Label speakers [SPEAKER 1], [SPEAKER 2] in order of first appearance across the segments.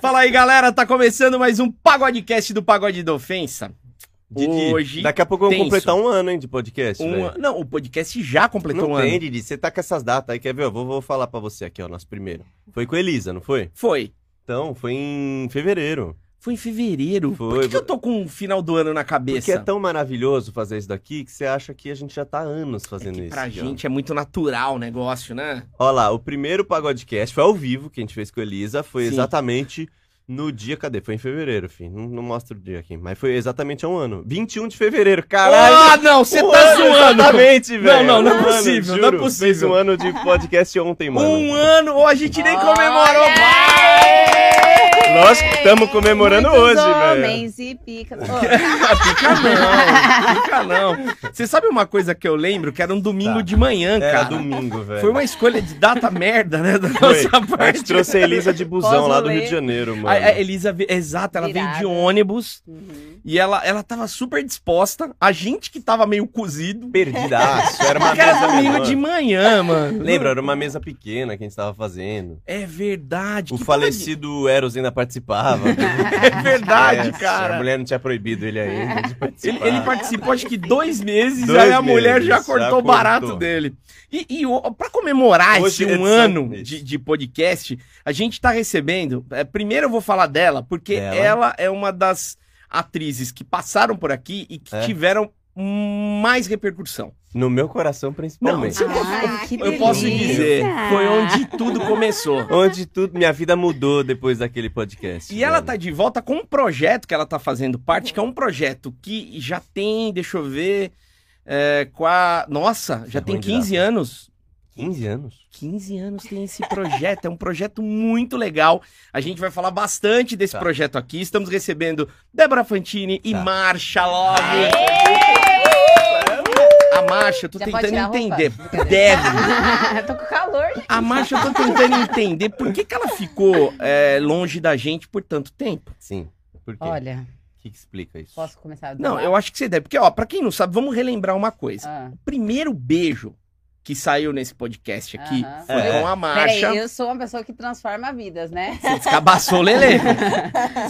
[SPEAKER 1] Fala aí, galera. Tá começando mais um Pagodecast do Pagode da Ofensa.
[SPEAKER 2] Didi,
[SPEAKER 1] Hoje,
[SPEAKER 2] daqui a pouco vamos
[SPEAKER 1] tenso.
[SPEAKER 2] completar um ano, hein, de podcast,
[SPEAKER 1] um-
[SPEAKER 2] velho.
[SPEAKER 1] Não, o podcast já completou
[SPEAKER 2] Não
[SPEAKER 1] um
[SPEAKER 2] tem,
[SPEAKER 1] ano.
[SPEAKER 2] Didi. Você tá com essas datas aí, quer ver? Eu vou, vou falar pra você aqui, ó, nosso primeiro. Foi com Elisa, não foi?
[SPEAKER 1] Foi.
[SPEAKER 2] Então, foi em fevereiro.
[SPEAKER 1] Foi em fevereiro. Por
[SPEAKER 2] Foi.
[SPEAKER 1] que, que eu tô com o final do ano na
[SPEAKER 2] Porque
[SPEAKER 1] cabeça?
[SPEAKER 2] é tão maravilhoso fazer isso daqui que você acha que a gente já tá há anos fazendo isso.
[SPEAKER 1] Pra
[SPEAKER 2] aqui, ó.
[SPEAKER 1] gente é muito natural o negócio, né?
[SPEAKER 2] Ó lá, o primeiro pagodecast foi ao vivo que a gente fez com a Elisa, foi
[SPEAKER 1] Sim.
[SPEAKER 2] exatamente no dia, cadê? Foi em fevereiro, filho. Não, não mostra o dia aqui, mas foi exatamente há um ano. 21 de fevereiro, caralho!
[SPEAKER 1] Ah, não, você
[SPEAKER 2] um
[SPEAKER 1] tá
[SPEAKER 2] ano,
[SPEAKER 1] zoando.
[SPEAKER 2] Exatamente, velho!
[SPEAKER 1] não, não é
[SPEAKER 2] Um ano,
[SPEAKER 1] possível, não é
[SPEAKER 2] juro.
[SPEAKER 1] possível.
[SPEAKER 2] Fez um ano de podcast ontem, mano.
[SPEAKER 1] Um ano, ou a gente nem comemorou.
[SPEAKER 3] Olha!
[SPEAKER 2] Nós estamos comemorando
[SPEAKER 3] Muitos
[SPEAKER 2] hoje, velho.
[SPEAKER 3] homens e pica.
[SPEAKER 1] Fica não, fica não. Você sabe uma coisa que eu lembro? Que era um domingo
[SPEAKER 2] Tá.
[SPEAKER 1] de manhã,
[SPEAKER 2] Era
[SPEAKER 1] cara.
[SPEAKER 2] domingo, velho.
[SPEAKER 1] Foi uma escolha de data merda, né? Da
[SPEAKER 2] Foi.
[SPEAKER 1] nossa
[SPEAKER 2] A gente
[SPEAKER 1] parte.
[SPEAKER 2] trouxe a Elisa de busão lá do
[SPEAKER 3] Pós-rolê.
[SPEAKER 2] Rio de Janeiro, mano.
[SPEAKER 1] A, a Elisa, ve- exato, ela veio de
[SPEAKER 3] Virada.
[SPEAKER 1] ônibus
[SPEAKER 3] Uhum.
[SPEAKER 1] e ela, ela tava super disposta. A gente que tava meio cozido.
[SPEAKER 2] Perdidaço, era uma
[SPEAKER 1] Porque era
[SPEAKER 2] mesa
[SPEAKER 1] domingo
[SPEAKER 2] menor.
[SPEAKER 1] de manhã, mano.
[SPEAKER 2] Lembra, era uma mesa pequena que a gente tava fazendo.
[SPEAKER 1] É verdade.
[SPEAKER 2] O
[SPEAKER 1] que
[SPEAKER 2] falecido Eros ainda participava.
[SPEAKER 1] tava de- É verdade,
[SPEAKER 2] É, A
[SPEAKER 1] cara.
[SPEAKER 2] mulher não tinha proibido ele ainda de
[SPEAKER 1] Ele,
[SPEAKER 2] participar.
[SPEAKER 1] ele participou acho que dois meses,
[SPEAKER 2] Dois
[SPEAKER 1] aí a mulher
[SPEAKER 2] meses,
[SPEAKER 1] já
[SPEAKER 2] já
[SPEAKER 1] cortou o
[SPEAKER 2] cortou.
[SPEAKER 1] barato dele. E, e o- pra comemorar esse
[SPEAKER 2] Hoje é
[SPEAKER 1] um
[SPEAKER 2] edição
[SPEAKER 1] ano
[SPEAKER 2] três.
[SPEAKER 1] de, de podcast, a gente tá recebendo. é, primeiro eu vou falar dela, porque
[SPEAKER 2] Dela.
[SPEAKER 1] ela é uma das atrizes que passaram por aqui e que
[SPEAKER 2] É.
[SPEAKER 1] tiveram mais repercussão.
[SPEAKER 2] No meu coração, principalmente.
[SPEAKER 3] Ah, que
[SPEAKER 1] eu posso
[SPEAKER 3] delícia.
[SPEAKER 1] dizer, foi onde tudo começou.
[SPEAKER 2] Onde tudo, minha vida mudou depois daquele podcast.
[SPEAKER 1] E ela
[SPEAKER 2] velho.
[SPEAKER 1] tá de volta com um projeto que ela tá fazendo parte, que é um projeto que já tem, deixa eu ver, é, com a... Nossa, já
[SPEAKER 2] É
[SPEAKER 1] tem
[SPEAKER 2] ruim de
[SPEAKER 1] 15 anos.
[SPEAKER 2] 15 anos.
[SPEAKER 1] 15 anos tem esse projeto, é um projeto muito legal. A gente vai falar bastante desse
[SPEAKER 2] Tá.
[SPEAKER 1] projeto aqui. Estamos recebendo Débora Fantini e
[SPEAKER 2] Tá.
[SPEAKER 1] Marcha Love. A Marcha, eu tô
[SPEAKER 3] Já pode
[SPEAKER 1] tentando
[SPEAKER 3] tirar a roupa?
[SPEAKER 1] entender. Deve.
[SPEAKER 3] Ah, Eu tô com calor, gente.
[SPEAKER 1] A Marcha, eu tô tentando entender por que, que ela ficou é, longe da gente por tanto tempo.
[SPEAKER 2] Sim. Por quê?
[SPEAKER 3] Olha,
[SPEAKER 2] O que, que explica isso?
[SPEAKER 3] posso começar do
[SPEAKER 1] Não,
[SPEAKER 3] lado?
[SPEAKER 1] eu acho que você deve. Porque, ó, pra quem não sabe, vamos relembrar uma coisa.
[SPEAKER 3] é? Ah.
[SPEAKER 1] O primeiro beijo que saiu nesse podcast aqui
[SPEAKER 3] Aham.
[SPEAKER 1] foi
[SPEAKER 2] É.
[SPEAKER 1] com a
[SPEAKER 3] Peraí,
[SPEAKER 1] marcha.
[SPEAKER 3] eu sou uma pessoa que transforma vidas, né?
[SPEAKER 1] Você descabaçou o Lelê.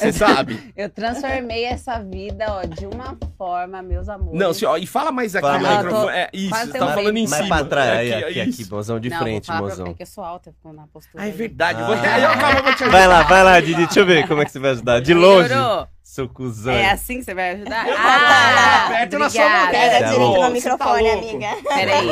[SPEAKER 1] Você sabe?
[SPEAKER 3] Eu transformei essa vida, ó, de uma forma, meus amores.
[SPEAKER 1] Não, se, ó, e fala mais aqui
[SPEAKER 2] Fala
[SPEAKER 1] no
[SPEAKER 2] mais.
[SPEAKER 1] microfone. É, isso,
[SPEAKER 3] quase
[SPEAKER 1] você tá
[SPEAKER 3] eu
[SPEAKER 1] falando em
[SPEAKER 2] Mas
[SPEAKER 1] cima.
[SPEAKER 2] pra trás, aí,
[SPEAKER 1] É
[SPEAKER 2] aqui,
[SPEAKER 1] é
[SPEAKER 2] aqui,
[SPEAKER 1] isso.
[SPEAKER 2] mozão de
[SPEAKER 3] Não, vou
[SPEAKER 2] frente,
[SPEAKER 3] falar pra-
[SPEAKER 2] mozão.
[SPEAKER 3] É que eu sou alta, eu fico na postura.
[SPEAKER 1] Ah, é
[SPEAKER 3] ali.
[SPEAKER 1] verdade. Vou...
[SPEAKER 2] Ah.
[SPEAKER 1] Aí, ó, calma, eu vou te ajudar.
[SPEAKER 2] Vai lá, vai lá, Didi, deixa eu ver como é que você vai ajudar. De longe,
[SPEAKER 3] Melhorou?
[SPEAKER 2] seu cuzão.
[SPEAKER 3] É assim que você vai ajudar?
[SPEAKER 1] Ah,
[SPEAKER 3] Ah,
[SPEAKER 1] aperta na sua
[SPEAKER 3] obrigada.
[SPEAKER 1] mão,
[SPEAKER 2] Pega direito no
[SPEAKER 1] Você tá
[SPEAKER 4] microfone,
[SPEAKER 1] louco.
[SPEAKER 4] amiga.
[SPEAKER 3] Peraí.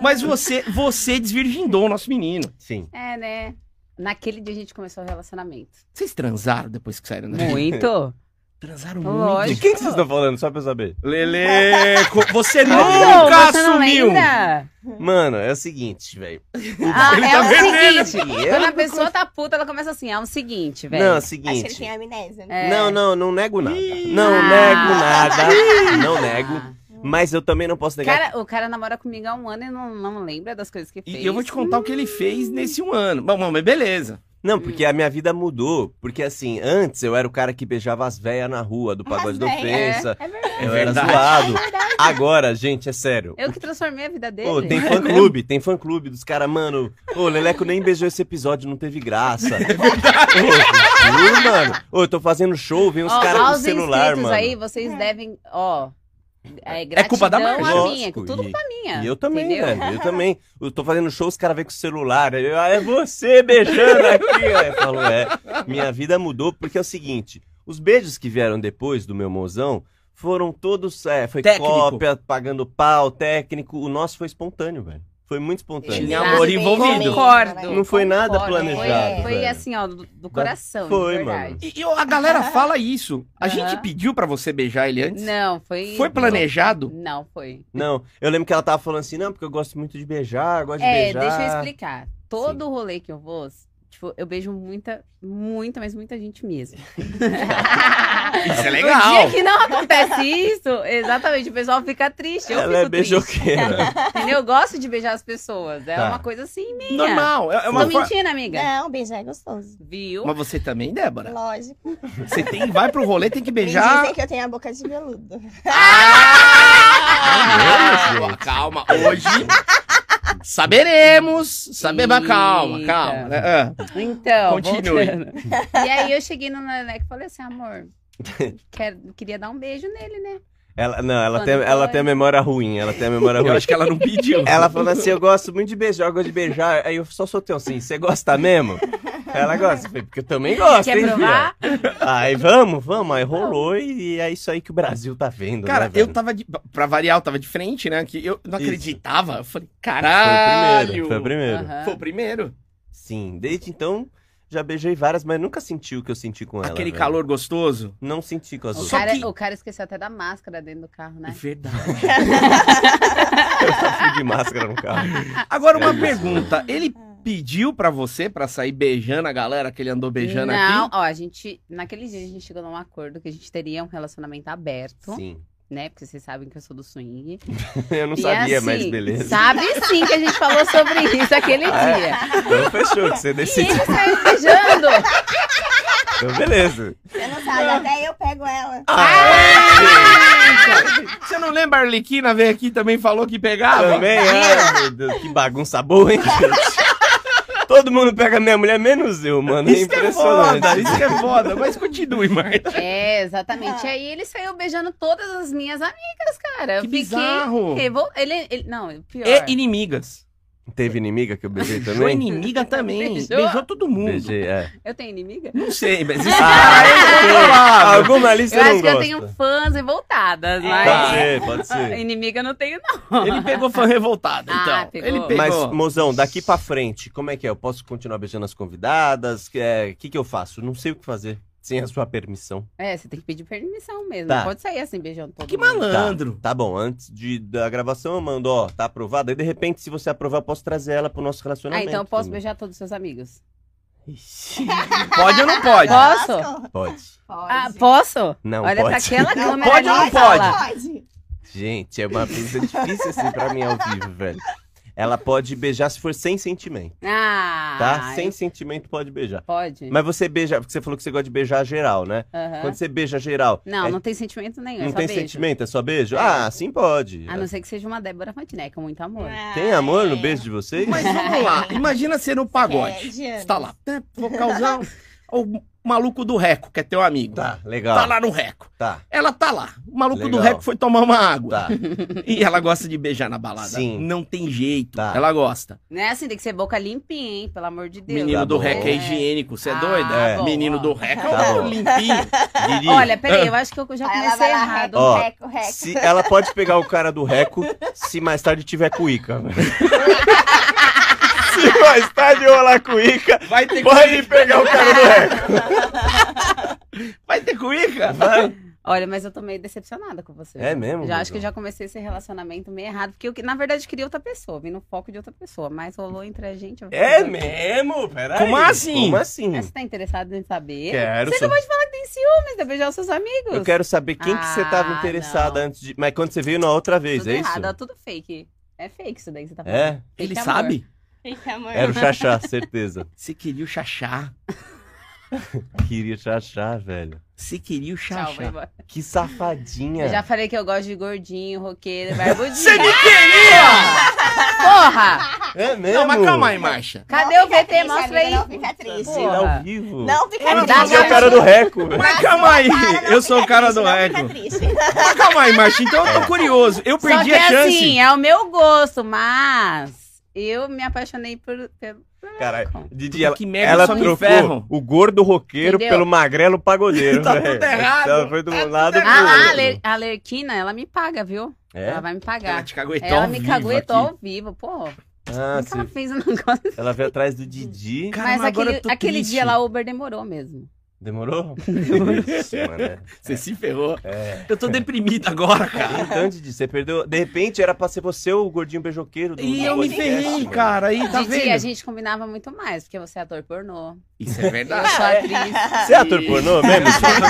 [SPEAKER 1] Mas você, você desvirgindou o nosso menino.
[SPEAKER 2] Sim.
[SPEAKER 3] É, né? Naquele dia a gente começou o relacionamento.
[SPEAKER 1] Vocês transaram depois que saíram daqui?
[SPEAKER 3] Muito?
[SPEAKER 1] Transaram
[SPEAKER 3] Lógico.
[SPEAKER 2] De
[SPEAKER 1] muito.
[SPEAKER 2] quem que vocês estão falando, só pra eu saber?
[SPEAKER 1] Lelê, co- você
[SPEAKER 3] Não,
[SPEAKER 1] nunca
[SPEAKER 3] você não
[SPEAKER 1] assumiu.
[SPEAKER 3] lembra?
[SPEAKER 2] Mano, é o seguinte, velho.
[SPEAKER 3] Ah,
[SPEAKER 1] Ele
[SPEAKER 3] é
[SPEAKER 1] tá
[SPEAKER 3] o
[SPEAKER 1] vermelho.
[SPEAKER 3] seguinte, quando a pessoa tá puta, ela começa assim, é o seguinte, velho.
[SPEAKER 2] Não, é o
[SPEAKER 4] Acho que ele
[SPEAKER 2] seguinte.
[SPEAKER 4] tem amnésia. né?
[SPEAKER 3] É.
[SPEAKER 2] Não, não, não nego nada.
[SPEAKER 1] Ih.
[SPEAKER 2] Não
[SPEAKER 3] Ah.
[SPEAKER 2] nego nada. Não nego. Mas eu também não posso
[SPEAKER 3] O
[SPEAKER 2] negar.
[SPEAKER 3] cara, o cara namora comigo há um ano e não, não lembra das coisas que fez.
[SPEAKER 1] E eu vou te contar o que ele fez nesse um ano. Bom, bom, mas beleza.
[SPEAKER 2] Não, porque a minha vida mudou. Porque assim, antes eu era o cara que beijava as véias na rua do pagode
[SPEAKER 4] As
[SPEAKER 2] da
[SPEAKER 4] véia,
[SPEAKER 2] ofensa.
[SPEAKER 4] É verdade.
[SPEAKER 2] Eu
[SPEAKER 1] É
[SPEAKER 2] era
[SPEAKER 1] verdade.
[SPEAKER 2] zoado. Agora, gente, é sério.
[SPEAKER 3] Eu que transformei a vida dele.
[SPEAKER 2] Pô, tem fã clube, tem fã clube dos caras, mano. Ô, o Leleco nem beijou esse episódio, não teve graça. É verdade. mano. Ô, eu tô fazendo show, vem os
[SPEAKER 3] Ó,
[SPEAKER 2] caras
[SPEAKER 3] aos
[SPEAKER 2] no celular,
[SPEAKER 3] inscritos
[SPEAKER 2] mano.
[SPEAKER 3] aí, vocês devem, ó... É,
[SPEAKER 1] É culpa da
[SPEAKER 3] gratidão
[SPEAKER 1] Marcia.
[SPEAKER 3] a minha,
[SPEAKER 2] Lógico,
[SPEAKER 3] tudo
[SPEAKER 2] e-
[SPEAKER 3] culpa minha.
[SPEAKER 2] E eu também,
[SPEAKER 3] entendeu?
[SPEAKER 2] velho. Eu também. Eu tô fazendo show, os caras vêm com o celular. Eu, ah, é você beijando aqui. ó. Eu falo, é. Minha vida mudou porque é o seguinte: os beijos que vieram depois do meu mozão foram todos. É, foi
[SPEAKER 1] Técnico.
[SPEAKER 2] cópia, pagando pau, técnico. O nosso foi espontâneo, velho. Foi muito espontâneo.
[SPEAKER 1] Tinha amor envolvido.
[SPEAKER 3] Concordo.
[SPEAKER 2] Não foi nada
[SPEAKER 3] Concordo,
[SPEAKER 2] planejado.
[SPEAKER 4] É.
[SPEAKER 3] Foi, foi
[SPEAKER 2] velho.
[SPEAKER 3] assim, ó, do, do coração,
[SPEAKER 2] Foi,
[SPEAKER 3] de verdade.
[SPEAKER 1] E eu- a galera fala isso. A
[SPEAKER 3] Aham.
[SPEAKER 1] gente pediu pra você beijar ele antes?
[SPEAKER 3] Não, foi...
[SPEAKER 1] Foi planejado?
[SPEAKER 3] Não, foi.
[SPEAKER 2] Não, eu lembro que ela tava falando assim, não, porque eu gosto muito de beijar, eu gosto de
[SPEAKER 3] É,
[SPEAKER 2] beijar.
[SPEAKER 3] deixa eu explicar. Todo
[SPEAKER 2] Sim.
[SPEAKER 3] rolê que eu vou, tipo, eu beijo muita, muita, mas muita gente mesmo.
[SPEAKER 1] Isso é
[SPEAKER 3] No dia que não acontece isso, exatamente, o pessoal fica triste. Eu
[SPEAKER 2] Ela é
[SPEAKER 3] fico triste.
[SPEAKER 2] beijoqueira.
[SPEAKER 3] Entendeu? Eu gosto de beijar as pessoas. É
[SPEAKER 2] Tá.
[SPEAKER 3] uma coisa assim minha.
[SPEAKER 1] Normal. É é uma
[SPEAKER 3] Tô
[SPEAKER 1] fa-
[SPEAKER 3] mentindo, amiga.
[SPEAKER 4] Não, beijar é gostoso.
[SPEAKER 3] Viu?
[SPEAKER 1] Mas você também, Débora?
[SPEAKER 4] Lógico.
[SPEAKER 1] Você tem, vai pro rolê, tem que
[SPEAKER 4] Me
[SPEAKER 1] beijar.
[SPEAKER 4] dizem que eu tenho a boca de
[SPEAKER 3] assim,
[SPEAKER 4] veludo.
[SPEAKER 3] "Ah!"
[SPEAKER 1] Ah, calma, hoje Saberemos! Saber... mas Calma,
[SPEAKER 3] Eita.
[SPEAKER 1] calma. né? Ah,
[SPEAKER 3] Então,
[SPEAKER 1] Continue.
[SPEAKER 3] voltando. E aí eu cheguei no Leleco e falei assim, amor, quero- queria dar um beijo nele, né?
[SPEAKER 2] Ela, não, ela
[SPEAKER 3] Quando
[SPEAKER 2] tem, ela
[SPEAKER 3] foi?
[SPEAKER 2] tem a memória ruim, ela tem a memória
[SPEAKER 1] eu
[SPEAKER 2] ruim.
[SPEAKER 1] acho que ela não pediu.
[SPEAKER 2] Ela falou assim, eu gosto muito de beijar, eu gosto de beijar. Aí eu só soltei um assim, você gosta mesmo? Ela gosta, Eu falei, porque eu também gosto,
[SPEAKER 3] Quer
[SPEAKER 2] hein,
[SPEAKER 3] provar?
[SPEAKER 2] fia?" Aí vamos, vamos, aí rolou e é isso aí que o Brasil tá vendo,
[SPEAKER 1] Cara,
[SPEAKER 2] né, velho?
[SPEAKER 1] eu tava de. Pra variar, eu tava de frente, né? Que eu não
[SPEAKER 2] Isso.
[SPEAKER 1] acreditava. Eu falei,
[SPEAKER 2] Foi o
[SPEAKER 1] caralho!
[SPEAKER 2] primeiro, foi o primeiro.
[SPEAKER 3] Aham.
[SPEAKER 1] Foi o primeiro.
[SPEAKER 2] Sim, desde então já beijei várias, mas nunca senti o que eu senti com ela.
[SPEAKER 1] Aquele
[SPEAKER 2] velho.
[SPEAKER 1] calor gostoso.
[SPEAKER 2] Não senti com as
[SPEAKER 3] O
[SPEAKER 2] outras.
[SPEAKER 1] Só
[SPEAKER 3] cara,
[SPEAKER 1] que-
[SPEAKER 3] o cara esqueceu até da máscara dentro do carro, né?
[SPEAKER 1] Verdade.
[SPEAKER 2] Eu fui de máscara no carro.
[SPEAKER 1] Ah, Agora, uma
[SPEAKER 2] É isso.
[SPEAKER 1] pergunta. Ele pediu pra você pra sair beijando a galera que ele andou beijando
[SPEAKER 3] Não,
[SPEAKER 1] aqui?
[SPEAKER 3] ó, a gente, naqueles dias a gente chegou num acordo que a gente teria um relacionamento aberto,
[SPEAKER 2] Sim.
[SPEAKER 3] né? Porque vocês sabem que eu sou do swing.
[SPEAKER 2] Eu não
[SPEAKER 3] E
[SPEAKER 2] sabia,
[SPEAKER 3] assim,
[SPEAKER 2] mas beleza.
[SPEAKER 3] Sabe sim que a gente falou sobre isso aquele
[SPEAKER 2] Ah,
[SPEAKER 3] dia.
[SPEAKER 2] Então fechou, que você
[SPEAKER 3] E
[SPEAKER 2] decidiu.
[SPEAKER 3] ele saiu beijando.
[SPEAKER 2] Então beleza.
[SPEAKER 4] Você não sabe, até eu pego ela.
[SPEAKER 3] Ah,
[SPEAKER 1] Você não lembra a Arlequina veio aqui e também falou que
[SPEAKER 3] Ah,
[SPEAKER 1] pegava?
[SPEAKER 2] Também,
[SPEAKER 3] né?
[SPEAKER 2] ai, meu Deus, que bagunça boa, hein, gente? Todo mundo pega minha mulher, menos eu, mano. É
[SPEAKER 1] Isso que é
[SPEAKER 2] impressionante.
[SPEAKER 1] foda, isso que é foda. Mas continue, Marta.
[SPEAKER 3] É, exatamente. Aí ele saiu beijando todas as minhas amigas, cara. Eu
[SPEAKER 1] Que
[SPEAKER 3] fiquei
[SPEAKER 1] bizarro.
[SPEAKER 3] revol- Ele, ele- não, pior.
[SPEAKER 2] É,
[SPEAKER 1] E inimigas.
[SPEAKER 2] Teve inimiga que eu beijei
[SPEAKER 1] Beijou
[SPEAKER 2] também?
[SPEAKER 1] inimiga também. Beijou,
[SPEAKER 3] Beijou?
[SPEAKER 1] todo mundo.
[SPEAKER 2] Beijei, é.
[SPEAKER 3] Eu tenho inimiga?
[SPEAKER 1] Não sei, mas isso é
[SPEAKER 2] Ah,
[SPEAKER 1] ah,
[SPEAKER 2] Alguma lista
[SPEAKER 3] é. eu
[SPEAKER 2] não
[SPEAKER 3] acho que
[SPEAKER 2] gosta.
[SPEAKER 3] eu
[SPEAKER 2] É. Tá,
[SPEAKER 3] tenho fãs revoltadas,
[SPEAKER 2] Pode
[SPEAKER 3] mas ah,
[SPEAKER 2] ser, pode ser.
[SPEAKER 3] inimiga eu não tenho, não.
[SPEAKER 1] Ele pegou fã revoltado,
[SPEAKER 3] Ah,
[SPEAKER 1] então.
[SPEAKER 3] pegou.
[SPEAKER 1] Ele pegou.
[SPEAKER 2] Mas, mozão, daqui pra frente, como é que é? Eu posso continuar beijando as convidadas? O é, que, que eu faço? Não sei o que fazer. Sem a sua permissão.
[SPEAKER 3] É, você tem que pedir permissão mesmo.
[SPEAKER 2] Tá.
[SPEAKER 3] Não pode sair assim beijando todo
[SPEAKER 1] Que
[SPEAKER 3] mundo.
[SPEAKER 1] malandro.
[SPEAKER 2] Tá bom, antes de, da gravação eu mando, ó, tá aprovado. Aí de repente, se você aprovar, eu posso trazer ela pro nosso
[SPEAKER 3] Ah,
[SPEAKER 2] relacionamento.
[SPEAKER 3] então eu posso
[SPEAKER 2] também.
[SPEAKER 3] beijar todos os seus amigos?
[SPEAKER 2] Ixi,
[SPEAKER 1] Pode ou não pode?
[SPEAKER 3] Pode.
[SPEAKER 4] Lascou.
[SPEAKER 2] pode.
[SPEAKER 4] Pode.
[SPEAKER 3] Ah, posso?
[SPEAKER 2] Não,
[SPEAKER 3] Olha,
[SPEAKER 2] pode.
[SPEAKER 3] tá aquela câmera
[SPEAKER 1] pode ou
[SPEAKER 3] ali
[SPEAKER 1] não
[SPEAKER 3] na
[SPEAKER 1] pode?
[SPEAKER 3] sala.
[SPEAKER 4] Pode.
[SPEAKER 2] Gente, é uma coisa difícil assim pra mim ao vivo, velho. Ela pode beijar se for sem sentimento,
[SPEAKER 3] Ah,
[SPEAKER 2] tá?
[SPEAKER 3] eu-
[SPEAKER 2] sem sentimento pode beijar.
[SPEAKER 3] Pode?
[SPEAKER 2] Mas você beija, porque você falou que você gosta de beijar geral, né?
[SPEAKER 3] Aham.
[SPEAKER 2] Quando você beija geral,
[SPEAKER 3] Não,
[SPEAKER 2] é-
[SPEAKER 3] não tem sentimento nenhum, é
[SPEAKER 2] não
[SPEAKER 3] só
[SPEAKER 2] tem
[SPEAKER 3] beijo.
[SPEAKER 2] sentimento, é só beijo?
[SPEAKER 3] É.
[SPEAKER 2] Ah, sim pode.
[SPEAKER 3] A não É. ser que seja uma Débora Fontenay, com muito amor.
[SPEAKER 4] É.
[SPEAKER 2] Tem amor no beijo de vocês?
[SPEAKER 1] Mas vamos lá. Imagina ser no
[SPEAKER 4] É,
[SPEAKER 3] É,
[SPEAKER 1] pagode.
[SPEAKER 4] Pede.
[SPEAKER 1] Você tá lá, né, vocalzão. O um maluco do Reco, que é teu amigo.
[SPEAKER 2] Tá,
[SPEAKER 1] Tá
[SPEAKER 2] legal.
[SPEAKER 1] lá no Reco.
[SPEAKER 2] Tá,
[SPEAKER 1] Ela tá lá. O maluco do
[SPEAKER 2] Legal.
[SPEAKER 1] Reco foi tomar uma água.
[SPEAKER 2] tá.
[SPEAKER 1] E ela gosta de beijar na balada.
[SPEAKER 2] Sim.
[SPEAKER 1] Não tem jeito.
[SPEAKER 2] Tá.
[SPEAKER 1] Ela gosta.
[SPEAKER 3] Não é assim, tem que ser boca limpinha, hein? Pelo amor de Deus.
[SPEAKER 1] Menino
[SPEAKER 2] Tá
[SPEAKER 1] do
[SPEAKER 2] bom.
[SPEAKER 1] Reco é
[SPEAKER 3] É.
[SPEAKER 1] higiênico. Você é
[SPEAKER 3] Ah,
[SPEAKER 1] doido?
[SPEAKER 2] É.
[SPEAKER 3] bom,
[SPEAKER 1] Menino
[SPEAKER 3] ó.
[SPEAKER 1] do Reco
[SPEAKER 2] Tá
[SPEAKER 1] é um
[SPEAKER 2] bom.
[SPEAKER 1] limpinho.
[SPEAKER 2] Diri,
[SPEAKER 3] É. Olha, peraí, eu acho que eu já
[SPEAKER 4] Aí ela
[SPEAKER 3] comecei
[SPEAKER 4] vai lá,
[SPEAKER 3] errado.
[SPEAKER 2] Ó.
[SPEAKER 4] reco, reco, reco.
[SPEAKER 2] se ela pode pegar o cara do Reco se mais tarde tiver cuíca. se mais tarde rolar cuíca,
[SPEAKER 1] Vai ter
[SPEAKER 2] pode
[SPEAKER 1] cuíca.
[SPEAKER 2] pegar o cara do Reco.
[SPEAKER 1] Vai ter cuíca.
[SPEAKER 3] Olha, mas eu tô meio decepcionada com você.
[SPEAKER 2] É mesmo,
[SPEAKER 3] Já acho
[SPEAKER 2] Bruno?
[SPEAKER 3] que eu já comecei esse relacionamento meio errado, porque eu, que- na verdade, eu queria outra pessoa, vim no foco de outra pessoa, mas rolou entre a gente. eu-
[SPEAKER 2] É mesmo? Peraí.
[SPEAKER 1] Como assim?
[SPEAKER 2] Como assim?
[SPEAKER 3] Mas Você tá interessado em saber?
[SPEAKER 2] Quero
[SPEAKER 3] você
[SPEAKER 2] saber.
[SPEAKER 3] acabou de falar que tem ciúmes de beijar os seus amigos.
[SPEAKER 2] Eu quero saber quem que você tava
[SPEAKER 3] Ah,
[SPEAKER 2] interessada
[SPEAKER 3] não.
[SPEAKER 2] antes de. Mas quando você veio na outra vez,
[SPEAKER 3] tudo
[SPEAKER 2] é isso?
[SPEAKER 3] errado, é tudo fake. É fake isso daí que você tá falando.
[SPEAKER 2] É?
[SPEAKER 3] Fake
[SPEAKER 1] Ele
[SPEAKER 3] amor.
[SPEAKER 1] sabe?
[SPEAKER 4] Fica, amor.
[SPEAKER 2] Era o Xaxá, certeza.
[SPEAKER 1] Você queria o Xaxá.
[SPEAKER 2] Queria o Xaxá, velho.
[SPEAKER 1] Você queria o
[SPEAKER 3] Tchau, vai
[SPEAKER 1] Xaxá.
[SPEAKER 3] embora.
[SPEAKER 2] Que
[SPEAKER 3] Eu
[SPEAKER 2] safadinha.
[SPEAKER 3] já falei que eu gosto de gordinho, roqueiro, barbudinho.
[SPEAKER 1] Você me queria!
[SPEAKER 3] Porra!
[SPEAKER 2] É mesmo?
[SPEAKER 1] Não, mas calma aí, Marcha.
[SPEAKER 3] Cadê
[SPEAKER 4] Não
[SPEAKER 3] o
[SPEAKER 4] fica
[SPEAKER 3] VT?
[SPEAKER 4] triste,
[SPEAKER 3] Mostra
[SPEAKER 4] amiga,
[SPEAKER 3] aí.
[SPEAKER 4] Não fica triste.
[SPEAKER 2] Sei lá, ao vivo.
[SPEAKER 4] Não fica
[SPEAKER 1] Ela
[SPEAKER 4] triste.
[SPEAKER 2] Você é o cara do Reco, velho.
[SPEAKER 1] Mas calma aí.
[SPEAKER 4] Cara, não
[SPEAKER 1] Eu sou o
[SPEAKER 4] fica
[SPEAKER 1] cara
[SPEAKER 4] triste,
[SPEAKER 1] do
[SPEAKER 4] não fica
[SPEAKER 1] Reco.
[SPEAKER 4] triste.
[SPEAKER 1] Mas calma aí, Marcha. Então eu tô curioso. Eu
[SPEAKER 3] Só
[SPEAKER 1] perdi
[SPEAKER 3] que
[SPEAKER 1] a chance.
[SPEAKER 3] assim, é o meu gosto, mas eu me apaixonei por. pelo-
[SPEAKER 2] Caralho, Didi,
[SPEAKER 1] Puta,
[SPEAKER 2] ela,
[SPEAKER 1] que merda,
[SPEAKER 2] ela
[SPEAKER 1] só me
[SPEAKER 2] trocou
[SPEAKER 1] ferro.
[SPEAKER 2] o gordo roqueiro
[SPEAKER 3] Entendeu?
[SPEAKER 2] pelo magrelo pagodeiro.
[SPEAKER 1] Tá
[SPEAKER 2] velho.
[SPEAKER 1] tudo errado,
[SPEAKER 2] Ela foi do lado pro
[SPEAKER 3] Ah, a,
[SPEAKER 2] outro.
[SPEAKER 3] Ler, a Lerquina, ela me paga, viu?
[SPEAKER 2] É?
[SPEAKER 3] Ela vai me
[SPEAKER 1] Ela
[SPEAKER 3] pagar.
[SPEAKER 1] te caguetou
[SPEAKER 3] Ela
[SPEAKER 1] ao
[SPEAKER 3] me
[SPEAKER 1] vivo
[SPEAKER 3] caguetou
[SPEAKER 1] aqui.
[SPEAKER 3] ao vivo, pô. Como
[SPEAKER 2] Ah,
[SPEAKER 3] que ela
[SPEAKER 2] sim.
[SPEAKER 3] fez um negócio?
[SPEAKER 2] Ela veio atrás do Didi.
[SPEAKER 1] Cara,
[SPEAKER 3] Mas
[SPEAKER 1] mas agora
[SPEAKER 3] aquele,
[SPEAKER 1] eu tô
[SPEAKER 3] aquele
[SPEAKER 1] triste.
[SPEAKER 3] dia lá, o Uber demorou mesmo.
[SPEAKER 2] Demorou? Isso, mano.
[SPEAKER 1] Você se ferrou.
[SPEAKER 2] É.
[SPEAKER 1] Eu tô deprimido agora, cara.
[SPEAKER 2] Então, Didi, você perdeu. De repente era pra ser você o gordinho beijoqueiro do
[SPEAKER 1] E
[SPEAKER 2] do
[SPEAKER 1] eu me
[SPEAKER 2] podcast,
[SPEAKER 1] ferrei,
[SPEAKER 2] mano.
[SPEAKER 1] cara. Aí, tá
[SPEAKER 3] Didi, a
[SPEAKER 1] vendo?
[SPEAKER 3] gente combinava muito mais, porque você é ator pornô.
[SPEAKER 1] Isso é
[SPEAKER 3] Eu
[SPEAKER 1] verdade.
[SPEAKER 3] sou atriz.
[SPEAKER 2] Você é ator pornô mesmo?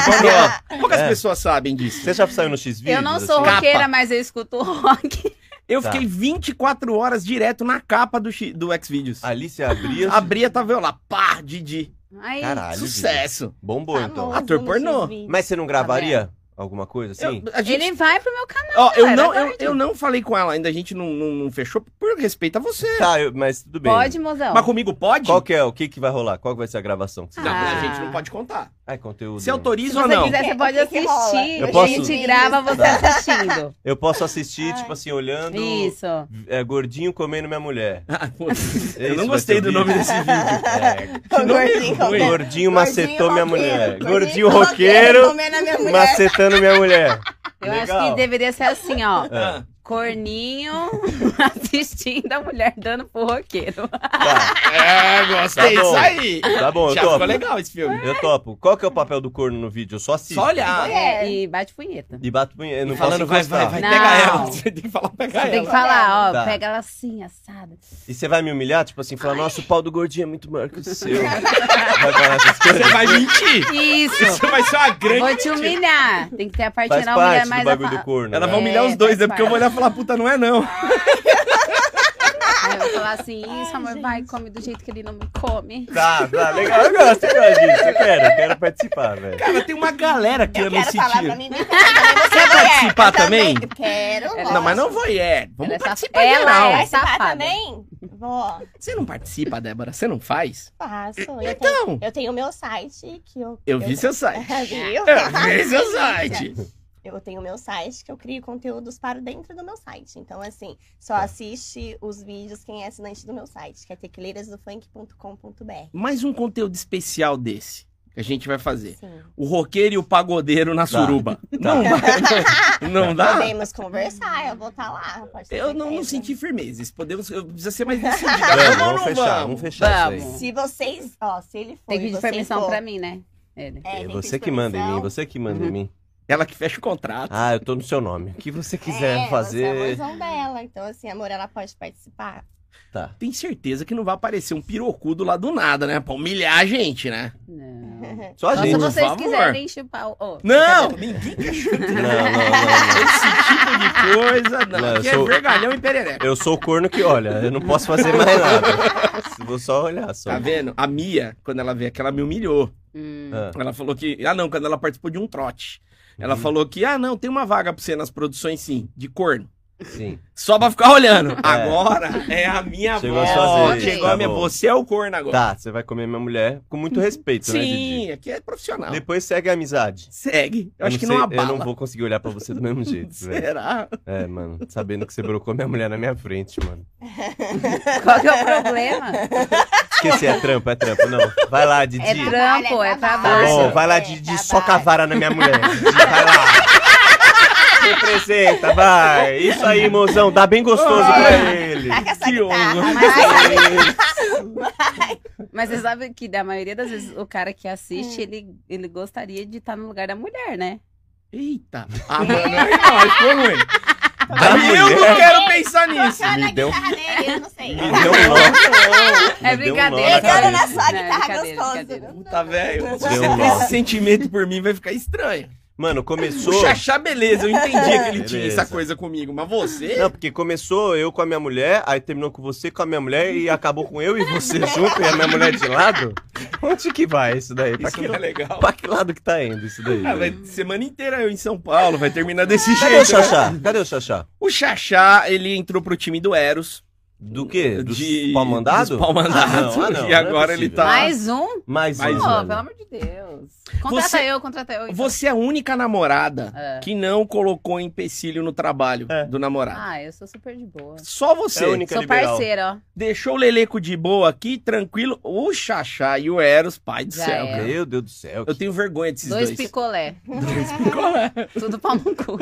[SPEAKER 1] Pornô. é Poucas
[SPEAKER 2] É.
[SPEAKER 1] pessoas sabem disso.
[SPEAKER 2] Você já saiu no X vídeos? assim?
[SPEAKER 3] Eu não sou
[SPEAKER 1] Capa.
[SPEAKER 3] roqueira, mas eu escuto rock.
[SPEAKER 1] Eu
[SPEAKER 2] Tá.
[SPEAKER 1] fiquei 24 horas direto na capa do, X- do Xvideos.
[SPEAKER 2] Alice Abrias.
[SPEAKER 1] Abria, tava eu lá. Pá, Didi.
[SPEAKER 3] Aí,
[SPEAKER 2] Caralho. Didi.
[SPEAKER 1] Sucesso.
[SPEAKER 2] Bombou, então.
[SPEAKER 4] Famoso
[SPEAKER 1] Ator
[SPEAKER 4] no
[SPEAKER 1] pornô.
[SPEAKER 4] X20.
[SPEAKER 2] Mas você não gravaria? alguma coisa assim?
[SPEAKER 1] Eu, a gente-
[SPEAKER 3] Ele vai pro meu canal.
[SPEAKER 1] ó, eu
[SPEAKER 3] cara,
[SPEAKER 1] não, eu,
[SPEAKER 3] aguarde.
[SPEAKER 1] eu não falei com ela ainda, a gente não, não- não fechou por respeito a você.
[SPEAKER 2] Tá, eu- mas tudo bem.
[SPEAKER 3] Pode, mozão.
[SPEAKER 1] Mas comigo pode?
[SPEAKER 2] Qual que é? O que, que vai rolar? Qual que vai ser a gravação? que você
[SPEAKER 1] Não,
[SPEAKER 2] vai
[SPEAKER 3] Ah.
[SPEAKER 1] a gente não pode contar.
[SPEAKER 2] Ah, é conteúdo.
[SPEAKER 1] Se
[SPEAKER 3] Se
[SPEAKER 1] autoriza ou
[SPEAKER 3] você
[SPEAKER 1] não.
[SPEAKER 3] quiser, você
[SPEAKER 4] O
[SPEAKER 3] pode
[SPEAKER 4] que que rola?
[SPEAKER 3] assistir.
[SPEAKER 2] Eu
[SPEAKER 3] A
[SPEAKER 2] posso- Tá.
[SPEAKER 3] gente grava você assistindo.
[SPEAKER 2] Eu posso assistir,
[SPEAKER 4] Ai.
[SPEAKER 2] tipo assim, olhando.
[SPEAKER 3] Isso.
[SPEAKER 2] É, gordinho comendo minha mulher.
[SPEAKER 1] Ah, pô,
[SPEAKER 2] Esse
[SPEAKER 1] eu não
[SPEAKER 2] É vai
[SPEAKER 1] gostei
[SPEAKER 2] ser o
[SPEAKER 1] do nome
[SPEAKER 2] vídeo.
[SPEAKER 1] desse vídeo.
[SPEAKER 2] É,
[SPEAKER 1] Que nome
[SPEAKER 4] Gordinho
[SPEAKER 1] ruim.
[SPEAKER 4] comendo-
[SPEAKER 2] gordinho macetou minha mulher. Gordinho
[SPEAKER 4] roqueiro
[SPEAKER 2] roqueiro
[SPEAKER 4] comendo a minha mulher.
[SPEAKER 2] macetando minha mulher.
[SPEAKER 3] Eu acho
[SPEAKER 2] Legal.
[SPEAKER 3] que deveria ser assim, ó.
[SPEAKER 2] É.
[SPEAKER 3] Corninho assistindo a mulher dando pro roqueiro.
[SPEAKER 2] Tá,
[SPEAKER 1] É, gostei
[SPEAKER 2] Tá bom.
[SPEAKER 1] disso aí.
[SPEAKER 2] tá bom, eu
[SPEAKER 1] Já ficou
[SPEAKER 2] topo.
[SPEAKER 1] legal esse filme.
[SPEAKER 2] Eu topo. Qual que é o papel do corno no vídeo? Eu só assisto.
[SPEAKER 1] Só olhar.
[SPEAKER 4] É.
[SPEAKER 3] E bate punheta.
[SPEAKER 2] E bato punheta. Eu não
[SPEAKER 1] Falando, vai,
[SPEAKER 2] posso
[SPEAKER 1] vai, vai,
[SPEAKER 2] encostar.
[SPEAKER 3] Não.
[SPEAKER 1] pega ela. Você tem que falar, pega
[SPEAKER 3] Você
[SPEAKER 1] ela.
[SPEAKER 3] tem que falar, ó,
[SPEAKER 2] Tá.
[SPEAKER 3] pega ela assim, assada.
[SPEAKER 2] E você vai me humilhar? Tipo assim, falar, nossa, o pau do gordinho é muito maior que o seu. vai falar assim, essas coisas.
[SPEAKER 1] Você vai mentir.
[SPEAKER 3] Isso!
[SPEAKER 1] Isso vai ser uma grande
[SPEAKER 3] Vou te
[SPEAKER 1] mentira.
[SPEAKER 3] humilhar. Tem que ter a parte
[SPEAKER 2] Faz
[SPEAKER 3] final mulher
[SPEAKER 2] parte do
[SPEAKER 3] mais a
[SPEAKER 2] bagulho
[SPEAKER 3] fa...
[SPEAKER 2] do corno.
[SPEAKER 1] Ela
[SPEAKER 2] né?
[SPEAKER 1] vai humilhar
[SPEAKER 3] É,
[SPEAKER 1] os dois,
[SPEAKER 3] faz
[SPEAKER 1] né? Porque eu vou olhar e falar, puta, não é não.
[SPEAKER 3] Aí eu vou falar assim, isso, amor,
[SPEAKER 4] gente.
[SPEAKER 3] vai, come do jeito que ele não me come.
[SPEAKER 2] Tá, tá, legal. Eu gosto, eu gosto disso. Eu quero, eu quero participar, velho.
[SPEAKER 1] Cara, tem uma galera que
[SPEAKER 4] Eu
[SPEAKER 1] ama
[SPEAKER 4] quero
[SPEAKER 1] esse
[SPEAKER 4] falar pra
[SPEAKER 1] tiro.
[SPEAKER 4] mim. Quer participar
[SPEAKER 1] participar também?
[SPEAKER 4] Quero,
[SPEAKER 1] Não, mas não vou, é.
[SPEAKER 3] Ela é
[SPEAKER 1] Vamos
[SPEAKER 3] saf-
[SPEAKER 1] participar
[SPEAKER 3] ela
[SPEAKER 1] geral.
[SPEAKER 3] é.
[SPEAKER 4] Participar
[SPEAKER 3] safada.
[SPEAKER 4] também? Vou.
[SPEAKER 1] Você não participa, Débora? Você não faz?
[SPEAKER 4] Faço. Eu tenho-
[SPEAKER 1] Então,
[SPEAKER 4] Eu tenho o meu site que eu...
[SPEAKER 1] eu vi seu site.
[SPEAKER 4] Viu?
[SPEAKER 1] Eu vi seu site.
[SPEAKER 4] Eu tenho meu site que eu crio conteúdos para dentro do meu site. Então, assim, só
[SPEAKER 1] Tá.
[SPEAKER 4] assiste os vídeos quem é assinante do meu site, que é tequileirasdofunk.com.br.
[SPEAKER 1] Mais um conteúdo especial desse que a gente vai fazer.
[SPEAKER 4] Sim.
[SPEAKER 1] O roqueiro e o pagodeiro na
[SPEAKER 2] Tá.
[SPEAKER 1] suruba. Não, vai- não dá?
[SPEAKER 4] Podemos conversar, eu vou estar lá. Pode ter
[SPEAKER 1] Eu não, não
[SPEAKER 4] certeza.
[SPEAKER 1] senti firmeza. Isso podemos, eu preciso ser mais decidida. Vamos
[SPEAKER 2] Vamos,
[SPEAKER 1] ou
[SPEAKER 2] É, vamos
[SPEAKER 1] não
[SPEAKER 2] fechar,
[SPEAKER 1] vamos?
[SPEAKER 2] vamos fechar isso aí.
[SPEAKER 3] Vamos.
[SPEAKER 4] Se vocês, ó, se ele for.
[SPEAKER 3] Tem que
[SPEAKER 4] e
[SPEAKER 3] pedir
[SPEAKER 4] você
[SPEAKER 3] permissão
[SPEAKER 4] for-
[SPEAKER 3] pra mim, né? Ele.
[SPEAKER 4] É,
[SPEAKER 2] É
[SPEAKER 4] tem
[SPEAKER 2] você
[SPEAKER 4] pedir
[SPEAKER 2] que manda em
[SPEAKER 4] permissão.
[SPEAKER 2] mim, você que manda em mim.
[SPEAKER 1] Ela que fecha o contrato.
[SPEAKER 2] Ah, eu tô no seu nome. O que você
[SPEAKER 4] É,
[SPEAKER 2] quiser
[SPEAKER 4] você é a
[SPEAKER 2] fazer.
[SPEAKER 4] mozão dela. Então, assim, amor, ela pode participar.
[SPEAKER 2] Tá.
[SPEAKER 1] Tem certeza que não vai aparecer um pirocudo lá do nada, né? Pra humilhar a gente, né?
[SPEAKER 3] Não.
[SPEAKER 2] Só a
[SPEAKER 3] Só se
[SPEAKER 2] gente.
[SPEAKER 1] por
[SPEAKER 3] vocês
[SPEAKER 1] favor.
[SPEAKER 3] quiserem chupar o. oh. Ô,
[SPEAKER 1] Não! Ninguém quer chutar
[SPEAKER 2] Não, não, não,
[SPEAKER 1] esse tipo de coisa, não.
[SPEAKER 2] Não, eu
[SPEAKER 1] Aqui
[SPEAKER 2] sou-
[SPEAKER 1] é vergalhão e perereca.
[SPEAKER 2] não. Eu sou o corno que olha. Eu não posso fazer mais nada. Vou só olhar só.
[SPEAKER 1] Tá vendo? A Mia, quando ela veio aqui, ela me humilhou.
[SPEAKER 3] Hum.
[SPEAKER 2] Ah,
[SPEAKER 1] Ela falou que. Ah, não, quando ela participou de um trote.
[SPEAKER 2] Uhum.
[SPEAKER 1] Ela falou que, ah, não, tem uma vaga pra você nas produções, sim, de corno.
[SPEAKER 2] sim.
[SPEAKER 1] Só pra ficar olhando. Agora é a minha
[SPEAKER 2] Chegou a
[SPEAKER 1] voz.
[SPEAKER 2] sua
[SPEAKER 3] vez,
[SPEAKER 1] Chegou
[SPEAKER 2] tá
[SPEAKER 1] a minha.
[SPEAKER 2] bom.
[SPEAKER 1] Você é o corno agora.
[SPEAKER 2] Tá, você vai comer minha mulher com muito respeito, né, Didi?
[SPEAKER 1] Sim, aqui é profissional.
[SPEAKER 2] Depois segue a amizade.
[SPEAKER 1] Segue. Eu, acho que
[SPEAKER 2] sei-
[SPEAKER 1] não abala.
[SPEAKER 2] Eu não vou conseguir olhar pra você do mesmo jeito, velho.
[SPEAKER 1] Será?
[SPEAKER 2] É, mano. Sabendo que você brocou minha mulher na minha frente, mano.
[SPEAKER 3] Qual que é o problema?
[SPEAKER 2] Esqueci, é trampo, é trampo. Não. Vai lá, Didi.
[SPEAKER 3] É trampo, é
[SPEAKER 2] Tá
[SPEAKER 3] trabalho.
[SPEAKER 2] bom, vai lá,
[SPEAKER 4] É,
[SPEAKER 2] Didi,
[SPEAKER 4] trabalho.
[SPEAKER 2] soca a vara na minha mulher. Didi, vai lá. Representa, vai. Isso aí, mozão, dá bem gostoso pra ele.
[SPEAKER 4] Taca essa
[SPEAKER 1] Que
[SPEAKER 4] guitarra,
[SPEAKER 1] honra.
[SPEAKER 4] vai.
[SPEAKER 3] Mas você sabe que da maioria das vezes o cara que
[SPEAKER 4] Hum.
[SPEAKER 3] assiste, ele, ele gostaria de estar no lugar da mulher, né?
[SPEAKER 1] Eita. Ah, mano, aí não, aí ficou ruim.
[SPEAKER 2] Da
[SPEAKER 1] Aí eu não
[SPEAKER 2] mulher.
[SPEAKER 1] quero pensar nisso.
[SPEAKER 4] Só
[SPEAKER 2] Tá né? Me
[SPEAKER 4] na
[SPEAKER 2] deu- um
[SPEAKER 4] guitarra dele, eu não sei.
[SPEAKER 2] Me deu um nó.
[SPEAKER 3] É
[SPEAKER 2] Me deu um nó
[SPEAKER 3] brincadeira,
[SPEAKER 2] na
[SPEAKER 3] cara.
[SPEAKER 4] Pegando
[SPEAKER 2] cabeça.
[SPEAKER 4] na sua
[SPEAKER 3] Não, é brincadeira,
[SPEAKER 4] guitarra gostosa.
[SPEAKER 3] brincadeira.
[SPEAKER 1] Puta, velho. Se
[SPEAKER 2] Deu
[SPEAKER 1] você
[SPEAKER 2] um
[SPEAKER 1] tem
[SPEAKER 2] nó.
[SPEAKER 1] esse sentimento por mim, vai ficar estranho.
[SPEAKER 2] Mano,
[SPEAKER 1] O
[SPEAKER 2] começou.
[SPEAKER 1] Xaxá, beleza, eu entendi que ele tinha
[SPEAKER 2] Beleza.
[SPEAKER 1] essa coisa comigo, mas você.
[SPEAKER 2] Não, porque começou eu com a minha mulher, aí terminou com você com a minha mulher e acabou com eu e você junto e a minha mulher de lado. Onde que vai isso daí? Pra,
[SPEAKER 1] isso
[SPEAKER 2] que,
[SPEAKER 1] não é
[SPEAKER 2] la-
[SPEAKER 1] legal.
[SPEAKER 2] pra que lado que tá indo isso daí?
[SPEAKER 1] Ah,
[SPEAKER 2] velho?
[SPEAKER 1] vai- semana inteira eu em São Paulo, vai terminar desse
[SPEAKER 2] Cadê o
[SPEAKER 1] jeito.
[SPEAKER 2] Tá Xaxá? Cadê o Xaxá?
[SPEAKER 1] O Xaxá, ele entrou pro time do Eros.
[SPEAKER 2] Do quê? Do
[SPEAKER 1] de...
[SPEAKER 2] palmandado?
[SPEAKER 1] dos palmandados.
[SPEAKER 2] Ah, não, ah, não,
[SPEAKER 1] e
[SPEAKER 2] não é
[SPEAKER 1] agora ele
[SPEAKER 2] possível.
[SPEAKER 1] tá.
[SPEAKER 3] Mais um?
[SPEAKER 2] Mais,
[SPEAKER 1] Mais
[SPEAKER 2] um.
[SPEAKER 3] Pô,
[SPEAKER 2] mano.
[SPEAKER 3] pelo amor de Deus. Contrata
[SPEAKER 1] Você-
[SPEAKER 3] eu, contrata eu. então.
[SPEAKER 1] Você é a única namorada
[SPEAKER 3] É.
[SPEAKER 1] que não colocou empecilho no trabalho
[SPEAKER 2] É.
[SPEAKER 1] do namorado.
[SPEAKER 3] Ah, eu sou super de boa.
[SPEAKER 1] Só você.
[SPEAKER 2] É a única. Fica
[SPEAKER 3] Sou
[SPEAKER 2] liberal.
[SPEAKER 3] parceira, ó.
[SPEAKER 1] Deixou o Leleco de boa aqui, tranquilo. O Xaxá e o Eros, pai do
[SPEAKER 3] Já
[SPEAKER 1] céu.
[SPEAKER 3] era.
[SPEAKER 1] cara.
[SPEAKER 2] Meu Deus do céu.
[SPEAKER 1] Eu tenho vergonha desses
[SPEAKER 3] dois,
[SPEAKER 1] dois.
[SPEAKER 3] picolé.
[SPEAKER 1] Dois picolé.
[SPEAKER 3] Tudo pau no cu.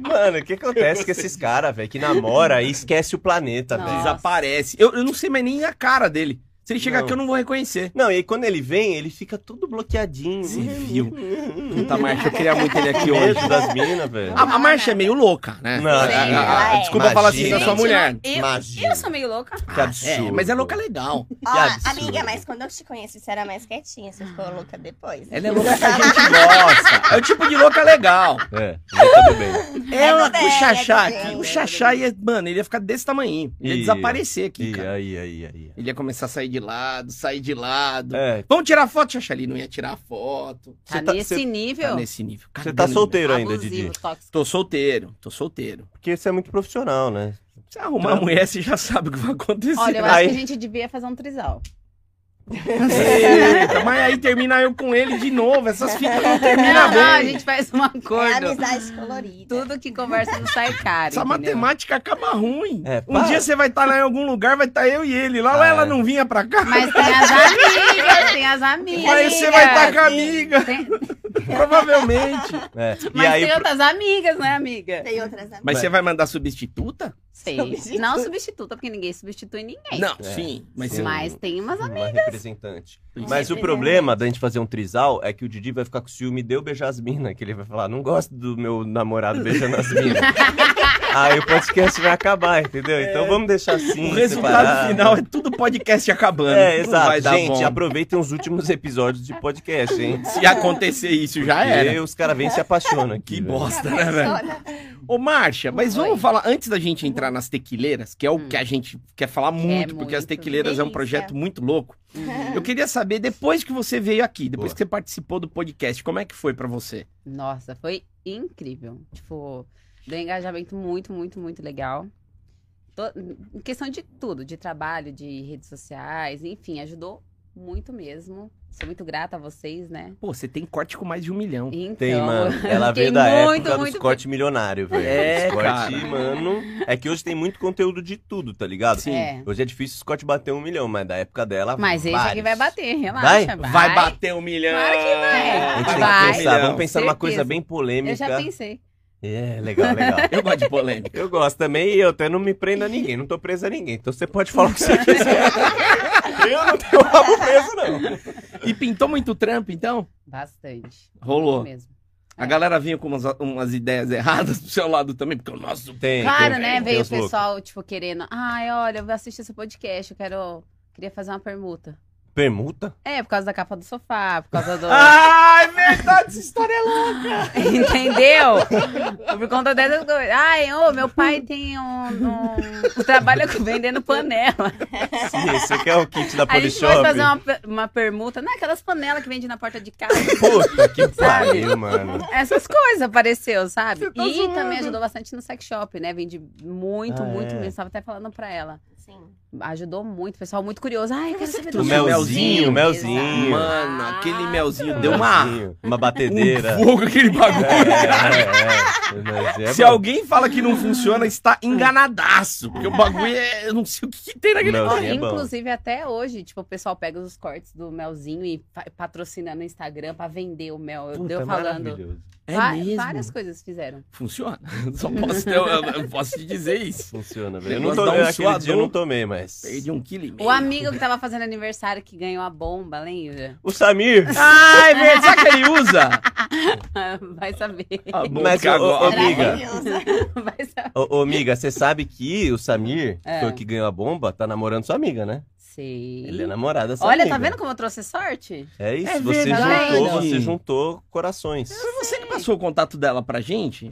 [SPEAKER 2] Mano, o que acontece com esses caras, velho? Que namora e esquece o planeta,
[SPEAKER 3] Não.
[SPEAKER 2] velho.
[SPEAKER 3] Exato.
[SPEAKER 1] Desaparece. Eu, eu não sei mais nem a cara dele. Se ele chegar
[SPEAKER 2] Não.
[SPEAKER 1] aqui, eu não vou reconhecer.
[SPEAKER 2] Não, e aí quando ele vem, ele fica todo bloqueadinho.
[SPEAKER 1] Você viu? Puta, Marcia, eu queria muito ele aqui hoje.
[SPEAKER 2] Medo das minas, velho.
[SPEAKER 1] A, a Marcia é meio louca, né?
[SPEAKER 2] Não,
[SPEAKER 1] A-
[SPEAKER 2] sim,
[SPEAKER 1] a- a-
[SPEAKER 4] ela é.
[SPEAKER 1] desculpa falar assim
[SPEAKER 2] Imagina.
[SPEAKER 1] da sua mulher.
[SPEAKER 3] Eu,
[SPEAKER 2] Imagina.
[SPEAKER 3] eu sou meio louca.
[SPEAKER 2] Que absurdo.
[SPEAKER 1] É, mas é louca legal.
[SPEAKER 4] Ó,
[SPEAKER 2] absurdo.
[SPEAKER 4] amiga, mas quando eu te conheci, você era mais quietinha, você ficou louca depois.
[SPEAKER 1] Ela é louca que a gente gosta. É o tipo de louca legal.
[SPEAKER 2] É, mas tudo bem.
[SPEAKER 1] Ela
[SPEAKER 4] do
[SPEAKER 1] com o
[SPEAKER 4] bem,
[SPEAKER 1] Xaxá
[SPEAKER 4] é do
[SPEAKER 1] aqui.
[SPEAKER 4] bem,
[SPEAKER 1] O
[SPEAKER 4] é do
[SPEAKER 1] Xaxá
[SPEAKER 4] bem.
[SPEAKER 1] ia, mano, ele ia ficar desse tamanho. Ele ia
[SPEAKER 2] E-
[SPEAKER 1] desaparecer aqui,
[SPEAKER 2] E
[SPEAKER 1] cara.
[SPEAKER 2] aí, aí, aí.
[SPEAKER 1] Ele ia começar a sair de lado, sai de lado.
[SPEAKER 2] É,
[SPEAKER 1] Vamos tirar foto? Xaxali não ia tirar foto.
[SPEAKER 3] Tá
[SPEAKER 2] Você tá-
[SPEAKER 3] nesse
[SPEAKER 2] você-
[SPEAKER 3] nível.
[SPEAKER 1] Tá nesse nível.
[SPEAKER 2] você tá
[SPEAKER 1] Cagando de
[SPEAKER 2] solteiro ainda, Didi.
[SPEAKER 3] abusivo, tóxico.
[SPEAKER 1] Tô solteiro, tô solteiro.
[SPEAKER 2] Porque você é muito profissional, né?
[SPEAKER 1] Se arrumar uma mulher, você já sabe o que vai acontecer.
[SPEAKER 3] Olha, eu acho
[SPEAKER 2] Aí-
[SPEAKER 3] que a gente devia fazer um trisal.
[SPEAKER 1] Eita, mas aí termina eu com ele de novo. Essas fitas não terminam
[SPEAKER 3] Não,
[SPEAKER 1] bem.
[SPEAKER 3] não, a gente faz um
[SPEAKER 4] É
[SPEAKER 3] acordo.
[SPEAKER 4] amizade colorida.
[SPEAKER 3] Tudo que conversa não sai caro.
[SPEAKER 1] Essa
[SPEAKER 3] entendeu?
[SPEAKER 1] matemática acaba ruim.
[SPEAKER 2] É,
[SPEAKER 1] um
[SPEAKER 2] para.
[SPEAKER 1] dia você vai estar lá em algum lugar, vai estar eu e ele. Lá, lá
[SPEAKER 2] Ah,
[SPEAKER 1] ela
[SPEAKER 2] é.
[SPEAKER 1] não vinha pra cá.
[SPEAKER 3] Mas tem as amigas, tem as amigas.
[SPEAKER 1] Mas você vai tá estar com a
[SPEAKER 4] sim.
[SPEAKER 1] amiga,
[SPEAKER 3] Tem-
[SPEAKER 1] provavelmente.
[SPEAKER 2] É. E
[SPEAKER 3] Mas
[SPEAKER 2] aí,
[SPEAKER 3] tem outras amigas, né, amiga?
[SPEAKER 4] Tem outras amigas.
[SPEAKER 1] Mas você vai mandar substituta?
[SPEAKER 3] Sei.
[SPEAKER 4] Substituta.
[SPEAKER 3] Não substituta, porque ninguém substitui ninguém.
[SPEAKER 1] Não,
[SPEAKER 2] É.
[SPEAKER 1] sim. Mas
[SPEAKER 2] Sim.
[SPEAKER 1] você...
[SPEAKER 3] Mas tem umas amigas.
[SPEAKER 2] uma representante.
[SPEAKER 1] Isso. é
[SPEAKER 2] Mas o
[SPEAKER 4] Representante.
[SPEAKER 2] problema da gente fazer um trisal é que o Didi vai ficar com ciúme de eu beijar as minas, que ele vai falar, não gosto do meu namorado beijando as minas. Aí o podcast vai acabar, entendeu? Então vamos deixar assim.
[SPEAKER 1] É. o resultado
[SPEAKER 2] separado.
[SPEAKER 1] final é tudo podcast acabando.
[SPEAKER 2] É,
[SPEAKER 1] Não
[SPEAKER 2] exato.
[SPEAKER 1] vai dar
[SPEAKER 2] Gente,
[SPEAKER 1] bom.
[SPEAKER 2] aproveitem os últimos episódios de podcast, hein?
[SPEAKER 1] Se acontecer isso, já era.
[SPEAKER 2] Porque os caras vêm e se apaixonam
[SPEAKER 1] Ah, é, né? Que
[SPEAKER 2] aqui. velho.
[SPEAKER 1] bosta,
[SPEAKER 4] Já
[SPEAKER 1] né, velho?
[SPEAKER 4] pensou, né?
[SPEAKER 1] Ô, Márcia, mas
[SPEAKER 3] Oi. Hum.
[SPEAKER 1] vamos falar, antes da gente entrar nas tequileiras, que é o que a gente quer falar muito, porque as
[SPEAKER 3] É muito. Uhum.
[SPEAKER 1] tequileiras é um
[SPEAKER 4] Delícia.
[SPEAKER 1] projeto muito louco. Eu queria saber, depois que você veio aqui, depois
[SPEAKER 2] Boa.
[SPEAKER 1] que você participou do podcast, como é que foi pra você?
[SPEAKER 3] Nossa, foi incrível. Tipo, deu um engajamento muito, muito, muito legal. To- Em questão de tudo, de trabalho, de redes sociais, enfim, ajudou muito mesmo. Sou muito grata a vocês, né?
[SPEAKER 1] Pô, você tem corte com mais de um milhão.
[SPEAKER 3] Então,
[SPEAKER 2] Tem, mano. Ela
[SPEAKER 3] fiquei
[SPEAKER 2] veio da
[SPEAKER 3] muito,
[SPEAKER 2] época
[SPEAKER 3] muito
[SPEAKER 2] dos cortes milionários, velho.
[SPEAKER 1] É,
[SPEAKER 2] Os cortes,
[SPEAKER 1] cara.
[SPEAKER 2] mano. É que hoje tem muito conteúdo de tudo, tá ligado?
[SPEAKER 1] Sim.
[SPEAKER 3] É.
[SPEAKER 2] Hoje é difícil o Scott bater um milhão, mas da época dela.
[SPEAKER 3] Mas esse aqui
[SPEAKER 2] vários.
[SPEAKER 3] vai bater,
[SPEAKER 2] Vai?
[SPEAKER 3] relaxa. Vai,
[SPEAKER 1] Vai bater um milhão!
[SPEAKER 3] Claro que vai.
[SPEAKER 2] A gente
[SPEAKER 3] Vai
[SPEAKER 2] tem que
[SPEAKER 3] bater. um
[SPEAKER 2] pensar, vamos
[SPEAKER 1] pensar.
[SPEAKER 2] pensar numa coisa
[SPEAKER 3] Certeza.
[SPEAKER 2] bem
[SPEAKER 3] Eu
[SPEAKER 2] polêmica.
[SPEAKER 3] já pensei.
[SPEAKER 2] É, legal, legal.
[SPEAKER 1] Eu gosto de polêmica.
[SPEAKER 2] Eu gosto também e eu até não me prendo a ninguém, não tô preso a ninguém. Então você pode falar o que você quiser. eu não tenho rabo preso, não.
[SPEAKER 1] E pintou muito trampo, então?
[SPEAKER 3] Bastante.
[SPEAKER 1] Rolou.
[SPEAKER 3] Muito Mesmo.
[SPEAKER 1] A
[SPEAKER 3] É.
[SPEAKER 1] galera vinha com umas, umas ideias erradas pro seu lado também, porque o nosso.
[SPEAKER 2] Tem,
[SPEAKER 3] Claro,
[SPEAKER 2] tem-
[SPEAKER 3] né?
[SPEAKER 2] tem
[SPEAKER 3] Veio o
[SPEAKER 2] os loucos.
[SPEAKER 3] pessoal, tipo, querendo. Ai, olha, eu vou assistir esse podcast, eu quero. Queria fazer uma permuta.
[SPEAKER 2] Permuta?
[SPEAKER 3] É, por causa da capa do sofá, por causa do.
[SPEAKER 1] Ah, é verdade, essa história é louca!
[SPEAKER 3] Entendeu? Por conta dessas coisas. Ai, ô, meu pai tem um. um- trabalha com- vendendo panela.
[SPEAKER 2] Sim, esse aqui é o kit da
[SPEAKER 3] A gente
[SPEAKER 2] Polishop.
[SPEAKER 3] pode fazer uma, per- uma permuta. Não, aquelas panelas que vende na porta de casa.
[SPEAKER 2] Puta que
[SPEAKER 3] Sabe?
[SPEAKER 2] pariu, mano.
[SPEAKER 3] Essas coisas apareceu, sabe?
[SPEAKER 1] Você tá
[SPEAKER 3] e
[SPEAKER 1] zoando.
[SPEAKER 3] também ajudou bastante no sex shop, né? Vende muito,
[SPEAKER 2] Ah,
[SPEAKER 3] muito
[SPEAKER 2] é.
[SPEAKER 3] mesmo. Tava até falando pra ela.
[SPEAKER 4] Sim.
[SPEAKER 3] Ajudou muito, pessoal muito curioso. Ai, eu quero saber
[SPEAKER 1] O
[SPEAKER 3] do
[SPEAKER 1] melzinho,
[SPEAKER 2] o melzinho.
[SPEAKER 1] é Mano, aquele
[SPEAKER 3] Ah.
[SPEAKER 1] melzinho deu uma.
[SPEAKER 2] Melzinho, Uma
[SPEAKER 1] Um
[SPEAKER 2] batedeira.
[SPEAKER 1] fogo aquele bagulho.
[SPEAKER 2] É, é, é. Mas é
[SPEAKER 1] Se
[SPEAKER 2] bom.
[SPEAKER 1] alguém fala que não funciona, está enganadaço. Porque o bagulho é. Eu não sei o que, que tem naquele.
[SPEAKER 2] Não.
[SPEAKER 3] Ó,
[SPEAKER 2] Melzinho é bom.
[SPEAKER 3] inclusive, até hoje, tipo, o pessoal pega os cortes do melzinho e pa- patrocina no Instagram pra vender o mel. Eu
[SPEAKER 2] Puta,
[SPEAKER 3] deu
[SPEAKER 2] é
[SPEAKER 3] falando.
[SPEAKER 2] maravilhoso.
[SPEAKER 1] É
[SPEAKER 3] Va-
[SPEAKER 1] mesmo.
[SPEAKER 3] Várias coisas fizeram.
[SPEAKER 1] Funciona. Só posso, ter- eu, eu posso te dizer isso.
[SPEAKER 2] Funciona,
[SPEAKER 1] O
[SPEAKER 2] velho. Eu não
[SPEAKER 1] negócio dá
[SPEAKER 2] tomei,
[SPEAKER 1] um
[SPEAKER 2] aquele dia eu
[SPEAKER 1] suador.
[SPEAKER 2] não tomei, mas...
[SPEAKER 1] Perdi um quilo e meio.
[SPEAKER 3] O amigo que tava fazendo aniversário que ganhou a bomba, lembra?
[SPEAKER 2] O Samir...
[SPEAKER 1] Ai, velho, será que ele usa?
[SPEAKER 3] Vai saber.
[SPEAKER 1] Ah, bom,
[SPEAKER 2] Mas,
[SPEAKER 1] cara,
[SPEAKER 2] ô, ô,
[SPEAKER 1] agora-
[SPEAKER 2] amiga.
[SPEAKER 4] Maravilhoso.
[SPEAKER 3] Vai saber.
[SPEAKER 2] Ô, ô, amiga, você sabe que o Samir,
[SPEAKER 3] É.
[SPEAKER 2] que foi o que ganhou a bomba, tá namorando sua amiga, né?
[SPEAKER 3] Sim.
[SPEAKER 2] Ele é namorado dessa
[SPEAKER 3] Olha,
[SPEAKER 2] amiga.
[SPEAKER 3] tá vendo como eu trouxe sorte?
[SPEAKER 2] É isso,
[SPEAKER 1] É
[SPEAKER 2] você
[SPEAKER 1] verdade.
[SPEAKER 2] juntou, você juntou corações.
[SPEAKER 1] Foi você que passou o contato dela pra gente?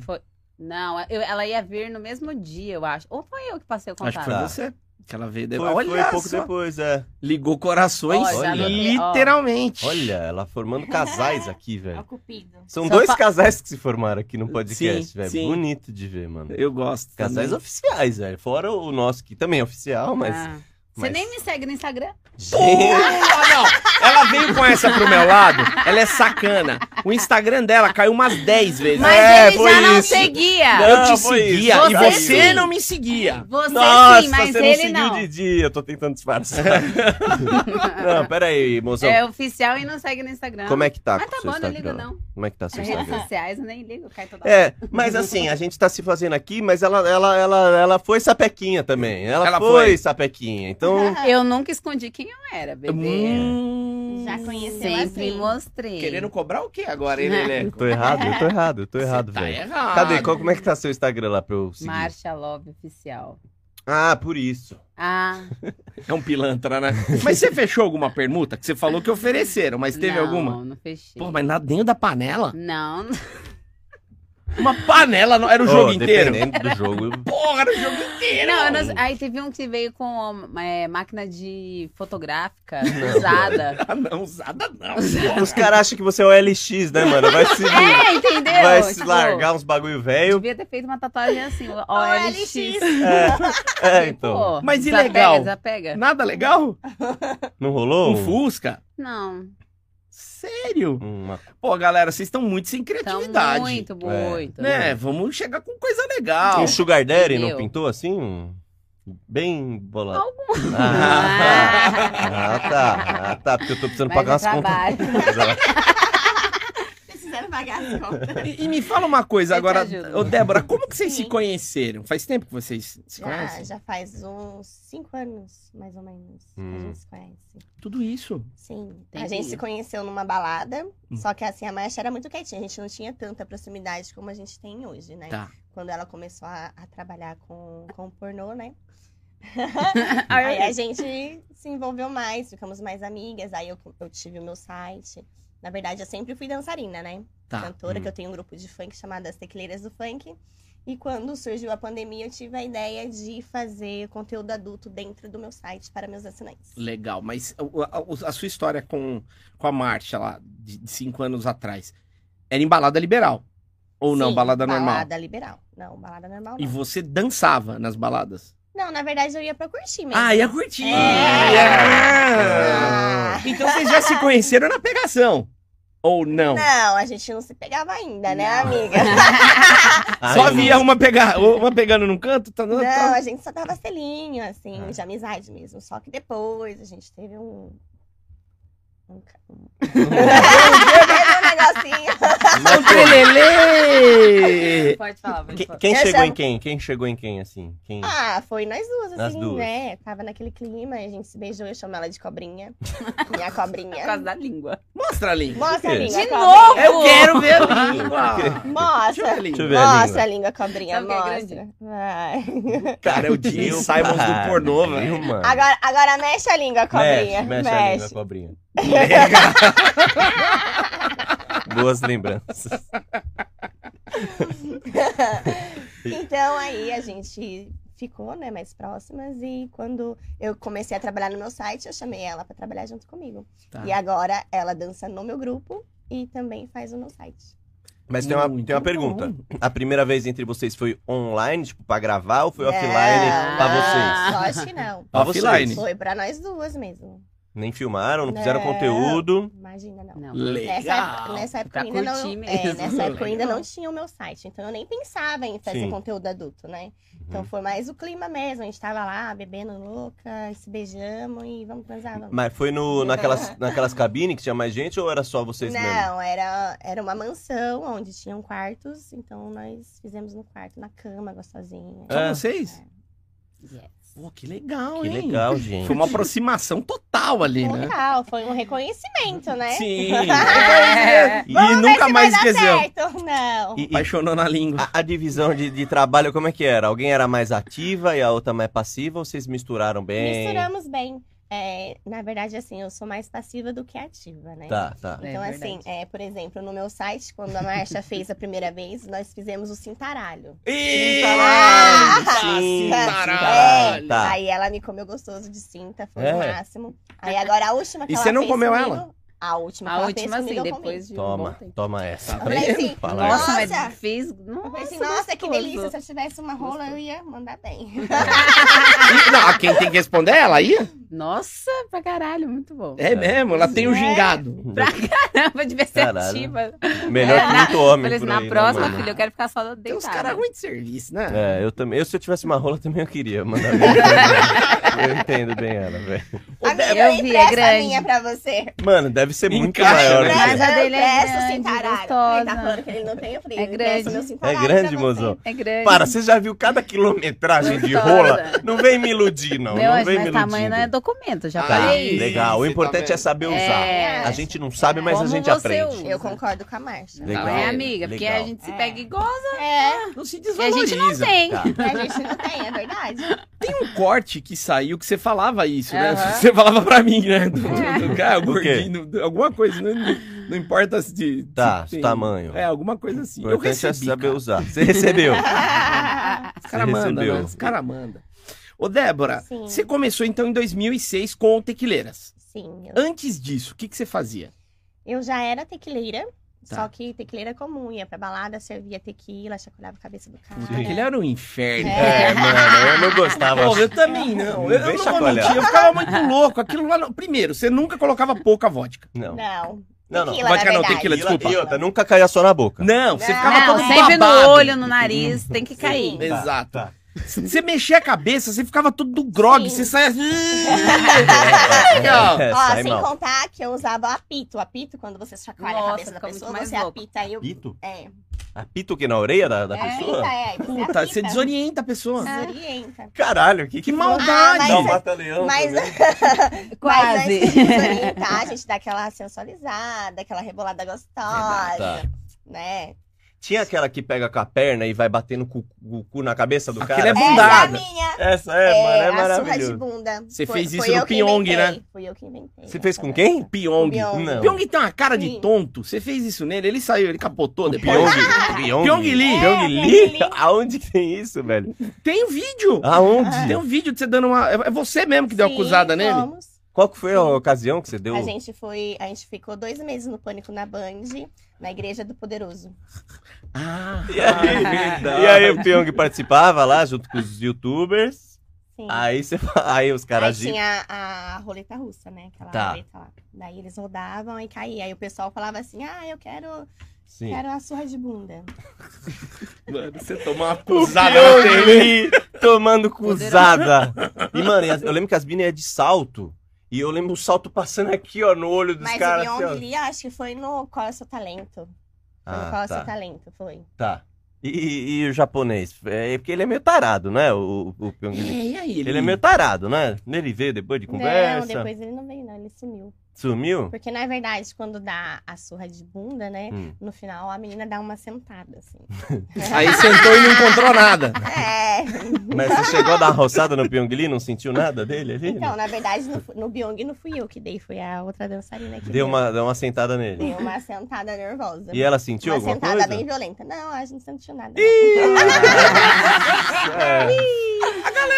[SPEAKER 3] Não, eu- ela ia vir no mesmo dia, eu acho. Ou foi eu que passei o contato?
[SPEAKER 1] Acho que foi
[SPEAKER 2] Tá.
[SPEAKER 1] você. Que ela veio
[SPEAKER 2] Foi,
[SPEAKER 1] depois. Olha
[SPEAKER 2] foi pouco
[SPEAKER 1] só.
[SPEAKER 2] depois, é.
[SPEAKER 1] Ligou corações,
[SPEAKER 3] Ó,
[SPEAKER 2] já
[SPEAKER 3] anotei, ó.
[SPEAKER 1] literalmente.
[SPEAKER 2] Olha, ela formando casais aqui,
[SPEAKER 4] É o
[SPEAKER 2] velho.
[SPEAKER 4] cupido.
[SPEAKER 2] São
[SPEAKER 3] Só
[SPEAKER 2] dois
[SPEAKER 3] fa-
[SPEAKER 2] casais que se formaram aqui no podcast,
[SPEAKER 1] Sim,
[SPEAKER 2] velho.
[SPEAKER 1] sim.
[SPEAKER 2] Bonito de ver, mano.
[SPEAKER 1] Eu gosto.
[SPEAKER 2] Casais
[SPEAKER 1] também.
[SPEAKER 2] oficiais, velho. Fora o nosso, que também é oficial, mas...
[SPEAKER 3] Ah. Você
[SPEAKER 2] mas-
[SPEAKER 3] nem me segue no Instagram?
[SPEAKER 2] Gente,
[SPEAKER 1] Ah, não. Ela veio com essa pro meu lado, ela é sacana. O Instagram dela caiu umas 10 vezes.
[SPEAKER 3] Mas
[SPEAKER 2] É,
[SPEAKER 3] ele
[SPEAKER 2] foi
[SPEAKER 3] já não
[SPEAKER 2] isso.
[SPEAKER 3] seguia.
[SPEAKER 2] Não,
[SPEAKER 1] eu te
[SPEAKER 2] foi isso.
[SPEAKER 1] seguia e
[SPEAKER 3] Você
[SPEAKER 1] você
[SPEAKER 3] sim.
[SPEAKER 1] não me seguia.
[SPEAKER 3] Você sim, mas
[SPEAKER 2] você não
[SPEAKER 3] ele
[SPEAKER 2] seguiu
[SPEAKER 3] não.
[SPEAKER 2] o Didi, eu tô tentando disfarçar. não, peraí, mozão.
[SPEAKER 3] É oficial e não segue no Instagram.
[SPEAKER 2] Como é que tá?
[SPEAKER 3] Mas
[SPEAKER 2] com
[SPEAKER 3] tá
[SPEAKER 2] o seu
[SPEAKER 3] bom, não ligo
[SPEAKER 2] Instagram?
[SPEAKER 3] não.
[SPEAKER 2] Como é que tá seu
[SPEAKER 3] Nas redes
[SPEAKER 2] Instagram?
[SPEAKER 3] sociais eu nem ligo, cai toda hora.
[SPEAKER 2] É, mas assim, a gente tá se fazendo aqui, mas ela, ela, ela, ela foi sapequinha também. Ela,
[SPEAKER 1] Ela
[SPEAKER 2] foi,
[SPEAKER 1] foi.
[SPEAKER 2] sapequinha. Então,
[SPEAKER 3] Eu nunca escondi quem eu era, bebê.
[SPEAKER 1] Hum,
[SPEAKER 4] Já conheceu
[SPEAKER 3] Sempre
[SPEAKER 4] assim.
[SPEAKER 3] mostrei.
[SPEAKER 1] Querendo cobrar o que agora, ele, ele?
[SPEAKER 2] eu tô errado, eu tô errado, eu tô errado,
[SPEAKER 1] Tá
[SPEAKER 2] velho.
[SPEAKER 1] errado.
[SPEAKER 2] Cadê? Qual- como é que tá seu Instagram lá pra eu seguir?
[SPEAKER 3] Marcha Love Oficial.
[SPEAKER 2] Ah, por isso.
[SPEAKER 3] Ah,
[SPEAKER 1] É um pilantra, né? Mas você fechou alguma permuta? Que você falou que ofereceram, mas teve
[SPEAKER 3] não,
[SPEAKER 1] alguma?
[SPEAKER 3] Não, fechei.
[SPEAKER 1] Pô, mas lá dentro da panela?
[SPEAKER 3] Não,
[SPEAKER 1] Uma panela, não- era o jogo
[SPEAKER 2] Oh,
[SPEAKER 1] inteiro.
[SPEAKER 2] Dependendo do jogo.
[SPEAKER 1] Porra, era o jogo inteiro.
[SPEAKER 3] Não, eu não- aí teve um que veio com é, máquina de fotográfica usada.
[SPEAKER 1] Ah, não, usada não.
[SPEAKER 2] Os caras acham que você é o LX, né, mano? Vai se,
[SPEAKER 3] É, entendeu?
[SPEAKER 2] vai se
[SPEAKER 3] Tipo,
[SPEAKER 2] largar uns bagulho velho.
[SPEAKER 3] Devia ter feito uma tatuagem assim, OLX.
[SPEAKER 2] É, é, então.
[SPEAKER 3] Pô,
[SPEAKER 1] Mas e
[SPEAKER 3] desapega,
[SPEAKER 1] legal?
[SPEAKER 3] Desapega.
[SPEAKER 1] Nada legal?
[SPEAKER 2] Não rolou?
[SPEAKER 1] Um Fusca?
[SPEAKER 2] É
[SPEAKER 3] Não,
[SPEAKER 1] Sério?
[SPEAKER 2] Uma...
[SPEAKER 1] Pô, galera, vocês estão muito sem
[SPEAKER 3] então
[SPEAKER 1] criatividade.
[SPEAKER 3] muito,
[SPEAKER 2] É.
[SPEAKER 3] muito.
[SPEAKER 1] Né? Vamos chegar com coisa legal.
[SPEAKER 2] Um Sugar Daddy não
[SPEAKER 3] Eu.
[SPEAKER 2] pintou assim? Um- Bem bolado. Algum. Ah,
[SPEAKER 3] Ah,
[SPEAKER 2] ah, tá. Ah, tá. Porque eu tô precisando
[SPEAKER 3] Mas
[SPEAKER 2] pagar
[SPEAKER 3] é
[SPEAKER 2] as contas.
[SPEAKER 3] trabalho.
[SPEAKER 4] Precisaram pagar as contas.
[SPEAKER 1] E, e me fala uma coisa
[SPEAKER 3] Eu te
[SPEAKER 1] agora,
[SPEAKER 3] ajudo.
[SPEAKER 1] ô Débora, como que vocês se
[SPEAKER 4] Sim.
[SPEAKER 1] conheceram? Faz tempo que vocês se
[SPEAKER 4] Já,
[SPEAKER 1] conhecem?
[SPEAKER 4] já faz uns cinco anos, mais ou menos, que
[SPEAKER 2] Hum.
[SPEAKER 4] a gente se conhece.
[SPEAKER 1] Tudo isso.
[SPEAKER 4] Sim. A
[SPEAKER 3] Entendi.
[SPEAKER 4] gente se conheceu numa balada,
[SPEAKER 1] Hum.
[SPEAKER 4] só que assim, a Marcia era muito quietinha. A gente não tinha tanta proximidade como a gente tem hoje, né?
[SPEAKER 1] Tá.
[SPEAKER 4] Quando ela começou a, a trabalhar com, com pornô, né? Aí a
[SPEAKER 3] Aí,
[SPEAKER 4] gente se envolveu mais, ficamos mais amigas. Aí eu, eu tive o meu site. Na verdade, eu sempre fui dançarina, né?
[SPEAKER 1] Tá.
[SPEAKER 4] Cantora,
[SPEAKER 2] hum.
[SPEAKER 4] que eu tenho um grupo de funk chamado As Tecleiras do Funk. E quando surgiu a pandemia, eu tive a ideia de fazer conteúdo adulto dentro do meu site para meus assinantes.
[SPEAKER 1] Legal, mas o- a, o- a sua história com, com a marcha lá, de, de cinco anos atrás, era em balada liberal? Ou não,
[SPEAKER 4] Sim,
[SPEAKER 1] balada normal?
[SPEAKER 4] Balada liberal. Não, balada normal
[SPEAKER 1] E
[SPEAKER 4] não.
[SPEAKER 1] você dançava nas baladas?
[SPEAKER 4] Não, na verdade eu ia pra curtir mesmo.
[SPEAKER 1] Ah, ia curtir!
[SPEAKER 4] É.
[SPEAKER 1] Ah.
[SPEAKER 4] Ah.
[SPEAKER 1] Então vocês já se conheceram na pegação? Ou não?
[SPEAKER 4] Não, a gente não se pegava ainda, né,
[SPEAKER 3] Não.
[SPEAKER 4] amiga?
[SPEAKER 1] Só
[SPEAKER 2] Ai,
[SPEAKER 1] havia uma, pegar, uma pegando num canto? Tá,
[SPEAKER 4] Não,
[SPEAKER 1] tá-
[SPEAKER 4] a gente só dava selinho, assim,
[SPEAKER 2] Ah.
[SPEAKER 4] de amizade mesmo. Só que depois a gente teve um. Um, ca- um... teve um negocinho.
[SPEAKER 1] São Trelelê!
[SPEAKER 3] pode falar, pode
[SPEAKER 2] Quem,
[SPEAKER 3] falar.
[SPEAKER 2] quem
[SPEAKER 4] Eu
[SPEAKER 2] chegou
[SPEAKER 4] já-
[SPEAKER 2] em quem? Quem chegou em quem, assim? Quem...
[SPEAKER 4] Ah, foi nós duas,
[SPEAKER 2] Nas
[SPEAKER 4] assim,
[SPEAKER 2] duas.
[SPEAKER 4] né? Tava naquele clima, a gente se beijou, eu chamo ela de cobrinha. Minha
[SPEAKER 3] Por
[SPEAKER 4] cobrinha.
[SPEAKER 3] causa da língua.
[SPEAKER 1] Mostra a língua.
[SPEAKER 4] Mostra a
[SPEAKER 2] De
[SPEAKER 4] língua.
[SPEAKER 3] De
[SPEAKER 4] cobrinha.
[SPEAKER 3] novo!
[SPEAKER 1] Eu quero ver a língua. Deixa eu ver a
[SPEAKER 4] Mostra!
[SPEAKER 1] língua.
[SPEAKER 2] Deixa eu ver a
[SPEAKER 4] Mostra
[SPEAKER 2] língua.
[SPEAKER 4] a língua, cobrinha,
[SPEAKER 3] Sabe o que é
[SPEAKER 4] mostra.
[SPEAKER 3] grande?
[SPEAKER 4] Vai.
[SPEAKER 1] Cara, é o Jim
[SPEAKER 2] Meu
[SPEAKER 1] Simons do
[SPEAKER 2] pai,
[SPEAKER 1] pornô,
[SPEAKER 2] viu,
[SPEAKER 1] velho.
[SPEAKER 2] mano?
[SPEAKER 4] Agora, agora mexe a língua, cobrinha.
[SPEAKER 2] Ah, Mexe, mexe, a língua, cobrinha. Boas lembranças.
[SPEAKER 4] então aí a gente ficou, né, mais próximas e quando eu comecei a trabalhar no meu site, eu chamei ela pra trabalhar junto comigo.
[SPEAKER 3] Ah.
[SPEAKER 1] Tá.
[SPEAKER 4] E agora ela dança no meu grupo e também faz o meu site.
[SPEAKER 2] Mas tem uma,
[SPEAKER 1] Muito
[SPEAKER 2] tem uma pergunta.
[SPEAKER 1] bom.
[SPEAKER 2] A primeira vez entre vocês foi online, tipo, pra gravar, ou foi
[SPEAKER 4] Não,
[SPEAKER 2] offline
[SPEAKER 3] Ah.
[SPEAKER 2] pra vocês?
[SPEAKER 4] não, Acho que não.
[SPEAKER 2] Pra vocês.
[SPEAKER 1] Offline.
[SPEAKER 4] Foi pra nós duas mesmo.
[SPEAKER 2] Nem filmaram, não fizeram
[SPEAKER 4] Não.
[SPEAKER 2] conteúdo.
[SPEAKER 4] Imagina, não.
[SPEAKER 3] Não.
[SPEAKER 4] Nessa época,
[SPEAKER 1] Legal.
[SPEAKER 4] nessa época
[SPEAKER 3] Pra
[SPEAKER 4] eu ainda não,
[SPEAKER 3] curtir
[SPEAKER 4] é,
[SPEAKER 3] mesmo.
[SPEAKER 4] nessa época eu ainda
[SPEAKER 1] Legal.
[SPEAKER 4] não tinha o meu site, então eu nem pensava em fazer
[SPEAKER 2] Sim.
[SPEAKER 4] conteúdo adulto, né? Então
[SPEAKER 2] Uhum.
[SPEAKER 4] foi mais o clima mesmo, a gente tava lá bebendo louca, se beijamos e vamos transar, vamos.
[SPEAKER 2] Mas foi no, naquelas, naquelas cabines que tinha mais gente ou era só vocês mesmo?
[SPEAKER 4] Não, era, era uma mansão onde tinham quartos, então nós fizemos no quarto, na cama, gostosinha.
[SPEAKER 1] Só
[SPEAKER 2] É.
[SPEAKER 1] vocês?
[SPEAKER 3] Yes.
[SPEAKER 1] Pô, que legal,
[SPEAKER 2] Que
[SPEAKER 1] hein?
[SPEAKER 2] legal, gente.
[SPEAKER 1] Foi uma aproximação total ali, né?
[SPEAKER 4] Total, foi um reconhecimento, né?
[SPEAKER 1] Sim.
[SPEAKER 3] É.
[SPEAKER 1] E
[SPEAKER 4] Vamos ver
[SPEAKER 2] Ah,
[SPEAKER 1] nunca
[SPEAKER 4] se
[SPEAKER 1] mais
[SPEAKER 4] vai dar
[SPEAKER 1] esqueceu.
[SPEAKER 4] certo, não.
[SPEAKER 2] E- Ah, e
[SPEAKER 1] Apaixonou na língua.
[SPEAKER 2] A, a divisão de, de trabalho, como é que era? Alguém era mais ativa e a outra mais passiva, ou vocês misturaram bem?
[SPEAKER 4] Misturamos bem. É, na verdade, assim, eu sou mais passiva do que ativa, né?
[SPEAKER 2] Tá, tá.
[SPEAKER 4] Então,
[SPEAKER 3] É
[SPEAKER 4] assim,
[SPEAKER 3] verdade.
[SPEAKER 4] é, por exemplo, no meu site, quando a Marcia fez a primeira vez, nós fizemos o cintaralho.
[SPEAKER 1] Ih,
[SPEAKER 4] caralho,
[SPEAKER 1] tá,
[SPEAKER 2] sim,
[SPEAKER 1] caralho.
[SPEAKER 2] sim, Tá.
[SPEAKER 4] Aí ela me comeu gostoso de cinta, foi
[SPEAKER 2] É.
[SPEAKER 4] o máximo. Aí agora a última que
[SPEAKER 1] E
[SPEAKER 4] ela
[SPEAKER 1] você não
[SPEAKER 4] fez
[SPEAKER 1] comeu
[SPEAKER 4] comigo-
[SPEAKER 1] ela?
[SPEAKER 4] A última que
[SPEAKER 3] A
[SPEAKER 4] ela
[SPEAKER 3] última,
[SPEAKER 4] fez comigo,
[SPEAKER 3] assim,
[SPEAKER 4] eu comi.
[SPEAKER 3] depois de um
[SPEAKER 2] Toma,
[SPEAKER 3] bom tempo.
[SPEAKER 2] toma essa.
[SPEAKER 1] Tá
[SPEAKER 4] Eu falei assim,
[SPEAKER 2] Fala aí.
[SPEAKER 3] Nossa,
[SPEAKER 4] Nossa!
[SPEAKER 3] mas fez...
[SPEAKER 4] Eu
[SPEAKER 3] Nossa,
[SPEAKER 4] pensei, nossa, que
[SPEAKER 3] gostoso.
[SPEAKER 4] delícia. Se eu tivesse uma rola, eu ia mandar bem.
[SPEAKER 1] E- Não, quem tem que responder é ela aí?
[SPEAKER 3] Nossa, pra caralho, muito bom.
[SPEAKER 1] É mesmo, ela tem o
[SPEAKER 4] É.
[SPEAKER 1] gingado. É?
[SPEAKER 3] Caramba, devia ser
[SPEAKER 2] Caralho.
[SPEAKER 3] ativa.
[SPEAKER 2] Melhor que
[SPEAKER 3] É, na-
[SPEAKER 2] muito homem.
[SPEAKER 3] Falei tipo, assim,
[SPEAKER 2] por
[SPEAKER 3] na
[SPEAKER 2] aí, né,
[SPEAKER 3] próxima,
[SPEAKER 2] mano?
[SPEAKER 3] filho, eu quero ficar só deitada.
[SPEAKER 1] Tem uns caras ruins de serviço, né?
[SPEAKER 2] É, eu também. Eu, se eu tivesse uma rola, também eu queria mandar bem. também. eu entendo bem ela, velho.
[SPEAKER 4] Amiga,
[SPEAKER 3] Eu
[SPEAKER 4] eu
[SPEAKER 3] vi, é
[SPEAKER 4] empresto a
[SPEAKER 3] grande.
[SPEAKER 4] minha pra você.
[SPEAKER 2] Mano, deve ser muito
[SPEAKER 1] Encaixa,
[SPEAKER 2] maior.
[SPEAKER 1] né?
[SPEAKER 2] né?
[SPEAKER 3] Mas a dele é
[SPEAKER 4] Empresto o
[SPEAKER 3] grande,
[SPEAKER 4] cintaralho.
[SPEAKER 3] gostosa.
[SPEAKER 4] Ele tá falando que ele não tem, eu falei,
[SPEAKER 3] É
[SPEAKER 4] eu empresto
[SPEAKER 3] grande.
[SPEAKER 4] meu
[SPEAKER 2] É
[SPEAKER 4] cintaralho pra
[SPEAKER 2] grande,
[SPEAKER 4] você.
[SPEAKER 2] mozão.
[SPEAKER 3] É grande.
[SPEAKER 2] Para, você já viu cada quilometragem de
[SPEAKER 3] Gostosa.
[SPEAKER 2] rola? Não vem me iludir, não.
[SPEAKER 3] Meu,
[SPEAKER 2] não
[SPEAKER 3] mas
[SPEAKER 2] vem me iludir.
[SPEAKER 3] tamanho não é documento, já
[SPEAKER 1] Ah,
[SPEAKER 2] Tá,
[SPEAKER 3] falei.
[SPEAKER 1] isso.
[SPEAKER 2] legal. O
[SPEAKER 1] Você tá
[SPEAKER 2] importante é
[SPEAKER 1] vendo?
[SPEAKER 2] saber usar.
[SPEAKER 3] É.
[SPEAKER 2] A gente não sabe, mas
[SPEAKER 3] Como
[SPEAKER 2] a gente
[SPEAKER 3] você
[SPEAKER 2] aprende.
[SPEAKER 3] usa.
[SPEAKER 4] Eu concordo com a
[SPEAKER 1] Tá
[SPEAKER 4] Marcha.
[SPEAKER 2] Legal.
[SPEAKER 3] Não é amiga, porque
[SPEAKER 2] legal.
[SPEAKER 3] a gente se
[SPEAKER 4] É.
[SPEAKER 3] pega igual
[SPEAKER 4] É,
[SPEAKER 1] Não se
[SPEAKER 3] e a gente não
[SPEAKER 1] desvaloriza.
[SPEAKER 3] tem.
[SPEAKER 2] Tá.
[SPEAKER 4] a gente não tem, é verdade.
[SPEAKER 1] Tem um corte que saiu que você falava isso, né?
[SPEAKER 3] Aham.
[SPEAKER 1] Você falava pra mim, né? Do, do-
[SPEAKER 3] É.
[SPEAKER 1] do cara, o
[SPEAKER 2] Do quê?
[SPEAKER 1] gordinho, do- alguma coisa. Não, não importa se... de-
[SPEAKER 2] Tá,
[SPEAKER 1] se tem-
[SPEAKER 2] o tamanho.
[SPEAKER 1] É, alguma coisa assim.
[SPEAKER 2] O
[SPEAKER 1] Eu
[SPEAKER 2] importante é
[SPEAKER 1] recebi,
[SPEAKER 2] saber
[SPEAKER 1] cara.
[SPEAKER 2] usar. Você recebeu.
[SPEAKER 3] Ah,
[SPEAKER 1] Os caras mandam,
[SPEAKER 2] recebeu.
[SPEAKER 1] né? Os caras mandam. Ô, Débora,
[SPEAKER 4] Sim.
[SPEAKER 1] você começou, então, em 2006 com o Tequileiras.
[SPEAKER 4] Sim, eu
[SPEAKER 1] Antes disso, o que, que você fazia?
[SPEAKER 4] Eu já era tequileira,
[SPEAKER 1] Tá.
[SPEAKER 4] só que tequileira comum, ia pra balada, servia tequila, chacoalhava a cabeça do cara.
[SPEAKER 1] Aquele era um inferno.
[SPEAKER 2] É, mano, eu não gostava.
[SPEAKER 1] Pô, eu também não. Eu,
[SPEAKER 2] Não
[SPEAKER 1] eu não
[SPEAKER 2] deixa
[SPEAKER 1] vou
[SPEAKER 2] chacoalhar.
[SPEAKER 1] mentir, eu ficava muito louco. Aquilo lá. não- Primeiro, você nunca colocava pouca vodka.
[SPEAKER 2] Não.
[SPEAKER 4] Não.
[SPEAKER 2] Não, não.
[SPEAKER 4] Tequila,
[SPEAKER 1] Vodka
[SPEAKER 4] na
[SPEAKER 1] não,
[SPEAKER 4] verdade.
[SPEAKER 1] tequila, desculpa.
[SPEAKER 2] E outra, nunca caia só na boca.
[SPEAKER 1] Não, você
[SPEAKER 4] Não,
[SPEAKER 1] ficava todo
[SPEAKER 3] sempre
[SPEAKER 1] babado.
[SPEAKER 3] no olho, no nariz, tem que cair.
[SPEAKER 4] Sim.
[SPEAKER 1] Exato.
[SPEAKER 2] Tá.
[SPEAKER 1] Você mexia a cabeça, você ficava todo do grog,
[SPEAKER 4] Sim.
[SPEAKER 1] você saia. "Ah,
[SPEAKER 2] É,
[SPEAKER 1] Não.
[SPEAKER 2] é,
[SPEAKER 4] Ó,
[SPEAKER 2] sai
[SPEAKER 3] assim
[SPEAKER 4] sem
[SPEAKER 2] mal.
[SPEAKER 4] contar que eu usava apito. Apito, quando você chacoalha
[SPEAKER 3] Nossa,
[SPEAKER 4] a cabeça da
[SPEAKER 3] fica muito
[SPEAKER 4] pessoa,
[SPEAKER 3] mais
[SPEAKER 4] você
[SPEAKER 3] louco.
[SPEAKER 4] apita aí. o-
[SPEAKER 2] Apito?
[SPEAKER 4] É.
[SPEAKER 2] Apito que na orelha da, da
[SPEAKER 3] É.
[SPEAKER 2] pessoa?
[SPEAKER 4] Apita, é. aí Você
[SPEAKER 1] Puta, você
[SPEAKER 4] apita.
[SPEAKER 1] desorienta a pessoa.
[SPEAKER 4] Desorienta.
[SPEAKER 2] Caralho, que,
[SPEAKER 1] Que
[SPEAKER 4] É. Ah,
[SPEAKER 1] maldade.
[SPEAKER 4] mas-
[SPEAKER 2] Não, mata leão.
[SPEAKER 4] Mas, é
[SPEAKER 2] também.
[SPEAKER 4] mas
[SPEAKER 3] Quase.
[SPEAKER 4] antes de desorientar, tá? a gente dá aquela sensualizada, aquela rebolada gostosa,
[SPEAKER 2] Tá.
[SPEAKER 4] né?
[SPEAKER 2] Tinha aquela que pega com a perna e vai batendo com o cu na cabeça do
[SPEAKER 1] Aquela
[SPEAKER 2] cara.
[SPEAKER 1] é
[SPEAKER 4] Essa é a
[SPEAKER 1] bundada.
[SPEAKER 4] minha.
[SPEAKER 2] Essa é, mano, é
[SPEAKER 4] a surra de
[SPEAKER 2] maravilhoso.
[SPEAKER 4] bunda.
[SPEAKER 1] Você
[SPEAKER 4] Foi-
[SPEAKER 1] fez
[SPEAKER 4] foi
[SPEAKER 1] isso no
[SPEAKER 4] eu que
[SPEAKER 1] Pyong,
[SPEAKER 4] inventei.
[SPEAKER 1] né?
[SPEAKER 4] Fui eu que inventei.
[SPEAKER 2] Você fez com
[SPEAKER 4] essa
[SPEAKER 2] quem?
[SPEAKER 1] Pyong.
[SPEAKER 4] Pyong.
[SPEAKER 2] Não.
[SPEAKER 1] Pyong tem uma cara de
[SPEAKER 4] Sim.
[SPEAKER 1] tonto. Você fez isso nele, ele saiu, ele capotou depois. Ah,
[SPEAKER 2] Pyong. Pyong.
[SPEAKER 1] Pyong Lee.
[SPEAKER 4] É,
[SPEAKER 2] Pyong
[SPEAKER 4] Pyong
[SPEAKER 2] Lee?
[SPEAKER 4] Lee.
[SPEAKER 2] Aonde que tem isso, velho?
[SPEAKER 1] Tem um vídeo. Tem
[SPEAKER 4] Ah.
[SPEAKER 2] Aonde?
[SPEAKER 1] um vídeo de você dando uma. É você mesmo que deu a
[SPEAKER 4] Sim, então.
[SPEAKER 1] acusada nele?
[SPEAKER 4] fomos.
[SPEAKER 2] Qual que foi a ocasião que você deu?
[SPEAKER 4] A gente foi, a gente ficou dois meses no pânico na Band, na igreja do Poderoso.
[SPEAKER 1] Ah.
[SPEAKER 2] E aí, e aí o Pyong participava lá junto com os youtubers.
[SPEAKER 4] Sim.
[SPEAKER 2] Aí você fa- aí os
[SPEAKER 4] Aí
[SPEAKER 2] caras de-
[SPEAKER 4] tinha a, a roleta russa, né? Aquela
[SPEAKER 2] Tá.
[SPEAKER 4] roleta lá. Daí eles rodavam e caía. Aí o pessoal falava assim: "Ah, eu quero,
[SPEAKER 2] Sim.
[SPEAKER 4] quero a surra de bunda".
[SPEAKER 1] Mano, você tomou uma
[SPEAKER 2] O
[SPEAKER 1] acusada na
[SPEAKER 2] Pyong
[SPEAKER 1] TV.
[SPEAKER 2] Lee tomando cuzada. E, mano, e as- eu lembro que as minas iam de salto. E eu lembro o salto passando aqui, ó, no olho dos
[SPEAKER 4] Mas
[SPEAKER 2] caras.
[SPEAKER 4] o
[SPEAKER 2] assim, ó.
[SPEAKER 4] Beyond Lee, acho que foi no Qual é o seu talento? Foi no Qual é
[SPEAKER 2] Ah,
[SPEAKER 4] o seu
[SPEAKER 2] tá,
[SPEAKER 4] talento, foi.
[SPEAKER 2] tá. E, e o japonês? É porque ele é meio tarado, né? O, o o Pyong Lee.
[SPEAKER 1] É, e aí?
[SPEAKER 2] Ele é meio tarado, né? Ele veio depois de conversa,
[SPEAKER 4] Não, depois ele não veio, não, ele sumiu.
[SPEAKER 2] sumiu.
[SPEAKER 4] Porque na verdade, quando dá a surra de bunda, né?
[SPEAKER 2] Hum.
[SPEAKER 4] No final a menina dá uma sentada assim.
[SPEAKER 1] Aí sentou e não encontrou nada.
[SPEAKER 4] É.
[SPEAKER 2] Mas você chegou a dar uma roçada no Pyong Lee, não sentiu nada dele ali?
[SPEAKER 4] Então, na verdade, no, no Byung não fui eu que dei, foi a outra dançarina que
[SPEAKER 2] Deu uma, deu uma sentada nele.
[SPEAKER 4] deu uma sentada nervosa.
[SPEAKER 2] E ela sentiu
[SPEAKER 4] uma
[SPEAKER 2] alguma
[SPEAKER 4] sentada
[SPEAKER 2] coisa?
[SPEAKER 4] bem violenta. Não, a gente não sentiu nada. não.
[SPEAKER 2] É.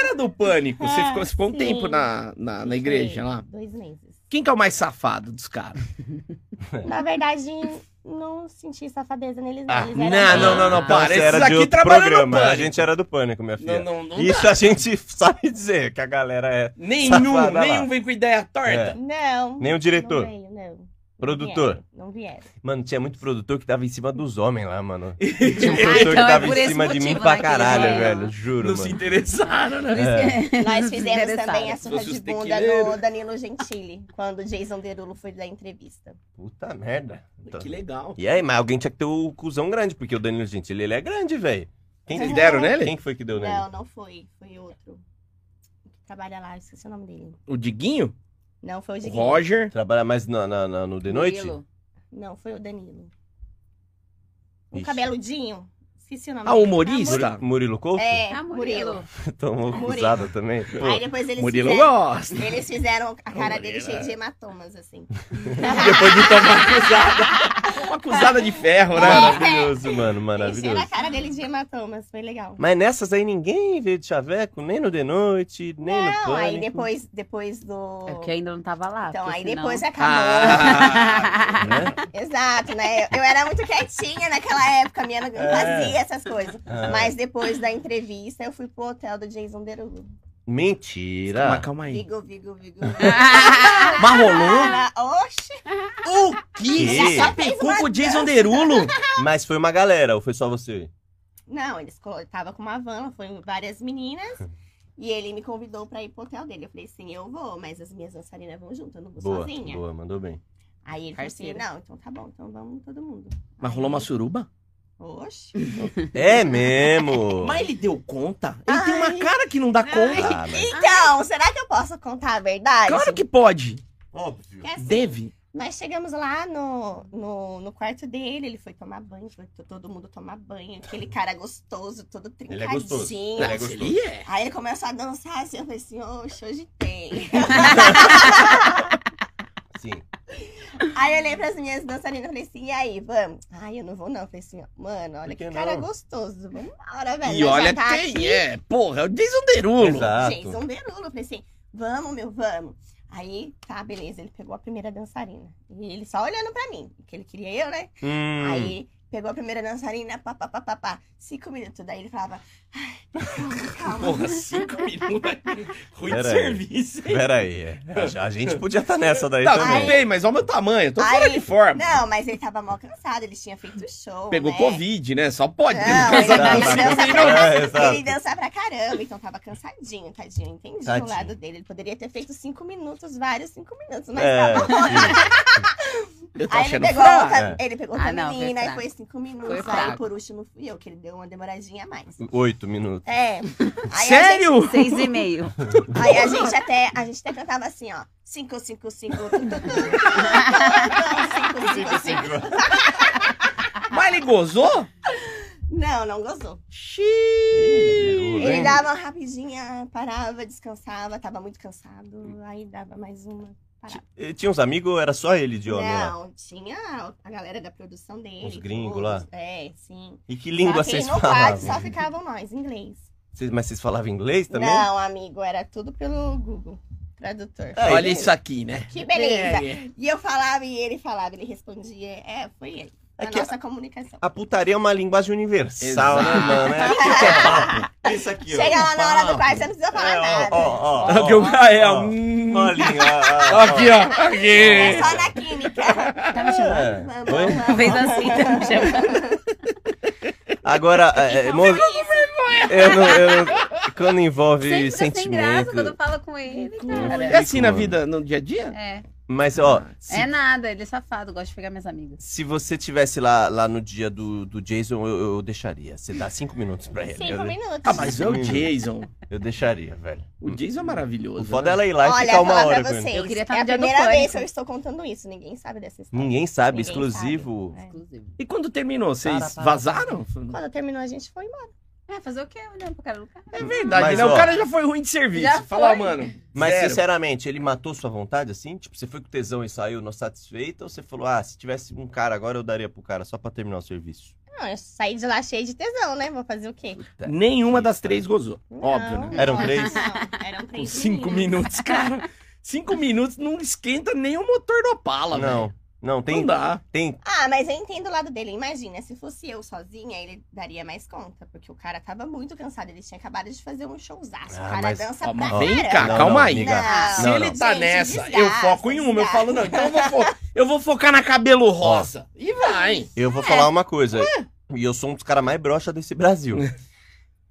[SPEAKER 1] Era do pânico. Você
[SPEAKER 4] É,
[SPEAKER 1] ficou, você ficou um
[SPEAKER 4] sim.
[SPEAKER 1] tempo na, na, na igreja
[SPEAKER 4] Fiquei
[SPEAKER 1] lá.
[SPEAKER 4] Dois meses.
[SPEAKER 1] Quem que é o mais safado dos caras?
[SPEAKER 4] Na verdade, não senti safadeza neles, não.
[SPEAKER 1] Ah,
[SPEAKER 4] Eles
[SPEAKER 1] não,
[SPEAKER 4] eram...
[SPEAKER 1] não, não, não.
[SPEAKER 2] Então
[SPEAKER 1] para,
[SPEAKER 2] você
[SPEAKER 1] esses
[SPEAKER 2] era de
[SPEAKER 1] aqui
[SPEAKER 2] outro
[SPEAKER 1] trabalham no
[SPEAKER 2] programa. A
[SPEAKER 1] Pânico.
[SPEAKER 2] gente era do pânico, minha filha.
[SPEAKER 1] não, não.
[SPEAKER 2] Isso a gente sabe dizer que a galera é.
[SPEAKER 1] Nenhum,
[SPEAKER 2] Safada lá.
[SPEAKER 1] nenhum vem com ideia torta.
[SPEAKER 4] Não.
[SPEAKER 2] Nem o diretor.
[SPEAKER 4] Não veio, não.
[SPEAKER 2] Produtor.
[SPEAKER 4] Não vieram.
[SPEAKER 2] Mano, tinha muito produtor que tava em cima dos homens lá, mano. Tinha um
[SPEAKER 3] Ah,
[SPEAKER 2] produtor
[SPEAKER 3] então
[SPEAKER 2] que
[SPEAKER 3] é
[SPEAKER 2] tava
[SPEAKER 3] por
[SPEAKER 2] em
[SPEAKER 3] esse
[SPEAKER 2] cima de mim
[SPEAKER 3] motivo,
[SPEAKER 2] pra
[SPEAKER 3] né, que eles
[SPEAKER 2] caralho,
[SPEAKER 3] vieram.
[SPEAKER 2] velho. Juro,
[SPEAKER 1] Não se
[SPEAKER 2] mano.
[SPEAKER 1] interessaram, né?
[SPEAKER 2] É.
[SPEAKER 4] Nós fizemos também a
[SPEAKER 3] Desinteressados.
[SPEAKER 4] surra
[SPEAKER 1] Fosse os
[SPEAKER 4] de bunda
[SPEAKER 1] tequileiros.
[SPEAKER 4] no Danilo Gentili, quando o Jason Derulo foi dar entrevista.
[SPEAKER 2] Puta merda. Então-
[SPEAKER 1] Que legal.
[SPEAKER 2] E aí, mas alguém tinha que ter o cuzão grande, porque o Danilo Gentili, ele é grande, velho. Quem
[SPEAKER 1] Vocês
[SPEAKER 2] que
[SPEAKER 1] deram nele?
[SPEAKER 2] Quem que foi que deu nele?
[SPEAKER 4] Não, não foi. Foi outro. Que trabalha lá, esqueci o nome dele.
[SPEAKER 1] O Diguinho?
[SPEAKER 4] Não, foi o
[SPEAKER 1] O
[SPEAKER 4] Diguinho.
[SPEAKER 1] Roger.
[SPEAKER 2] Trabalhar mais na, na- na- no de noite?
[SPEAKER 3] Murilo.
[SPEAKER 4] Não, foi o Danilo. Um
[SPEAKER 2] Ixi.
[SPEAKER 4] cabeludinho. Esqueci o nome
[SPEAKER 1] Ah,
[SPEAKER 4] dele.
[SPEAKER 1] humorista?
[SPEAKER 2] Muri- Murilo Couto?
[SPEAKER 4] É,
[SPEAKER 3] Ah,
[SPEAKER 4] Murilo.
[SPEAKER 3] Murilo.
[SPEAKER 2] Tomou
[SPEAKER 4] Murilo.
[SPEAKER 2] cruzada também. Pô,
[SPEAKER 4] Aí depois eles
[SPEAKER 1] Murilo
[SPEAKER 4] fizeram...
[SPEAKER 1] gosta.
[SPEAKER 4] Eles fizeram a cara
[SPEAKER 1] Murilo,
[SPEAKER 4] dele cheia
[SPEAKER 1] é.
[SPEAKER 4] de hematomas, assim.
[SPEAKER 1] Depois de tomar acusada. Uma acusada de ferro, né?
[SPEAKER 2] maravilhoso, mano,
[SPEAKER 4] Encheram
[SPEAKER 2] maravilhoso.
[SPEAKER 4] a cara dele de hematomas, foi legal.
[SPEAKER 2] Mas nessas aí ninguém veio de chaveco, nem no de noite, nem no
[SPEAKER 4] Não,
[SPEAKER 2] pânico.
[SPEAKER 4] aí depois, depois do...
[SPEAKER 3] É porque ainda não tava lá.
[SPEAKER 4] Então,
[SPEAKER 3] porque
[SPEAKER 4] aí
[SPEAKER 3] senão-
[SPEAKER 4] depois acabou. tá
[SPEAKER 1] Ah,
[SPEAKER 2] Né?
[SPEAKER 4] Exato, né? Eu, eu era muito quietinha naquela época, minha não não
[SPEAKER 2] É.
[SPEAKER 4] fazia essas coisas.
[SPEAKER 2] Ah.
[SPEAKER 4] Mas depois da entrevista, eu fui pro hotel do Jason Derulo.
[SPEAKER 2] Mentira.
[SPEAKER 1] Mas calma aí.
[SPEAKER 4] Vigo, vigo, vigo.
[SPEAKER 1] Mas rolou?
[SPEAKER 4] Cara, Oxe!
[SPEAKER 1] O que?
[SPEAKER 2] Que?
[SPEAKER 1] Você sapecou com o Jason Derulo?
[SPEAKER 2] Mas foi uma galera, ou foi só você?
[SPEAKER 4] Não, eles co- tava com uma van, foi um, várias meninas. E ele me convidou pra ir pro hotel dele. Eu falei, sim, eu vou, mas as minhas dançarinas vão junto, eu não vou
[SPEAKER 2] Boa,
[SPEAKER 4] sozinha.
[SPEAKER 2] boa, mandou bem.
[SPEAKER 4] Aí ele falou assim,
[SPEAKER 3] Parceira.
[SPEAKER 4] não, então tá bom, então vamos todo mundo.
[SPEAKER 1] Mas
[SPEAKER 4] Aí-
[SPEAKER 1] rolou uma suruba?
[SPEAKER 4] Oxe.
[SPEAKER 2] É mesmo.
[SPEAKER 1] Mas ele deu conta? Ele tem
[SPEAKER 4] Ai.
[SPEAKER 1] uma cara que não dá
[SPEAKER 3] Ai.
[SPEAKER 1] conta.
[SPEAKER 2] Ah, mas-
[SPEAKER 4] Então, será que eu posso contar a verdade?
[SPEAKER 1] Claro que pode.
[SPEAKER 2] Óbvio.
[SPEAKER 4] Que assim,
[SPEAKER 1] Deve.
[SPEAKER 4] Nós chegamos lá no, no, no quarto dele, ele foi tomar banho, foi to- todo mundo tomar banho. Aquele cara gostoso, todo
[SPEAKER 2] Ele é gostoso,
[SPEAKER 4] trincadinho.
[SPEAKER 2] ele é
[SPEAKER 1] Nossa,
[SPEAKER 2] gostoso.
[SPEAKER 1] ele é.
[SPEAKER 4] Aí ele começou a dançar assim, eu falei assim, oxe, hoje tem.
[SPEAKER 2] Sim.
[SPEAKER 4] aí eu olhei pras minhas dançarinas e falei assim, e aí, vamos? Ai, eu não vou não. Eu falei assim, mano, olha
[SPEAKER 2] Por
[SPEAKER 4] que,
[SPEAKER 2] que
[SPEAKER 4] cara
[SPEAKER 2] não?
[SPEAKER 4] gostoso, vambora, velho.
[SPEAKER 1] E
[SPEAKER 4] nós já
[SPEAKER 1] olha
[SPEAKER 4] tá
[SPEAKER 1] quem
[SPEAKER 4] aqui.
[SPEAKER 1] é. Porra, é o Desonderulo.
[SPEAKER 2] Exato.
[SPEAKER 4] Gente, um berulo. Eu falei assim, vamos, meu, vamos. Aí, tá, beleza, ele pegou a primeira dançarina. E ele só olhando pra mim, que ele queria eu, né?
[SPEAKER 2] Hum.
[SPEAKER 4] Aí pegou a primeira dançarina, pá, pá, pá, pá, pá. Cinco minutos. Daí ele falava, ai,
[SPEAKER 1] Porra,
[SPEAKER 4] calma, calma.
[SPEAKER 1] cinco minutos. Ruim de
[SPEAKER 2] Pera aí.
[SPEAKER 1] serviço. hein?
[SPEAKER 2] Pera aí. A, a gente podia estar nessa daí
[SPEAKER 1] Tá, tudo
[SPEAKER 2] também.
[SPEAKER 1] bem, mas olha o meu tamanho. Eu tô
[SPEAKER 4] Ai.
[SPEAKER 1] fora de forma.
[SPEAKER 4] Não, mas ele tava mal cansado, ele tinha feito show.
[SPEAKER 1] Pegou
[SPEAKER 4] né?
[SPEAKER 1] Covid, né? Só pode.
[SPEAKER 4] Não,
[SPEAKER 1] ter um
[SPEAKER 4] ele,
[SPEAKER 1] casamento.
[SPEAKER 4] ele,
[SPEAKER 2] Tá,
[SPEAKER 4] dança
[SPEAKER 2] tá, tá. É,
[SPEAKER 4] pra,
[SPEAKER 2] exato.
[SPEAKER 4] ele dança pra caramba, então tava cansadinho, tadinho. eu Entendi
[SPEAKER 2] Tadinho.
[SPEAKER 4] o lado dele. Ele poderia ter feito cinco minutos, vários cinco minutos, mas
[SPEAKER 2] É,
[SPEAKER 4] tá bom.
[SPEAKER 2] sim.
[SPEAKER 1] Eu tô
[SPEAKER 4] Aí ele
[SPEAKER 1] achando
[SPEAKER 4] pegou,
[SPEAKER 1] fraco.
[SPEAKER 4] outra,
[SPEAKER 2] É.
[SPEAKER 4] ele pegou
[SPEAKER 3] Ah,
[SPEAKER 4] outra
[SPEAKER 3] não, foi
[SPEAKER 4] menina, aí
[SPEAKER 3] fraco.
[SPEAKER 4] foi cinco
[SPEAKER 3] Foi
[SPEAKER 4] minutos. Aí
[SPEAKER 3] fraco.
[SPEAKER 4] por último fui eu, que ele deu uma demoradinha a mais.
[SPEAKER 2] Oito minutos.
[SPEAKER 4] É. Aí a
[SPEAKER 1] Sério?
[SPEAKER 3] Seis e meio.
[SPEAKER 4] Aí a gente até, a gente até cantava assim, ó. 5, 5, 5, 5, 5, 5.
[SPEAKER 1] Mas ele gozou?
[SPEAKER 4] Não, não gozou.
[SPEAKER 2] Ih,
[SPEAKER 4] Ele
[SPEAKER 2] hein?
[SPEAKER 4] dava uma rapidinha, parava, descansava, tava muito cansado. Aí dava mais uma.
[SPEAKER 2] Ele Eh, Tinha uns amigos ou era só ele de homem lá?
[SPEAKER 4] não, tinha a galera da produção dele.
[SPEAKER 2] Os gringos
[SPEAKER 4] todos.
[SPEAKER 2] lá?
[SPEAKER 4] É, Ah, sim.
[SPEAKER 2] E que língua
[SPEAKER 4] Só que
[SPEAKER 2] vocês
[SPEAKER 4] no quarto
[SPEAKER 2] falavam?
[SPEAKER 4] só ficavam nós, inglês.
[SPEAKER 2] Vocês- Mas vocês falavam inglês também?
[SPEAKER 4] Não, amigo, era tudo pelo Google Tradutor.
[SPEAKER 2] É,
[SPEAKER 1] Olha
[SPEAKER 2] ele-
[SPEAKER 1] isso aqui, né?
[SPEAKER 4] Que beleza.
[SPEAKER 1] É, é.
[SPEAKER 4] E eu falava e ele falava, ele respondia. É, foi ele.
[SPEAKER 2] É
[SPEAKER 4] A
[SPEAKER 2] que-
[SPEAKER 4] nossa comunicação.
[SPEAKER 2] A putaria é uma linguagem universal,
[SPEAKER 1] Exato.
[SPEAKER 2] né, mano? É aqui que é papo. Isso aqui, ó.
[SPEAKER 4] Chega lá na hora do
[SPEAKER 1] papo.
[SPEAKER 4] quarto, você não precisa falar
[SPEAKER 2] É, ó,
[SPEAKER 4] nada.
[SPEAKER 2] ó, ó, ó.
[SPEAKER 1] Que o Gael,
[SPEAKER 2] ó.
[SPEAKER 1] hum.
[SPEAKER 2] Olha, ó, ó, ó.
[SPEAKER 1] Aqui, ó.
[SPEAKER 4] É
[SPEAKER 1] Aqui.
[SPEAKER 4] só na química.
[SPEAKER 3] Tá me chamando?
[SPEAKER 2] É.
[SPEAKER 4] Vamos,
[SPEAKER 2] Oi?
[SPEAKER 4] vamos.
[SPEAKER 3] Fez assim, tá me chamando.
[SPEAKER 2] Agora, é, é, mo- eu não, eu não- quando envolve
[SPEAKER 3] Sempre tá sem graça
[SPEAKER 2] sentimento.
[SPEAKER 3] quando fala com ele,
[SPEAKER 1] É
[SPEAKER 3] cara.
[SPEAKER 1] assim na vida, no dia a dia?
[SPEAKER 3] É,
[SPEAKER 2] Mas, ó, se,
[SPEAKER 3] é nada, ele é safado, gosta de pegar minhas amigas.
[SPEAKER 2] se você tivesse lá, lá no dia do, do Jason, eu, eu deixaria. Você dá cinco minutos pra ele.
[SPEAKER 4] Cinco
[SPEAKER 2] eu,
[SPEAKER 4] minutos.
[SPEAKER 1] Ah, mas é o Jason.
[SPEAKER 2] eu deixaria, velho.
[SPEAKER 1] O Jason é maravilhoso.
[SPEAKER 2] Hum. O foda
[SPEAKER 1] né?
[SPEAKER 2] é ela ir lá e
[SPEAKER 4] Olha,
[SPEAKER 2] ficar uma
[SPEAKER 4] falar
[SPEAKER 2] hora
[SPEAKER 4] pra
[SPEAKER 2] com ele.
[SPEAKER 4] vocês.
[SPEAKER 3] Eu queria estar
[SPEAKER 4] é
[SPEAKER 3] no
[SPEAKER 4] a
[SPEAKER 3] dia do
[SPEAKER 4] primeira vez
[SPEAKER 3] pânico.
[SPEAKER 4] que eu estou contando isso. Ninguém sabe dessa história.
[SPEAKER 2] Ninguém sabe,
[SPEAKER 4] Ninguém
[SPEAKER 2] exclusivo.
[SPEAKER 1] É.
[SPEAKER 4] sabe.
[SPEAKER 3] Inclusive.
[SPEAKER 1] E quando terminou, vocês
[SPEAKER 2] Para, para, para.
[SPEAKER 1] vazaram?
[SPEAKER 4] Quando terminou, a gente foi embora.
[SPEAKER 3] É, fazer o quê? Olhando pro cara do cara.
[SPEAKER 1] É verdade,
[SPEAKER 2] Mas,
[SPEAKER 1] né?
[SPEAKER 2] ó,
[SPEAKER 1] o cara já foi ruim de serviço.
[SPEAKER 3] já
[SPEAKER 1] Fala,
[SPEAKER 3] foi.
[SPEAKER 1] mano.
[SPEAKER 2] Mas, é
[SPEAKER 1] zero.
[SPEAKER 2] sinceramente, ele matou sua vontade, assim? Tipo, você foi com tesão e saiu não satisfeita? Ou você falou, ah, se tivesse um cara agora, eu daria pro cara só pra terminar o serviço?
[SPEAKER 4] Não, eu saí de lá cheia de tesão, né? Vou fazer o quê?
[SPEAKER 2] Puta.
[SPEAKER 1] Nenhuma das
[SPEAKER 2] tá.
[SPEAKER 1] três gozou. Óbvio, né?
[SPEAKER 4] Não,
[SPEAKER 2] Eram
[SPEAKER 4] não,
[SPEAKER 2] três?
[SPEAKER 4] não, Eram
[SPEAKER 1] Com
[SPEAKER 4] três.
[SPEAKER 1] cinco
[SPEAKER 4] meninas.
[SPEAKER 1] minutos, cara. Cinco minutos não esquenta nem o motor do Opala, velho.
[SPEAKER 2] Não, não, tem,
[SPEAKER 1] Não dá.
[SPEAKER 2] tem...
[SPEAKER 4] Ah, mas eu entendo o lado dele. Imagina, se fosse eu sozinha, ele daria mais conta. Porque o cara tava muito cansado. Ele tinha acabado de fazer um showzaço.
[SPEAKER 2] Ah,
[SPEAKER 4] o cara
[SPEAKER 2] mas-
[SPEAKER 4] dança
[SPEAKER 1] Ó,
[SPEAKER 4] pra
[SPEAKER 1] mas
[SPEAKER 4] caramba.
[SPEAKER 1] vem cá,
[SPEAKER 2] Não,
[SPEAKER 1] calma
[SPEAKER 2] não,
[SPEAKER 1] aí.
[SPEAKER 2] amiga.
[SPEAKER 1] Se
[SPEAKER 2] Não,
[SPEAKER 1] ele
[SPEAKER 2] não.
[SPEAKER 1] tá
[SPEAKER 4] Gente,
[SPEAKER 1] nessa,
[SPEAKER 4] desgasta,
[SPEAKER 1] eu foco em uma. Eu
[SPEAKER 4] desgasta.
[SPEAKER 1] falo, não, então eu vou, fo- eu vou focar na cabelo rosa. E vai.
[SPEAKER 2] Eu vou falar uma coisa. E eu sou um dos caras mais broxa desse Brasil.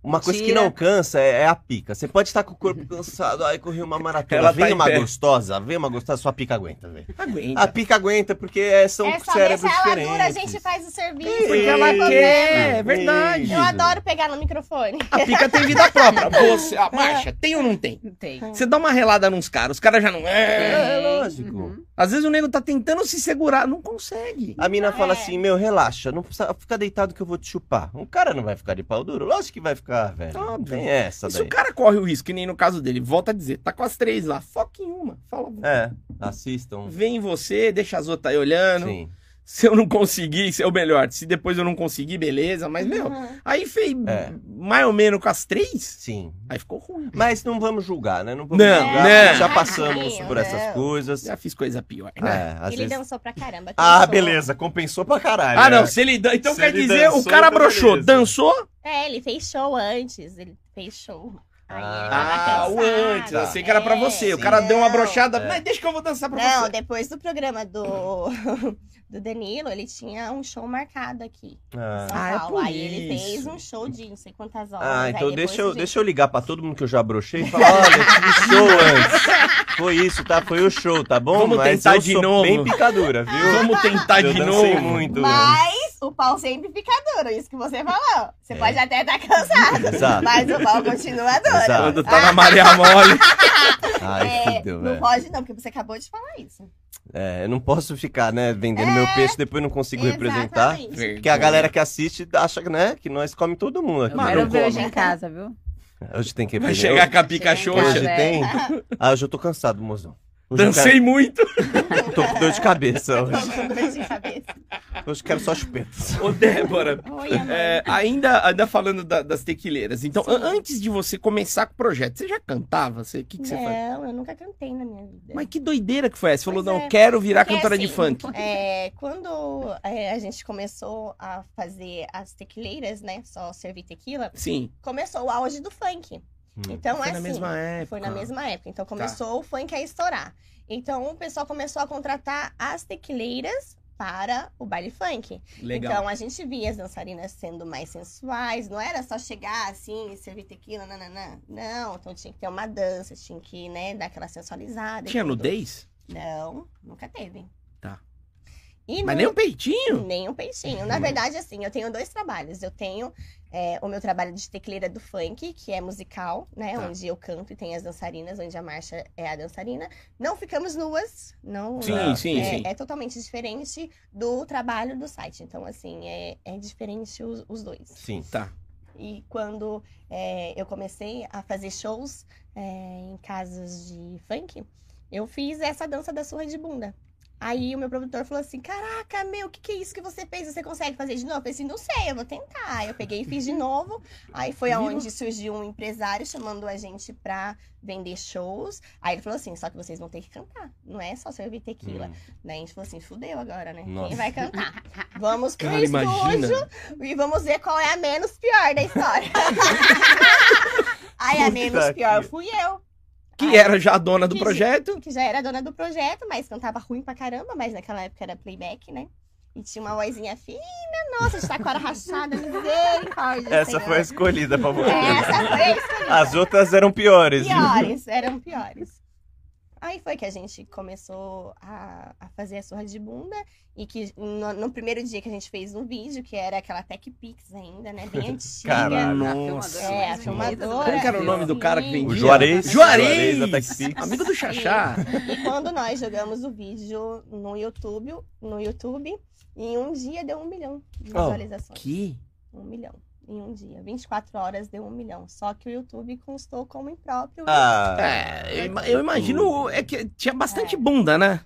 [SPEAKER 2] Uma coisa que
[SPEAKER 3] Mentira.
[SPEAKER 2] não cansa é, é a pica. Você pode estar com o corpo cansado, aí correr uma maratona.
[SPEAKER 1] Ela tá
[SPEAKER 2] vem
[SPEAKER 1] em
[SPEAKER 2] uma
[SPEAKER 1] pé.
[SPEAKER 2] gostosa, vem uma gostosa, sua pica aguenta, velho.
[SPEAKER 1] Aguenta.
[SPEAKER 2] A pica aguenta porque é- são
[SPEAKER 4] É só
[SPEAKER 2] cérebros
[SPEAKER 4] deixar ela
[SPEAKER 2] diferentes.
[SPEAKER 4] dura, a gente faz o serviço.
[SPEAKER 1] Porque
[SPEAKER 4] não
[SPEAKER 1] ela
[SPEAKER 4] tem problema.
[SPEAKER 1] quer, é verdade.
[SPEAKER 4] Eu adoro pegar no microfone.
[SPEAKER 1] A pica tem vida própria. Você, a marcha, tem ou não tem?
[SPEAKER 3] Não tem.
[SPEAKER 1] Você dá uma relada nos caras, os caras já não.
[SPEAKER 2] É,
[SPEAKER 3] Tem.
[SPEAKER 2] lógico.
[SPEAKER 3] Uhum.
[SPEAKER 1] Às vezes o nego tá tentando se segurar, não consegue.
[SPEAKER 2] A mina fala
[SPEAKER 4] É.
[SPEAKER 2] assim, meu, relaxa, não precisa, fica deitado que eu vou te chupar. Um cara não vai ficar de pau duro? Lógico que vai ficar, velho. Não
[SPEAKER 1] Óbvio.
[SPEAKER 2] Tem essa
[SPEAKER 1] E se
[SPEAKER 2] Tá daí.
[SPEAKER 1] o cara corre o risco, que nem no caso dele, volta a dizer, tá com as três lá, foca em uma. Fala,
[SPEAKER 2] É, assistam.
[SPEAKER 1] vem em você, deixa as outras aí olhando.
[SPEAKER 2] Sim.
[SPEAKER 1] Se eu não conseguir, se- ou melhor, se depois eu não conseguir, beleza, mas meu,
[SPEAKER 4] Uhum.
[SPEAKER 1] aí fez
[SPEAKER 2] É.
[SPEAKER 1] mais ou menos com as três,
[SPEAKER 2] Sim.
[SPEAKER 1] aí ficou ruim.
[SPEAKER 2] Mas não vamos julgar, né? Não vamos
[SPEAKER 1] Não,
[SPEAKER 2] julgar.
[SPEAKER 1] não.
[SPEAKER 2] porque Já passamos
[SPEAKER 4] Não,
[SPEAKER 2] por essas
[SPEAKER 4] não.
[SPEAKER 2] coisas.
[SPEAKER 1] Já fiz coisa pior, né?
[SPEAKER 2] É, às
[SPEAKER 4] Ele
[SPEAKER 2] vezes-
[SPEAKER 4] dançou pra caramba.
[SPEAKER 2] Ah,
[SPEAKER 4] dançou.
[SPEAKER 2] beleza, compensou pra caralho.
[SPEAKER 1] Ah, não,
[SPEAKER 2] né?
[SPEAKER 1] se ele. dan- Então
[SPEAKER 2] Se
[SPEAKER 1] quer
[SPEAKER 2] ele
[SPEAKER 1] dizer, o
[SPEAKER 2] dançou,
[SPEAKER 1] cara
[SPEAKER 2] então
[SPEAKER 1] broxou,
[SPEAKER 2] beleza.
[SPEAKER 1] dançou?
[SPEAKER 4] É, ele fez show antes. Ele fez show. Aí ele
[SPEAKER 1] Ah,
[SPEAKER 4] tava
[SPEAKER 1] o
[SPEAKER 4] cansado.
[SPEAKER 1] antes, eu sei que era pra
[SPEAKER 4] É,
[SPEAKER 1] você. O
[SPEAKER 2] sim.
[SPEAKER 1] cara deu uma
[SPEAKER 4] não.
[SPEAKER 1] brochada,
[SPEAKER 2] É.
[SPEAKER 1] mas deixa que eu vou dançar pra
[SPEAKER 4] Não,
[SPEAKER 1] você.
[SPEAKER 4] depois do programa do, do Danilo, ele tinha um show marcado aqui. em São
[SPEAKER 2] Ah,
[SPEAKER 1] Ah, é
[SPEAKER 4] Paulo.
[SPEAKER 1] por
[SPEAKER 4] Aí ele fez
[SPEAKER 1] isso.
[SPEAKER 4] um show de não sei quantas horas.
[SPEAKER 2] Ah,
[SPEAKER 4] Aí
[SPEAKER 2] então
[SPEAKER 4] depois
[SPEAKER 2] deixa eu,
[SPEAKER 4] a gente-
[SPEAKER 2] deixa eu ligar pra todo mundo que eu já brochei e falar, olha, tive show antes. Foi isso, tá? Foi o show, tá bom?
[SPEAKER 1] Vamos
[SPEAKER 2] Mas
[SPEAKER 1] tentar
[SPEAKER 2] eu
[SPEAKER 1] de
[SPEAKER 2] sou
[SPEAKER 1] novo.
[SPEAKER 2] bem picadura, viu?
[SPEAKER 1] Vamos tentar Tá
[SPEAKER 2] eu
[SPEAKER 1] de
[SPEAKER 2] dancei
[SPEAKER 1] novo.
[SPEAKER 2] muito. né?
[SPEAKER 4] Mas o pau sempre fica duro, isso que você falou. Você
[SPEAKER 2] É.
[SPEAKER 4] pode até estar cansado,
[SPEAKER 2] Exato.
[SPEAKER 4] mas o pau continua duro.
[SPEAKER 2] Exato.
[SPEAKER 1] Quando
[SPEAKER 4] Ah.
[SPEAKER 1] tá na Maria Mole.
[SPEAKER 2] Ai,
[SPEAKER 4] É,
[SPEAKER 2] fudeu,
[SPEAKER 4] não
[SPEAKER 2] velho.
[SPEAKER 4] pode não, porque você acabou de falar isso.
[SPEAKER 2] É, eu não posso ficar, né, vendendo meu peixe, depois não consigo representar.
[SPEAKER 4] É, Exatamente.
[SPEAKER 2] Porque a galera que assiste acha, né, que nós come todo mundo aqui.
[SPEAKER 3] Eu
[SPEAKER 1] Mas
[SPEAKER 3] quero
[SPEAKER 1] não
[SPEAKER 3] ver hoje
[SPEAKER 2] é?
[SPEAKER 1] come.
[SPEAKER 3] em casa, viu?
[SPEAKER 2] Hoje tem que
[SPEAKER 1] Vai
[SPEAKER 2] representar.
[SPEAKER 1] chegar com a pica
[SPEAKER 3] Chega em
[SPEAKER 2] Hoje
[SPEAKER 1] xoxa.
[SPEAKER 3] casa. é.
[SPEAKER 2] tem? Ah, hoje eu tô cansado, mozão. Hoje eu
[SPEAKER 1] Dancei muito.
[SPEAKER 2] quero- Tô com dor de cabeça
[SPEAKER 4] Tô
[SPEAKER 2] hoje.
[SPEAKER 4] com dor de cabeça.
[SPEAKER 2] Hoje eu quero só chupetas.
[SPEAKER 1] Ô, Débora.
[SPEAKER 4] Oi, amor.
[SPEAKER 1] é, ainda, ainda falando da- das tequileiras. Então, an- antes de você começar com o projeto, você já cantava? Você, o que, que você faz?
[SPEAKER 4] Não, eu nunca cantei na minha vida.
[SPEAKER 1] Mas que doideira que foi essa? Você falou,
[SPEAKER 4] Pois
[SPEAKER 1] não,
[SPEAKER 4] é.
[SPEAKER 1] quero virar
[SPEAKER 4] Porque,
[SPEAKER 1] cantora de
[SPEAKER 4] assim,
[SPEAKER 1] funk.
[SPEAKER 4] É, quando é, a gente começou a fazer as tequileiras, né? Só servir tequila,
[SPEAKER 1] Sim.
[SPEAKER 4] começou o auge do funk.
[SPEAKER 2] Hum.
[SPEAKER 4] Então,
[SPEAKER 1] foi
[SPEAKER 4] assim,
[SPEAKER 1] na mesma época. Tá.
[SPEAKER 4] foi na mesma época. Então começou o funk a estourar. Então o pessoal começou a contratar as tequileiras para o baile funk.
[SPEAKER 1] Legal.
[SPEAKER 4] Então a gente via as dançarinas sendo mais sensuais, não era só chegar assim e servir tequila, nananã. Não, então tinha que ter uma dança, tinha que, né, dar aquela sensualizada. e
[SPEAKER 1] Tinha
[SPEAKER 4] tudo.
[SPEAKER 1] nudez?
[SPEAKER 4] Não, nunca teve.
[SPEAKER 1] Tá.
[SPEAKER 4] E
[SPEAKER 1] Mas
[SPEAKER 4] no-
[SPEAKER 1] nem um peitinho?
[SPEAKER 4] nem um peixinho.
[SPEAKER 1] Uhum.
[SPEAKER 4] Na verdade, assim, eu tenho dois trabalhos. Eu tenho é, o meu trabalho de tecleira do funk, que é musical, né?
[SPEAKER 1] Tá.
[SPEAKER 4] Onde eu canto e tem as dançarinas, onde a marcha é a dançarina. Não ficamos nuas, não.
[SPEAKER 1] Sim,
[SPEAKER 2] Tá.
[SPEAKER 1] sim,
[SPEAKER 4] é,
[SPEAKER 1] sim.
[SPEAKER 4] é totalmente diferente do trabalho do site. Então, assim, é, é diferente os, os dois.
[SPEAKER 2] Sim.
[SPEAKER 1] Tá.
[SPEAKER 4] E quando é, eu comecei a fazer shows é, em casas de funk, eu fiz essa dança da surra de bunda. Aí o meu produtor falou assim: Caraca, meu, o que, que é isso que você fez? Você consegue fazer de novo? Eu falei assim: Não sei, eu vou tentar. Eu peguei e fiz de novo. Aí foi
[SPEAKER 1] Virou.
[SPEAKER 4] aonde surgiu um empresário chamando a gente pra vender shows. Aí ele falou assim: Só que vocês vão ter que cantar, não é só servir tequila.
[SPEAKER 2] Hum.
[SPEAKER 4] Daí a gente falou assim: Fudeu agora, né?
[SPEAKER 2] Nossa.
[SPEAKER 4] Quem vai cantar? Vamos pro
[SPEAKER 1] Cara,
[SPEAKER 4] estúdio
[SPEAKER 1] imagina.
[SPEAKER 4] e vamos ver qual é a menos pior da história. Aí a
[SPEAKER 2] Puta
[SPEAKER 4] menos
[SPEAKER 2] que-
[SPEAKER 4] pior fui eu,
[SPEAKER 1] Que era já a dona do
[SPEAKER 4] Que-
[SPEAKER 1] projeto.
[SPEAKER 4] que já era dona do projeto, mas cantava ruim pra caramba, mas naquela época era playback, né? E tinha uma vozinha fina, nossa, de sacora rachada, misericórdia.
[SPEAKER 2] Essa
[SPEAKER 4] Senhor.
[SPEAKER 2] foi a escolhida pra você.
[SPEAKER 4] Essa foi a escolha.
[SPEAKER 2] As outras eram piores. viu?
[SPEAKER 4] Piores, eram piores. Aí foi que a gente começou a, a fazer a surra de bunda e que no, no primeiro dia que a gente fez um vídeo, que era aquela Tech Pix ainda, né? Bem antiga.
[SPEAKER 2] Caralho.
[SPEAKER 1] Nossa.
[SPEAKER 4] É, a filmadora.
[SPEAKER 1] Como que era o nome do cara que
[SPEAKER 4] Sim.
[SPEAKER 1] vendia?
[SPEAKER 2] O Juarez.
[SPEAKER 1] Juarez!
[SPEAKER 2] da TechPix.
[SPEAKER 1] Amigo do Xaxá.
[SPEAKER 4] E quando nós jogamos o vídeo no YouTube, no YouTube, em um dia deu um milhão de
[SPEAKER 2] Oh,
[SPEAKER 4] visualizações.
[SPEAKER 1] Que?
[SPEAKER 4] Um milhão. Em um dia. 24 horas deu um milhão. Só que o YouTube constou como impróprio.
[SPEAKER 2] Ah, Hum.
[SPEAKER 1] É, eu, ima- eu imagino. É que tinha bastante
[SPEAKER 4] É.
[SPEAKER 1] bunda, né?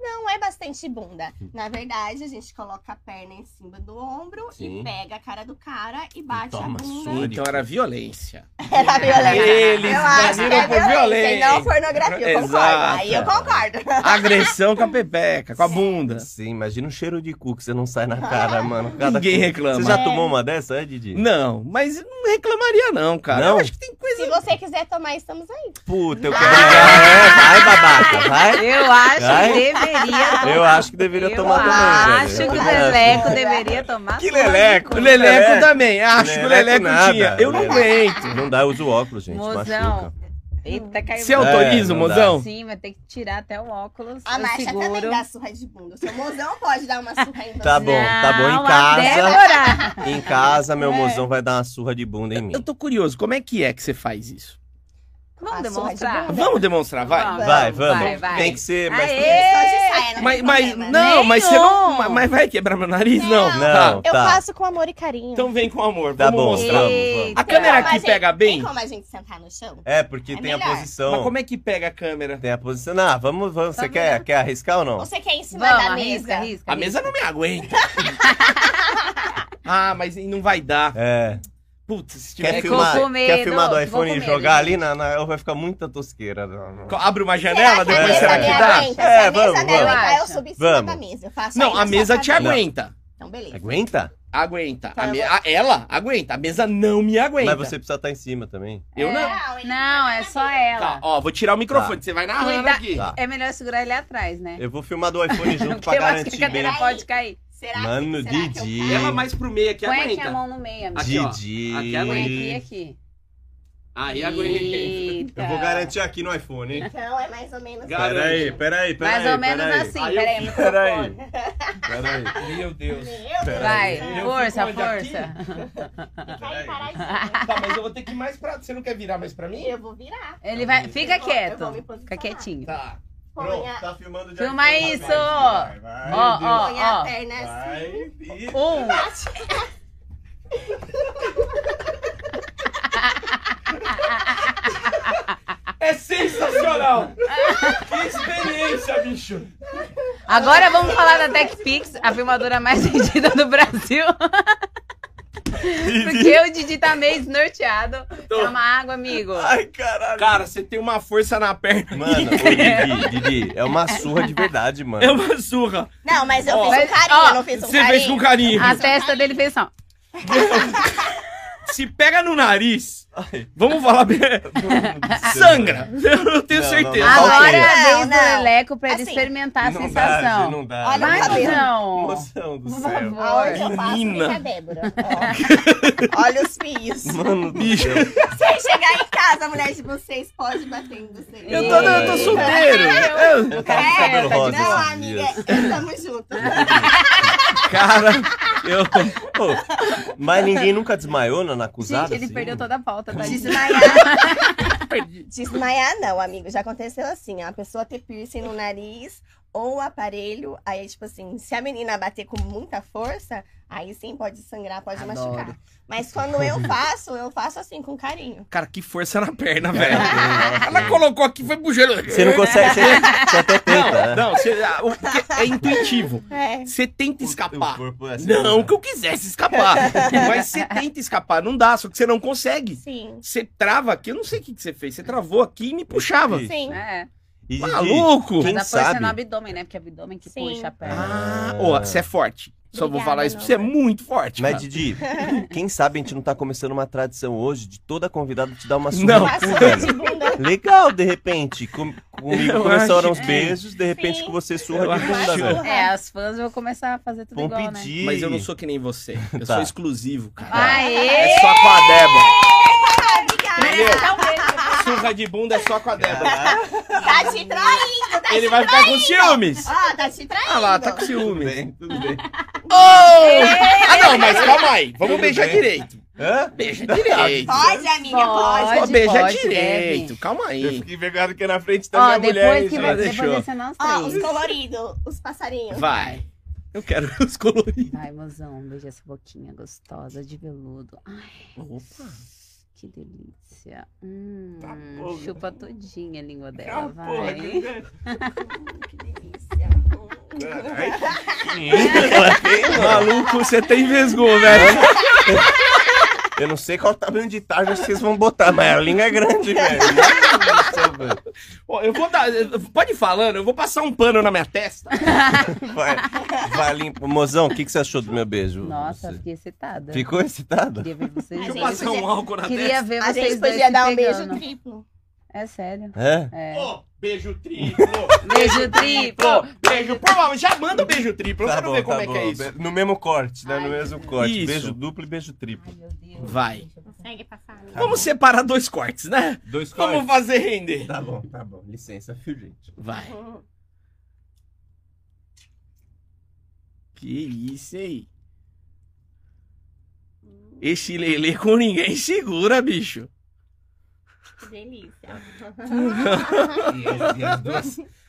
[SPEAKER 4] Não é bastante bunda. Na verdade, a gente coloca a perna em cima do ombro
[SPEAKER 2] Sim.
[SPEAKER 4] e pega a cara do cara e bate a
[SPEAKER 2] toma
[SPEAKER 4] bunda.
[SPEAKER 2] Sônico.
[SPEAKER 1] Então era violência.
[SPEAKER 4] Era violência.
[SPEAKER 1] Eles
[SPEAKER 4] eu acho que
[SPEAKER 1] baniram
[SPEAKER 4] é
[SPEAKER 1] por
[SPEAKER 4] violência, e
[SPEAKER 1] violência.
[SPEAKER 4] não pornografia. Eu
[SPEAKER 1] Exato.
[SPEAKER 4] concordo. Aí eu concordo.
[SPEAKER 1] Agressão com a pepeca, com a bunda.
[SPEAKER 2] Sim, imagina o cheiro de cu que você não sai na cara, mano. Cada
[SPEAKER 1] Ninguém
[SPEAKER 2] cu-
[SPEAKER 1] reclama.
[SPEAKER 2] Você já
[SPEAKER 4] É.
[SPEAKER 2] tomou uma dessa, é, Didi?
[SPEAKER 1] Não, mas eu não reclamaria, não, cara.
[SPEAKER 2] Não?
[SPEAKER 1] Eu acho que tem coisa.
[SPEAKER 4] Se você quiser tomar, estamos aí.
[SPEAKER 2] Puta, eu quero brigar. É, vai, babaca, vai.
[SPEAKER 3] Eu acho
[SPEAKER 2] Vai?
[SPEAKER 3] que deveria
[SPEAKER 2] Eu acho que deveria
[SPEAKER 3] Ah, Eu
[SPEAKER 2] tomar também,
[SPEAKER 3] acho
[SPEAKER 2] velho.
[SPEAKER 3] que o
[SPEAKER 2] Eu
[SPEAKER 3] Leleco deveria tomar.
[SPEAKER 2] Que
[SPEAKER 3] todas as
[SPEAKER 2] leleco,
[SPEAKER 1] O
[SPEAKER 3] coisas.
[SPEAKER 1] Leleco
[SPEAKER 2] Leleco.
[SPEAKER 1] também. Acho que o Leleco
[SPEAKER 2] nada.
[SPEAKER 1] tinha. Eu não
[SPEAKER 2] Leleco.
[SPEAKER 1] aguento.
[SPEAKER 2] Não dá, eu uso óculos, gente.
[SPEAKER 3] Mozão.
[SPEAKER 2] Machuca.
[SPEAKER 3] Eita, caiu.
[SPEAKER 1] Você
[SPEAKER 2] É,
[SPEAKER 1] autoriza,
[SPEAKER 2] não dá.
[SPEAKER 1] mozão?
[SPEAKER 3] Sim, vai ter que tirar até o óculos.
[SPEAKER 4] A
[SPEAKER 3] eu
[SPEAKER 4] Marcha também
[SPEAKER 3] seguro.
[SPEAKER 4] dá surra de bunda. O seu mozão pode dar uma surra em você.
[SPEAKER 2] Tá bom, tá bom. Em
[SPEAKER 3] Não, a
[SPEAKER 2] casa,
[SPEAKER 3] Débora.
[SPEAKER 2] em casa, meu
[SPEAKER 4] É.
[SPEAKER 2] mozão vai dar uma surra de bunda em mim.
[SPEAKER 1] Eu tô curioso, como é que é que você faz isso?
[SPEAKER 3] Vamos
[SPEAKER 4] A surra de
[SPEAKER 3] demonstrar.
[SPEAKER 4] bunda.
[SPEAKER 1] Vamos demonstrar, vai.
[SPEAKER 3] Vamos.
[SPEAKER 2] Vai, vamos.
[SPEAKER 3] Vai, vai.
[SPEAKER 2] Tem que ser, mas...
[SPEAKER 3] Aê!
[SPEAKER 4] Só de saia, não
[SPEAKER 1] Mas,
[SPEAKER 4] tem
[SPEAKER 1] mas
[SPEAKER 4] problema.
[SPEAKER 1] não, mas você não.
[SPEAKER 3] Nenhum.
[SPEAKER 1] ma- Mas vai quebrar meu nariz? Não.
[SPEAKER 4] Não.
[SPEAKER 1] Tá.
[SPEAKER 4] Eu
[SPEAKER 2] Tá.
[SPEAKER 4] faço com amor e carinho.
[SPEAKER 1] Então vem com amor,
[SPEAKER 2] Tá
[SPEAKER 1] vamos
[SPEAKER 2] bom, vamos,
[SPEAKER 1] mostrar.
[SPEAKER 2] vamos.
[SPEAKER 3] Eita.
[SPEAKER 1] A câmera
[SPEAKER 4] Como
[SPEAKER 1] aqui
[SPEAKER 4] gente-
[SPEAKER 1] pega bem?
[SPEAKER 4] Tem como a gente sentar no chão?
[SPEAKER 2] É, porque
[SPEAKER 4] É
[SPEAKER 2] tem a
[SPEAKER 4] melhor.
[SPEAKER 2] posição.
[SPEAKER 1] Mas como é que pega a câmera?
[SPEAKER 2] Tem a posição. Não, vamos, vamos. Você
[SPEAKER 3] Tá
[SPEAKER 2] quer,
[SPEAKER 3] vendo?
[SPEAKER 2] quer arriscar ou não?
[SPEAKER 4] Ou Você quer em cima
[SPEAKER 3] Vamos,
[SPEAKER 4] da
[SPEAKER 3] arrisca,
[SPEAKER 4] mesa?
[SPEAKER 3] arrisca.
[SPEAKER 1] A mesa não me aguenta. ah, mas não vai dar.
[SPEAKER 2] É.
[SPEAKER 1] Putz, se tiver
[SPEAKER 2] Quer
[SPEAKER 1] que...
[SPEAKER 3] filmar?
[SPEAKER 2] filmar,
[SPEAKER 3] com medo,
[SPEAKER 2] quer filmar do
[SPEAKER 3] vou
[SPEAKER 2] iPhone
[SPEAKER 3] com
[SPEAKER 2] e
[SPEAKER 3] medo,
[SPEAKER 2] jogar
[SPEAKER 3] gente.
[SPEAKER 2] ali na, na- Vai ficar muita tosqueira. Não, não.
[SPEAKER 1] Abre uma janela,
[SPEAKER 4] que a
[SPEAKER 1] depois
[SPEAKER 4] mesa
[SPEAKER 1] será
[SPEAKER 4] me
[SPEAKER 1] que dá?
[SPEAKER 4] aguenta? Se a
[SPEAKER 2] É,
[SPEAKER 4] mesa
[SPEAKER 2] vamos,
[SPEAKER 4] me aguentar, eu
[SPEAKER 3] vamos.
[SPEAKER 4] subo em cima
[SPEAKER 2] Vamos.
[SPEAKER 4] da mesa. Eu faço
[SPEAKER 1] Não,
[SPEAKER 4] aí na
[SPEAKER 1] a mesa
[SPEAKER 4] sua
[SPEAKER 1] te
[SPEAKER 4] cadeira.
[SPEAKER 1] aguenta.
[SPEAKER 4] Então, beleza.
[SPEAKER 2] Aguenta?
[SPEAKER 1] Aguenta. A
[SPEAKER 4] Tá,
[SPEAKER 1] me-
[SPEAKER 4] eu
[SPEAKER 1] a- ela aguenta. A mesa não me aguenta.
[SPEAKER 2] Mas você precisa estar em cima também.
[SPEAKER 1] Eu não.
[SPEAKER 4] ele
[SPEAKER 3] Não, é só
[SPEAKER 1] Tá,
[SPEAKER 3] ela.
[SPEAKER 1] ó, vou tirar o microfone. Você vai narrando
[SPEAKER 3] Cuida-
[SPEAKER 1] aqui.
[SPEAKER 2] Tá.
[SPEAKER 3] É melhor segurar ele atrás, né?
[SPEAKER 2] Eu vou filmar do iPhone junto pra
[SPEAKER 3] Porque eu acho que
[SPEAKER 2] garantir bem.
[SPEAKER 3] a cadeira pode cair.
[SPEAKER 4] Será
[SPEAKER 2] Mano,
[SPEAKER 4] que, será que eu
[SPEAKER 2] Didi.
[SPEAKER 4] caio?
[SPEAKER 1] Ela mais pro meio aqui
[SPEAKER 3] Põe aqui
[SPEAKER 1] aguenta.
[SPEAKER 3] a mão no meio, amigo.
[SPEAKER 1] Aqui, ó.
[SPEAKER 2] Didi.
[SPEAKER 1] Aqui
[SPEAKER 3] Põe
[SPEAKER 1] aguenta.
[SPEAKER 3] aqui e aqui.
[SPEAKER 1] Aí aguenta.
[SPEAKER 3] Eita.
[SPEAKER 2] Eu vou garantir aqui no iPhone, hein?
[SPEAKER 4] Então, é mais ou menos...
[SPEAKER 1] Ga-
[SPEAKER 2] Peraí,
[SPEAKER 1] Garante.
[SPEAKER 2] peraí, peraí.
[SPEAKER 3] Mais ou menos
[SPEAKER 2] peraí.
[SPEAKER 3] assim,
[SPEAKER 1] Aí eu-
[SPEAKER 3] peraí.
[SPEAKER 2] Peraí. Peraí.
[SPEAKER 1] Meu Deus.
[SPEAKER 4] Meu Deus.
[SPEAKER 3] Vai,
[SPEAKER 1] Eu
[SPEAKER 3] força,
[SPEAKER 1] fico onde?
[SPEAKER 3] força.
[SPEAKER 4] Vai parar
[SPEAKER 1] Tá, mas eu vou ter que ir mais pra. Você não quer virar mais pra mim?
[SPEAKER 4] Eu vou virar.
[SPEAKER 3] Ele vai. Fica
[SPEAKER 4] Eu vou- eu
[SPEAKER 3] quieto.
[SPEAKER 4] vou me posicionar.
[SPEAKER 3] Fica quietinho.
[SPEAKER 1] Tá.
[SPEAKER 4] Põe a,
[SPEAKER 2] tá filmando de
[SPEAKER 3] Filma
[SPEAKER 2] iPhone,
[SPEAKER 3] isso!
[SPEAKER 2] rapaz. Vai,
[SPEAKER 3] Ó, É
[SPEAKER 2] Deus.
[SPEAKER 3] ó.
[SPEAKER 4] põe a perna assim.
[SPEAKER 2] Vai, isso.
[SPEAKER 3] Um.
[SPEAKER 1] É sensacional! que experiência, bicho!
[SPEAKER 3] Agora vamos falar da TechPix, a filmadora mais vendida do Brasil. Porque o Didi tá meio desnorteado.
[SPEAKER 1] Tô.
[SPEAKER 3] Toma água, amigo.
[SPEAKER 2] Ai, caralho.
[SPEAKER 1] Cara, você tem uma força na perna.
[SPEAKER 2] Mano, ô, Didi, Didi, é uma surra de verdade, mano.
[SPEAKER 1] É uma surra.
[SPEAKER 4] Não, mas eu
[SPEAKER 1] Ó,
[SPEAKER 4] fiz
[SPEAKER 3] mas-
[SPEAKER 4] um carinho,
[SPEAKER 3] ó,
[SPEAKER 4] eu não fiz um
[SPEAKER 1] Você
[SPEAKER 4] carinho. Ah,
[SPEAKER 1] fez com carinho.
[SPEAKER 3] A testa dele fez assim, só.
[SPEAKER 1] Se pega no nariz,
[SPEAKER 2] Ai,
[SPEAKER 1] vamos falar bem.
[SPEAKER 2] mano do
[SPEAKER 4] Ah.
[SPEAKER 2] céu.
[SPEAKER 1] Sangra! Eu não tenho
[SPEAKER 2] Não,
[SPEAKER 1] certeza.
[SPEAKER 2] não, não.
[SPEAKER 3] Agora é a
[SPEAKER 4] Não,
[SPEAKER 3] vez do
[SPEAKER 4] não.
[SPEAKER 3] Leleco pra ele
[SPEAKER 4] Assim,
[SPEAKER 3] experimentar a
[SPEAKER 2] não Dá, Gi,
[SPEAKER 3] sensação.
[SPEAKER 2] não dá.
[SPEAKER 4] Olha o
[SPEAKER 2] Não dá.
[SPEAKER 3] Mas
[SPEAKER 4] cabelo.
[SPEAKER 3] não.
[SPEAKER 2] Moção do
[SPEAKER 3] Por
[SPEAKER 2] céu.
[SPEAKER 4] Aonde
[SPEAKER 3] favor.
[SPEAKER 4] eu passo,
[SPEAKER 1] Menina.
[SPEAKER 4] fica a Débora. Ó. Olha os fios.
[SPEAKER 2] Mano do céu.
[SPEAKER 4] Vocês chegar em casa, a mulher de vocês pode bater em vocês.
[SPEAKER 1] Eu tô, eu
[SPEAKER 2] É.
[SPEAKER 1] tô solteiro! Eu-
[SPEAKER 2] Eu tava com
[SPEAKER 4] É,
[SPEAKER 2] cabelo
[SPEAKER 3] tá de
[SPEAKER 2] rosa
[SPEAKER 4] Não,
[SPEAKER 2] esses
[SPEAKER 4] amiga, é,
[SPEAKER 2] dias.
[SPEAKER 4] estamos juntos.
[SPEAKER 1] cara, eu.
[SPEAKER 2] Pô, mas ninguém nunca desmaiou na, na acusada?
[SPEAKER 3] Gente, ele
[SPEAKER 2] assim?
[SPEAKER 3] perdeu toda a pauta, tá?
[SPEAKER 4] Desmaiar. Desmaiar não, amigo. Já aconteceu assim, ó. A pessoa ter piercing no nariz ou o aparelho. Aí, tipo assim, se a menina bater com muita força, aí sim pode sangrar, pode
[SPEAKER 3] Adoro.
[SPEAKER 4] machucar. Mas quando eu faço, eu faço assim, com carinho.
[SPEAKER 1] Cara, que força na perna, velho.
[SPEAKER 2] Ela tem, ela
[SPEAKER 1] Ela
[SPEAKER 2] tem.
[SPEAKER 1] colocou aqui, foi bugando.
[SPEAKER 2] É. Você não consegue, você, você até tenta.
[SPEAKER 1] Não,
[SPEAKER 2] né?
[SPEAKER 1] não, você- ah, o- porque é intuitivo.
[SPEAKER 4] É.
[SPEAKER 1] Você tenta
[SPEAKER 2] O
[SPEAKER 1] escapar.
[SPEAKER 2] corpo é assim,
[SPEAKER 1] Não
[SPEAKER 2] né?
[SPEAKER 1] que eu quisesse escapar, mas você tenta escapar. Não dá, só que você não consegue.
[SPEAKER 4] Sim.
[SPEAKER 1] Você trava aqui, eu não sei o que que você fez. Você travou aqui e me puxava.
[SPEAKER 2] Sim.
[SPEAKER 4] Sim.
[SPEAKER 3] É.
[SPEAKER 2] E, Didi,
[SPEAKER 1] Maluco!
[SPEAKER 2] Quem
[SPEAKER 3] Mas a força é
[SPEAKER 2] sabe?
[SPEAKER 3] no abdômen, né? Porque é abdômen que
[SPEAKER 4] Sim.
[SPEAKER 3] puxa a perna.
[SPEAKER 1] Ah, ó, você é forte. Só vou
[SPEAKER 4] Obrigada,
[SPEAKER 1] falar isso pra
[SPEAKER 4] meu
[SPEAKER 1] você, é
[SPEAKER 4] amor.
[SPEAKER 1] muito forte.
[SPEAKER 2] Mas,
[SPEAKER 1] cara.
[SPEAKER 2] Didi, quem sabe a gente não tá começando uma tradição hoje de toda convidada te dar uma surra
[SPEAKER 1] Não.
[SPEAKER 2] no
[SPEAKER 4] Faço
[SPEAKER 2] cu,
[SPEAKER 4] uma
[SPEAKER 2] velho.
[SPEAKER 4] de bunda.
[SPEAKER 2] Legal, de repente. Com- comigo
[SPEAKER 1] Eu
[SPEAKER 2] começaram
[SPEAKER 1] acho
[SPEAKER 2] os beijos, de repente
[SPEAKER 4] Sim.
[SPEAKER 2] com você surra
[SPEAKER 1] Eu
[SPEAKER 2] de
[SPEAKER 1] acho.
[SPEAKER 2] bunda, velho.
[SPEAKER 3] É, as fãs vão começar a fazer tudo
[SPEAKER 2] Vão
[SPEAKER 3] igual, né?
[SPEAKER 2] pedir.
[SPEAKER 1] Mas eu não sou que nem você. Eu
[SPEAKER 2] Tá.
[SPEAKER 1] sou exclusivo, cara.
[SPEAKER 3] Aê!
[SPEAKER 2] É só com a Débora.
[SPEAKER 4] Obrigada.
[SPEAKER 1] Entendeu?
[SPEAKER 3] Dá um
[SPEAKER 2] é
[SPEAKER 3] beijo.
[SPEAKER 1] Surra de bunda é só com a Débora.
[SPEAKER 2] Caraca,
[SPEAKER 4] Tá te traindo, tá
[SPEAKER 1] Ele
[SPEAKER 4] te
[SPEAKER 1] vai ficar com ciúmes.
[SPEAKER 4] Ó, tá te traindo.
[SPEAKER 1] Ah lá, tá com
[SPEAKER 2] tudo
[SPEAKER 1] ciúmes.
[SPEAKER 2] bem, tudo bem.
[SPEAKER 1] Oh!
[SPEAKER 4] É.
[SPEAKER 1] Ah não, mas calma aí. Vamos
[SPEAKER 2] Tudo
[SPEAKER 1] beijar
[SPEAKER 2] bem.
[SPEAKER 1] direito.
[SPEAKER 2] Hã?
[SPEAKER 1] Beija direito.
[SPEAKER 4] Pode, amiga, pode.
[SPEAKER 1] Só beija
[SPEAKER 3] pode,
[SPEAKER 1] direito. Calma
[SPEAKER 2] Eu
[SPEAKER 1] aí.
[SPEAKER 2] fiquei envergonhado que é na frente da
[SPEAKER 3] Ó,
[SPEAKER 2] minha
[SPEAKER 3] depois
[SPEAKER 2] mulher, hein,
[SPEAKER 3] que
[SPEAKER 1] vai-
[SPEAKER 2] gente.
[SPEAKER 3] você
[SPEAKER 1] Deixou.
[SPEAKER 3] depois ensinar os
[SPEAKER 4] Ó, os
[SPEAKER 3] três.
[SPEAKER 4] coloridos, os passarinhos.
[SPEAKER 1] Vai. Eu quero os coloridos.
[SPEAKER 3] Vai, mozão, beija essa boquinha gostosa de veludo. Ai,
[SPEAKER 1] Opa.
[SPEAKER 3] que delícia. Hum,
[SPEAKER 2] Tá bom.
[SPEAKER 3] chupa todinha a língua dela,
[SPEAKER 2] Ah,
[SPEAKER 3] vai.
[SPEAKER 2] porra, que legal.
[SPEAKER 4] Hum, Que delícia.
[SPEAKER 1] Maluco, você até envesgou, velho.
[SPEAKER 2] Eu não sei qual é tamanho de tarja vocês vão botar, mas a língua é grande, velho.
[SPEAKER 1] Ó, Eu vou dar. Pode ir falando, eu vou passar um pano na minha testa.
[SPEAKER 2] Vai, vai limpo. Mozão, o que, que você achou do meu beijo?
[SPEAKER 3] Nossa,
[SPEAKER 2] Você
[SPEAKER 3] fiquei excitada.
[SPEAKER 2] Ficou excitado?
[SPEAKER 3] Queria ver vocês
[SPEAKER 1] Deixa eu
[SPEAKER 4] Ai, gente,
[SPEAKER 3] dois.
[SPEAKER 1] passar um álcool na
[SPEAKER 3] Queria
[SPEAKER 1] testa.
[SPEAKER 3] ver
[SPEAKER 4] A
[SPEAKER 3] vocês
[SPEAKER 4] gente
[SPEAKER 3] dois
[SPEAKER 4] podia
[SPEAKER 3] se
[SPEAKER 4] dar um beijo
[SPEAKER 3] pegando.
[SPEAKER 4] triplo.
[SPEAKER 3] É sério.
[SPEAKER 2] É?
[SPEAKER 3] É.
[SPEAKER 1] Ó, beijo triplo.
[SPEAKER 3] Beijo triplo.
[SPEAKER 1] Pô, beijo. Pô, mas já manda o beijo triplo. Eu
[SPEAKER 2] Tá
[SPEAKER 1] quero
[SPEAKER 2] bom,
[SPEAKER 1] ver como
[SPEAKER 2] tá
[SPEAKER 1] é
[SPEAKER 2] bom.
[SPEAKER 1] que é isso.
[SPEAKER 2] No mesmo corte, né?
[SPEAKER 3] Ai,
[SPEAKER 2] no
[SPEAKER 3] meu
[SPEAKER 2] mesmo
[SPEAKER 3] Deus.
[SPEAKER 2] corte.
[SPEAKER 1] Isso.
[SPEAKER 2] Beijo duplo e beijo triplo.
[SPEAKER 3] Ai, meu Deus.
[SPEAKER 1] Vai.
[SPEAKER 3] Deixa eu passar.
[SPEAKER 4] Consegue passar, amiga?
[SPEAKER 1] Vamos separar Tá dois cortes, né?
[SPEAKER 2] Dois
[SPEAKER 1] Vamos fazer render.
[SPEAKER 2] Tá bom, tá bom. Licença, viu, gente?
[SPEAKER 1] Vai.
[SPEAKER 4] Hum,
[SPEAKER 1] Que isso aí. Esse lelê com ninguém segura, bicho.
[SPEAKER 4] Que delícia.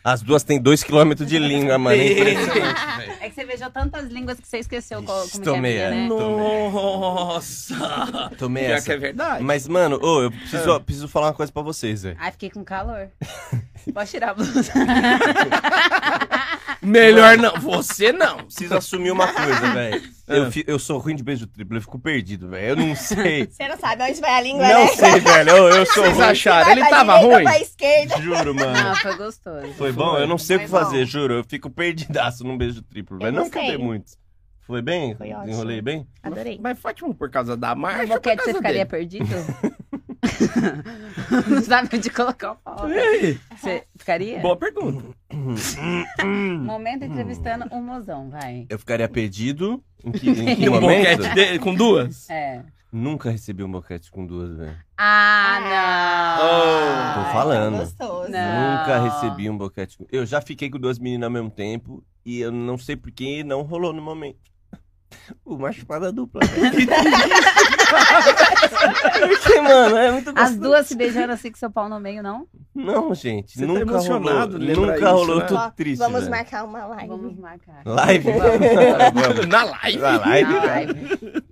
[SPEAKER 2] as duas... têm dois quilômetros de língua, mano. É Impressionante, velho.
[SPEAKER 3] É que você beijou tantas línguas que você esqueceu qual,
[SPEAKER 2] Ixi,
[SPEAKER 3] como
[SPEAKER 2] tomei,
[SPEAKER 3] que é a
[SPEAKER 2] é.
[SPEAKER 3] minha, né?
[SPEAKER 1] Nossa!
[SPEAKER 2] Tomei
[SPEAKER 1] Já que
[SPEAKER 2] essa.
[SPEAKER 1] é verdade?
[SPEAKER 2] Mas, mano, ô, eu preciso, preciso falar uma coisa pra vocês, velho.
[SPEAKER 3] né? Ai, fiquei com calor. Pode tirar a blusa.
[SPEAKER 1] Melhor não. Você não.
[SPEAKER 2] Preciso assumir uma coisa, velho. Eu, fi- eu sou ruim de beijo triplo, eu fico perdido, velho. Eu não sei.
[SPEAKER 4] Você não sabe onde vai a língua,
[SPEAKER 2] Não
[SPEAKER 4] né?
[SPEAKER 2] sei, velho. Eu, eu sou
[SPEAKER 1] Vocês
[SPEAKER 2] ruim.
[SPEAKER 1] acharam? Ele
[SPEAKER 4] Vai pra
[SPEAKER 1] tava
[SPEAKER 4] direita,
[SPEAKER 1] ruim?
[SPEAKER 4] Pra esquerda.
[SPEAKER 2] Juro, mano.
[SPEAKER 3] Não, foi gostoso.
[SPEAKER 2] Foi bom? Eu não sei o que
[SPEAKER 3] Foi bom.
[SPEAKER 2] fazer, juro. Eu fico perdidaço num beijo triplo, velho.
[SPEAKER 4] Eu
[SPEAKER 2] Não
[SPEAKER 4] gostei.
[SPEAKER 2] acabei muito. Foi bem?
[SPEAKER 4] Foi ótimo.
[SPEAKER 2] Enrolei bem?
[SPEAKER 4] Adorei.
[SPEAKER 1] Mas Fátima, por causa da
[SPEAKER 3] Na
[SPEAKER 1] marcha. por
[SPEAKER 3] boquete você
[SPEAKER 1] causa
[SPEAKER 3] ficaria
[SPEAKER 1] dele.
[SPEAKER 3] perdido? não sabe onde colocar o pau.
[SPEAKER 1] E
[SPEAKER 3] Você
[SPEAKER 1] aí?
[SPEAKER 3] ficaria?
[SPEAKER 1] Boa pergunta.
[SPEAKER 3] Momento entrevistando um mozão, vai.
[SPEAKER 2] Eu ficaria perdido. Em que, em que
[SPEAKER 1] Tem um
[SPEAKER 2] momento?
[SPEAKER 1] boquete dele com duas?
[SPEAKER 3] É.
[SPEAKER 2] Nunca recebi um boquete com duas vezes.
[SPEAKER 3] Ah,
[SPEAKER 2] Oh.
[SPEAKER 3] não!
[SPEAKER 2] Tô
[SPEAKER 4] Ai,
[SPEAKER 2] falando.
[SPEAKER 4] tão gostoso.
[SPEAKER 3] Não.
[SPEAKER 2] Nunca recebi um boquete com... Eu já fiquei com duas meninas ao mesmo tempo e eu não sei por que não rolou no momento. Uma chupada dupla. velho. Porque, mano, é muito
[SPEAKER 3] As
[SPEAKER 2] gostoso.
[SPEAKER 3] duas se beijando assim com seu pau no meio, não?
[SPEAKER 2] Não, gente,
[SPEAKER 1] Você tá
[SPEAKER 2] nunca
[SPEAKER 1] emocionado,
[SPEAKER 2] rolou.
[SPEAKER 1] lembra
[SPEAKER 2] Nunca
[SPEAKER 1] isso,
[SPEAKER 2] rolou,
[SPEAKER 1] né?
[SPEAKER 2] eu tô
[SPEAKER 4] Ó,
[SPEAKER 2] triste,
[SPEAKER 4] Vamos
[SPEAKER 2] velho.
[SPEAKER 4] marcar uma live.
[SPEAKER 3] Vamos marcar.
[SPEAKER 2] Live?
[SPEAKER 3] Vamos.
[SPEAKER 1] Na live.
[SPEAKER 2] Na live?
[SPEAKER 3] Na live.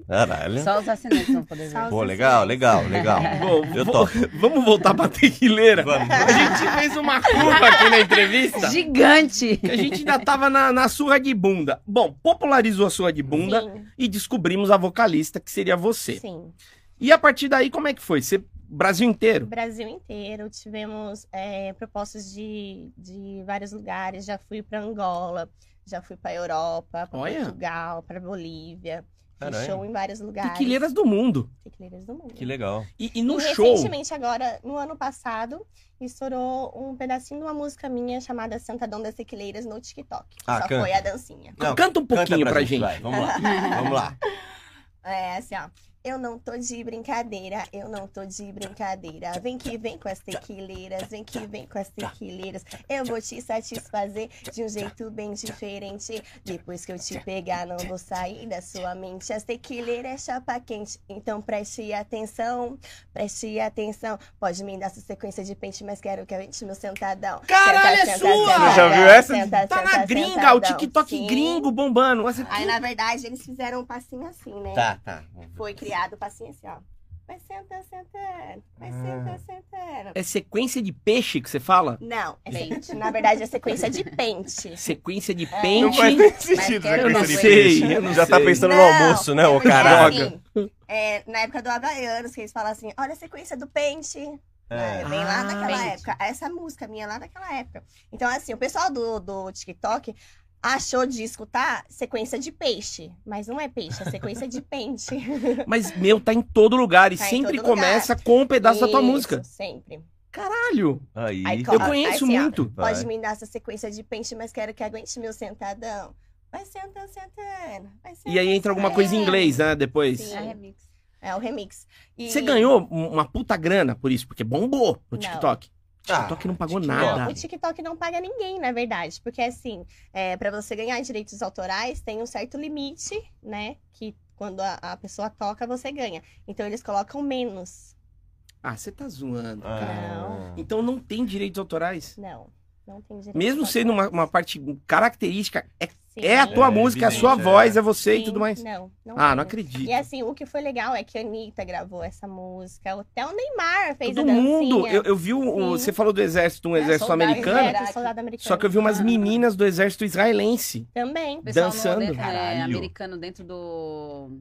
[SPEAKER 2] Caralho.
[SPEAKER 3] Só os assinantes vão poder ver.
[SPEAKER 4] Só
[SPEAKER 2] né? Pô, legal, legal, legal.
[SPEAKER 1] Bom,
[SPEAKER 2] Eu
[SPEAKER 1] vo-
[SPEAKER 2] topo.
[SPEAKER 1] vamos voltar pra tequileira.
[SPEAKER 2] Vamos.
[SPEAKER 1] A gente fez uma curva aqui na
[SPEAKER 3] Tá.
[SPEAKER 1] entrevista.
[SPEAKER 3] Gigante!
[SPEAKER 1] que a gente ainda tava na, na surra de bunda. Bom, popularizou a surra de bunda
[SPEAKER 4] Sim,
[SPEAKER 1] e descobrimos a vocalista, que seria você.
[SPEAKER 4] sim.
[SPEAKER 1] E a partir daí, como é que foi? Você, Brasil inteiro?
[SPEAKER 4] Brasil inteiro, tivemos é, propostas de, de vários lugares. Já fui para Angola, já fui para Europa, para
[SPEAKER 1] Olha.
[SPEAKER 4] Portugal, para Bolívia. Fiz
[SPEAKER 2] Caralho.
[SPEAKER 4] show em vários lugares.
[SPEAKER 1] Tequileiras do mundo.
[SPEAKER 4] Tequileiras do mundo.
[SPEAKER 2] Que legal.
[SPEAKER 1] E, e no
[SPEAKER 4] e
[SPEAKER 1] show.
[SPEAKER 4] recentemente, agora, no ano passado, estourou um pedacinho de uma música minha chamada Santadão das Tequileiras no TikTok. Que
[SPEAKER 2] Ah,
[SPEAKER 4] só
[SPEAKER 2] canta.
[SPEAKER 4] foi a dancinha.
[SPEAKER 2] Não,
[SPEAKER 1] canta um pouquinho pra, gente.
[SPEAKER 2] vai, vamos lá, vamos lá.
[SPEAKER 4] É, assim, ó. Eu não tô de brincadeira, eu não tô de brincadeira. Vem que vem com as tequileiras, vem que vem com as tequileiras. Eu vou te satisfazer de um jeito bem diferente. Depois que eu te pegar, não vou sair da sua mente. As tequileiras é chapa quente, então preste atenção, preste atenção. Pode me dar sua sequência de pente, mas quero que eu enche meu sentadão.
[SPEAKER 1] Caralho, é sua!
[SPEAKER 2] Você já viu essa?
[SPEAKER 1] Tá na gringa, o TikTok gringo bombando. Mas- é,
[SPEAKER 4] Aí, na verdade, eles fizeram um passinho assim, né?
[SPEAKER 2] Tá, tá.
[SPEAKER 4] foi criado o passinho assim, ó. Vai sentando, sentando, vai
[SPEAKER 1] Ah.
[SPEAKER 4] sentando, sentando.
[SPEAKER 1] É sequência de peixe que você fala?
[SPEAKER 4] Não, é
[SPEAKER 3] Pente.
[SPEAKER 4] sequência- na verdade é sequência de pente.
[SPEAKER 1] Sequência de
[SPEAKER 4] É.
[SPEAKER 2] Não é.
[SPEAKER 1] pente.
[SPEAKER 2] faz nem sentido
[SPEAKER 3] quero
[SPEAKER 2] essa
[SPEAKER 3] uma
[SPEAKER 2] coisa de
[SPEAKER 1] sei, É,
[SPEAKER 2] peixe.
[SPEAKER 1] eu não
[SPEAKER 2] Já tá
[SPEAKER 1] sei.
[SPEAKER 2] pensando no
[SPEAKER 4] Não,
[SPEAKER 2] almoço, né, ô
[SPEAKER 4] Porque
[SPEAKER 2] caralho?
[SPEAKER 4] assim, é, na época do Havaianos, que eles falam assim, olha a sequência do pente. né?
[SPEAKER 2] É.
[SPEAKER 4] Bem lá
[SPEAKER 1] Ah,
[SPEAKER 4] naquela
[SPEAKER 3] pente.
[SPEAKER 4] época. Essa música minha lá naquela época. Então, assim, o pessoal do, do TikTok achou de escutar sequência de peixe. Mas não é peixe, é sequência de pente.
[SPEAKER 1] Mas, meu, tá em todo lugar. E
[SPEAKER 4] Tá em
[SPEAKER 1] sempre
[SPEAKER 4] todo lugar.
[SPEAKER 1] começa com um pedaço da tua
[SPEAKER 4] Isso,
[SPEAKER 1] música.
[SPEAKER 4] Sempre.
[SPEAKER 1] Caralho!
[SPEAKER 2] Aí,
[SPEAKER 4] Aí
[SPEAKER 1] Eu
[SPEAKER 4] Ah,
[SPEAKER 1] conheço
[SPEAKER 4] aí, assim, ó.
[SPEAKER 1] muito.
[SPEAKER 2] vai.
[SPEAKER 4] Pode me dar essa sequência de pente, mas quero que aguente meu sentadão. Vai sentando, sentando. Vai sentando,
[SPEAKER 1] E aí entra alguma coisa em
[SPEAKER 4] sentando.
[SPEAKER 1] inglês, né? Depois.
[SPEAKER 4] Sim.
[SPEAKER 3] É remix.
[SPEAKER 4] É o remix. E-
[SPEAKER 1] Você ganhou um- uma puta grana por isso, porque bombou no
[SPEAKER 4] Não.
[SPEAKER 1] TikTok.
[SPEAKER 2] Ah,
[SPEAKER 1] O TikTok não pagou
[SPEAKER 2] TikTok.
[SPEAKER 1] nada.
[SPEAKER 4] Não, o TikTok não paga ninguém, na verdade. Porque, assim, é, para você ganhar direitos autorais, tem um certo limite, né? Que quando a, a pessoa toca, você ganha. Então, eles colocam menos.
[SPEAKER 1] Ah, você tá zoando,
[SPEAKER 2] Ah.
[SPEAKER 1] cara.
[SPEAKER 4] Não.
[SPEAKER 1] Então não tem direitos autorais.
[SPEAKER 4] Não, não tem direito.
[SPEAKER 1] Mesmo sendo uma, uma parte característica, é,
[SPEAKER 4] Sim.
[SPEAKER 1] é a tua
[SPEAKER 2] É
[SPEAKER 1] música, é a sua
[SPEAKER 2] evidente,
[SPEAKER 1] voz,
[SPEAKER 2] é.
[SPEAKER 1] é você
[SPEAKER 4] Sim,
[SPEAKER 1] e tudo mais.
[SPEAKER 4] Não,
[SPEAKER 3] Então
[SPEAKER 4] não
[SPEAKER 3] é
[SPEAKER 1] Ah, não
[SPEAKER 4] tem.
[SPEAKER 1] acredito.
[SPEAKER 4] E assim, o que foi legal é que a Anitta gravou essa música, até o Neymar fez
[SPEAKER 1] Todo
[SPEAKER 4] a
[SPEAKER 1] mundo.
[SPEAKER 4] dancinha.
[SPEAKER 1] Eu, eu vi o, o-
[SPEAKER 4] Sim.
[SPEAKER 1] Você falou do exército, um
[SPEAKER 3] É,
[SPEAKER 1] exército
[SPEAKER 3] soldado,
[SPEAKER 1] americano.
[SPEAKER 3] né?
[SPEAKER 4] Era soldado americano.
[SPEAKER 1] Só que eu vi umas meninas do exército israelense.
[SPEAKER 4] Também.
[SPEAKER 3] O pessoal no-
[SPEAKER 1] Dançando.
[SPEAKER 3] dentro, é,
[SPEAKER 2] Caralho.
[SPEAKER 3] americano dentro do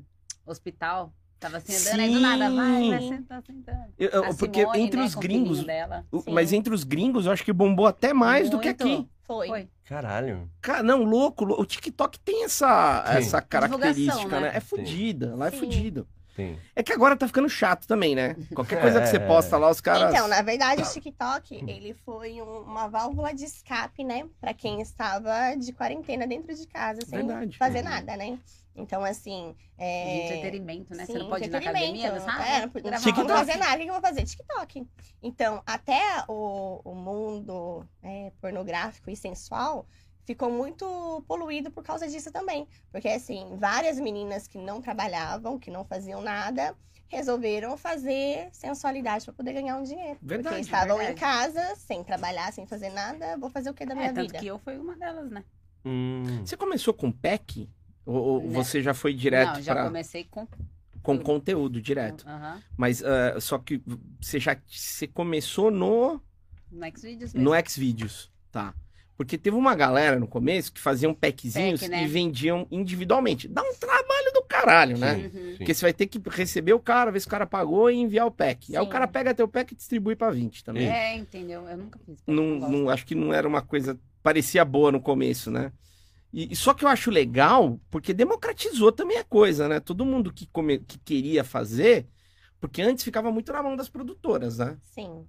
[SPEAKER 3] hospital. Tava assim, andando aí do nada. Vai,
[SPEAKER 1] Sim.
[SPEAKER 3] vai sentando, sentando.
[SPEAKER 1] Eu- eu-
[SPEAKER 3] A
[SPEAKER 1] Ah, porque
[SPEAKER 3] Simone,
[SPEAKER 1] entre
[SPEAKER 3] né,
[SPEAKER 1] os
[SPEAKER 3] com o filhinho
[SPEAKER 1] gringos.
[SPEAKER 3] Dela.
[SPEAKER 1] o-
[SPEAKER 4] Sim.
[SPEAKER 1] Mas entre os gringos, eu acho que bombou até mais do que
[SPEAKER 3] Muito.
[SPEAKER 1] aqui.
[SPEAKER 4] Foi.
[SPEAKER 3] Foi.
[SPEAKER 2] Caralho.
[SPEAKER 1] Cara, não, louco, lou- o TikTok tem essa,
[SPEAKER 2] Sim.
[SPEAKER 1] essa característica,
[SPEAKER 3] Divulgação,
[SPEAKER 1] né?
[SPEAKER 3] né?
[SPEAKER 1] É fodida, lá é
[SPEAKER 4] Sim.
[SPEAKER 1] fodida.
[SPEAKER 2] Tem.
[SPEAKER 1] É que agora tá ficando chato também, né? Qualquer coisa que você
[SPEAKER 2] É.
[SPEAKER 1] posta lá, os caras.
[SPEAKER 4] Então, na verdade,
[SPEAKER 1] tá.
[SPEAKER 4] o TikTok, ele foi um- uma válvula de escape, né? Pra quem estava de quarentena dentro de casa, sem
[SPEAKER 1] Verdade.
[SPEAKER 4] fazer
[SPEAKER 2] Uhum.
[SPEAKER 4] nada, né? então assim
[SPEAKER 3] De
[SPEAKER 4] é...
[SPEAKER 3] entretenimento, né?
[SPEAKER 4] sim,
[SPEAKER 3] Você não pode ir na
[SPEAKER 4] entretenimento.
[SPEAKER 3] academia, não sabe?
[SPEAKER 4] É, não podia- não
[SPEAKER 1] TikTok.
[SPEAKER 4] vou fazer nada, o que eu vou fazer? TikTok. Então, até o, o mundo é, pornográfico e sensual ficou muito poluído por causa disso também. Porque, assim, várias meninas que não trabalhavam, que não faziam nada, resolveram fazer sensualidade para poder ganhar um dinheiro.
[SPEAKER 1] Verdade,
[SPEAKER 4] porque estavam
[SPEAKER 3] verdade.
[SPEAKER 4] em casa, sem trabalhar, sem fazer nada, vou fazer o que da minha
[SPEAKER 3] É, tanto
[SPEAKER 4] vida?
[SPEAKER 3] que eu fui uma delas, né?
[SPEAKER 2] Hum.
[SPEAKER 1] Você começou com PEC? Ou, ou
[SPEAKER 3] Não.
[SPEAKER 1] você já foi direto
[SPEAKER 3] não, já
[SPEAKER 1] pra-
[SPEAKER 3] comecei com...
[SPEAKER 1] com conteúdo direto?
[SPEAKER 3] Aham.
[SPEAKER 1] Mas ah, só que você já você começou no,
[SPEAKER 3] No Xvideos né? mesmo.
[SPEAKER 1] no Xvideos, tá? Porque teve uma galera no começo que faziam packzinhos
[SPEAKER 3] Pack, né?
[SPEAKER 1] e vendiam individualmente. Dá um trabalho do caralho, né?
[SPEAKER 2] Sim,
[SPEAKER 3] Uhum.
[SPEAKER 2] sim.
[SPEAKER 1] Porque você vai ter que receber o cara, ver se o cara pagou e enviar o pack. Aí o
[SPEAKER 4] Sim.
[SPEAKER 1] cara pega teu pack e distribui pra 20 também.
[SPEAKER 3] É, entendeu? Eu nunca fiz.
[SPEAKER 1] Não,
[SPEAKER 3] eu gosto.
[SPEAKER 1] não- acho que não era uma coisa. Parecia boa no começo, né? E, e só que eu acho legal, porque democratizou também a coisa, né? Todo mundo que, come- que queria fazer, porque antes ficava muito na mão das produtoras, né?
[SPEAKER 4] Sim.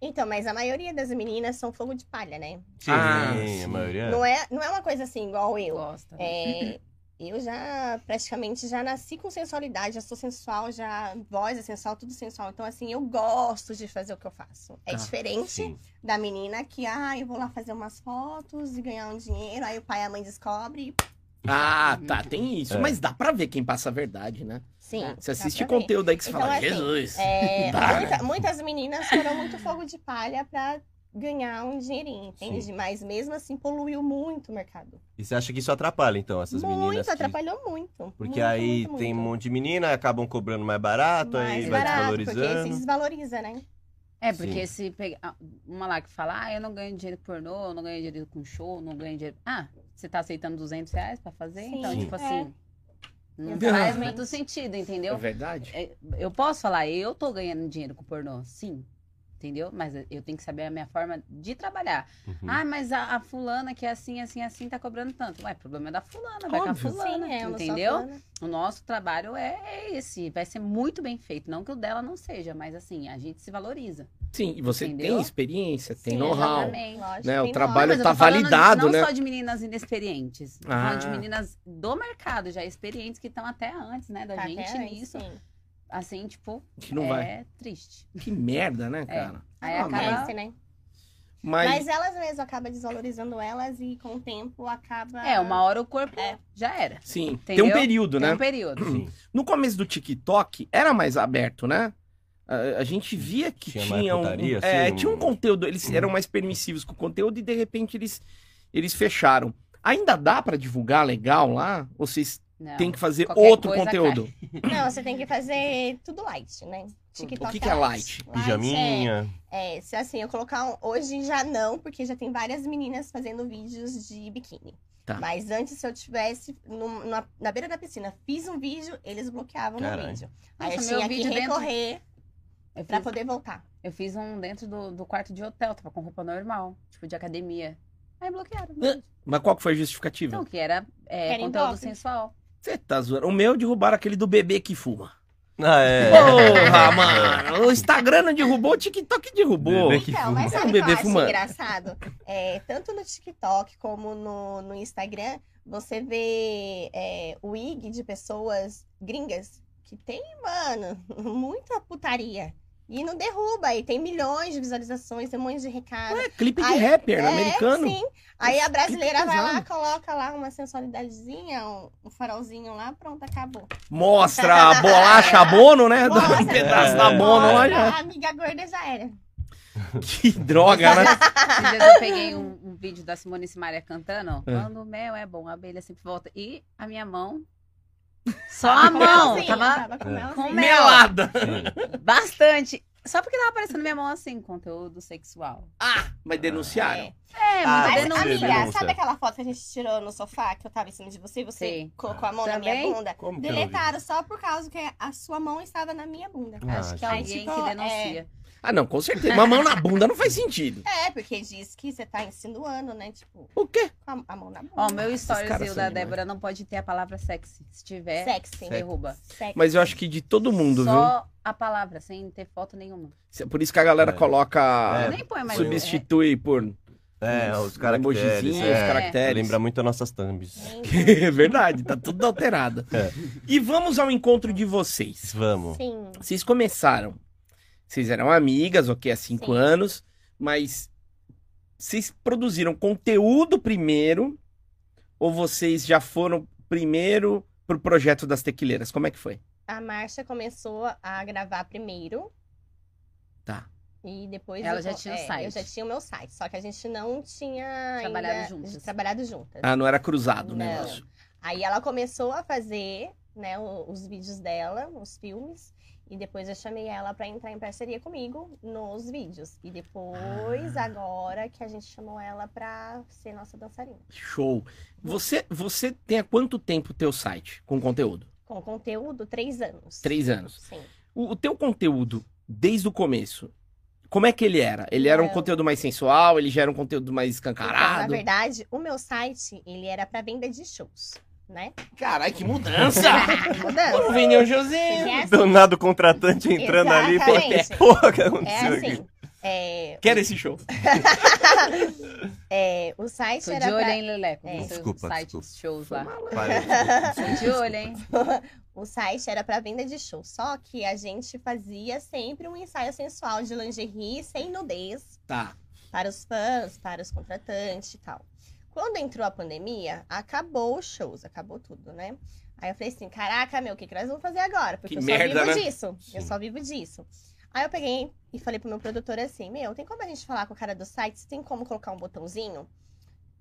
[SPEAKER 4] Então, mas a maioria das meninas são fogo de palha, né? é,
[SPEAKER 2] Sim,
[SPEAKER 1] Ah,
[SPEAKER 2] a
[SPEAKER 1] sim.
[SPEAKER 2] maioria.
[SPEAKER 3] né?
[SPEAKER 4] Não, é, não é uma coisa assim igual eu.
[SPEAKER 3] Gosta.
[SPEAKER 4] É, Eu já praticamente já nasci com sensualidade, já sou sensual, já voz é sensual, tudo sensual. Então, assim, eu gosto de fazer o que eu faço. É
[SPEAKER 1] Tá.
[SPEAKER 4] diferente
[SPEAKER 2] Ah, Sim.
[SPEAKER 4] da menina que, ah, eu vou lá fazer umas fotos e ganhar um dinheiro, aí o pai e a mãe descobrem. e-
[SPEAKER 1] Ah, tá, tem isso.
[SPEAKER 2] É.
[SPEAKER 1] Mas dá pra ver quem passa a verdade, né?
[SPEAKER 4] Sim.
[SPEAKER 1] Você
[SPEAKER 4] dá
[SPEAKER 1] assiste
[SPEAKER 4] pra ver.
[SPEAKER 1] conteúdo aí que você
[SPEAKER 4] Então,
[SPEAKER 1] fala,
[SPEAKER 4] assim,
[SPEAKER 1] Jesus.
[SPEAKER 4] É,
[SPEAKER 1] Dá,
[SPEAKER 4] muita- muitas meninas foram muito fogo de palha pra ganhar um dinheirinho, entende? Mas mesmo assim poluiu muito o mercado.
[SPEAKER 2] E você acha que isso atrapalha, então, essas
[SPEAKER 4] muito,
[SPEAKER 2] meninas? que-
[SPEAKER 4] atrapalhou muito.
[SPEAKER 2] Porque
[SPEAKER 4] muito,
[SPEAKER 2] aí
[SPEAKER 4] muito,
[SPEAKER 2] tem um
[SPEAKER 4] muito.
[SPEAKER 2] monte de menina, acabam cobrando mais barato, aí
[SPEAKER 4] mais
[SPEAKER 2] vai
[SPEAKER 4] barato, porque
[SPEAKER 2] desvalorizando.
[SPEAKER 4] se desvaloriza, né?
[SPEAKER 3] É,
[SPEAKER 2] Sim.
[SPEAKER 3] porque se pegar uma lá que fala, ah, eu não ganho dinheiro pornô, eu não ganho dinheiro com show, eu não ganho dinheiro. Ah, você tá aceitando 200 reais pra fazer?
[SPEAKER 4] Sim.
[SPEAKER 3] Então,
[SPEAKER 2] Sim.
[SPEAKER 3] tipo
[SPEAKER 4] É.
[SPEAKER 3] assim, não
[SPEAKER 1] Exatamente.
[SPEAKER 3] faz muito sentido,
[SPEAKER 1] É
[SPEAKER 3] entendeu?
[SPEAKER 1] verdade?
[SPEAKER 3] É, Eu posso falar, eu tô ganhando dinheiro com pornô, sim, entendeu? Mas eu tenho que saber a minha forma de trabalhar.
[SPEAKER 1] Hum.
[SPEAKER 2] Uhum.
[SPEAKER 3] Ah, mas a, a fulana que é assim, assim, assim, tá cobrando tanto. Ué, o problema é da fulana, vai com a
[SPEAKER 1] Óbvio.
[SPEAKER 3] fulana,
[SPEAKER 4] Sim, é, eu não sou
[SPEAKER 3] entendeu?
[SPEAKER 4] plana.
[SPEAKER 3] O nosso trabalho é, é esse, vai ser muito bem feito. Não que o dela não seja, mas assim, a gente se valoriza.
[SPEAKER 1] Sim, e você
[SPEAKER 3] Entendeu?
[SPEAKER 1] tem experiência, tem
[SPEAKER 4] Sim,
[SPEAKER 1] know-how.
[SPEAKER 3] Exatamente.
[SPEAKER 4] Lógico,
[SPEAKER 1] Né, o
[SPEAKER 4] tem
[SPEAKER 1] trabalho
[SPEAKER 4] nome.
[SPEAKER 3] eu tô
[SPEAKER 1] tá
[SPEAKER 3] falando
[SPEAKER 1] validado,
[SPEAKER 3] não
[SPEAKER 1] né?
[SPEAKER 3] só de meninas inexperientes, tô
[SPEAKER 1] Ah.
[SPEAKER 3] falando de meninas do mercado já experientes que estão até antes, né, da
[SPEAKER 4] Tá
[SPEAKER 3] gente
[SPEAKER 4] vendo?
[SPEAKER 3] nisso.
[SPEAKER 4] Sim.
[SPEAKER 3] Assim, tipo,
[SPEAKER 1] Que não
[SPEAKER 3] é
[SPEAKER 1] vai.
[SPEAKER 3] triste.
[SPEAKER 1] Que merda, né, cara?
[SPEAKER 3] Aí
[SPEAKER 1] Ah,
[SPEAKER 3] acaba
[SPEAKER 4] Acontece, né?
[SPEAKER 1] Mas,
[SPEAKER 4] Mas elas mesmas acabam desvalorizando elas e com o tempo acaba.
[SPEAKER 3] É, uma hora o corpo
[SPEAKER 4] Ah. É.
[SPEAKER 3] já era.
[SPEAKER 1] sim, tem um
[SPEAKER 3] Entendeu?
[SPEAKER 1] período,
[SPEAKER 3] Tem
[SPEAKER 1] né?
[SPEAKER 3] um período.
[SPEAKER 2] Sim.
[SPEAKER 1] No começo do TikTok era mais aberto, né? A, a gente via que
[SPEAKER 2] Tinha
[SPEAKER 1] tinha,
[SPEAKER 2] mais putaria,
[SPEAKER 1] um,
[SPEAKER 2] assim,
[SPEAKER 1] é,
[SPEAKER 2] um-
[SPEAKER 1] tinha um conteúdo, eles eram mais permissivos com o conteúdo e de repente eles eles fecharam. Ainda dá pra divulgar legal lá? Ou vocês
[SPEAKER 3] Não.
[SPEAKER 1] têm que fazer
[SPEAKER 3] qualquer
[SPEAKER 1] outro
[SPEAKER 3] coisa
[SPEAKER 1] conteúdo?
[SPEAKER 4] Não, você tem que fazer tudo light, né?
[SPEAKER 1] O que que é light?
[SPEAKER 2] Pijaminha.
[SPEAKER 4] É, é, se assim, eu colocar um- hoje já não, porque já tem várias meninas fazendo vídeos de biquíni.
[SPEAKER 1] Tá.
[SPEAKER 4] Mas antes, se eu tivesse num- na, na beira da piscina, fiz um vídeo, eles bloqueavam
[SPEAKER 2] Caralho.
[SPEAKER 4] meu vídeo. Aí eu
[SPEAKER 3] Nossa,
[SPEAKER 4] tinha
[SPEAKER 3] meu
[SPEAKER 4] que
[SPEAKER 3] vídeo dentro-
[SPEAKER 4] recorrer
[SPEAKER 3] Eu
[SPEAKER 4] pra
[SPEAKER 3] fiz-
[SPEAKER 4] poder voltar.
[SPEAKER 3] Eu fiz um dentro do, do quarto de hotel, tava com roupa normal, tipo de academia. Aí bloquearam. né?
[SPEAKER 1] Hã? Mas qual que foi a justificativa?
[SPEAKER 3] Então, que era é,
[SPEAKER 4] Querem
[SPEAKER 3] conteúdo
[SPEAKER 4] golpe?
[SPEAKER 3] sensual.
[SPEAKER 1] Você tá zoando. O meu derrubaram aquele do bebê que fuma.
[SPEAKER 2] Ah, é.
[SPEAKER 1] Porra, mano! O Instagram não derrubou, o TikTok derrubou.
[SPEAKER 2] Bebê que
[SPEAKER 4] Então,
[SPEAKER 2] fuma.
[SPEAKER 4] mas
[SPEAKER 1] É um
[SPEAKER 4] sabe o que
[SPEAKER 1] bebê
[SPEAKER 4] eu acho
[SPEAKER 1] fumando.
[SPEAKER 4] engraçado? É, tanto no TikTok como no, no Instagram, você vê é, o IG de pessoas gringas que tem, mano, muita putaria. E não derruba, e tem milhões de visualizações, tem um monte de recado.
[SPEAKER 1] É clipe de
[SPEAKER 4] Aí-
[SPEAKER 1] rapper
[SPEAKER 4] É,
[SPEAKER 1] americano.
[SPEAKER 4] Sim. Aí a brasileira
[SPEAKER 1] Que
[SPEAKER 4] vai lá,
[SPEAKER 1] pesado.
[SPEAKER 4] coloca lá uma sensualidadezinha, um, um farolzinho lá, pronto, acabou.
[SPEAKER 1] Mostra a bolacha abono, né? Do
[SPEAKER 4] Mostra,
[SPEAKER 1] um pedaço da
[SPEAKER 2] É.
[SPEAKER 1] abono lá.
[SPEAKER 4] Mostra,
[SPEAKER 1] já.
[SPEAKER 4] a amiga gorda já era.
[SPEAKER 1] Que droga, né?
[SPEAKER 3] Esses dias eu peguei um, um vídeo da Simone Simaria cantando.
[SPEAKER 1] É.
[SPEAKER 3] Quando o mel é bom, a abelha sempre volta. E a minha mão. Só a mão!
[SPEAKER 4] Melzinho,
[SPEAKER 3] Tava
[SPEAKER 4] Assim, com
[SPEAKER 1] É.
[SPEAKER 4] assim. melzinho.
[SPEAKER 3] com mel.
[SPEAKER 1] Melada.
[SPEAKER 3] Bastante. Só porque tava aparecendo minha mão assim, conteúdo sexual.
[SPEAKER 1] Ah, mas denunciaram.
[SPEAKER 3] É,
[SPEAKER 2] Ah,
[SPEAKER 3] muita
[SPEAKER 4] Mas,
[SPEAKER 2] denúncia.
[SPEAKER 4] amiga,
[SPEAKER 3] denúncia.
[SPEAKER 2] Denúncia.
[SPEAKER 4] sabe aquela foto que a gente tirou no sofá que eu tava em cima de você e você
[SPEAKER 3] Sim.
[SPEAKER 4] colocou a mão na
[SPEAKER 3] Também?
[SPEAKER 4] minha bunda?
[SPEAKER 2] Como que eu não vi?
[SPEAKER 4] Deletaram só por causa que a sua mão estava na minha bunda.
[SPEAKER 2] Ah,
[SPEAKER 3] Acho que
[SPEAKER 2] gente.
[SPEAKER 3] alguém
[SPEAKER 4] Tipo,
[SPEAKER 3] que
[SPEAKER 4] é.
[SPEAKER 3] denuncia.
[SPEAKER 1] Ah, não, com certeza. Uma mão na bunda não faz sentido.
[SPEAKER 4] É, porque diz que você tá insinuando, né? Tipo,
[SPEAKER 1] O quê?
[SPEAKER 4] com a, a mão na bunda.
[SPEAKER 3] Ó, meu stories
[SPEAKER 1] caras
[SPEAKER 3] e o
[SPEAKER 1] são
[SPEAKER 3] da
[SPEAKER 1] demais.
[SPEAKER 3] Débora não pode ter a palavra sexy. Se tiver,
[SPEAKER 4] Sexy.
[SPEAKER 3] derruba.
[SPEAKER 4] Sexy.
[SPEAKER 1] Mas eu acho que de todo mundo,
[SPEAKER 3] Só a palavra, sem ter foto nenhuma.
[SPEAKER 1] viu? Por isso que a galera
[SPEAKER 2] É.
[SPEAKER 3] Eu
[SPEAKER 1] coloca.
[SPEAKER 3] nem põe mais.
[SPEAKER 1] Substitui por
[SPEAKER 2] É, os caracteres.
[SPEAKER 1] emojizinhos,
[SPEAKER 2] É.
[SPEAKER 1] os caracteres.
[SPEAKER 2] Lembra muito as nossas thumbs.
[SPEAKER 4] Gente,
[SPEAKER 1] É verdade, tá tudo alterado.
[SPEAKER 2] É.
[SPEAKER 1] E vamos ao encontro de vocês.
[SPEAKER 2] Vamos.
[SPEAKER 4] Sim.
[SPEAKER 1] Vocês começaram. Vocês eram amigas, ok, há cinco
[SPEAKER 4] Sim.
[SPEAKER 1] anos, mas vocês produziram conteúdo primeiro ou vocês já foram primeiro pro projeto das tequileiras? Como é que foi?
[SPEAKER 4] A Marcia começou a gravar primeiro.
[SPEAKER 1] Tá.
[SPEAKER 4] E depois.
[SPEAKER 3] Ela
[SPEAKER 4] eu-
[SPEAKER 3] já tinha o
[SPEAKER 4] é,
[SPEAKER 3] site.
[SPEAKER 4] Eu já tinha o meu site. Só que a gente não tinha.
[SPEAKER 3] Trabalhado
[SPEAKER 4] ainda
[SPEAKER 3] juntas.
[SPEAKER 4] Trabalhado juntas.
[SPEAKER 1] Ah, não era cruzado o
[SPEAKER 4] Não.
[SPEAKER 1] negócio.
[SPEAKER 4] Aí ela começou a fazer, né, o- os vídeos dela, os filmes, e depois eu chamei ela pra entrar em parceria comigo nos vídeos. E depois,
[SPEAKER 1] Ah.
[SPEAKER 4] agora, que a gente chamou ela pra ser nossa dançarina.
[SPEAKER 1] Show. Você, você tem há quanto tempo o teu site com conteúdo?
[SPEAKER 4] Com conteúdo, três anos.
[SPEAKER 1] Três anos.
[SPEAKER 4] Sim. Então,
[SPEAKER 1] O, o teu conteúdo, desde o começo, como é que ele era? Ele era um
[SPEAKER 4] Não.
[SPEAKER 1] conteúdo mais sensual? Ele já era um conteúdo mais
[SPEAKER 4] Então, na
[SPEAKER 1] escancarado?
[SPEAKER 4] verdade, o meu site, ele era pra venda de shows, né?
[SPEAKER 1] Caralho, que mudança!
[SPEAKER 4] Mudando.
[SPEAKER 1] Vamos vender o Josinho!
[SPEAKER 4] Porque é assim,
[SPEAKER 2] Do nada o contratante entrando ali. Pô,
[SPEAKER 4] Exatamente.
[SPEAKER 2] porra, o que
[SPEAKER 4] É
[SPEAKER 2] aconteceu aqui?
[SPEAKER 4] assim, É,
[SPEAKER 1] Quero esse show.
[SPEAKER 4] é, o site
[SPEAKER 3] Tô
[SPEAKER 4] era
[SPEAKER 3] de olho,
[SPEAKER 4] pra-
[SPEAKER 3] hein, Leleco?
[SPEAKER 4] É.
[SPEAKER 3] no seu
[SPEAKER 2] Desculpa,
[SPEAKER 3] site
[SPEAKER 2] desculpa.
[SPEAKER 3] dos shows lá.
[SPEAKER 2] Parei, desculpa,
[SPEAKER 3] Tô de olho, hein?
[SPEAKER 4] o site era para venda de show, só que a gente fazia sempre um ensaio sensual de lingerie sem nudez
[SPEAKER 1] Tá.
[SPEAKER 4] para os fãs, para os contratantes e tal. Quando entrou a pandemia, acabou os shows, acabou tudo, né? Aí eu falei assim, caraca, meu, o que, que nós vamos fazer agora? Porque
[SPEAKER 1] Que
[SPEAKER 4] eu só
[SPEAKER 1] merda,
[SPEAKER 4] vivo
[SPEAKER 1] né?
[SPEAKER 4] disso, eu
[SPEAKER 2] Sim.
[SPEAKER 4] só vivo disso. Aí eu peguei e falei pro meu produtor assim, meu, tem como a gente falar com o cara do site? Você tem como colocar um botãozinho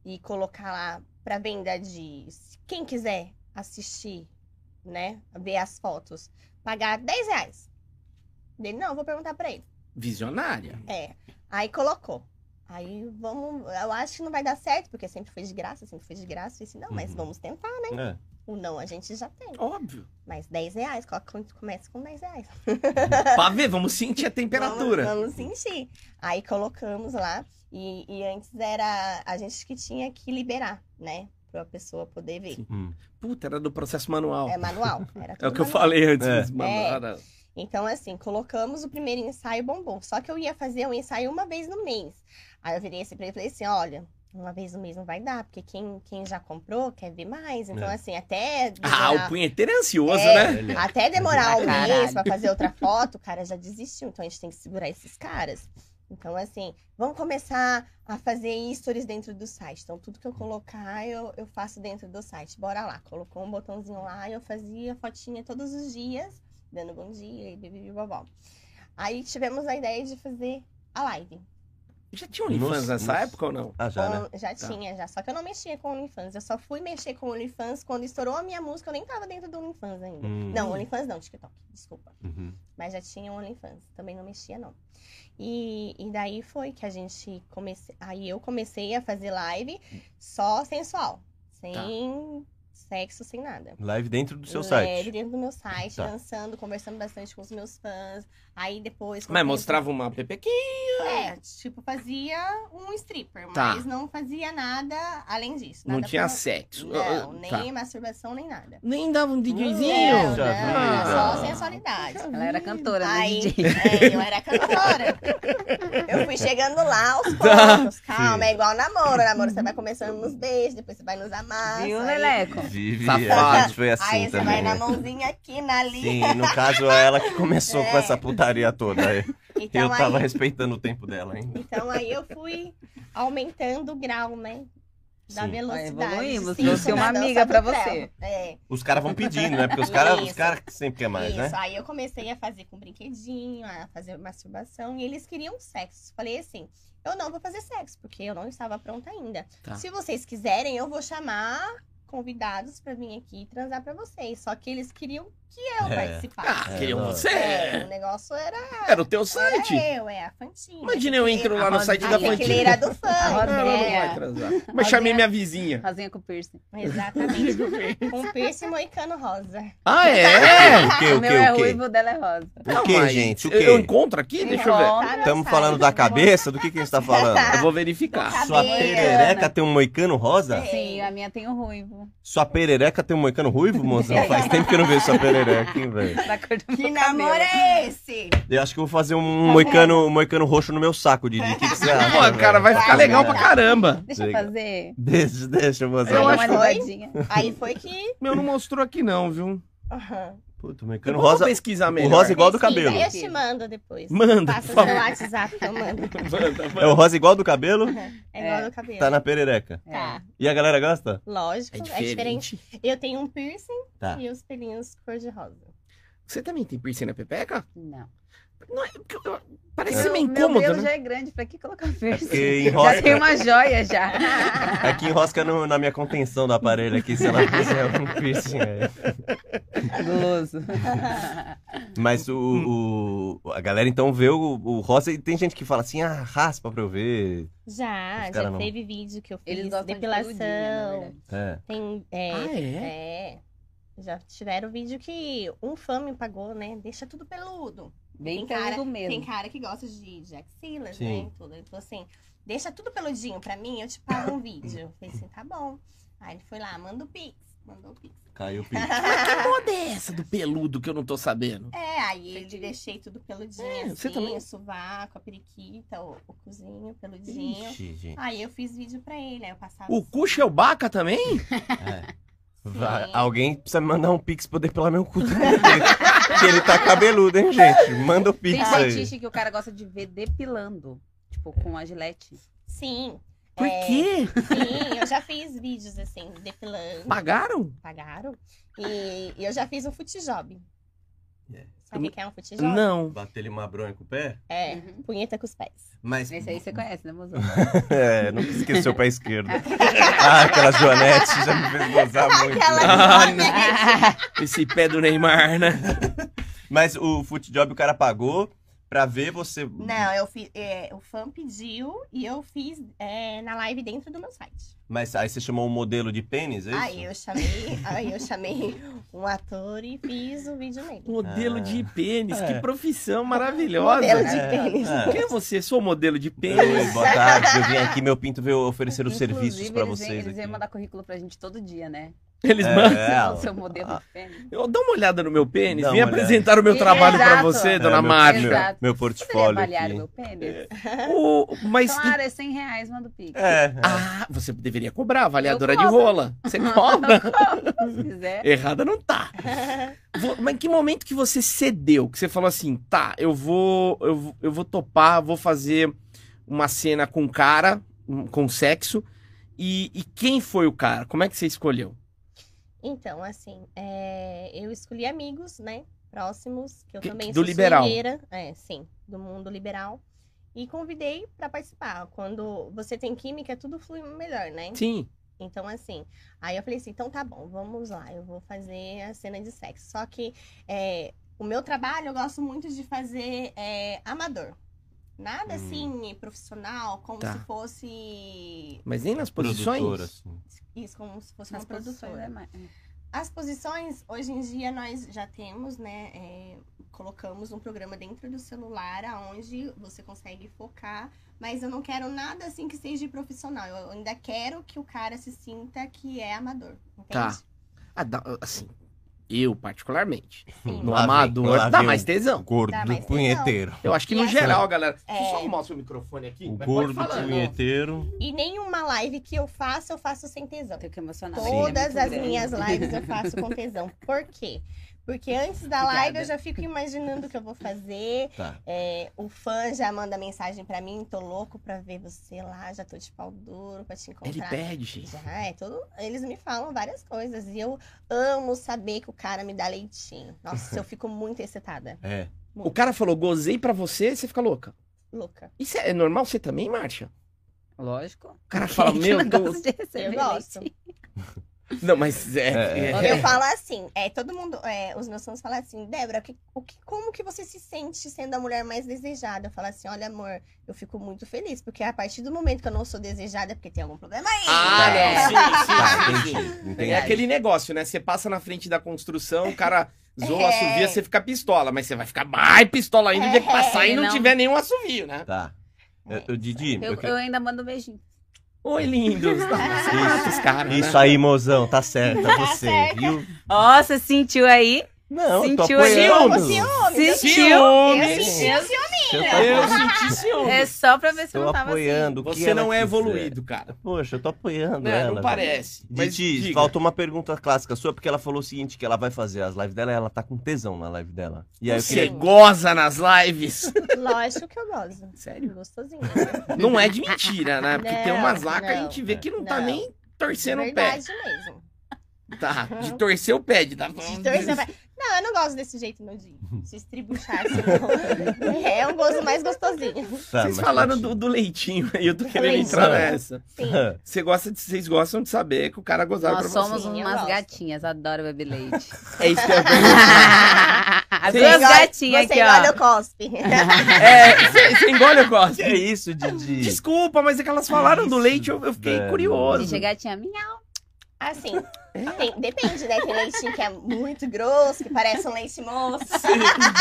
[SPEAKER 4] e colocar lá pra venda de quem quiser assistir, né? Ver as fotos, pagar 10 reais. Ele, não, eu vou perguntar pra ele.
[SPEAKER 1] Visionária.
[SPEAKER 4] É. Aí colocou. Aí vamos. Eu acho que não vai dar certo, porque sempre foi de graça, sempre foi de graça. Eu disse, não, mas
[SPEAKER 2] Uhum.
[SPEAKER 4] vamos tentar.
[SPEAKER 2] É.
[SPEAKER 4] O não a gente já tem.
[SPEAKER 1] Óbvio.
[SPEAKER 4] Mas 10 reais, coloca- começa com 10 reais.
[SPEAKER 1] pra ver, vamos sentir a temperatura.
[SPEAKER 4] Vamos, vamos sentir. Aí colocamos lá. E, e antes era a gente que tinha que liberar, né? Pra pessoa poder ver.
[SPEAKER 1] Sim.
[SPEAKER 2] Hum.
[SPEAKER 1] Puta, era do processo manual.
[SPEAKER 4] É manual. Era
[SPEAKER 1] É o
[SPEAKER 4] tudo
[SPEAKER 1] que eu
[SPEAKER 4] manual.
[SPEAKER 1] falei antes.
[SPEAKER 2] É.
[SPEAKER 1] mas, mano,
[SPEAKER 4] É.
[SPEAKER 1] era-
[SPEAKER 4] Então, assim, colocamos o primeiro ensaio bombom. Só que eu ia fazer um ensaio uma vez no mês. Aí eu virei assim pra ele e falei assim: olha, uma vez no mês não vai dar, porque quem, quem já comprou quer ver mais. Então,
[SPEAKER 2] É.
[SPEAKER 4] assim, até.
[SPEAKER 1] Ah,
[SPEAKER 4] demorar-
[SPEAKER 1] o punheteiro é ansioso,
[SPEAKER 4] É.
[SPEAKER 1] né?
[SPEAKER 2] Olha.
[SPEAKER 4] Até demorar um
[SPEAKER 3] Caralho.
[SPEAKER 4] mês pra fazer outra foto, o cara já desistiu. Então, a gente tem que segurar esses caras. Então, assim, vamos começar a fazer stories dentro do site. Então, tudo que eu colocar, eu, eu faço dentro do site. Bora lá. Colocou um botãozinho lá, eu fazia fotinha todos os dias dando bom dia e bibibobó. Aí tivemos a ideia de fazer a live.
[SPEAKER 1] Já tinha OnlyFans
[SPEAKER 2] Nossa,
[SPEAKER 1] nessa
[SPEAKER 2] nossa.
[SPEAKER 1] época ou não?
[SPEAKER 2] Ah, já, né?
[SPEAKER 4] Então, já
[SPEAKER 1] Tá.
[SPEAKER 4] tinha, já. Só que eu não mexia com o OnlyFans. Eu só fui mexer com o OnlyFans quando estourou a minha música. Eu nem tava dentro do OnlyFans ainda.
[SPEAKER 2] Hum.
[SPEAKER 4] Não, OnlyFans não, TikTok, desculpa.
[SPEAKER 2] Uhum.
[SPEAKER 4] Mas já tinha o OnlyFans, também não mexia, não. E, e daí foi que a gente comecei. Aí eu comecei a fazer live só sensual. Sem
[SPEAKER 1] Tá.
[SPEAKER 4] sexo, sem nada.
[SPEAKER 2] Live dentro do seu
[SPEAKER 4] Leve
[SPEAKER 2] site.
[SPEAKER 4] dentro do meu site,
[SPEAKER 2] Tá.
[SPEAKER 4] dançando, conversando bastante com os meus fãs. Aí depois. com o
[SPEAKER 1] Mas
[SPEAKER 4] tempo-
[SPEAKER 1] mostrava uma pepequinha.
[SPEAKER 4] É, tipo, fazia um stripper,
[SPEAKER 1] Tá.
[SPEAKER 4] mas não fazia nada além disso.
[SPEAKER 1] Não
[SPEAKER 4] nada
[SPEAKER 1] tinha
[SPEAKER 4] pro-
[SPEAKER 1] sexo.
[SPEAKER 4] Não,
[SPEAKER 1] Ah,
[SPEAKER 4] nem
[SPEAKER 1] tá.
[SPEAKER 4] masturbação, nem nada.
[SPEAKER 1] Nem dava um
[SPEAKER 2] Não,
[SPEAKER 1] DJzinho.
[SPEAKER 2] já
[SPEAKER 4] não,
[SPEAKER 2] vi,
[SPEAKER 4] só
[SPEAKER 2] já.
[SPEAKER 4] sensualidade.
[SPEAKER 3] Ela era cantora, né,
[SPEAKER 4] Aí,
[SPEAKER 3] DJ?
[SPEAKER 4] é, eu era cantora. Eu fui chegando lá aos poucos. Calma, é igual namoro. Namoro você vai começando nos beijos, depois você vai nos amassos.
[SPEAKER 3] Viu,
[SPEAKER 4] aí-
[SPEAKER 3] Leleco?
[SPEAKER 2] Vive,
[SPEAKER 1] Safado.
[SPEAKER 2] a gente foi assim
[SPEAKER 4] Aí você
[SPEAKER 2] também.
[SPEAKER 4] vai na mãozinha aqui, na linha.
[SPEAKER 2] Sim, no caso, é ela que começou com
[SPEAKER 4] É.
[SPEAKER 2] essa putaria toda.
[SPEAKER 4] Então
[SPEAKER 2] Eu tava
[SPEAKER 4] aí
[SPEAKER 2] respeitando o tempo dela ainda.
[SPEAKER 4] Então aí eu fui aumentando o grau, né? Da
[SPEAKER 2] Sim.
[SPEAKER 4] velocidade.
[SPEAKER 3] Aí, evoluímos,
[SPEAKER 4] Sim,
[SPEAKER 3] trouxe
[SPEAKER 4] isso,
[SPEAKER 3] uma
[SPEAKER 4] na dança
[SPEAKER 3] amiga
[SPEAKER 4] do
[SPEAKER 3] pra
[SPEAKER 4] trelo.
[SPEAKER 3] você.
[SPEAKER 4] É,
[SPEAKER 2] Os caras vão pedindo, né? Porque os caras os
[SPEAKER 4] Isso.
[SPEAKER 2] cara sempre querem mais,
[SPEAKER 4] isso.
[SPEAKER 2] né?
[SPEAKER 4] Aí eu comecei a fazer com brinquedinho, a fazer masturbação, e eles queriam sexo. Falei assim, eu não vou fazer sexo, porque eu não estava pronta ainda.
[SPEAKER 1] Tá.
[SPEAKER 4] Se vocês quiserem, eu vou chamar convidados pra vir aqui e transar pra vocês. Só que eles queriam que eu
[SPEAKER 2] É.
[SPEAKER 4] participasse.
[SPEAKER 1] Ah, queriam
[SPEAKER 2] não.
[SPEAKER 1] você.
[SPEAKER 4] É, o negócio era
[SPEAKER 1] Era o teu site.
[SPEAKER 4] eu, é a fantinha.
[SPEAKER 1] Imagina eu entro lá no
[SPEAKER 3] A
[SPEAKER 1] site
[SPEAKER 4] Ah,
[SPEAKER 1] da
[SPEAKER 4] que aquele
[SPEAKER 1] Fantinha.
[SPEAKER 4] era do fã,
[SPEAKER 3] A
[SPEAKER 1] Ah, Ela não
[SPEAKER 4] né?
[SPEAKER 1] vai transar. Mas chamei minha vizinha.
[SPEAKER 3] Rosinha com piercing.
[SPEAKER 4] Exatamente. Com piercing moicano rosa.
[SPEAKER 1] Ah, é?
[SPEAKER 2] O que,
[SPEAKER 3] o
[SPEAKER 4] Ah,
[SPEAKER 2] o
[SPEAKER 3] meu
[SPEAKER 2] que,
[SPEAKER 3] é
[SPEAKER 2] o que?
[SPEAKER 3] ruivo, o dela é rosa.
[SPEAKER 2] O que,
[SPEAKER 1] Calma aí.
[SPEAKER 2] gente? O
[SPEAKER 1] Eu- Eu
[SPEAKER 2] que?
[SPEAKER 1] encontro aqui? Deixa eu ver.
[SPEAKER 3] Encontro.
[SPEAKER 4] Tá no
[SPEAKER 2] Estamos
[SPEAKER 4] site,
[SPEAKER 2] falando da
[SPEAKER 4] tá bom?
[SPEAKER 2] cabeça? Do que que a gente tá falando?
[SPEAKER 1] Eu vou verificar.
[SPEAKER 4] Tá.
[SPEAKER 2] Sua
[SPEAKER 4] Cabeça. É.
[SPEAKER 2] perereca tem um moicano rosa?
[SPEAKER 3] Sim, a minha tem o ruivo.
[SPEAKER 2] Sua perereca tem um moicano ruivo, mozão? Faz tempo que eu não vejo sua perereca, hein, velho?
[SPEAKER 3] Da cor do
[SPEAKER 4] Que
[SPEAKER 3] meu
[SPEAKER 4] namoro
[SPEAKER 3] cabelo.
[SPEAKER 4] é esse?
[SPEAKER 2] Eu acho que eu vou fazer
[SPEAKER 4] Tá
[SPEAKER 2] um moicano, um moicano roxo no meu saco, Didi. O que, que você acha?
[SPEAKER 1] Pô,
[SPEAKER 2] velho?
[SPEAKER 1] cara, vai ficar
[SPEAKER 4] Vai,
[SPEAKER 1] legal
[SPEAKER 4] vai.
[SPEAKER 1] pra caramba.
[SPEAKER 3] Deixa eu
[SPEAKER 2] Legal.
[SPEAKER 3] fazer.
[SPEAKER 2] Deixa, deixa,
[SPEAKER 1] Eu
[SPEAKER 2] mozão.
[SPEAKER 3] Dá
[SPEAKER 1] acho
[SPEAKER 3] uma
[SPEAKER 4] que foi.
[SPEAKER 3] ligadinha.
[SPEAKER 4] Aí foi que.
[SPEAKER 1] Meu, não mostrou aqui não, viu?
[SPEAKER 4] Aham.
[SPEAKER 2] Puta, o moicano
[SPEAKER 1] Eu vou
[SPEAKER 2] rosa...
[SPEAKER 1] pesquisar
[SPEAKER 2] O
[SPEAKER 1] melhor.
[SPEAKER 2] rosa igual do
[SPEAKER 4] Pesquisa,
[SPEAKER 2] cabelo.
[SPEAKER 4] Eu te mando depois.
[SPEAKER 1] Manda,
[SPEAKER 4] Passa
[SPEAKER 1] por
[SPEAKER 4] o
[SPEAKER 1] favor.
[SPEAKER 4] seu WhatsApp que eu mando.
[SPEAKER 1] Manda,
[SPEAKER 2] É o
[SPEAKER 1] manda.
[SPEAKER 2] rosa igual do cabelo?
[SPEAKER 4] É igual
[SPEAKER 3] É.
[SPEAKER 4] do cabelo.
[SPEAKER 2] Tá na perereca.
[SPEAKER 4] Tá.
[SPEAKER 2] E a galera gosta?
[SPEAKER 4] Lógico, é diferente. Eu tenho um piercing
[SPEAKER 2] Tá.
[SPEAKER 4] e os pelinhos cor-de-rosa.
[SPEAKER 1] Você também tem piercing na pepeca?
[SPEAKER 3] Não.
[SPEAKER 1] Não é, porque eu- parece
[SPEAKER 3] Meu-
[SPEAKER 1] meio
[SPEAKER 3] Meu
[SPEAKER 1] incômodo,
[SPEAKER 3] dedo
[SPEAKER 1] né?
[SPEAKER 3] já é grande, pra que colocar piercing?
[SPEAKER 2] Porque
[SPEAKER 3] Já tem
[SPEAKER 2] enrosca.
[SPEAKER 3] uma joia já.
[SPEAKER 2] É que enrosca no- na minha contenção do aparelho aqui, se ela fizer um piercing aí.
[SPEAKER 3] Guloso.
[SPEAKER 2] Mas o, o- a galera então vê o, o rosa e tem gente que fala assim, ah, raspa pra eu ver.
[SPEAKER 4] Já,
[SPEAKER 2] Os cara
[SPEAKER 4] já
[SPEAKER 2] não-
[SPEAKER 4] teve vídeo que eu fiz.
[SPEAKER 3] Eles gostam de peludinha, na
[SPEAKER 4] depilação.
[SPEAKER 3] verdade.
[SPEAKER 2] É.
[SPEAKER 4] tem. é,
[SPEAKER 1] Ah, é?
[SPEAKER 4] é. Já tiveram vídeo que um fã me pagou, né? Deixa tudo peludo.
[SPEAKER 3] Bem
[SPEAKER 4] Tem cara-
[SPEAKER 3] peludo mesmo.
[SPEAKER 4] Tem cara que gosta de, de axilas,
[SPEAKER 2] Sim.
[SPEAKER 4] né? e Tudo. Ele falou assim: deixa tudo peludinho pra mim, eu te pago um vídeo. Eu falei assim: tá bom. Aí ele foi lá, manda o pix. Mandou o pix.
[SPEAKER 2] Caiu o pico.
[SPEAKER 1] Que moda é essa do peludo que eu não tô sabendo?
[SPEAKER 4] É, aí
[SPEAKER 3] Entendi.
[SPEAKER 4] eu deixei tudo peludinho.
[SPEAKER 1] É,
[SPEAKER 4] assim,
[SPEAKER 1] você também?
[SPEAKER 4] O sovaco, a periquita, o, o cozinho, peludinho.
[SPEAKER 2] Ixi, gente.
[SPEAKER 4] Aí eu fiz vídeo pra ele, aí eu passava.
[SPEAKER 1] O Cuxa é o Baca também?
[SPEAKER 2] É. Vai-
[SPEAKER 4] Sim.
[SPEAKER 2] Alguém precisa me mandar um pix pra eu depilar meu cu também. Porque ele tá cabeludo, hein, gente? Manda o pix
[SPEAKER 3] Tem
[SPEAKER 2] aí.
[SPEAKER 3] fetiche que o cara gosta de ver depilando. Tipo, com a gilete.
[SPEAKER 4] Sim,
[SPEAKER 1] Por
[SPEAKER 4] É.
[SPEAKER 1] quê?
[SPEAKER 4] sim, eu já fiz vídeos assim, defilando,
[SPEAKER 1] Pagaram?
[SPEAKER 4] pagaram. E, e eu já fiz um foot job.
[SPEAKER 2] É.
[SPEAKER 4] Sabe o que é um foot job?
[SPEAKER 1] Não.
[SPEAKER 2] Bater-lhe uma bronha com o pé?
[SPEAKER 4] É,
[SPEAKER 3] Uhum.
[SPEAKER 4] punheta com os pés.
[SPEAKER 2] Mas.
[SPEAKER 3] Esse aí você conhece, né, mozão?
[SPEAKER 2] É, nunca esqueceu o pé esquerdo. ah, aquela Joanete já me fez gozar muito. né?
[SPEAKER 4] Aquela
[SPEAKER 1] Ah, Esse pé do Neymar, né?
[SPEAKER 2] Mas o foot job o cara pagou pra ver você.
[SPEAKER 4] Não, eu fiz. é, o fã pediu e eu fiz é, na live dentro do meu site.
[SPEAKER 2] Mas aí você chamou um modelo de pênis, é
[SPEAKER 3] Ah,
[SPEAKER 2] isso?
[SPEAKER 4] Aí eu chamei, aí eu chamei um ator e fiz o vídeo nele.
[SPEAKER 1] Modelo
[SPEAKER 2] Ah.
[SPEAKER 1] de pênis,
[SPEAKER 2] É.
[SPEAKER 1] que profissão maravilhosa.
[SPEAKER 4] Modelo de
[SPEAKER 1] É.
[SPEAKER 4] pênis.
[SPEAKER 1] Quem é você? Sou modelo de
[SPEAKER 2] Ah. Oi,
[SPEAKER 1] pênis.
[SPEAKER 2] boa tarde. Eu vim aqui, meu pinto veio oferecer os
[SPEAKER 3] Inclusive,
[SPEAKER 2] serviços pra
[SPEAKER 3] eles,
[SPEAKER 2] vocês.
[SPEAKER 3] Eles
[SPEAKER 2] aqui.
[SPEAKER 3] iam mandar currículo pra gente todo dia, né?
[SPEAKER 1] Eles
[SPEAKER 2] É,
[SPEAKER 1] mandam.
[SPEAKER 2] é,
[SPEAKER 3] o seu modelo de pênis.
[SPEAKER 1] Eu dou uma olhada no meu pênis,
[SPEAKER 2] Dá
[SPEAKER 1] vim
[SPEAKER 2] uma olhada.
[SPEAKER 1] apresentar o meu trabalho pra
[SPEAKER 3] Exato.
[SPEAKER 1] você,
[SPEAKER 3] É,
[SPEAKER 1] dona
[SPEAKER 2] meu-
[SPEAKER 1] Márcia.
[SPEAKER 2] Meu,
[SPEAKER 3] Exato.
[SPEAKER 2] meu
[SPEAKER 3] Poderia
[SPEAKER 2] portfólio
[SPEAKER 3] avaliar o
[SPEAKER 2] aqui.
[SPEAKER 3] meu pênis?
[SPEAKER 1] O- mas.
[SPEAKER 3] Claro, é 100 reais, manda o pix.
[SPEAKER 2] É, é.
[SPEAKER 1] Ah, você deveria cobrar, avaliadora
[SPEAKER 3] Eu
[SPEAKER 1] de
[SPEAKER 3] cobro.
[SPEAKER 1] rola. Você cobra?
[SPEAKER 3] Se quiser.
[SPEAKER 1] Errada não tá. Vo- Mas em que momento que você cedeu? Que você falou assim, tá, eu vou, eu, vou- eu vou topar, vou fazer uma cena com cara, um- com sexo. E, e quem foi o cara? Como é que você escolheu?
[SPEAKER 4] Então, assim, é, eu escolhi amigos, né? Próximos, que eu
[SPEAKER 1] Que-
[SPEAKER 4] também
[SPEAKER 1] do
[SPEAKER 4] sou
[SPEAKER 1] liberal.
[SPEAKER 4] swingueira, é, sim, do mundo liberal. E convidei pra participar. Quando você tem química, tudo flui melhor, né?
[SPEAKER 1] Sim.
[SPEAKER 4] Então, assim, aí eu falei assim, então tá bom, vamos lá, eu vou fazer a cena de sexo. Só que é, o meu trabalho, eu gosto muito de fazer é, amador. Nada
[SPEAKER 2] Hum.
[SPEAKER 4] assim, profissional, como
[SPEAKER 1] Tá.
[SPEAKER 4] se fosse.
[SPEAKER 1] Mas nem nas
[SPEAKER 2] Produtora,
[SPEAKER 1] posições?
[SPEAKER 2] assim.
[SPEAKER 4] Isso, como se fosse
[SPEAKER 3] Nas
[SPEAKER 4] uma produtora.
[SPEAKER 3] produções é mais.
[SPEAKER 4] As posições, hoje em dia, nós já temos, né? é, colocamos um programa dentro do celular, onde você consegue focar. Mas eu não quero nada assim que seja de profissional. Eu ainda quero que o cara se sinta que é amador. Entende?
[SPEAKER 1] Tá. Ah, dá- assim, eu particularmente.
[SPEAKER 4] Sim.
[SPEAKER 1] No
[SPEAKER 2] Lá vem,
[SPEAKER 1] amador,
[SPEAKER 2] lá
[SPEAKER 1] dá
[SPEAKER 2] vem
[SPEAKER 1] mais
[SPEAKER 2] o
[SPEAKER 1] tesão.
[SPEAKER 3] Tá,
[SPEAKER 2] Gordo
[SPEAKER 4] Dá
[SPEAKER 3] então,
[SPEAKER 4] mais
[SPEAKER 2] punheteiro.
[SPEAKER 1] Eu acho que
[SPEAKER 4] E
[SPEAKER 1] no
[SPEAKER 4] essa-
[SPEAKER 1] geral, galera. Deixa eu só
[SPEAKER 4] É.
[SPEAKER 1] arrumar o seu microfone aqui.
[SPEAKER 2] O
[SPEAKER 1] mas pode
[SPEAKER 2] gordo
[SPEAKER 1] falar.
[SPEAKER 2] punheteiro.
[SPEAKER 4] E nenhuma live que eu faço, eu faço sem tesão.
[SPEAKER 3] Tenho que emocionar.
[SPEAKER 2] Sim. é
[SPEAKER 4] Todas
[SPEAKER 3] é Muito
[SPEAKER 4] as
[SPEAKER 3] grande.
[SPEAKER 4] minhas lives eu faço com tesão. Por quê? Porque antes da live eu
[SPEAKER 3] Obrigada.
[SPEAKER 4] já fico imaginando o que eu vou fazer.
[SPEAKER 2] Tá.
[SPEAKER 4] É, o fã já manda mensagem pra mim, tô louco pra ver você lá, já tô de pau duro pra te
[SPEAKER 1] Ele
[SPEAKER 4] encontrar.
[SPEAKER 1] pede.
[SPEAKER 4] Já, é todo. Eles me falam várias coisas. E eu amo saber que o cara me dá leitinho. Nossa, eu fico muito excitada.
[SPEAKER 2] É.
[SPEAKER 1] O cara falou, gozei pra você, você fica louca.
[SPEAKER 4] Louca.
[SPEAKER 1] Isso é é normal você também, Márcia?
[SPEAKER 3] Lógico.
[SPEAKER 1] O cara fala, meu Deus.
[SPEAKER 4] Eu gosto.
[SPEAKER 1] Não, mas é.
[SPEAKER 2] É,
[SPEAKER 1] é-
[SPEAKER 4] Eu falo assim, é, todo mundo, é, os meus fãs falam assim, Débora, que- o que, como que você se sente sendo a mulher mais desejada? Eu falo assim, olha amor, eu fico muito feliz, porque a partir do momento que eu não sou desejada, é porque tem algum problema aí.
[SPEAKER 1] Ah,
[SPEAKER 3] É.
[SPEAKER 2] Tá,
[SPEAKER 1] não, sim, sim, sim.
[SPEAKER 2] entendi. entendi.
[SPEAKER 1] É aquele negócio, né? Você passa na frente da construção, o cara zoa o
[SPEAKER 4] É.
[SPEAKER 1] assovia, você fica pistola, mas você vai ficar mais pistola ainda o dia que passar e
[SPEAKER 3] É,
[SPEAKER 1] não,
[SPEAKER 3] não.
[SPEAKER 1] tiver nenhum assovio, né?
[SPEAKER 2] Tá. Eu- eu- Didi,
[SPEAKER 3] Eu,
[SPEAKER 2] eu que-
[SPEAKER 3] eu ainda mando um beijinho.
[SPEAKER 1] Oi, lindos.
[SPEAKER 2] Isso,
[SPEAKER 1] Esses caras,
[SPEAKER 2] Isso
[SPEAKER 1] né?
[SPEAKER 2] aí, mozão, tá certo, é você,
[SPEAKER 4] certo.
[SPEAKER 2] viu?
[SPEAKER 3] Ó, você sentiu aí?
[SPEAKER 2] Não, eu tô
[SPEAKER 3] Sentiu aí?
[SPEAKER 2] apoiando.
[SPEAKER 4] Ciúmes, ciúmes.
[SPEAKER 1] Ciúmes.
[SPEAKER 4] Eu senti o ciúme.
[SPEAKER 2] Você tá-
[SPEAKER 1] Eu senti
[SPEAKER 3] É
[SPEAKER 1] ciúme.
[SPEAKER 3] só pra ver se
[SPEAKER 2] Tô
[SPEAKER 3] não tava assim.
[SPEAKER 2] apoiando. o que
[SPEAKER 1] Você
[SPEAKER 2] ela
[SPEAKER 1] não é
[SPEAKER 2] quiser.
[SPEAKER 1] evoluído, cara.
[SPEAKER 2] Poxa, eu tô apoiando
[SPEAKER 1] Não,
[SPEAKER 2] ela. né?
[SPEAKER 1] não parece. Mas
[SPEAKER 2] Didi,
[SPEAKER 1] diga.
[SPEAKER 2] faltou uma pergunta clássica sua, porque ela falou o seguinte, que ela vai fazer as lives dela e ela tá com tesão na live dela. E aí eu
[SPEAKER 1] Você
[SPEAKER 2] queria...
[SPEAKER 1] goza nas lives?
[SPEAKER 4] Lógico que eu gosto.
[SPEAKER 1] Sério?
[SPEAKER 4] Gostosinho. né?
[SPEAKER 1] Não é de mentira, né? Porque tem
[SPEAKER 4] Não,
[SPEAKER 1] umas lá que a
[SPEAKER 4] não,
[SPEAKER 1] gente vê que não tá
[SPEAKER 4] não. É
[SPEAKER 1] nem torcendo o pé.
[SPEAKER 4] Verdade mesmo.
[SPEAKER 1] Tá, de torcer o pé, de dar... um
[SPEAKER 4] De dois a mais- Não, eu não gosto desse jeito, meu dia.
[SPEAKER 2] Uhum.
[SPEAKER 4] Se estribuchar assim, não. É um gosto mais gostosinho.
[SPEAKER 2] Tá,
[SPEAKER 1] Vocês
[SPEAKER 2] mas É.
[SPEAKER 1] falaram do,
[SPEAKER 2] continua.
[SPEAKER 1] do leitinho aí, eu tô querendo
[SPEAKER 4] Leitinho.
[SPEAKER 1] entrar nessa.
[SPEAKER 4] Sim.
[SPEAKER 1] Cê gosta de- Vocês gostam de saber que o cara gozava
[SPEAKER 3] Nós
[SPEAKER 1] pra
[SPEAKER 3] somos
[SPEAKER 4] Sim, eu
[SPEAKER 3] umas
[SPEAKER 4] gosto.
[SPEAKER 3] gatinhas, adoro beber leite.
[SPEAKER 1] você. É isso que eu ia perguntar.
[SPEAKER 3] As
[SPEAKER 1] Você
[SPEAKER 3] duas
[SPEAKER 4] engole-
[SPEAKER 3] gatinhas
[SPEAKER 4] Você
[SPEAKER 3] aqui,
[SPEAKER 4] engole
[SPEAKER 3] ó.
[SPEAKER 4] o cospe.
[SPEAKER 1] É, você- você engole eu gosto.
[SPEAKER 2] Que é isso, Didi?
[SPEAKER 1] Desculpa, mas é que elas falaram do
[SPEAKER 2] Isso,
[SPEAKER 1] leite, eu, eu fiquei
[SPEAKER 3] é
[SPEAKER 2] velho.
[SPEAKER 1] curioso.
[SPEAKER 3] Deixa a gatinha minha.
[SPEAKER 4] Assim, Tem- depende, né? Tem leitinho que é muito grosso, que parece um leite moço.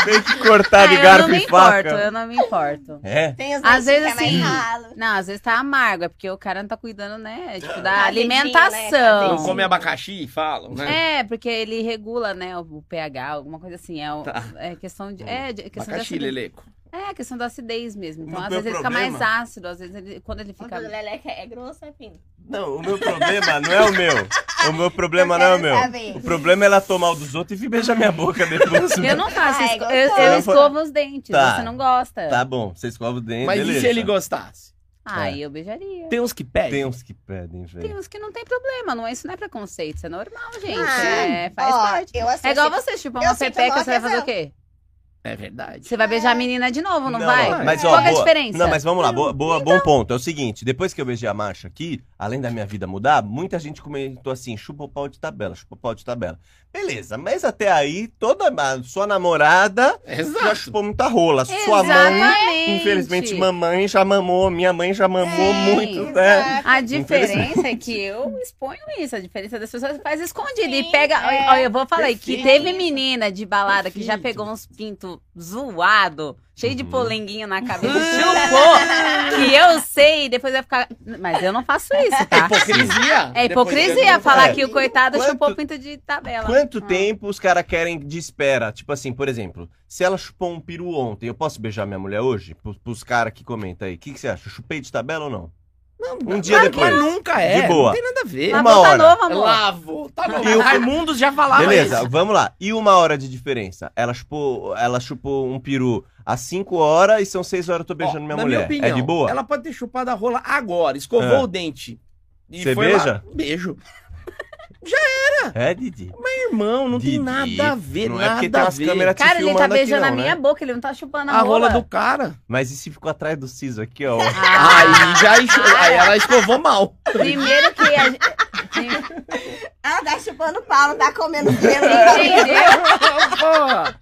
[SPEAKER 2] Tem que cortar Tá de
[SPEAKER 3] Ah, eu não
[SPEAKER 2] garfo
[SPEAKER 3] me
[SPEAKER 2] e faca.
[SPEAKER 3] importo, eu não me importo.
[SPEAKER 2] É?
[SPEAKER 4] Tem os
[SPEAKER 3] Às
[SPEAKER 4] leites que
[SPEAKER 3] vezes,
[SPEAKER 4] é mais
[SPEAKER 3] assim,
[SPEAKER 4] ralo.
[SPEAKER 3] Não, às vezes tá amargo, é porque o cara não tá cuidando, né? Tipo, da
[SPEAKER 4] Azedinho,
[SPEAKER 1] Não
[SPEAKER 4] né? Azedinho.
[SPEAKER 3] alimentação.
[SPEAKER 1] come abacaxi, falam, né?
[SPEAKER 3] É, porque ele regula, né, o- o pH, alguma coisa assim. É, o-
[SPEAKER 1] Tá.
[SPEAKER 3] é questão de.
[SPEAKER 2] Hum.
[SPEAKER 3] É, de- questão de
[SPEAKER 1] abacaxi,
[SPEAKER 3] acidez.
[SPEAKER 1] Leleco.
[SPEAKER 3] É, questão da acidez mesmo. Então,
[SPEAKER 2] Mas
[SPEAKER 3] às
[SPEAKER 2] meu
[SPEAKER 3] vezes ele fica mais
[SPEAKER 2] problema-
[SPEAKER 3] ácido, às vezes ele. Quando ele
[SPEAKER 4] O
[SPEAKER 3] fica.
[SPEAKER 4] do Leleca é grosso, é fino.
[SPEAKER 2] Não, o meu problema não é o meu. O meu problema não é o
[SPEAKER 3] Tá
[SPEAKER 2] meu. O problema é ela tomar o dos outros e vir beijar minha boca depois.
[SPEAKER 3] Eu não faço
[SPEAKER 4] Ah, é
[SPEAKER 3] isso. Eu- eu,
[SPEAKER 4] gostoso.
[SPEAKER 3] escovo os dentes.
[SPEAKER 2] Tá.
[SPEAKER 3] Você não gosta.
[SPEAKER 2] Tá bom, você escova o dente,
[SPEAKER 1] Mas
[SPEAKER 2] beleza.
[SPEAKER 1] e se ele gostasse?
[SPEAKER 3] Aí eu beijaria.
[SPEAKER 1] Tem uns que pedem.
[SPEAKER 2] Tem uns que pedem,
[SPEAKER 3] Tem
[SPEAKER 2] velho.
[SPEAKER 3] uns que não tem problema, não é, isso não é preconceito, isso é normal, gente.
[SPEAKER 4] Ah,
[SPEAKER 3] é, faz
[SPEAKER 4] Ó,
[SPEAKER 3] parte.
[SPEAKER 4] Eu assisti...
[SPEAKER 3] É igual você, tipo, uma
[SPEAKER 4] eu sinto
[SPEAKER 3] pepeca,
[SPEAKER 4] maior
[SPEAKER 3] você vai fazer
[SPEAKER 4] tesão.
[SPEAKER 3] o quê?
[SPEAKER 1] É verdade.
[SPEAKER 3] Você vai beijar a menina de novo, não, vai?
[SPEAKER 2] Mas, ó,
[SPEAKER 3] Qual que é a
[SPEAKER 2] boa-
[SPEAKER 3] diferença?
[SPEAKER 2] Não, mas vamos lá, boa, boa-
[SPEAKER 3] Então-
[SPEAKER 2] bom ponto. É o seguinte, depois que eu beijei a marcha aqui, além da minha vida mudar, muita gente comentou assim, chupa o pau de tabela, chupa o pau de tabela. Beleza, mas até aí, toda a sua namorada já
[SPEAKER 1] Exato.
[SPEAKER 2] chupou muita rola. Sua mãe,
[SPEAKER 3] Exatamente.
[SPEAKER 2] infelizmente, mamãe já mamou, minha mãe já mamou
[SPEAKER 3] Sim.
[SPEAKER 2] muito, né?
[SPEAKER 4] Exato.
[SPEAKER 3] A diferença é que eu exponho isso, a diferença das pessoas é faz escondido
[SPEAKER 4] Sim,
[SPEAKER 3] e pega.
[SPEAKER 4] é.
[SPEAKER 3] Ó, eu vou falar aí que
[SPEAKER 1] Perfeito.
[SPEAKER 3] teve menina de balada que já
[SPEAKER 1] Perfeito.
[SPEAKER 3] pegou uns pintos zoado, cheio de
[SPEAKER 2] Uhum.
[SPEAKER 3] polenguinho na cabeça, chupou, que eu sei, e depois vai ficar. Mas eu não faço isso,
[SPEAKER 1] É
[SPEAKER 3] tá?
[SPEAKER 1] hipocrisia.
[SPEAKER 3] É
[SPEAKER 1] Depois
[SPEAKER 3] hipocrisia
[SPEAKER 1] eu-
[SPEAKER 3] falar
[SPEAKER 2] É.
[SPEAKER 3] que o coitado
[SPEAKER 2] Quanto-
[SPEAKER 3] chupou pinto de tabela.
[SPEAKER 2] Quanto
[SPEAKER 3] Ah.
[SPEAKER 2] tempo os caras querem de espera? Tipo assim, por exemplo, se ela chupou um peru ontem, eu posso beijar minha mulher hoje? Pros, pros caras que comentam aí. O que, que você acha? Chupei de tabela ou não?
[SPEAKER 1] Não,
[SPEAKER 2] Um dia
[SPEAKER 1] claro
[SPEAKER 2] depois.
[SPEAKER 1] que nunca é.
[SPEAKER 2] De
[SPEAKER 1] Não
[SPEAKER 2] boa.
[SPEAKER 1] tem nada a ver.
[SPEAKER 2] Uma
[SPEAKER 3] Lavou, tá
[SPEAKER 2] hora.
[SPEAKER 1] Ah,
[SPEAKER 3] novo, amor.
[SPEAKER 1] Lavo. Tá bom.
[SPEAKER 2] E o-
[SPEAKER 1] Raimundos já falava
[SPEAKER 2] Beleza,
[SPEAKER 1] isso.
[SPEAKER 2] vamos lá. E uma hora de diferença? Ela chupou, ela chupou um peru às 5 horas e são 6 horas eu tô beijando
[SPEAKER 1] Ó,
[SPEAKER 2] minha
[SPEAKER 1] na
[SPEAKER 2] mulher.
[SPEAKER 1] opinião,
[SPEAKER 2] é de boa?
[SPEAKER 1] Ela pode ter chupado a rola agora, escovou
[SPEAKER 2] Ah.
[SPEAKER 1] o dente. e
[SPEAKER 2] Você
[SPEAKER 1] foi lá.
[SPEAKER 2] beija?
[SPEAKER 1] Beijo.
[SPEAKER 2] É, Didi.
[SPEAKER 1] Irmão, não tem
[SPEAKER 2] Didi,
[SPEAKER 1] nada a ver,
[SPEAKER 2] não é
[SPEAKER 1] nada
[SPEAKER 2] porque tem
[SPEAKER 1] a
[SPEAKER 2] umas
[SPEAKER 1] ver.
[SPEAKER 2] câmeras te
[SPEAKER 3] Cara, ele tá
[SPEAKER 2] filmando aqui,
[SPEAKER 3] beijando
[SPEAKER 2] não,
[SPEAKER 3] a
[SPEAKER 2] né?
[SPEAKER 3] minha boca, ele não tá chupando a,
[SPEAKER 1] a rola do cara.
[SPEAKER 2] Mas e se ficou atrás do siso aqui, ó?
[SPEAKER 1] Aí já enxo- aí ela escovou mal.
[SPEAKER 3] Primeiro que a gente.
[SPEAKER 4] Ela tá chupando pau, não tá comendo pelo.
[SPEAKER 3] Entendeu?
[SPEAKER 1] Porra.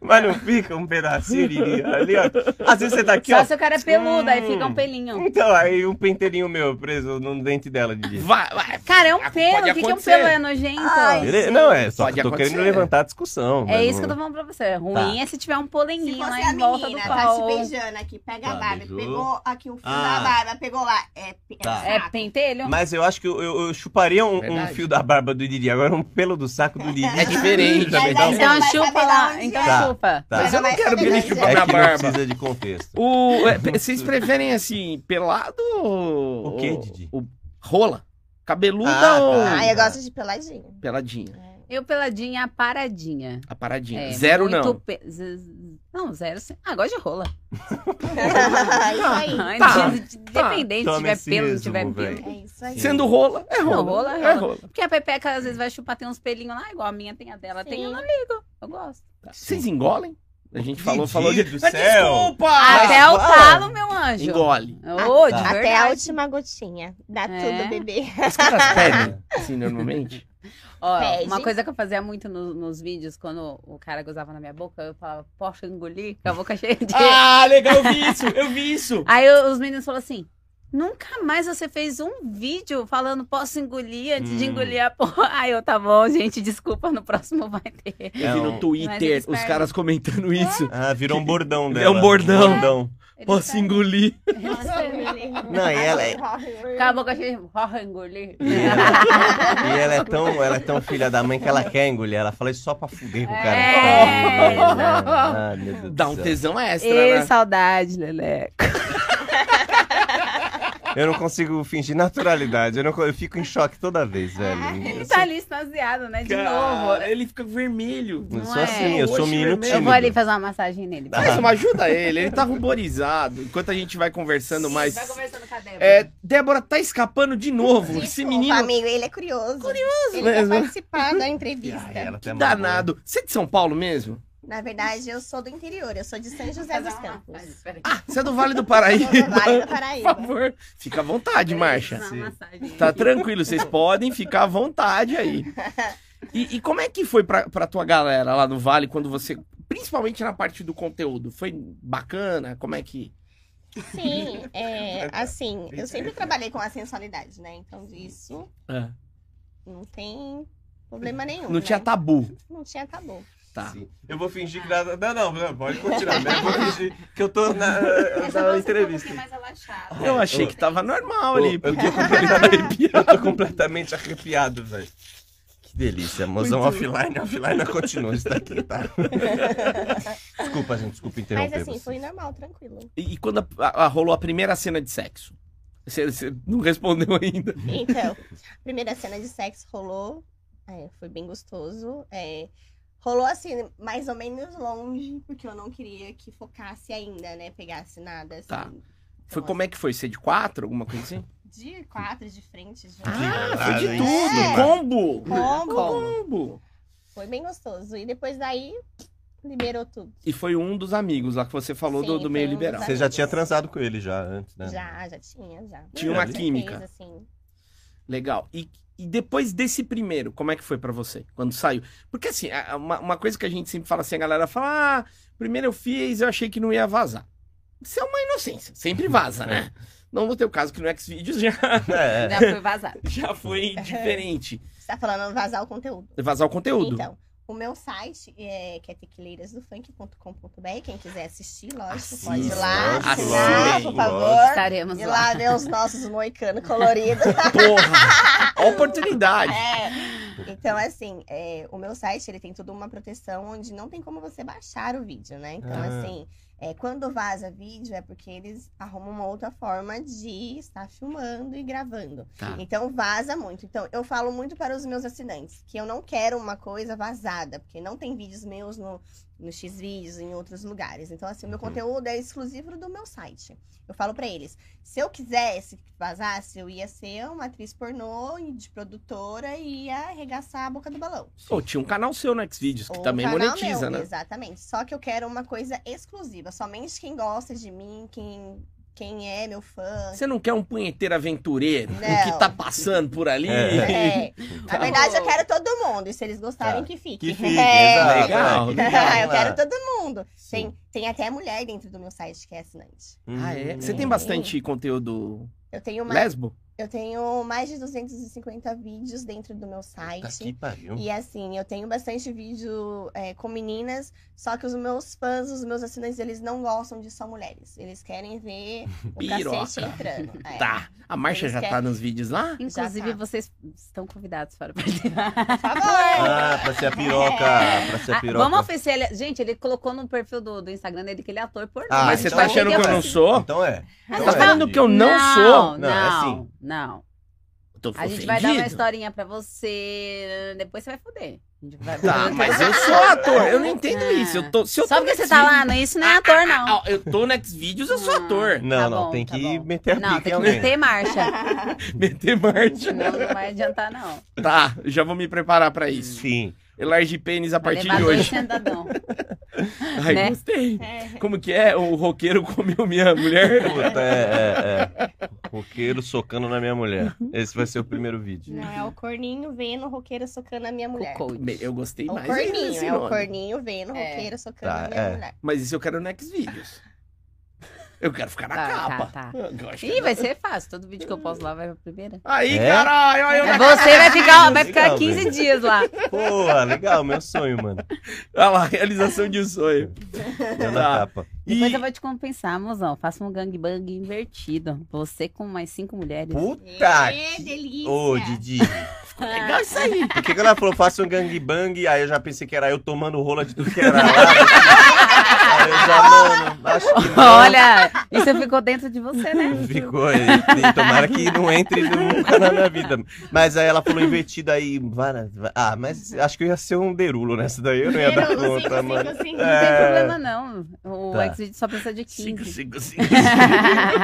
[SPEAKER 2] Mas não fica um pedacinho de- ali, ó. Às vezes você tá aqui,
[SPEAKER 3] Só
[SPEAKER 2] ó.
[SPEAKER 3] se o cara é peludo, aí
[SPEAKER 2] Hum.
[SPEAKER 3] fica um pelinho.
[SPEAKER 2] Então, aí um penteirinho meu preso no dente dela, Didi.
[SPEAKER 1] Vai, vai.
[SPEAKER 3] Cara, é um
[SPEAKER 1] Pode
[SPEAKER 3] pelo. O que, que é um
[SPEAKER 1] acontecer.
[SPEAKER 3] pelo? É nojento.
[SPEAKER 4] Ai.
[SPEAKER 2] Beleza? Não, é, só
[SPEAKER 1] Pode
[SPEAKER 2] que eu tô querendo
[SPEAKER 1] acontecer.
[SPEAKER 2] levantar a discussão.
[SPEAKER 3] é isso que eu tô falando pra você. É
[SPEAKER 2] Tá.
[SPEAKER 3] Ruim é se tiver um
[SPEAKER 4] Se
[SPEAKER 3] polenguinho lá
[SPEAKER 4] fosse a
[SPEAKER 3] em volta
[SPEAKER 4] menina,
[SPEAKER 3] do
[SPEAKER 4] tá te
[SPEAKER 3] pau.
[SPEAKER 4] beijando aqui, pega a
[SPEAKER 2] Tá,
[SPEAKER 4] barba,
[SPEAKER 2] beijou.
[SPEAKER 4] pegou aqui o fio
[SPEAKER 2] Ah.
[SPEAKER 4] da barba, pegou lá. É, é
[SPEAKER 2] Tá.
[SPEAKER 4] saco.
[SPEAKER 3] é pentelho?
[SPEAKER 2] Mas eu acho que eu, eu- eu chuparia um, um
[SPEAKER 1] Verdade.
[SPEAKER 2] fio da barba do Didi. Agora um pelo do saco do Didi.
[SPEAKER 1] É diferente,
[SPEAKER 2] Também
[SPEAKER 4] mas
[SPEAKER 2] dá um-
[SPEAKER 4] aí
[SPEAKER 3] Então
[SPEAKER 4] Vai
[SPEAKER 3] chupa lá.
[SPEAKER 4] saber da onde
[SPEAKER 3] Então
[SPEAKER 2] é. Tá.
[SPEAKER 3] chupa.
[SPEAKER 2] Tá.
[SPEAKER 1] Mas eu não
[SPEAKER 4] Vai
[SPEAKER 1] quero que
[SPEAKER 4] saber
[SPEAKER 1] ele
[SPEAKER 4] de
[SPEAKER 1] chupa
[SPEAKER 4] onde
[SPEAKER 2] É
[SPEAKER 1] minha
[SPEAKER 2] que não
[SPEAKER 1] barba.
[SPEAKER 2] precisa de contexto.
[SPEAKER 1] O, é, pe- vocês preferem assim, pelado ou.
[SPEAKER 2] O quê, Didi?
[SPEAKER 1] ou rola? Cabeluda
[SPEAKER 2] Ah, tá.
[SPEAKER 1] ou.
[SPEAKER 4] Ah, eu gosto de
[SPEAKER 1] é
[SPEAKER 4] peladinho.
[SPEAKER 1] Peladinha.
[SPEAKER 3] Eu peladinha, paradinha.
[SPEAKER 1] A paradinha.
[SPEAKER 3] É,
[SPEAKER 1] Zero
[SPEAKER 3] muito
[SPEAKER 1] não.
[SPEAKER 3] pe- z- z- Não, zero sim. Ah, gosto de rola.
[SPEAKER 4] é isso aí.
[SPEAKER 3] Ai,
[SPEAKER 1] Tá,
[SPEAKER 3] de- de-
[SPEAKER 1] tá.
[SPEAKER 3] Independente
[SPEAKER 2] Toma
[SPEAKER 3] se tiver
[SPEAKER 2] esse
[SPEAKER 3] pelo, não
[SPEAKER 2] resumo,
[SPEAKER 3] tiver
[SPEAKER 2] véi.
[SPEAKER 3] pelo.
[SPEAKER 4] É isso aí.
[SPEAKER 1] Sendo rola, é rola.
[SPEAKER 3] Não, rola é
[SPEAKER 1] é
[SPEAKER 3] rola.
[SPEAKER 1] rola.
[SPEAKER 3] Porque a Pepeca às vezes vai chupar, tem uns pelinhos lá, igual a minha tem a dela. Tem
[SPEAKER 4] Sim.
[SPEAKER 3] um amigo. Eu gosto.
[SPEAKER 1] Vocês engolem? A gente falou,
[SPEAKER 2] Didi
[SPEAKER 1] falou de.
[SPEAKER 2] do
[SPEAKER 1] Ah,
[SPEAKER 2] céu.
[SPEAKER 1] Desculpa! tá.
[SPEAKER 3] Até o
[SPEAKER 2] fala.
[SPEAKER 3] talo, meu anjo.
[SPEAKER 1] Engole.
[SPEAKER 3] Ô, de
[SPEAKER 2] Tá.
[SPEAKER 3] verdade.
[SPEAKER 4] Até a última gotinha. Dá
[SPEAKER 3] É.
[SPEAKER 4] tudo, bebê.
[SPEAKER 1] Os caras pedem, assim, normalmente.
[SPEAKER 3] Ó,
[SPEAKER 4] Pede.
[SPEAKER 3] uma coisa que eu fazia muito no- nos vídeos, quando o cara gozava na minha boca, eu falava, posso engolir? Com a boca cheia de...
[SPEAKER 1] ah, legal, eu vi isso, eu vi isso.
[SPEAKER 3] Aí eu- os meninos falaram assim, nunca mais você fez um vídeo falando posso engolir antes de
[SPEAKER 2] Hum.
[SPEAKER 3] engolir a porra. Aí eu, tá bom, gente, desculpa, no próximo vai ter.
[SPEAKER 1] Eu vi no
[SPEAKER 3] Mas
[SPEAKER 1] Twitter
[SPEAKER 3] eles É,
[SPEAKER 1] os
[SPEAKER 3] pedem.
[SPEAKER 1] caras comentando isso.
[SPEAKER 2] É um Ah, virou um bordão
[SPEAKER 1] É
[SPEAKER 2] dela.
[SPEAKER 1] um bordão.
[SPEAKER 3] Eles
[SPEAKER 1] Posso
[SPEAKER 3] pedem.
[SPEAKER 1] engolir.
[SPEAKER 3] Eles pedem.
[SPEAKER 2] Não, e ela é-
[SPEAKER 3] Com a boca cheia de posso engolir.
[SPEAKER 2] E
[SPEAKER 1] É,
[SPEAKER 2] ela, e ela é tão, ela é tão filha da mãe que ela quer engolir. Ela fala isso só pra fuder com o cara.
[SPEAKER 3] É.
[SPEAKER 2] Ah, meu Deus do
[SPEAKER 1] Dá um
[SPEAKER 2] céu.
[SPEAKER 1] tesão extra,
[SPEAKER 3] Ei,
[SPEAKER 1] né?
[SPEAKER 3] saudade, Leleco.
[SPEAKER 2] Eu não consigo fingir naturalidade. Eu, não co- eu fico em choque toda vez,
[SPEAKER 1] Ah, é.
[SPEAKER 2] velho. Eu
[SPEAKER 3] Tá
[SPEAKER 2] sou,
[SPEAKER 3] ali extasiado, né? De novo.
[SPEAKER 1] Cara, é ele fica vermelho.
[SPEAKER 2] eu
[SPEAKER 3] não
[SPEAKER 2] sou
[SPEAKER 3] é.
[SPEAKER 2] assim, eu sou um
[SPEAKER 1] Oxe,
[SPEAKER 2] menino
[SPEAKER 1] vermelho.
[SPEAKER 2] tímido.
[SPEAKER 3] Eu vou ali fazer uma massagem nele.
[SPEAKER 2] Tá.
[SPEAKER 1] Mas uma ajuda ele, ele tá ruborizado. Enquanto a gente vai conversando mais.
[SPEAKER 3] Vai conversando com a Débora.
[SPEAKER 1] É, Débora tá escapando de novo. Esse
[SPEAKER 4] Desculpa,
[SPEAKER 1] menino
[SPEAKER 4] amigo, ele é curioso. Curioso Ele
[SPEAKER 1] mesmo.
[SPEAKER 4] quer participar da entrevista.
[SPEAKER 2] Ai, Ah, ela
[SPEAKER 1] que
[SPEAKER 2] Tá até mamou.
[SPEAKER 1] danado. Você é de São Paulo mesmo?
[SPEAKER 4] Na verdade, eu sou do interior. Eu sou de São José dos Campos.
[SPEAKER 1] Ah, você é do Vale do Paraíba.
[SPEAKER 4] Sou do Vale do
[SPEAKER 1] Por
[SPEAKER 4] Paraíba.
[SPEAKER 1] favor, fica à vontade, Marcha.
[SPEAKER 2] Sim.
[SPEAKER 1] Tá tranquilo, vocês podem ficar à vontade aí. E, e como é que foi pra, pra tua galera lá no Vale quando você. Principalmente na parte do conteúdo? Foi bacana? Como é que.
[SPEAKER 4] Sim, é, assim, eu sempre trabalhei com a sensualidade, né? Então, disso Não tem problema nenhum.
[SPEAKER 1] Não
[SPEAKER 4] né?
[SPEAKER 1] tinha tabu.
[SPEAKER 4] Não tinha tabu.
[SPEAKER 1] Tá.
[SPEAKER 2] Sim. Eu vou fingir que nada. Não, não, não, pode continuar. né? Eu vou fingir que eu tô na,
[SPEAKER 3] Essa
[SPEAKER 2] na
[SPEAKER 3] nossa
[SPEAKER 2] entrevista.
[SPEAKER 3] tá um pouquinho mais relaxada.
[SPEAKER 1] Eu achei
[SPEAKER 2] ô,
[SPEAKER 1] que tava normal
[SPEAKER 2] É, ô,
[SPEAKER 1] ali.
[SPEAKER 2] eu, tô completamente, eu tô completamente arrepiado, velho. Que delícia, mozão
[SPEAKER 1] Muito.
[SPEAKER 2] offline, offline continua isso daqui, tá? desculpa, gente, desculpa interromper
[SPEAKER 4] Mas assim,
[SPEAKER 2] vocês.
[SPEAKER 4] foi normal, tranquilo.
[SPEAKER 1] E, e quando a- a- a- rolou a primeira cena de sexo? Você, você não respondeu ainda.
[SPEAKER 4] Então, a primeira cena de sexo rolou. é, foi bem gostoso. é, rolou assim, mais ou menos longe, porque eu não queria que focasse ainda, né? Pegasse nada assim.
[SPEAKER 1] Tá. Foi
[SPEAKER 4] Então,
[SPEAKER 1] como é que foi? Ser de quatro? Alguma coisa assim?
[SPEAKER 4] De quatro, de frente, de
[SPEAKER 1] Ah,
[SPEAKER 2] Ah,
[SPEAKER 1] foi de
[SPEAKER 2] gente.
[SPEAKER 1] tudo.
[SPEAKER 4] É.
[SPEAKER 1] Combo.
[SPEAKER 4] Combo.
[SPEAKER 1] Combo.
[SPEAKER 4] Foi bem gostoso. E depois daí, liberou tudo.
[SPEAKER 1] E foi um dos amigos lá que você falou do,
[SPEAKER 4] Sim,
[SPEAKER 1] do meio
[SPEAKER 4] foi um dos
[SPEAKER 1] liberal.
[SPEAKER 2] Você já tinha transado com ele já antes, né?
[SPEAKER 4] Já, já tinha, já.
[SPEAKER 1] Tinha
[SPEAKER 2] uma
[SPEAKER 4] Com certeza,
[SPEAKER 1] química.
[SPEAKER 4] assim.
[SPEAKER 1] Legal. E, e depois desse primeiro, como é que foi pra você? Quando saiu? Porque assim, a- a- uma, uma coisa que a gente sempre fala assim, a galera fala, ah, primeiro eu fiz, eu achei que não ia vazar. Isso é uma inocência, sempre vaza, né? Não no teu caso, que no Xvideos já,
[SPEAKER 2] É.
[SPEAKER 3] Já foi vazado.
[SPEAKER 1] já foi diferente.
[SPEAKER 4] Você tá falando vazar o conteúdo.
[SPEAKER 1] Vazar o conteúdo.
[SPEAKER 4] Então, o meu site, é, que é tequileirasdofunk.com.br, quem quiser assistir, lógico,
[SPEAKER 1] Assista,
[SPEAKER 4] pode ir lá,
[SPEAKER 1] lógico,
[SPEAKER 4] assinar,
[SPEAKER 1] lógico,
[SPEAKER 4] por favor.
[SPEAKER 3] Estaremos
[SPEAKER 4] E
[SPEAKER 3] lá.
[SPEAKER 4] lá ver os nossos moicanos coloridos.
[SPEAKER 1] Porra! Ó a oportunidade.
[SPEAKER 4] É. Então, assim, é, o meu site, ele tem toda uma proteção onde não tem como você baixar o vídeo, né? Então,
[SPEAKER 2] Ah.
[SPEAKER 4] assim, é, quando vaza vídeo é porque eles arrumam uma outra forma de estar filmando e gravando.
[SPEAKER 1] Tá.
[SPEAKER 4] Então, vaza muito. Então, eu falo muito para os meus assinantes que eu não quero uma coisa vazada, porque não tem vídeos meus no, no Xvideos, em outros lugares. Então, assim, o meu
[SPEAKER 2] Uhum.
[SPEAKER 4] conteúdo é exclusivo do meu site. Eu falo para eles, se eu quisesse que vazasse, eu ia ser uma atriz pornô e de produtora e ia arregaçar a boca do balão.
[SPEAKER 1] Pô, tinha um canal seu no Xvideos, que
[SPEAKER 4] Ou
[SPEAKER 1] também
[SPEAKER 4] um canal
[SPEAKER 1] monetiza,
[SPEAKER 4] meu,
[SPEAKER 1] né?
[SPEAKER 4] Exatamente. Só que eu quero uma coisa exclusiva. Somente quem gosta de mim, quem, quem é meu fã.
[SPEAKER 1] Você não quer um punheteiro aventureiro? O
[SPEAKER 4] Não.
[SPEAKER 1] que tá passando por ali?
[SPEAKER 2] É.
[SPEAKER 4] É,
[SPEAKER 3] Tá
[SPEAKER 4] na verdade, eu quero todo mundo. E se eles gostarem,
[SPEAKER 2] Tá.
[SPEAKER 4] que fique.
[SPEAKER 2] Que fique,
[SPEAKER 4] É.
[SPEAKER 2] exato.
[SPEAKER 1] Legal,
[SPEAKER 2] é.
[SPEAKER 1] legal.
[SPEAKER 4] eu quero todo mundo.
[SPEAKER 2] Sim.
[SPEAKER 4] Tem, tem até mulher dentro do meu site que é assinante.
[SPEAKER 1] Ah, é?
[SPEAKER 2] Hum.
[SPEAKER 1] Você tem bastante conteúdo
[SPEAKER 4] Eu tenho, mais,
[SPEAKER 1] lesbo?
[SPEAKER 4] eu tenho mais de 250 vídeos dentro do meu
[SPEAKER 2] Puta
[SPEAKER 4] site.
[SPEAKER 2] que pariu.
[SPEAKER 4] E assim, eu tenho bastante vídeo é, com meninas, só que os meus fãs, os meus assinantes, eles não gostam de só mulheres. Eles querem ver o
[SPEAKER 1] Piroca.
[SPEAKER 4] cacete entrando. É.
[SPEAKER 1] Tá. A marcha
[SPEAKER 4] Eles
[SPEAKER 1] já tá
[SPEAKER 4] querem-
[SPEAKER 1] nos vídeos lá?
[SPEAKER 4] Já
[SPEAKER 3] Inclusive,
[SPEAKER 4] tá.
[SPEAKER 3] vocês estão convidados para participar.
[SPEAKER 4] Por favor!
[SPEAKER 2] Ah, pra ser a piroca. Pra ser a
[SPEAKER 3] Ah,
[SPEAKER 2] piroca.
[SPEAKER 3] vamos oferecer. Ele... Gente, ele colocou no perfil do, do Instagram dele que ele é ator pornô.
[SPEAKER 2] Ah,
[SPEAKER 1] Mas você
[SPEAKER 2] então
[SPEAKER 1] tá achando que eu não
[SPEAKER 2] oferecer.
[SPEAKER 1] sou?
[SPEAKER 2] Então é. Então
[SPEAKER 1] Tá
[SPEAKER 2] é.
[SPEAKER 1] falando que eu não, sou?
[SPEAKER 3] Não,
[SPEAKER 2] Não, é assim.
[SPEAKER 3] não. não.
[SPEAKER 1] Eu Tô
[SPEAKER 3] A gente
[SPEAKER 1] ofendido.
[SPEAKER 3] vai dar uma historinha pra você. Depois você vai foder. A gente vai-
[SPEAKER 1] Tá, mas eu só ator. Eu não entendo
[SPEAKER 3] Ah.
[SPEAKER 1] isso. Eu tô, se eu
[SPEAKER 3] Só
[SPEAKER 1] tô
[SPEAKER 3] porque
[SPEAKER 1] no
[SPEAKER 3] você tá
[SPEAKER 1] Xvideos-
[SPEAKER 3] lá, não, isso não é ator, não.
[SPEAKER 1] Ah, eu tô no Xvideos, eu sou
[SPEAKER 3] Ah.
[SPEAKER 1] ator.
[SPEAKER 2] Não,
[SPEAKER 3] Tá
[SPEAKER 2] não,
[SPEAKER 3] bom,
[SPEAKER 2] tem
[SPEAKER 3] tá
[SPEAKER 2] que
[SPEAKER 3] bom.
[SPEAKER 1] ah,
[SPEAKER 2] meter a
[SPEAKER 3] Não,
[SPEAKER 2] pica em
[SPEAKER 3] tem que
[SPEAKER 2] alguém.
[SPEAKER 3] meter marcha.
[SPEAKER 2] Ah.
[SPEAKER 1] Meter marcha.
[SPEAKER 3] Senão não vai adiantar, não.
[SPEAKER 1] Tá, já vou me preparar pra isso.
[SPEAKER 2] Sim.
[SPEAKER 1] Elarge pênis a
[SPEAKER 3] Vai
[SPEAKER 1] partir
[SPEAKER 3] levar
[SPEAKER 1] de
[SPEAKER 3] dois
[SPEAKER 1] hoje.
[SPEAKER 3] sentadão.
[SPEAKER 1] Ai,
[SPEAKER 3] né?
[SPEAKER 1] gostei.
[SPEAKER 4] É.
[SPEAKER 1] Como que é? O roqueiro comeu minha mulher?
[SPEAKER 2] Puta, é, é, é. Roqueiro socando na minha mulher. Esse vai ser o primeiro vídeo.
[SPEAKER 4] Não, é o corninho vendo o roqueiro socando a minha mulher.
[SPEAKER 3] Cocô.
[SPEAKER 1] Bem, Eu gostei
[SPEAKER 4] O
[SPEAKER 1] mais ainda
[SPEAKER 4] corninho,
[SPEAKER 1] desse
[SPEAKER 4] é o
[SPEAKER 1] nome.
[SPEAKER 4] corninho vendo o
[SPEAKER 3] É.
[SPEAKER 4] roqueiro socando
[SPEAKER 2] Tá,
[SPEAKER 4] a minha
[SPEAKER 2] é.
[SPEAKER 4] mulher.
[SPEAKER 1] Mas isso eu quero no Xvideos. Eu quero ficar na
[SPEAKER 3] Tá,
[SPEAKER 1] capa.
[SPEAKER 3] tá, tá.
[SPEAKER 1] Eu acho que-
[SPEAKER 3] Ih, vai ser fácil. Todo vídeo que eu posto lá vai pra primeira.
[SPEAKER 1] Aí,
[SPEAKER 2] É?
[SPEAKER 1] caralho! Aí eu né?
[SPEAKER 3] É,
[SPEAKER 1] na
[SPEAKER 3] Você vai ficar, vai ficar
[SPEAKER 2] Legal,
[SPEAKER 3] 15
[SPEAKER 2] velho.
[SPEAKER 3] dias lá.
[SPEAKER 2] Porra, legal, meu sonho, mano.
[SPEAKER 1] Olha lá, realização de um sonho.
[SPEAKER 2] Eu
[SPEAKER 1] Tá.
[SPEAKER 2] na capa.
[SPEAKER 3] Depois
[SPEAKER 1] E-
[SPEAKER 3] eu vou te compensar, mozão. Faça um gangbang invertido. Você com mais cinco mulheres.
[SPEAKER 1] Tá.
[SPEAKER 2] Puta!
[SPEAKER 4] É, delícia.
[SPEAKER 2] Ô, Didi.
[SPEAKER 3] Ah,
[SPEAKER 1] Legal isso aí.
[SPEAKER 2] Por que que ela falou, faça um gangbang? Aí eu já pensei que era eu tomando rola de tudo que era lá. Aí eu já, mano, acho que não.
[SPEAKER 3] Olha, isso ficou dentro de você, né?
[SPEAKER 2] Ficou aí. E Tomara que não entre nunca na minha vida. Mas aí ela falou invertida aí. vara- va- Ah, mas acho que eu ia ser um derulo nessa daí. Eu não ia dar
[SPEAKER 4] Derulo,
[SPEAKER 2] conta,
[SPEAKER 4] sim,
[SPEAKER 2] mano.
[SPEAKER 4] sim, sim.
[SPEAKER 3] Não tem
[SPEAKER 2] É.
[SPEAKER 3] problema, não. O
[SPEAKER 2] Tá.
[SPEAKER 3] Xvideos só precisa de 15.
[SPEAKER 1] Cinco, cinco, cinco.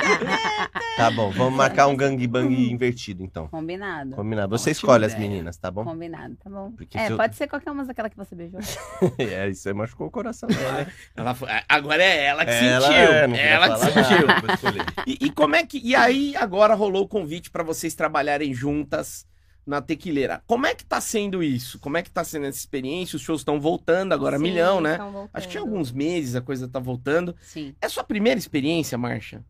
[SPEAKER 2] Tá bom, vamos marcar um gangbang invertido, então.
[SPEAKER 3] Combinado.
[SPEAKER 2] Combinado. Você
[SPEAKER 1] Ótima
[SPEAKER 2] escolhe as
[SPEAKER 1] Hum. ideia.
[SPEAKER 2] meninas, tá bom?
[SPEAKER 3] Combinado, tá bom.
[SPEAKER 2] Porque
[SPEAKER 3] é,
[SPEAKER 2] se eu-
[SPEAKER 3] pode ser qualquer uma daquela que você beijou.
[SPEAKER 2] É, isso aí machucou o coração dela. né?
[SPEAKER 1] Ela foi- agora é ela que
[SPEAKER 2] Ela,
[SPEAKER 1] sentiu.
[SPEAKER 2] é, não queria
[SPEAKER 1] ela que
[SPEAKER 2] falar
[SPEAKER 1] sentiu.
[SPEAKER 2] nada, vou escolher.
[SPEAKER 1] E, e como é que. E aí, agora rolou o convite pra vocês trabalharem juntas na tequileira. Como é que tá sendo isso? Como é que tá sendo essa experiência? Os shows estão voltando agora,
[SPEAKER 4] Sim,
[SPEAKER 1] milhão, né?
[SPEAKER 4] estão
[SPEAKER 1] Acho que
[SPEAKER 4] voltando.
[SPEAKER 1] tinha alguns meses a coisa tá voltando.
[SPEAKER 3] Sim.
[SPEAKER 1] É sua primeira experiência, Marcha?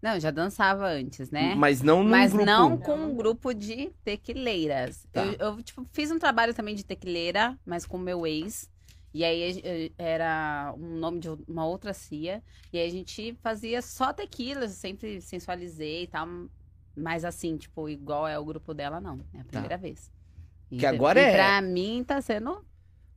[SPEAKER 3] Não, eu já dançava antes, né?
[SPEAKER 1] Mas não num
[SPEAKER 3] Mas
[SPEAKER 1] grupo. Tá.
[SPEAKER 3] não com um grupo de tequileiras. Eu, eu, tipo, fiz um trabalho também de tequileira, mas com o meu ex. E aí eh, era um nome de uma outra cia. E aí a gente fazia só tequila, eu sempre sensualizei e tal. Mas assim, tipo, igual é o grupo dela, não. É a primeira vez.
[SPEAKER 1] Tá.
[SPEAKER 3] E
[SPEAKER 1] Que
[SPEAKER 3] pra-
[SPEAKER 1] agora
[SPEAKER 3] e
[SPEAKER 1] é-
[SPEAKER 3] Pra mim tá sendo.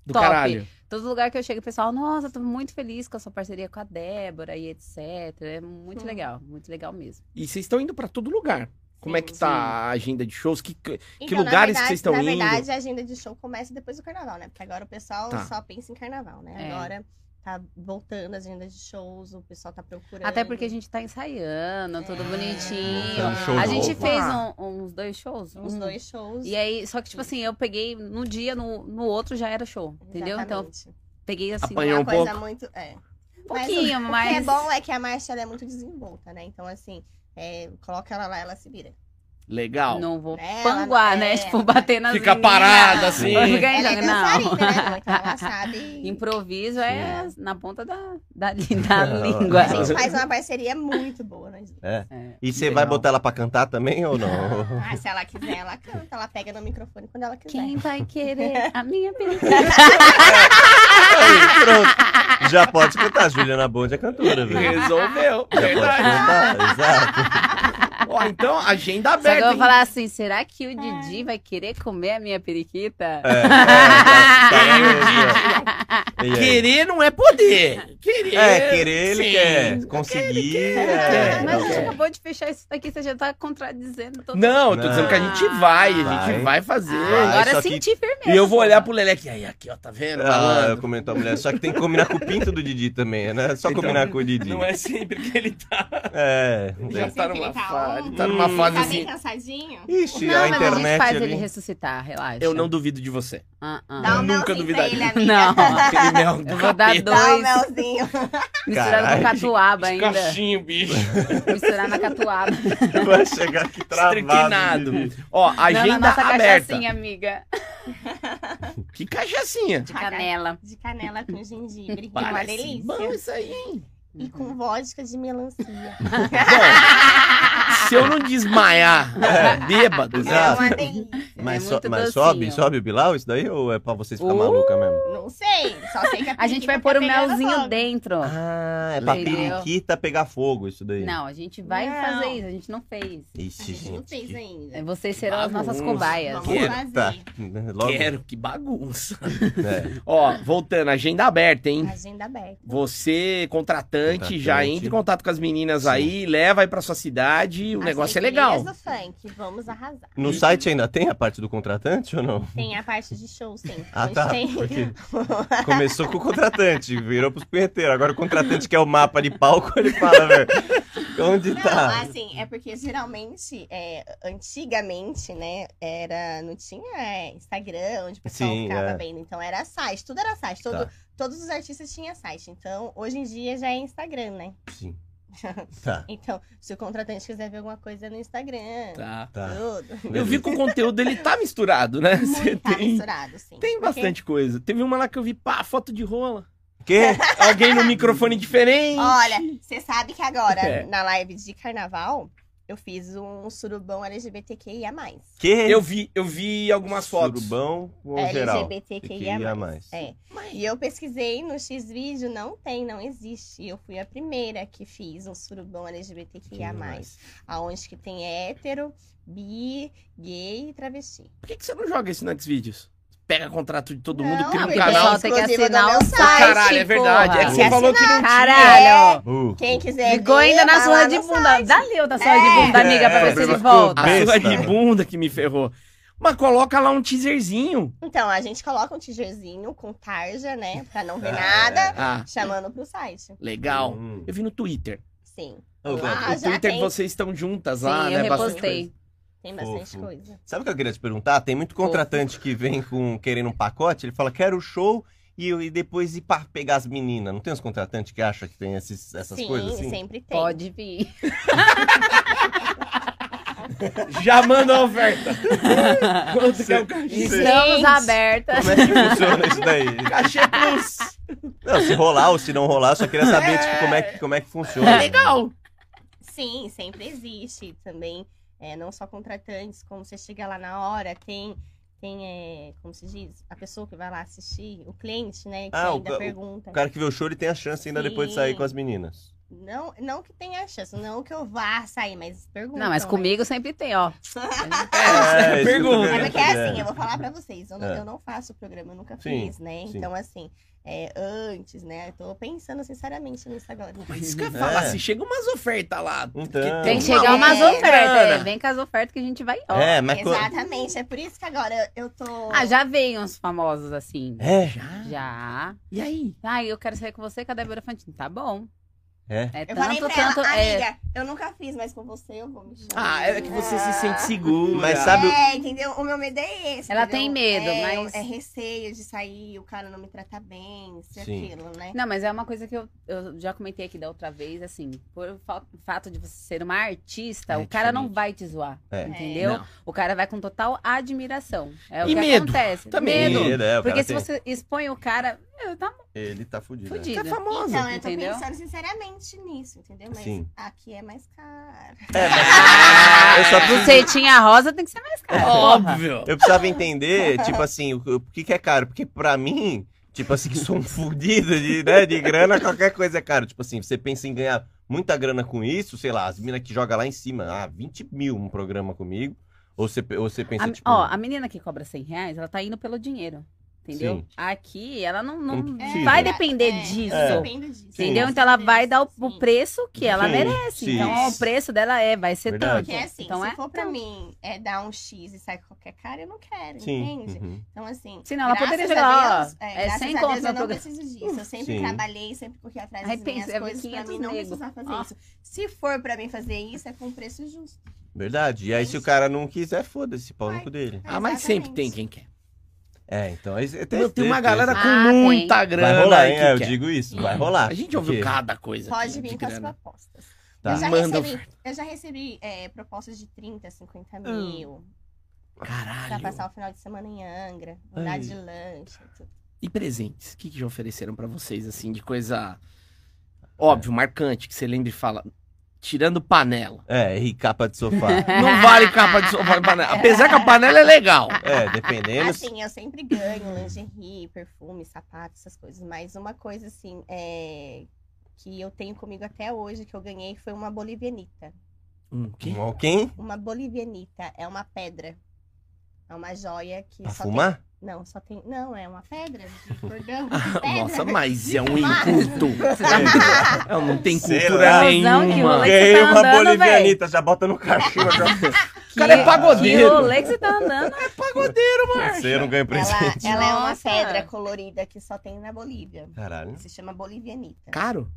[SPEAKER 1] do
[SPEAKER 3] top.
[SPEAKER 1] caralho.
[SPEAKER 3] Todo lugar que eu chego, o pessoal, nossa, tô muito feliz com a sua parceria com a Débora e etc. É muito
[SPEAKER 4] Hum.
[SPEAKER 3] legal, muito legal mesmo.
[SPEAKER 1] E vocês estão indo pra todo lugar. Como é que tá a agenda de shows? Que, que-
[SPEAKER 4] Então,
[SPEAKER 1] lugares
[SPEAKER 4] na
[SPEAKER 1] que
[SPEAKER 4] verdade-
[SPEAKER 1] vocês estão
[SPEAKER 4] Na
[SPEAKER 1] indo?
[SPEAKER 4] verdade, a agenda de show começa depois do carnaval, né? Porque agora o pessoal
[SPEAKER 1] Tá.
[SPEAKER 4] só pensa em carnaval, né?
[SPEAKER 3] É.
[SPEAKER 4] Agora tá voltando a agenda de shows, o pessoal tá procurando.
[SPEAKER 3] Até porque a gente tá ensaiando, tudo
[SPEAKER 4] É.
[SPEAKER 3] bonitinho.
[SPEAKER 2] Um show
[SPEAKER 3] a
[SPEAKER 2] novo.
[SPEAKER 3] gente fez
[SPEAKER 1] Ah.
[SPEAKER 3] um- uns dois shows?
[SPEAKER 4] Os
[SPEAKER 3] Um.
[SPEAKER 4] dois shows.
[SPEAKER 3] E aí, só que, tipo assim, eu peguei num dia, no, no outro já era show. Entendeu? Então, eu
[SPEAKER 4] Exatamente.
[SPEAKER 3] peguei assim,
[SPEAKER 1] Apanhou.
[SPEAKER 4] uma
[SPEAKER 1] um
[SPEAKER 4] coisa
[SPEAKER 1] pouco.
[SPEAKER 4] muito. É.
[SPEAKER 3] um
[SPEAKER 4] Mas
[SPEAKER 3] pouquinho,
[SPEAKER 4] O
[SPEAKER 3] mas.
[SPEAKER 4] que é bom é que a marcha ela é muito desenvolta, né? Então, assim, é, coloca ela lá, ela se vira.
[SPEAKER 1] Legal.
[SPEAKER 3] Não vou
[SPEAKER 4] Ela-
[SPEAKER 3] panguar, né?
[SPEAKER 4] é.
[SPEAKER 3] Tipo, bater nas
[SPEAKER 1] Fica
[SPEAKER 3] meninas.
[SPEAKER 1] parada, assim.
[SPEAKER 3] Vai ficar
[SPEAKER 4] Ela é
[SPEAKER 3] enjoando, não.
[SPEAKER 4] dançarina, né? Então ela sabe.
[SPEAKER 3] Improviso é na ponta da, da, li- da
[SPEAKER 2] Não.
[SPEAKER 3] língua.
[SPEAKER 4] A gente faz uma parceria muito boa. Né?
[SPEAKER 2] É.
[SPEAKER 3] É.
[SPEAKER 2] E você
[SPEAKER 1] Legal.
[SPEAKER 2] vai botar ela pra cantar também ou não?
[SPEAKER 4] Ah, se ela quiser, ela canta, ela pega no microfone quando ela quiser.
[SPEAKER 3] Quem vai querer a minha periquita?
[SPEAKER 2] Aí, pronto. Já pode cantar. Juliana Bond é cantora, velho.
[SPEAKER 1] Resolveu.
[SPEAKER 2] Já pode
[SPEAKER 1] Verdade.
[SPEAKER 2] cantar, exato.
[SPEAKER 1] Ó, então, agenda
[SPEAKER 3] Só que eu
[SPEAKER 1] aberta.
[SPEAKER 3] vou
[SPEAKER 1] hein?
[SPEAKER 3] falar assim, será que o
[SPEAKER 4] É.
[SPEAKER 3] Didi vai querer comer a minha periquita?
[SPEAKER 2] É, é, tá- tá aí, ó. E aí?
[SPEAKER 1] Querer não é poder. Querer.
[SPEAKER 2] É, querer ele
[SPEAKER 1] Sim.
[SPEAKER 2] quer. Conseguir.
[SPEAKER 1] quer,
[SPEAKER 2] é,
[SPEAKER 1] ele
[SPEAKER 2] não
[SPEAKER 3] Mas a gente
[SPEAKER 1] quer.
[SPEAKER 2] quer.
[SPEAKER 3] acabou de fechar isso daqui, você já tá contradizendo todo mundo.
[SPEAKER 1] Não, eu tô dizendo que a gente
[SPEAKER 3] Ah,
[SPEAKER 1] vai, a gente
[SPEAKER 2] Vai.
[SPEAKER 1] vai fazer.
[SPEAKER 2] Vai,
[SPEAKER 3] Agora
[SPEAKER 2] só que-
[SPEAKER 3] senti firmeza.
[SPEAKER 1] E eu vou
[SPEAKER 3] porra.
[SPEAKER 1] olhar pro Leleque. Aí, aqui, ó, tá vendo?
[SPEAKER 2] Ah, eu
[SPEAKER 1] Malandro.
[SPEAKER 2] comento a mulher. Só que tem que combinar com o pinto do Didi também, né? Só
[SPEAKER 1] Então,
[SPEAKER 2] combinar com o Didi.
[SPEAKER 1] Não é sempre que ele tá.
[SPEAKER 2] É.
[SPEAKER 1] Ele
[SPEAKER 4] É
[SPEAKER 1] já tá
[SPEAKER 4] sempre
[SPEAKER 1] numa
[SPEAKER 4] ele tá
[SPEAKER 1] fase.
[SPEAKER 4] on.
[SPEAKER 1] Ele tá numa
[SPEAKER 2] Hum.
[SPEAKER 1] fase
[SPEAKER 4] Tá bem
[SPEAKER 1] assim.
[SPEAKER 4] cansadinho?
[SPEAKER 2] Ixi,
[SPEAKER 3] Não,
[SPEAKER 2] a
[SPEAKER 3] mas a gente
[SPEAKER 2] internet
[SPEAKER 3] faz
[SPEAKER 2] ali.
[SPEAKER 3] ele ressuscitar, relaxa.
[SPEAKER 1] Eu não duvido de você.
[SPEAKER 3] Ah, ah.
[SPEAKER 4] Dá um
[SPEAKER 1] Nunca
[SPEAKER 4] melzinho
[SPEAKER 1] duvidaria.
[SPEAKER 4] pra ele, amiga.
[SPEAKER 3] Não.
[SPEAKER 1] Aquele mel do
[SPEAKER 3] Eu vou dar
[SPEAKER 1] capeta.
[SPEAKER 4] Dá um
[SPEAKER 3] dois,
[SPEAKER 4] melzinho.
[SPEAKER 3] misturado
[SPEAKER 2] Caralho.
[SPEAKER 3] com catuaba ainda.
[SPEAKER 1] Cachinho, bicho.
[SPEAKER 3] Misturar na catuaba.
[SPEAKER 2] Vai chegar aqui travado.
[SPEAKER 1] Estriquinado.
[SPEAKER 2] Didi.
[SPEAKER 1] Ó, agenda
[SPEAKER 3] não, na nossa
[SPEAKER 1] aberta.
[SPEAKER 3] cachaçinha, amiga.
[SPEAKER 1] Que cachaçinha?
[SPEAKER 3] De canela.
[SPEAKER 4] De canela com gengibre, que é uma
[SPEAKER 1] Parece
[SPEAKER 4] delícia.
[SPEAKER 1] bom isso aí, hein?
[SPEAKER 3] Hum,
[SPEAKER 4] E
[SPEAKER 3] é
[SPEAKER 4] com vodka de melancia. É
[SPEAKER 1] Bom, se eu não desmaiar bêbado,
[SPEAKER 4] É
[SPEAKER 2] Exato.
[SPEAKER 4] uma delícia.
[SPEAKER 2] Mas,
[SPEAKER 3] É
[SPEAKER 2] so-
[SPEAKER 3] muito
[SPEAKER 2] mas
[SPEAKER 3] docinho.
[SPEAKER 2] sobe, sobe o Bilal isso daí? Ou é pra você ficar
[SPEAKER 3] Uh!
[SPEAKER 2] maluca mesmo?
[SPEAKER 4] Não sei, só sei que
[SPEAKER 3] A gente vai pôr o melzinho dentro.
[SPEAKER 2] Ah, é pra
[SPEAKER 3] Entendeu?
[SPEAKER 2] periquita pegar fogo isso daí.
[SPEAKER 3] Não, a gente vai
[SPEAKER 4] Não.
[SPEAKER 3] fazer isso, a gente não né? fez. É,
[SPEAKER 2] Ixi, gente.
[SPEAKER 4] Não fez
[SPEAKER 2] que-
[SPEAKER 4] ainda.
[SPEAKER 3] Vocês serão as nossas
[SPEAKER 1] Bagunça.
[SPEAKER 3] cobaias.
[SPEAKER 4] Vamos fazer.
[SPEAKER 2] Tá. Logo.
[SPEAKER 1] Quero, que bagunça.
[SPEAKER 2] É.
[SPEAKER 1] Ó, voltando, agenda aberta, hein?
[SPEAKER 4] Agenda aberta.
[SPEAKER 1] Você, contratante,
[SPEAKER 2] Contratante.
[SPEAKER 1] já entra em contato com as meninas
[SPEAKER 2] Sim.
[SPEAKER 1] aí, leva aí pra sua cidade, o
[SPEAKER 4] As
[SPEAKER 1] negócio é
[SPEAKER 4] teclinhas
[SPEAKER 1] legal.
[SPEAKER 4] do funk, vamos arrasar.
[SPEAKER 2] No site ainda tem a parte do contratante ou não?
[SPEAKER 4] Tem a parte de show, sim.
[SPEAKER 2] Ah,
[SPEAKER 4] A gente
[SPEAKER 2] tá.
[SPEAKER 4] tem-
[SPEAKER 2] Porque começou com o contratante, virou pros punheteiros. Agora o contratante quer o mapa de palco, ele fala, velho. Onde
[SPEAKER 4] Não,
[SPEAKER 2] tá?
[SPEAKER 4] assim, é porque geralmente, é, antigamente, né, era, não tinha é, Instagram onde o pessoal
[SPEAKER 2] Sim,
[SPEAKER 4] ficava
[SPEAKER 2] é.
[SPEAKER 4] vendo, então era site, tudo era site, todo-
[SPEAKER 2] Tá.
[SPEAKER 4] todos os artistas tinham site, então hoje em dia já é Instagram, né?
[SPEAKER 2] Sim. Tá,
[SPEAKER 4] Então, se o contratante quiser ver alguma coisa no Instagram,
[SPEAKER 1] Tá.
[SPEAKER 2] tá.
[SPEAKER 4] tudo,
[SPEAKER 1] Eu vi que o conteúdo ele tá misturado, né? Você
[SPEAKER 4] muito tá
[SPEAKER 1] tem,
[SPEAKER 4] misturado, sim.
[SPEAKER 1] tem
[SPEAKER 4] Porque-
[SPEAKER 1] bastante coisa. Teve uma lá que eu vi, pá, foto de rola.
[SPEAKER 2] Quê?
[SPEAKER 1] Alguém no microfone diferente.
[SPEAKER 4] Olha, você sabe que agora,
[SPEAKER 1] É.
[SPEAKER 4] na live de carnaval, eu fiz um surubão LGBTQIA+.
[SPEAKER 2] Quê?
[SPEAKER 1] Eu vi, eu vi algumas fotos. É,
[SPEAKER 2] Surubão ou geral?
[SPEAKER 4] LGBTQIA+.
[SPEAKER 2] mais.
[SPEAKER 4] É. E eu pesquisei no X-Vídeo, não tem, não existe. E eu fui a primeira que fiz um surubão LGBTQIA+. Aonde que tem hétero, bi, gay e travesti.
[SPEAKER 1] Por que, que você não joga isso no Xvideos? Pega contrato de todo mundo,
[SPEAKER 4] Não,
[SPEAKER 1] cria um
[SPEAKER 3] Não, porque
[SPEAKER 4] porque
[SPEAKER 1] canal.
[SPEAKER 3] só tem
[SPEAKER 4] tem
[SPEAKER 3] que
[SPEAKER 4] exclusiva do
[SPEAKER 3] assinar
[SPEAKER 4] meu
[SPEAKER 3] o
[SPEAKER 4] site,
[SPEAKER 3] site.
[SPEAKER 1] Caralho, é verdade. É que
[SPEAKER 3] porra.
[SPEAKER 1] você
[SPEAKER 4] Tem que
[SPEAKER 1] falou que não tinha.
[SPEAKER 3] Caralho!
[SPEAKER 2] Uh,
[SPEAKER 4] Quem quiser
[SPEAKER 3] Ficou
[SPEAKER 4] ver,
[SPEAKER 3] ainda na
[SPEAKER 4] vai
[SPEAKER 3] surra
[SPEAKER 4] lá
[SPEAKER 3] de
[SPEAKER 4] no
[SPEAKER 3] bunda.
[SPEAKER 4] site.
[SPEAKER 3] Dá-lhe outra surra de
[SPEAKER 4] É.
[SPEAKER 3] bunda, amiga, pra ver se ele
[SPEAKER 2] Ficou
[SPEAKER 3] volta.
[SPEAKER 1] A sua
[SPEAKER 2] Besta.
[SPEAKER 1] de bunda que me ferrou. Mas coloca lá um teaserzinho.
[SPEAKER 4] Então, a gente coloca um teaserzinho com tarja, né? Pra não ver
[SPEAKER 2] Ah,
[SPEAKER 4] nada,
[SPEAKER 1] Ah,
[SPEAKER 4] chamando pro site.
[SPEAKER 1] legal.
[SPEAKER 2] Hum.
[SPEAKER 1] Eu vi no Twitter.
[SPEAKER 4] Sim,
[SPEAKER 2] Eu gosto.
[SPEAKER 4] Ah,
[SPEAKER 1] no
[SPEAKER 4] já
[SPEAKER 1] Twitter
[SPEAKER 4] tem.
[SPEAKER 1] vocês estão juntas
[SPEAKER 3] Sim,
[SPEAKER 1] lá,
[SPEAKER 3] eu
[SPEAKER 1] né? Bastante coisa.
[SPEAKER 3] repostei.
[SPEAKER 4] tem bastante
[SPEAKER 2] Fofo.
[SPEAKER 4] coisa.
[SPEAKER 1] "Ah,
[SPEAKER 2] Sabe o que eu queria te perguntar? Tem muito contratante que vem com querendo um pacote, ele fala, quero o show e, e depois ir para pegar as meninas. Não tem uns contratantes que acham que tem esses- essas
[SPEAKER 4] Sim,
[SPEAKER 2] coisas assim?
[SPEAKER 4] sempre tem.
[SPEAKER 3] Pode vir.
[SPEAKER 1] Já manda a oferta. Quanto que é o cachê?
[SPEAKER 3] Estamos
[SPEAKER 4] Gente.
[SPEAKER 3] abertas.
[SPEAKER 2] Como é que funciona isso daí?
[SPEAKER 1] Cachê plus.
[SPEAKER 2] Não, se rolar ou se não rolar, eu só queria saber tipo, como, é que, como é que é funciona.
[SPEAKER 1] Legal.
[SPEAKER 4] Sim, Sim, sempre existe também. É, não só contratantes, como você chega lá na hora, tem, tem é, como se diz, a pessoa que vai lá assistir, o cliente, né? Que
[SPEAKER 2] Ah, o ca-
[SPEAKER 4] ainda
[SPEAKER 2] o
[SPEAKER 4] pergunta.
[SPEAKER 2] O cara que vê o show, ele tem a chance ainda depois de sair
[SPEAKER 4] Sim.
[SPEAKER 2] com as meninas.
[SPEAKER 4] Não, não que tenha chance, não que eu vá sair, mas né? pergunta.
[SPEAKER 3] Não, mas comigo sempre tem, ó.
[SPEAKER 2] É, isso que eu tô
[SPEAKER 1] pergunta.
[SPEAKER 2] querendo
[SPEAKER 4] É porque é
[SPEAKER 2] dizer.
[SPEAKER 4] assim, eu vou falar pra vocês, eu não,
[SPEAKER 2] É.
[SPEAKER 4] eu não faço programa, eu nunca
[SPEAKER 2] Sim,
[SPEAKER 4] fiz, né?
[SPEAKER 2] sim.
[SPEAKER 4] Então, assim, é, antes, né? Eu tô pensando sinceramente nisso agora.
[SPEAKER 1] Pô, mas isso que eu ia falar,
[SPEAKER 2] É.
[SPEAKER 1] se chega umas ofertas lá.
[SPEAKER 2] Então.
[SPEAKER 3] Tem que
[SPEAKER 1] uma
[SPEAKER 3] chegar umas
[SPEAKER 1] outra,
[SPEAKER 3] ofertas. É,
[SPEAKER 1] cara.
[SPEAKER 3] vem com as ofertas que a gente vai, ó.
[SPEAKER 2] É, mas... co-
[SPEAKER 4] Exatamente, é por isso que agora eu eu tô.
[SPEAKER 3] Ah, já veio uns famosos assim.
[SPEAKER 2] É,
[SPEAKER 1] Já?
[SPEAKER 3] Já.
[SPEAKER 1] E aí?
[SPEAKER 3] Ai, eu quero sair com você, cadê a Beira Fantini? Tá bom.
[SPEAKER 2] é.
[SPEAKER 3] É
[SPEAKER 4] eu falei
[SPEAKER 3] tanto,
[SPEAKER 4] pra
[SPEAKER 3] tanto.
[SPEAKER 4] ela,
[SPEAKER 3] é,
[SPEAKER 4] amiga, eu nunca fiz, mas com você eu vou me chamar.
[SPEAKER 1] Ah, é que você se sente segura.
[SPEAKER 2] Mas sabe- o-
[SPEAKER 4] É, entendeu? O meu medo é esse.
[SPEAKER 3] Ela
[SPEAKER 4] entendeu?
[SPEAKER 3] tem medo,
[SPEAKER 4] é,
[SPEAKER 3] mas-
[SPEAKER 4] É receio de sair, o cara não me trata bem, isso e
[SPEAKER 2] Sim.
[SPEAKER 4] aquilo, né?
[SPEAKER 3] Não, mas é uma coisa que eu, eu já comentei aqui da outra vez, assim, por fa- fato de você ser uma artista,
[SPEAKER 1] É
[SPEAKER 3] o cara não
[SPEAKER 1] diferente.
[SPEAKER 3] vai te zoar,
[SPEAKER 2] É.
[SPEAKER 3] entendeu?
[SPEAKER 1] Não.
[SPEAKER 3] O cara vai com total admiração. É o
[SPEAKER 1] E
[SPEAKER 3] que
[SPEAKER 1] medo.
[SPEAKER 3] acontece.
[SPEAKER 1] Também.
[SPEAKER 3] Medo.
[SPEAKER 1] Medo,
[SPEAKER 2] é, o
[SPEAKER 3] Porque
[SPEAKER 2] cara
[SPEAKER 3] se
[SPEAKER 2] tem-
[SPEAKER 3] você expõe o cara, meu, tá
[SPEAKER 2] Ele tá fudido. né?
[SPEAKER 1] Você
[SPEAKER 3] fudido.
[SPEAKER 1] é famosa.
[SPEAKER 4] Então, eu tô
[SPEAKER 3] Entendeu?
[SPEAKER 4] pensando sinceramente nisso, entendeu? Mas
[SPEAKER 2] Sim.
[SPEAKER 4] aqui é mais caro.
[SPEAKER 2] É,
[SPEAKER 3] Ah,
[SPEAKER 2] mas... Eu só preciso-
[SPEAKER 3] Bucetinha rosa tem que ser mais
[SPEAKER 2] É,
[SPEAKER 3] cara. porra.
[SPEAKER 1] Óbvio.
[SPEAKER 2] Eu precisava entender, tipo assim, o, o que que é caro. Porque pra mim, tipo assim, que sou um fudido de, né, de grana, qualquer coisa é caro. Tipo assim, você pensa em ganhar muita grana com isso, sei lá, as minas que joga lá em cima, ah, 20 mil um programa comigo. Ou você, ou você pensa,
[SPEAKER 3] A-
[SPEAKER 2] tipo...
[SPEAKER 3] Ó, a menina que cobra 100 reais, ela tá indo pelo dinheiro, entendeu?
[SPEAKER 2] Sim.
[SPEAKER 3] Aqui, ela não, não
[SPEAKER 2] Não
[SPEAKER 4] É,
[SPEAKER 2] precisa.
[SPEAKER 3] vai
[SPEAKER 2] né?
[SPEAKER 3] depender
[SPEAKER 4] é,
[SPEAKER 3] disso.
[SPEAKER 4] eu dependo disso.
[SPEAKER 3] Entendeu?
[SPEAKER 4] Sim.
[SPEAKER 3] Então ela vai dar o, o
[SPEAKER 4] Sim.
[SPEAKER 3] preço que ela
[SPEAKER 2] Sim,
[SPEAKER 3] merece.
[SPEAKER 2] sim.
[SPEAKER 3] Então o preço dela é, vai ser
[SPEAKER 2] Verdade.
[SPEAKER 4] Porque
[SPEAKER 3] tanto.
[SPEAKER 4] assim,
[SPEAKER 3] então
[SPEAKER 4] se
[SPEAKER 3] é
[SPEAKER 4] for pra
[SPEAKER 3] tanto.
[SPEAKER 4] mim é dar um X e sair com qualquer cara, eu não quero,
[SPEAKER 2] Sim.
[SPEAKER 4] entende?
[SPEAKER 2] uhum.
[SPEAKER 4] Então, assim.
[SPEAKER 3] Senão ela
[SPEAKER 4] graças
[SPEAKER 3] poderia
[SPEAKER 4] a
[SPEAKER 3] jogar, ó,
[SPEAKER 4] Deus-
[SPEAKER 3] é
[SPEAKER 4] graças
[SPEAKER 3] sem
[SPEAKER 4] a
[SPEAKER 3] conta
[SPEAKER 4] Deus, eu
[SPEAKER 3] no
[SPEAKER 4] não
[SPEAKER 3] programa.
[SPEAKER 4] preciso disso. Eu sempre
[SPEAKER 2] Sim.
[SPEAKER 4] trabalhei, sempre corri atrás
[SPEAKER 3] Aí
[SPEAKER 4] das minhas
[SPEAKER 3] pensa, é
[SPEAKER 4] coisas pra
[SPEAKER 3] 500
[SPEAKER 4] mim não
[SPEAKER 3] nego.
[SPEAKER 4] precisar fazer
[SPEAKER 3] Ó.
[SPEAKER 4] isso. Se for pra mim fazer isso, é com preço justo.
[SPEAKER 2] Verdade. E aí, se o cara não quiser, foda-se, pau no
[SPEAKER 4] Vai.
[SPEAKER 2] cu dele.
[SPEAKER 1] Ah, mas
[SPEAKER 4] É, Exatamente.
[SPEAKER 1] sempre tem quem quer.
[SPEAKER 2] É, então... aí Tem,
[SPEAKER 1] Mano, tem uma galera com
[SPEAKER 3] Ah, tem.
[SPEAKER 1] muita grana.
[SPEAKER 2] Vai rolar,
[SPEAKER 1] aí
[SPEAKER 2] hein?
[SPEAKER 1] que
[SPEAKER 2] É, eu
[SPEAKER 1] quer.
[SPEAKER 2] digo isso, vai rolar.
[SPEAKER 1] A gente ouviu
[SPEAKER 2] Porque-
[SPEAKER 1] cada coisa.
[SPEAKER 4] Pode
[SPEAKER 1] aqui, de
[SPEAKER 4] vir com as
[SPEAKER 1] grana.
[SPEAKER 4] propostas.
[SPEAKER 2] Tá.
[SPEAKER 4] Eu já
[SPEAKER 1] Manda Ah.
[SPEAKER 4] recebi, eu já recebi é, propostas de 30, 50 mil. Pra
[SPEAKER 1] Caralho.
[SPEAKER 4] passar o final de semana em Angra, andar
[SPEAKER 2] Ai.
[SPEAKER 4] de lanche. Tudo.
[SPEAKER 1] E presentes? O que, que já ofereceram pra vocês, assim, de coisa óbvio, marcante, que você lembra e fala, tirando panela.
[SPEAKER 2] É, e capa de sofá.
[SPEAKER 1] Não vale capa de sofá panela. Apesar que a panela é legal.
[SPEAKER 2] É, dependendo.
[SPEAKER 4] Assim, eu sempre ganho lingerie, perfume, sapato, essas coisas. Mas uma coisa, assim, é, que eu tenho comigo até hoje, que eu ganhei, foi uma bolivianita.
[SPEAKER 1] Hum, que?
[SPEAKER 2] Um quem?
[SPEAKER 4] Uma bolivianita é uma pedra. É uma joia que
[SPEAKER 2] Pra
[SPEAKER 4] só
[SPEAKER 2] fumar?
[SPEAKER 4] tem... Não, só tem... Não, é uma pedra de cordão. pedra.
[SPEAKER 1] Nossa, mas é um
[SPEAKER 4] Mas-
[SPEAKER 1] inculto. É, Não tem
[SPEAKER 2] Sei
[SPEAKER 1] cultura
[SPEAKER 2] lá.
[SPEAKER 3] Cuzão que
[SPEAKER 1] nenhuma.
[SPEAKER 3] rolê.
[SPEAKER 2] Ganhei
[SPEAKER 3] Você tá
[SPEAKER 2] uma
[SPEAKER 3] andando,
[SPEAKER 2] bolivianita, já bota no cachorro. Já...
[SPEAKER 1] O cara é
[SPEAKER 3] Que- Que
[SPEAKER 1] pagodeiro.
[SPEAKER 3] rolê que você tá andando.
[SPEAKER 2] Você não ganha
[SPEAKER 4] Ela,
[SPEAKER 2] presente.
[SPEAKER 4] ela é uma
[SPEAKER 3] Nossa.
[SPEAKER 4] pedra colorida que só tem na Bolívia.
[SPEAKER 2] Caralho.
[SPEAKER 4] Se chama bolivianita.
[SPEAKER 1] Caro?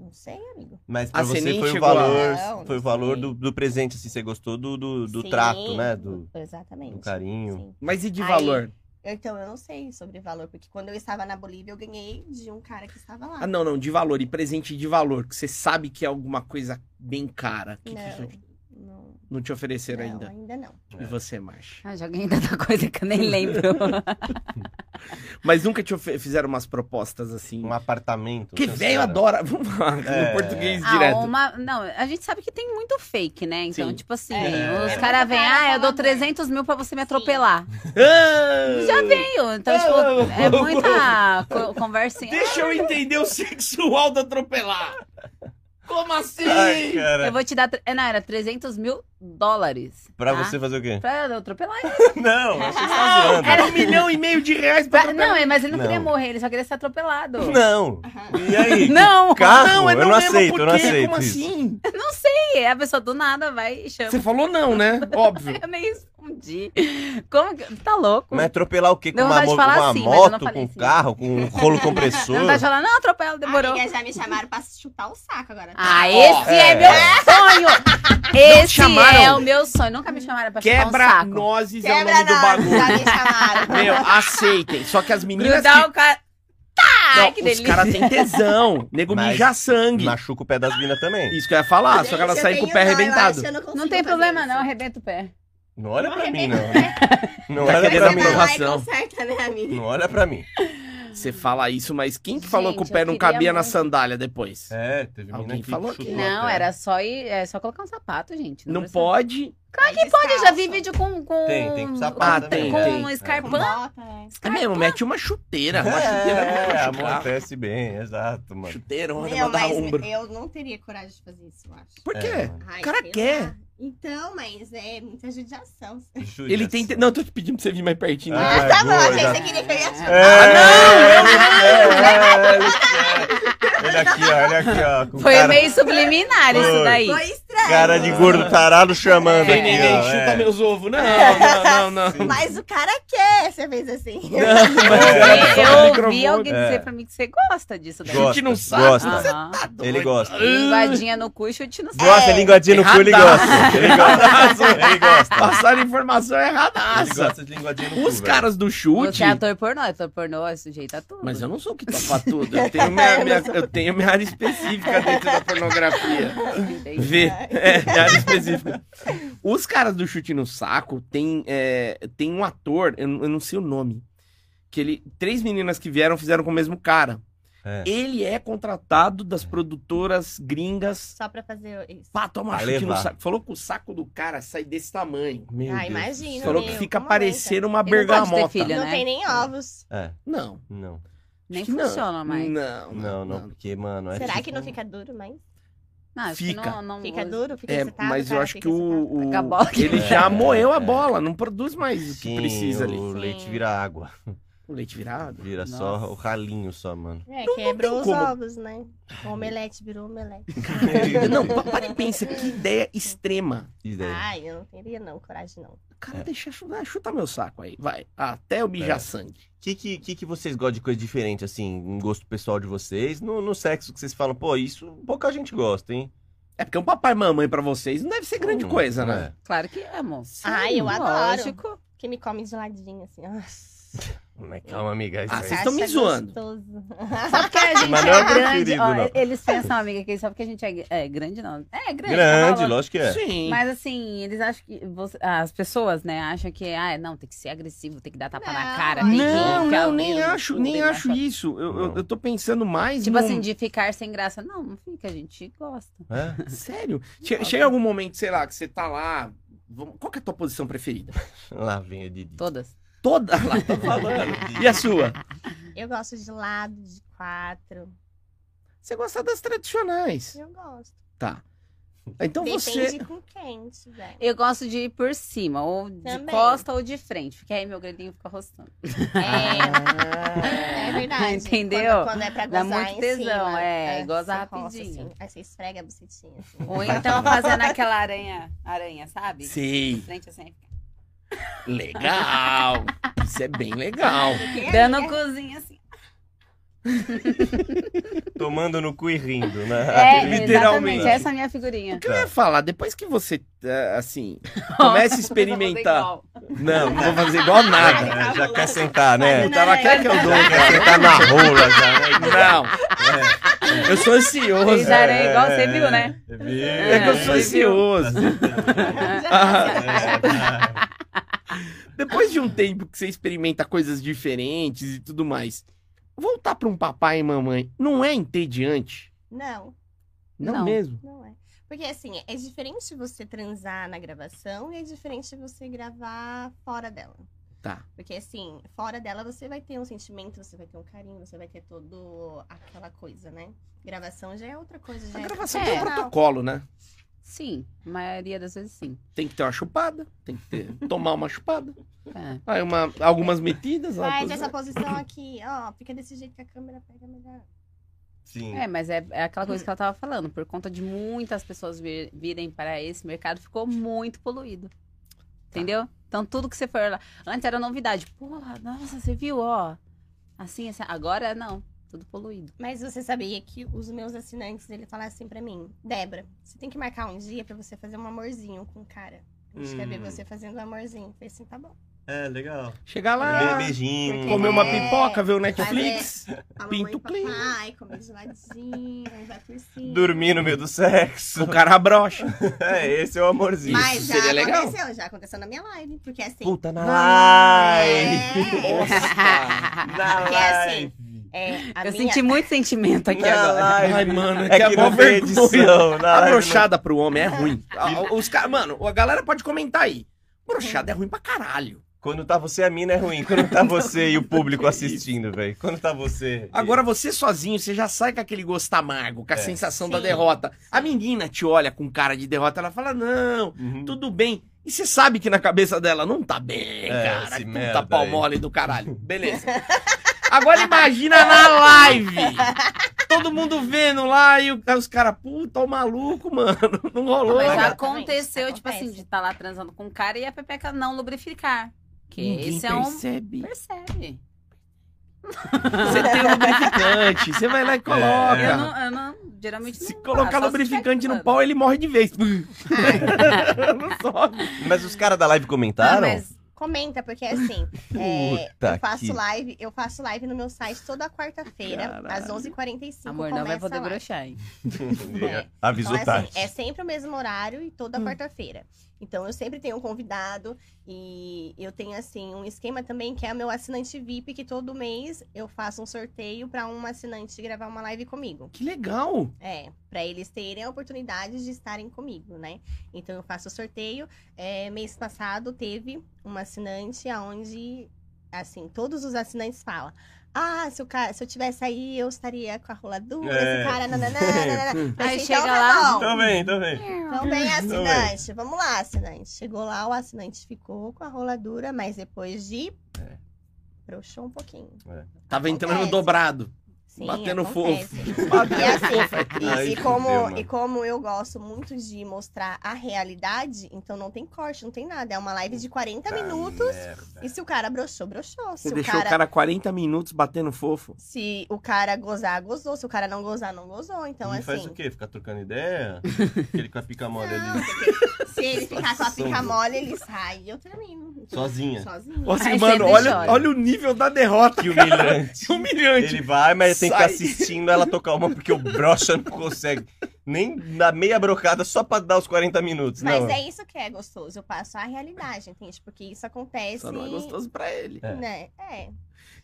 [SPEAKER 4] Não sei, amigo.
[SPEAKER 2] Mas pra
[SPEAKER 1] Ah, você
[SPEAKER 2] você
[SPEAKER 1] nem
[SPEAKER 2] foi o
[SPEAKER 1] chegou a-
[SPEAKER 2] valor,
[SPEAKER 4] Não,
[SPEAKER 2] foi o
[SPEAKER 4] não
[SPEAKER 2] valor
[SPEAKER 4] sei.
[SPEAKER 2] do, do presente, assim, você gostou do, do, do
[SPEAKER 4] Sim,
[SPEAKER 2] trato, né? Do,
[SPEAKER 4] Exatamente.
[SPEAKER 2] do carinho.
[SPEAKER 4] Sim.
[SPEAKER 1] Mas e de
[SPEAKER 4] Aí.
[SPEAKER 1] valor?
[SPEAKER 4] Então, eu não sei sobre valor, porque quando eu estava na Bolívia, eu ganhei de um cara que estava lá.
[SPEAKER 1] Ah, não, não, de valor. E presente de valor, que você sabe que é alguma coisa bem cara. Que, que
[SPEAKER 4] não,
[SPEAKER 1] te-
[SPEAKER 4] não,
[SPEAKER 1] não te ofereceram
[SPEAKER 4] não,
[SPEAKER 1] ainda.
[SPEAKER 4] não.
[SPEAKER 1] E você, Marcha?
[SPEAKER 3] Ah, já ganhei tanta coisa que eu nem lembro.
[SPEAKER 1] Mas nunca te ofe- fizeram umas propostas assim.
[SPEAKER 2] Um apartamento.
[SPEAKER 1] Que
[SPEAKER 2] não sei se
[SPEAKER 1] velho
[SPEAKER 2] era.
[SPEAKER 1] adora. Vamos lá, no
[SPEAKER 2] É.
[SPEAKER 1] português
[SPEAKER 3] ah,
[SPEAKER 1] direto.
[SPEAKER 3] uma... Não, a gente sabe que tem muito fake, né? Então,
[SPEAKER 1] Sim.
[SPEAKER 3] tipo assim,
[SPEAKER 4] É.
[SPEAKER 3] os
[SPEAKER 2] É.
[SPEAKER 3] caras vêm,
[SPEAKER 4] Cara
[SPEAKER 3] ah, eu
[SPEAKER 4] fala
[SPEAKER 3] dou
[SPEAKER 4] muito.
[SPEAKER 3] 300 mil pra você me atropelar.
[SPEAKER 1] Ah!
[SPEAKER 3] Já veio. Então,
[SPEAKER 1] É,
[SPEAKER 3] tipo, é
[SPEAKER 1] eu-
[SPEAKER 3] muita co- conversinha.
[SPEAKER 1] Deixa eu entender o sexual do atropelar. Como assim?
[SPEAKER 2] Ai, cara.
[SPEAKER 3] Eu vou te dar. tre- é, Não, era 300 mil dólares.
[SPEAKER 2] Pra
[SPEAKER 3] tá?
[SPEAKER 2] você fazer o quê?
[SPEAKER 3] Pra eu atropelar ele.
[SPEAKER 2] Não, achei que você tá
[SPEAKER 1] Ah, o
[SPEAKER 2] zoando.
[SPEAKER 1] cara, um milhão e meio de reais pra
[SPEAKER 3] Pra-
[SPEAKER 1] atropelar.
[SPEAKER 3] Não, é, mas ele não,
[SPEAKER 2] Não.
[SPEAKER 3] queria morrer, ele só queria ser atropelado.
[SPEAKER 2] Não. E aí?
[SPEAKER 3] Não,
[SPEAKER 2] Carro?
[SPEAKER 1] é
[SPEAKER 2] eu não
[SPEAKER 1] mesmo,
[SPEAKER 2] aceito,
[SPEAKER 1] por
[SPEAKER 2] eu não
[SPEAKER 1] quê?
[SPEAKER 2] aceito
[SPEAKER 1] Como
[SPEAKER 2] isso.
[SPEAKER 1] assim?
[SPEAKER 3] não sei. A pessoa do nada vai e chama.
[SPEAKER 1] Você falou não, né? Óbvio.
[SPEAKER 3] Eu nem respondi. Como que. Tá louco?
[SPEAKER 2] Mas atropelar o quê? Com
[SPEAKER 3] Deu
[SPEAKER 2] uma,
[SPEAKER 3] vontade de
[SPEAKER 2] mo-
[SPEAKER 3] falar
[SPEAKER 2] com uma
[SPEAKER 3] assim, mas eu não
[SPEAKER 2] moto, com
[SPEAKER 3] falei
[SPEAKER 2] um
[SPEAKER 3] assim.
[SPEAKER 2] carro, com um rolo
[SPEAKER 3] Não tá
[SPEAKER 2] compressor?
[SPEAKER 3] falando, não, atropela, demorou.
[SPEAKER 4] Amiga, já me chamaram pra chutar o saco agora. tá?
[SPEAKER 3] Ah, esse é,
[SPEAKER 2] É.
[SPEAKER 3] meu sonho! Esse
[SPEAKER 1] chamaram.
[SPEAKER 3] é o meu sonho. Nunca me chamaram pra chupar um
[SPEAKER 1] Quebra
[SPEAKER 3] saco.
[SPEAKER 1] nozes é o
[SPEAKER 4] Quebra tá
[SPEAKER 1] nome do
[SPEAKER 4] não, já
[SPEAKER 1] bagulho.
[SPEAKER 4] me chamaram.
[SPEAKER 1] Meu, aceitem. Só que as meninas.
[SPEAKER 3] Grudar
[SPEAKER 1] que...
[SPEAKER 3] o cara. Tá!
[SPEAKER 1] Não,
[SPEAKER 3] Ai, que
[SPEAKER 1] os
[SPEAKER 3] delícia.
[SPEAKER 1] caras têm tesão. Nego
[SPEAKER 2] Mas-
[SPEAKER 1] mija sangue.
[SPEAKER 2] Machuca o pé das minas também.
[SPEAKER 1] Isso que eu ia falar, ah, só que elas
[SPEAKER 4] Gente, eu
[SPEAKER 1] saem com o
[SPEAKER 4] tenho
[SPEAKER 1] pé
[SPEAKER 4] dó, eu
[SPEAKER 1] arrebentado.
[SPEAKER 4] acho que eu consigo
[SPEAKER 3] Não tem
[SPEAKER 4] fazer
[SPEAKER 3] problema,
[SPEAKER 4] isso.
[SPEAKER 3] não, arrebenta o pé.
[SPEAKER 2] Não olha
[SPEAKER 4] Não
[SPEAKER 1] né?
[SPEAKER 2] pra mim,
[SPEAKER 4] arrebenta,
[SPEAKER 2] não. Não
[SPEAKER 1] Tá
[SPEAKER 2] olha
[SPEAKER 1] querendo
[SPEAKER 2] pra mim.
[SPEAKER 4] Você vai lá e
[SPEAKER 1] aprovação.
[SPEAKER 4] conserta, né, amiga?
[SPEAKER 2] Não olha pra mim.
[SPEAKER 1] Você fala isso, mas quem que falou que o
[SPEAKER 3] Gente,
[SPEAKER 1] pé
[SPEAKER 3] eu
[SPEAKER 1] não
[SPEAKER 3] queria
[SPEAKER 1] cabia na
[SPEAKER 3] muito.
[SPEAKER 1] sandália depois?
[SPEAKER 2] É, teve menina
[SPEAKER 1] Alguém
[SPEAKER 2] que
[SPEAKER 1] falou
[SPEAKER 2] chutou
[SPEAKER 1] que-
[SPEAKER 3] Não,
[SPEAKER 2] até.
[SPEAKER 3] era só ir, é só colocar um sapato, gente.
[SPEAKER 1] Não
[SPEAKER 3] precisa-
[SPEAKER 1] pode. É
[SPEAKER 3] Claro que pode, eu já vi vídeo com. com
[SPEAKER 2] Tem, tem com sapato
[SPEAKER 1] Ah,
[SPEAKER 2] também.
[SPEAKER 1] tem,
[SPEAKER 3] com
[SPEAKER 1] tem.
[SPEAKER 3] um
[SPEAKER 4] Com
[SPEAKER 3] escarpão.
[SPEAKER 4] bota, né?
[SPEAKER 1] É mesmo, mete uma chuteira. Uma chuteira
[SPEAKER 2] É,
[SPEAKER 1] pra machucar.
[SPEAKER 2] acontece bem, exato, mano.
[SPEAKER 1] Chuteira, uma
[SPEAKER 4] Meu,
[SPEAKER 1] da
[SPEAKER 4] mas
[SPEAKER 1] um ombro.
[SPEAKER 4] eu não teria coragem de fazer isso, eu acho.
[SPEAKER 1] Por quê?
[SPEAKER 2] É, mano.
[SPEAKER 4] Ai,
[SPEAKER 1] O cara
[SPEAKER 4] sei
[SPEAKER 1] quer.
[SPEAKER 4] lá. Então, mas é muita judiação.
[SPEAKER 2] Júlia,
[SPEAKER 1] Ele tem. te- Não, eu tô te pedindo pra você vir mais pertinho.
[SPEAKER 2] Ah,
[SPEAKER 1] né?
[SPEAKER 4] Ah, tá bom,
[SPEAKER 2] boa,
[SPEAKER 4] achei que
[SPEAKER 2] já-
[SPEAKER 4] você queria que eu ia
[SPEAKER 2] É,
[SPEAKER 4] chamar.
[SPEAKER 2] é, é, é, é. Ele aqui, ó, ele aqui, ó. com
[SPEAKER 3] Foi
[SPEAKER 2] cara,
[SPEAKER 3] meio subliminar isso
[SPEAKER 2] Foi.
[SPEAKER 3] daí.
[SPEAKER 4] Foi estranho.
[SPEAKER 2] cara de gordo tarado chamando
[SPEAKER 1] Vem,
[SPEAKER 2] aqui,
[SPEAKER 1] neném,
[SPEAKER 2] ó.
[SPEAKER 1] chuta
[SPEAKER 2] é.
[SPEAKER 1] meus ovos. Não, não, não, não.
[SPEAKER 2] Sim.
[SPEAKER 4] Mas o cara quer, você fez assim.
[SPEAKER 2] É,
[SPEAKER 1] Só no
[SPEAKER 3] Eu ouvi
[SPEAKER 1] microfone.
[SPEAKER 3] alguém
[SPEAKER 2] É.
[SPEAKER 3] dizer pra mim que você gosta disso daí.
[SPEAKER 1] Chute
[SPEAKER 2] Gosta,
[SPEAKER 1] no saco.
[SPEAKER 2] gosta.
[SPEAKER 3] Aham.
[SPEAKER 1] tá-
[SPEAKER 2] Ele gosta.
[SPEAKER 3] Linguadinha no cu e chute no saco.
[SPEAKER 2] Gosta, linguadinha no cu, ele
[SPEAKER 1] Erradaço.
[SPEAKER 2] gosta. Ele gosta. Ele gosta.
[SPEAKER 1] Passaram informação
[SPEAKER 2] Ele
[SPEAKER 1] erradaça.
[SPEAKER 2] gosta de linguadinha no cu.
[SPEAKER 1] Os
[SPEAKER 2] velho.
[SPEAKER 1] caras do chute.
[SPEAKER 3] Você é ator pornô, ator pornô é sujeito a tudo.
[SPEAKER 1] Mas eu não sou o que topa tudo. Eu tenho
[SPEAKER 3] É,
[SPEAKER 1] minha, minha- eu tenho minha área específica dentro da pornografia.
[SPEAKER 3] Entendi.
[SPEAKER 1] Vê. É, minha área específica. Os caras do chute no saco tem, é, tem um ator, eu, não- eu não sei o nome. Que ele. Três meninas que vieram fizeram com o mesmo cara.
[SPEAKER 2] É.
[SPEAKER 1] Ele é contratado das produtoras gringas
[SPEAKER 4] Só pra fazer isso.
[SPEAKER 1] Pá, toma
[SPEAKER 2] Pra
[SPEAKER 1] chute no
[SPEAKER 2] levar.
[SPEAKER 1] saco. Falou que o saco do cara sai desse tamanho.
[SPEAKER 2] Meu
[SPEAKER 4] Ah,
[SPEAKER 2] Deus do
[SPEAKER 4] imagina,
[SPEAKER 2] céu.
[SPEAKER 1] Falou
[SPEAKER 4] meu,
[SPEAKER 1] que fica
[SPEAKER 4] como aguenta?
[SPEAKER 1] parecendo uma
[SPEAKER 3] Ele não pode ter
[SPEAKER 1] bergamota.
[SPEAKER 3] filho,
[SPEAKER 4] Não
[SPEAKER 3] né?
[SPEAKER 4] tem nem ovos.
[SPEAKER 2] É,
[SPEAKER 1] Não.
[SPEAKER 2] não.
[SPEAKER 3] Nem
[SPEAKER 1] acho que não.
[SPEAKER 3] funciona mais.
[SPEAKER 1] Não,
[SPEAKER 2] Não, não, porque, mano. é
[SPEAKER 4] Será que
[SPEAKER 2] tipo-
[SPEAKER 4] não fica duro, mas?
[SPEAKER 3] Não, acho que
[SPEAKER 1] Fica.
[SPEAKER 3] não, não
[SPEAKER 4] Fica
[SPEAKER 3] usa.
[SPEAKER 4] duro? Fica
[SPEAKER 1] É,
[SPEAKER 4] excitado?
[SPEAKER 1] mas eu
[SPEAKER 4] cara,
[SPEAKER 1] acho que
[SPEAKER 4] fica excitado?
[SPEAKER 1] o, o-
[SPEAKER 3] Fica a bola aqui.
[SPEAKER 1] ele já
[SPEAKER 2] É,
[SPEAKER 1] moeu a
[SPEAKER 2] é.
[SPEAKER 1] bola, não produz mais o que
[SPEAKER 2] Sim,
[SPEAKER 1] precisa ali.
[SPEAKER 2] O
[SPEAKER 4] Sim.
[SPEAKER 2] leite vira água.
[SPEAKER 1] O leite virado.
[SPEAKER 2] Vira
[SPEAKER 3] Nossa.
[SPEAKER 2] só o ralinho só, mano.
[SPEAKER 4] É, quebrou os
[SPEAKER 1] como.
[SPEAKER 4] ovos, né? O omelete virou omelete.
[SPEAKER 1] Não, pa- para e pensa, que ideia extrema.
[SPEAKER 2] E daí?
[SPEAKER 4] Ai, eu não teria não, coragem não.
[SPEAKER 1] Cara, deixa chutar, chuta meu saco aí, vai. Até eu mijar
[SPEAKER 2] É.
[SPEAKER 1] sangue.
[SPEAKER 2] que, que, que que vocês gostam de coisa diferente, assim, em gosto pessoal de vocês? No, no sexo que vocês falam, pô, isso pouca gente gosta, hein?
[SPEAKER 1] É porque um papai e mamãe pra vocês não deve ser grande
[SPEAKER 2] Hum,
[SPEAKER 1] coisa, né?
[SPEAKER 3] Claro que é, amor.
[SPEAKER 4] Ai, eu adoro.
[SPEAKER 3] Lógico.
[SPEAKER 4] Que me come de ladinho, assim. Nossa.
[SPEAKER 2] É. Mas Calma, amiga. isso
[SPEAKER 1] Ah,
[SPEAKER 2] aí-
[SPEAKER 1] vocês estão me
[SPEAKER 4] Acha
[SPEAKER 1] zoando.
[SPEAKER 4] gostoso.
[SPEAKER 3] Só porque a gente
[SPEAKER 2] Mas não é
[SPEAKER 3] é
[SPEAKER 2] o preferido,
[SPEAKER 3] grande. ó,
[SPEAKER 2] não.
[SPEAKER 3] eles pensam, amiga, que só porque a gente é, é grande, não. É grande. tá
[SPEAKER 2] Grande,
[SPEAKER 3] falando.
[SPEAKER 2] lógico que é.
[SPEAKER 1] Sim.
[SPEAKER 3] Mas assim, eles acham que. você- as pessoas, né, acham que, ah, não, tem que ser agressivo, tem que dar tapa na
[SPEAKER 4] Não,
[SPEAKER 3] cara. tem que
[SPEAKER 1] Não,
[SPEAKER 3] ficar
[SPEAKER 1] não, nem
[SPEAKER 3] mesmo,
[SPEAKER 1] acho,
[SPEAKER 3] tudo, e
[SPEAKER 1] nem
[SPEAKER 3] não
[SPEAKER 1] acho isso. Eu, eu,
[SPEAKER 2] Não.
[SPEAKER 1] eu tô pensando mais
[SPEAKER 3] Tipo
[SPEAKER 1] num-
[SPEAKER 3] assim, de ficar sem graça. Não, não fica, a gente gosta.
[SPEAKER 2] É?
[SPEAKER 1] Sério? Che- Chega algum momento, sei lá, que você tá lá. vamos- Qual que é a tua posição preferida?
[SPEAKER 2] Lá vem a Didi.
[SPEAKER 3] Todas.
[SPEAKER 1] Toda lá, tô falando. E a sua?
[SPEAKER 4] Eu gosto de lado, de quatro.
[SPEAKER 1] Você gosta das tradicionais.
[SPEAKER 4] Eu gosto.
[SPEAKER 1] Tá. Então
[SPEAKER 4] Depende
[SPEAKER 1] você.
[SPEAKER 4] com quem tiver.
[SPEAKER 3] Eu gosto de ir por cima, ou de
[SPEAKER 4] Também.
[SPEAKER 3] costa ou de frente, porque aí meu grelhinho fica roçando.
[SPEAKER 1] Ah.
[SPEAKER 4] É, é verdade.
[SPEAKER 3] Entendeu?
[SPEAKER 4] Quando, quando é pra
[SPEAKER 3] Dá
[SPEAKER 4] gozar
[SPEAKER 3] muito
[SPEAKER 4] em
[SPEAKER 3] tesão,
[SPEAKER 4] cima,
[SPEAKER 3] é,
[SPEAKER 4] é,
[SPEAKER 3] goza
[SPEAKER 4] você roça,
[SPEAKER 3] rapidinho.
[SPEAKER 4] assim, aí você esfrega a bucetinha. Assim.
[SPEAKER 3] Ou então fazendo aquela aranha, aranha, sabe? De
[SPEAKER 1] Sei.
[SPEAKER 3] frente assim.
[SPEAKER 1] Legal. Isso é bem legal.
[SPEAKER 3] Dando
[SPEAKER 4] é
[SPEAKER 3] cozinha assim.
[SPEAKER 2] Tomando no cu e rindo, né?
[SPEAKER 3] É,
[SPEAKER 2] Aquele-
[SPEAKER 1] literalmente.
[SPEAKER 3] literalmente. Essa é a minha figurinha.
[SPEAKER 1] O que eu ia falar? Depois que você, é, assim, começa a experimentar. Não, não vou fazer igual nada.
[SPEAKER 2] É, já quer sentar, né?
[SPEAKER 4] Não,
[SPEAKER 1] Tá, ela quer que eu
[SPEAKER 2] Já
[SPEAKER 1] dou.
[SPEAKER 2] quer sentar na rola, já, né?
[SPEAKER 1] Não. É. Eu sou ansioso.
[SPEAKER 3] Fez aranha igual você viu, né?
[SPEAKER 2] Vi.
[SPEAKER 1] É que eu sou
[SPEAKER 3] É,
[SPEAKER 1] ansioso. Ah,
[SPEAKER 2] É.
[SPEAKER 1] depois de um tempo que você experimenta coisas diferentes e tudo mais, voltar pra um papai e mamãe não é entediante?
[SPEAKER 4] Não,
[SPEAKER 1] Não,
[SPEAKER 3] Não.
[SPEAKER 1] mesmo.
[SPEAKER 4] não é. Porque assim, é diferente você transar na gravação e é diferente você gravar fora dela.
[SPEAKER 1] Tá.
[SPEAKER 4] Porque assim, fora dela você vai ter um sentimento, você vai ter um carinho, você vai ter todo aquela coisa, né? Gravação já é outra coisa, já
[SPEAKER 1] A
[SPEAKER 4] é
[SPEAKER 1] gravação
[SPEAKER 3] É.
[SPEAKER 1] tem um protocolo, né?
[SPEAKER 3] Sim, a maioria das vezes sim.
[SPEAKER 1] Tem que ter uma chupada, tem que ter, tomar uma chupada.
[SPEAKER 3] É.
[SPEAKER 1] Aí uma, algumas metidas.
[SPEAKER 4] Faz
[SPEAKER 1] outras-
[SPEAKER 4] essa posição aqui, ó, fica desse jeito que a câmera pega melhor.
[SPEAKER 2] Sim.
[SPEAKER 3] É, mas é, é aquela coisa que ela tava falando. Por conta de muitas pessoas vir- virem para esse mercado, ficou muito poluído. Entendeu? Então tudo que você for lá. Antes era novidade. Porra, nossa, você viu, ó. Assim, assim. Agora não. Tudo poluído.
[SPEAKER 4] Mas você sabia que os meus assinantes, ele fala assim pra mim, Débora, você tem que marcar um dia pra você fazer um amorzinho com o cara. A gente quer ver
[SPEAKER 2] Hum.
[SPEAKER 4] você fazendo um amorzinho. Eu falei assim, tá bom.
[SPEAKER 2] É, legal.
[SPEAKER 1] Chegar
[SPEAKER 2] Be-
[SPEAKER 1] lá,
[SPEAKER 2] Beijinho.
[SPEAKER 4] Porque-
[SPEAKER 1] Ah, comer uma
[SPEAKER 4] É.
[SPEAKER 1] pipoca, ver o
[SPEAKER 4] é-
[SPEAKER 1] Netflix.
[SPEAKER 4] A
[SPEAKER 1] Pinto
[SPEAKER 4] mamãe e
[SPEAKER 1] clean.
[SPEAKER 4] papai, comer geladinho, aí vai por cima.
[SPEAKER 2] Dormir no meio do sexo.
[SPEAKER 4] é.
[SPEAKER 1] O cara brocha.
[SPEAKER 2] É, esse é o amorzinho.
[SPEAKER 4] Mas já
[SPEAKER 1] seria legal.
[SPEAKER 4] aconteceu, já aconteceu na minha live. Porque assim,
[SPEAKER 2] Puta na
[SPEAKER 1] Na
[SPEAKER 2] live.
[SPEAKER 4] live.
[SPEAKER 1] Nossa.
[SPEAKER 2] Na
[SPEAKER 4] Porque é. assim,
[SPEAKER 2] live.
[SPEAKER 4] É, a
[SPEAKER 3] Eu
[SPEAKER 4] minha...
[SPEAKER 3] senti muito sentimento aqui
[SPEAKER 2] Na
[SPEAKER 3] agora.
[SPEAKER 2] live.
[SPEAKER 1] Ai, mano, é que
[SPEAKER 2] É
[SPEAKER 1] é
[SPEAKER 2] que
[SPEAKER 1] mó
[SPEAKER 2] não tem
[SPEAKER 1] vergonha. Tá
[SPEAKER 2] edição. né? na
[SPEAKER 1] A
[SPEAKER 2] live não-
[SPEAKER 1] brochada pro homem é ruim. A- a- Os caras, mano, a galera pode comentar aí. Brochada é ruim pra caralho.
[SPEAKER 2] Quando tá você, a mina é ruim. Quando tá você e o público assistindo, velho. Quando tá você.
[SPEAKER 1] Agora você sozinho, você já sai com aquele gosto amargo, com a
[SPEAKER 2] É.
[SPEAKER 1] sensação
[SPEAKER 4] Sim.
[SPEAKER 1] da derrota. A menina te olha com cara de derrota, ela fala: "Não,
[SPEAKER 2] Uhum.
[SPEAKER 1] tudo bem". E você sabe que na cabeça dela não tá bem,
[SPEAKER 2] É,
[SPEAKER 1] cara.
[SPEAKER 2] esse merda
[SPEAKER 1] Puta pau
[SPEAKER 2] aí.
[SPEAKER 1] mole do caralho. Beleza. Agora imagina na live. Todo mundo vendo lá e o- os caras, puta, o maluco, mano. Não rolou.
[SPEAKER 3] Mas já
[SPEAKER 1] cara.
[SPEAKER 3] aconteceu,
[SPEAKER 4] Acontece.
[SPEAKER 3] tipo assim, de estar lá transando com um cara e a pepeca não lubrificar. Que
[SPEAKER 1] Ninguém
[SPEAKER 3] esse é um...
[SPEAKER 1] percebe.
[SPEAKER 3] Percebe.
[SPEAKER 1] Você tem um lubrificante, você vai lá e coloca.
[SPEAKER 2] É.
[SPEAKER 3] Eu, não, eu não- geralmente
[SPEAKER 1] Se
[SPEAKER 3] não
[SPEAKER 1] colocar
[SPEAKER 3] faço, só se
[SPEAKER 1] lubrificante
[SPEAKER 3] tiver
[SPEAKER 1] no
[SPEAKER 3] que-
[SPEAKER 1] pau, ele morre de vez. não sobe.
[SPEAKER 2] Mas os caras da live
[SPEAKER 3] Ah,
[SPEAKER 1] tá,
[SPEAKER 2] comentaram?
[SPEAKER 3] mas
[SPEAKER 4] Comenta, porque assim, é,
[SPEAKER 2] Puta
[SPEAKER 4] eu, faço
[SPEAKER 2] que-
[SPEAKER 4] live, eu faço live no meu site toda quarta-feira,
[SPEAKER 1] Caralho.
[SPEAKER 4] às 11h45.
[SPEAKER 3] amor, não vai
[SPEAKER 4] começa
[SPEAKER 3] poder
[SPEAKER 4] a live.
[SPEAKER 3] broxar, hein?
[SPEAKER 4] É.
[SPEAKER 2] Avisou
[SPEAKER 4] então, é,
[SPEAKER 2] tarde.
[SPEAKER 4] assim, é sempre o mesmo horário e
[SPEAKER 3] Hum.
[SPEAKER 4] toda quarta-feira. Então eu sempre tenho um convidado e eu tenho assim um esquema também que é o meu assinante VIP que todo mês eu faço um sorteio para um assinante gravar uma live comigo.
[SPEAKER 1] Que legal.
[SPEAKER 4] É, para eles terem a oportunidade de estarem comigo, né? Então eu faço o sorteio. É, mês passado teve uma assinante aonde assim, todos os assinantes falam: "Ah, se, o cara, se eu tivesse aí, eu estaria com a rola dura,
[SPEAKER 2] É.
[SPEAKER 4] esse cara nananã, nananã."
[SPEAKER 3] Aí
[SPEAKER 4] Mas,
[SPEAKER 3] chega
[SPEAKER 4] então, tá
[SPEAKER 3] lá,
[SPEAKER 4] bom.
[SPEAKER 2] Também, também.
[SPEAKER 4] Então vem
[SPEAKER 2] é.
[SPEAKER 4] assinante, vamos lá, assinante. Chegou lá, o assinante ficou com a rola dura, mas depois de.
[SPEAKER 2] É.
[SPEAKER 4] Broxou um pouquinho.
[SPEAKER 1] Tava entrando
[SPEAKER 4] Acontece.
[SPEAKER 1] dobrado.
[SPEAKER 4] Sim,
[SPEAKER 1] Batendo
[SPEAKER 4] acontece.
[SPEAKER 1] Batendo
[SPEAKER 4] E assim, e-
[SPEAKER 2] Ai,
[SPEAKER 4] e,
[SPEAKER 2] que
[SPEAKER 4] como,
[SPEAKER 2] deu, mano.
[SPEAKER 4] e como eu gosto muito de mostrar a realidade, então não tem corte, não tem nada. É uma live de
[SPEAKER 2] Tá
[SPEAKER 4] 40 minutos. E se o cara broxou, broxou. Se
[SPEAKER 1] Você
[SPEAKER 4] o
[SPEAKER 1] deixou
[SPEAKER 4] cara,
[SPEAKER 1] o cara 40 minutos batendo fofo.
[SPEAKER 4] se o cara gozar, gozou. Se o cara não gozar, não gozou. Então,
[SPEAKER 2] e
[SPEAKER 4] assim.
[SPEAKER 2] faz o quê? Ficar trocando ideia? Aquele com a pica mole
[SPEAKER 4] Não,
[SPEAKER 2] ali.
[SPEAKER 4] porque se ele ficar com a pica
[SPEAKER 2] Situação.
[SPEAKER 4] mole, ele sai e eu termino.
[SPEAKER 2] Sozinha.
[SPEAKER 4] Sozinho.
[SPEAKER 1] Ô, assim,
[SPEAKER 3] Aí
[SPEAKER 1] mano,
[SPEAKER 3] sempre
[SPEAKER 1] olha,
[SPEAKER 3] chora.
[SPEAKER 1] olha o nível da derrota.
[SPEAKER 2] Que humilhante.
[SPEAKER 1] Que humilhante.
[SPEAKER 2] Ele vai, mas tem que
[SPEAKER 1] Sai.
[SPEAKER 2] ficar assistindo ela tocar uma, porque o brocha não consegue. Nem na meia brocada só pra dar os 40 minutos.
[SPEAKER 4] Mas
[SPEAKER 2] não.
[SPEAKER 4] é isso que é gostoso. Eu passo a realidade, entende? Porque isso acontece.
[SPEAKER 1] Só não é gostoso pra ele.
[SPEAKER 2] É.
[SPEAKER 4] Né? É.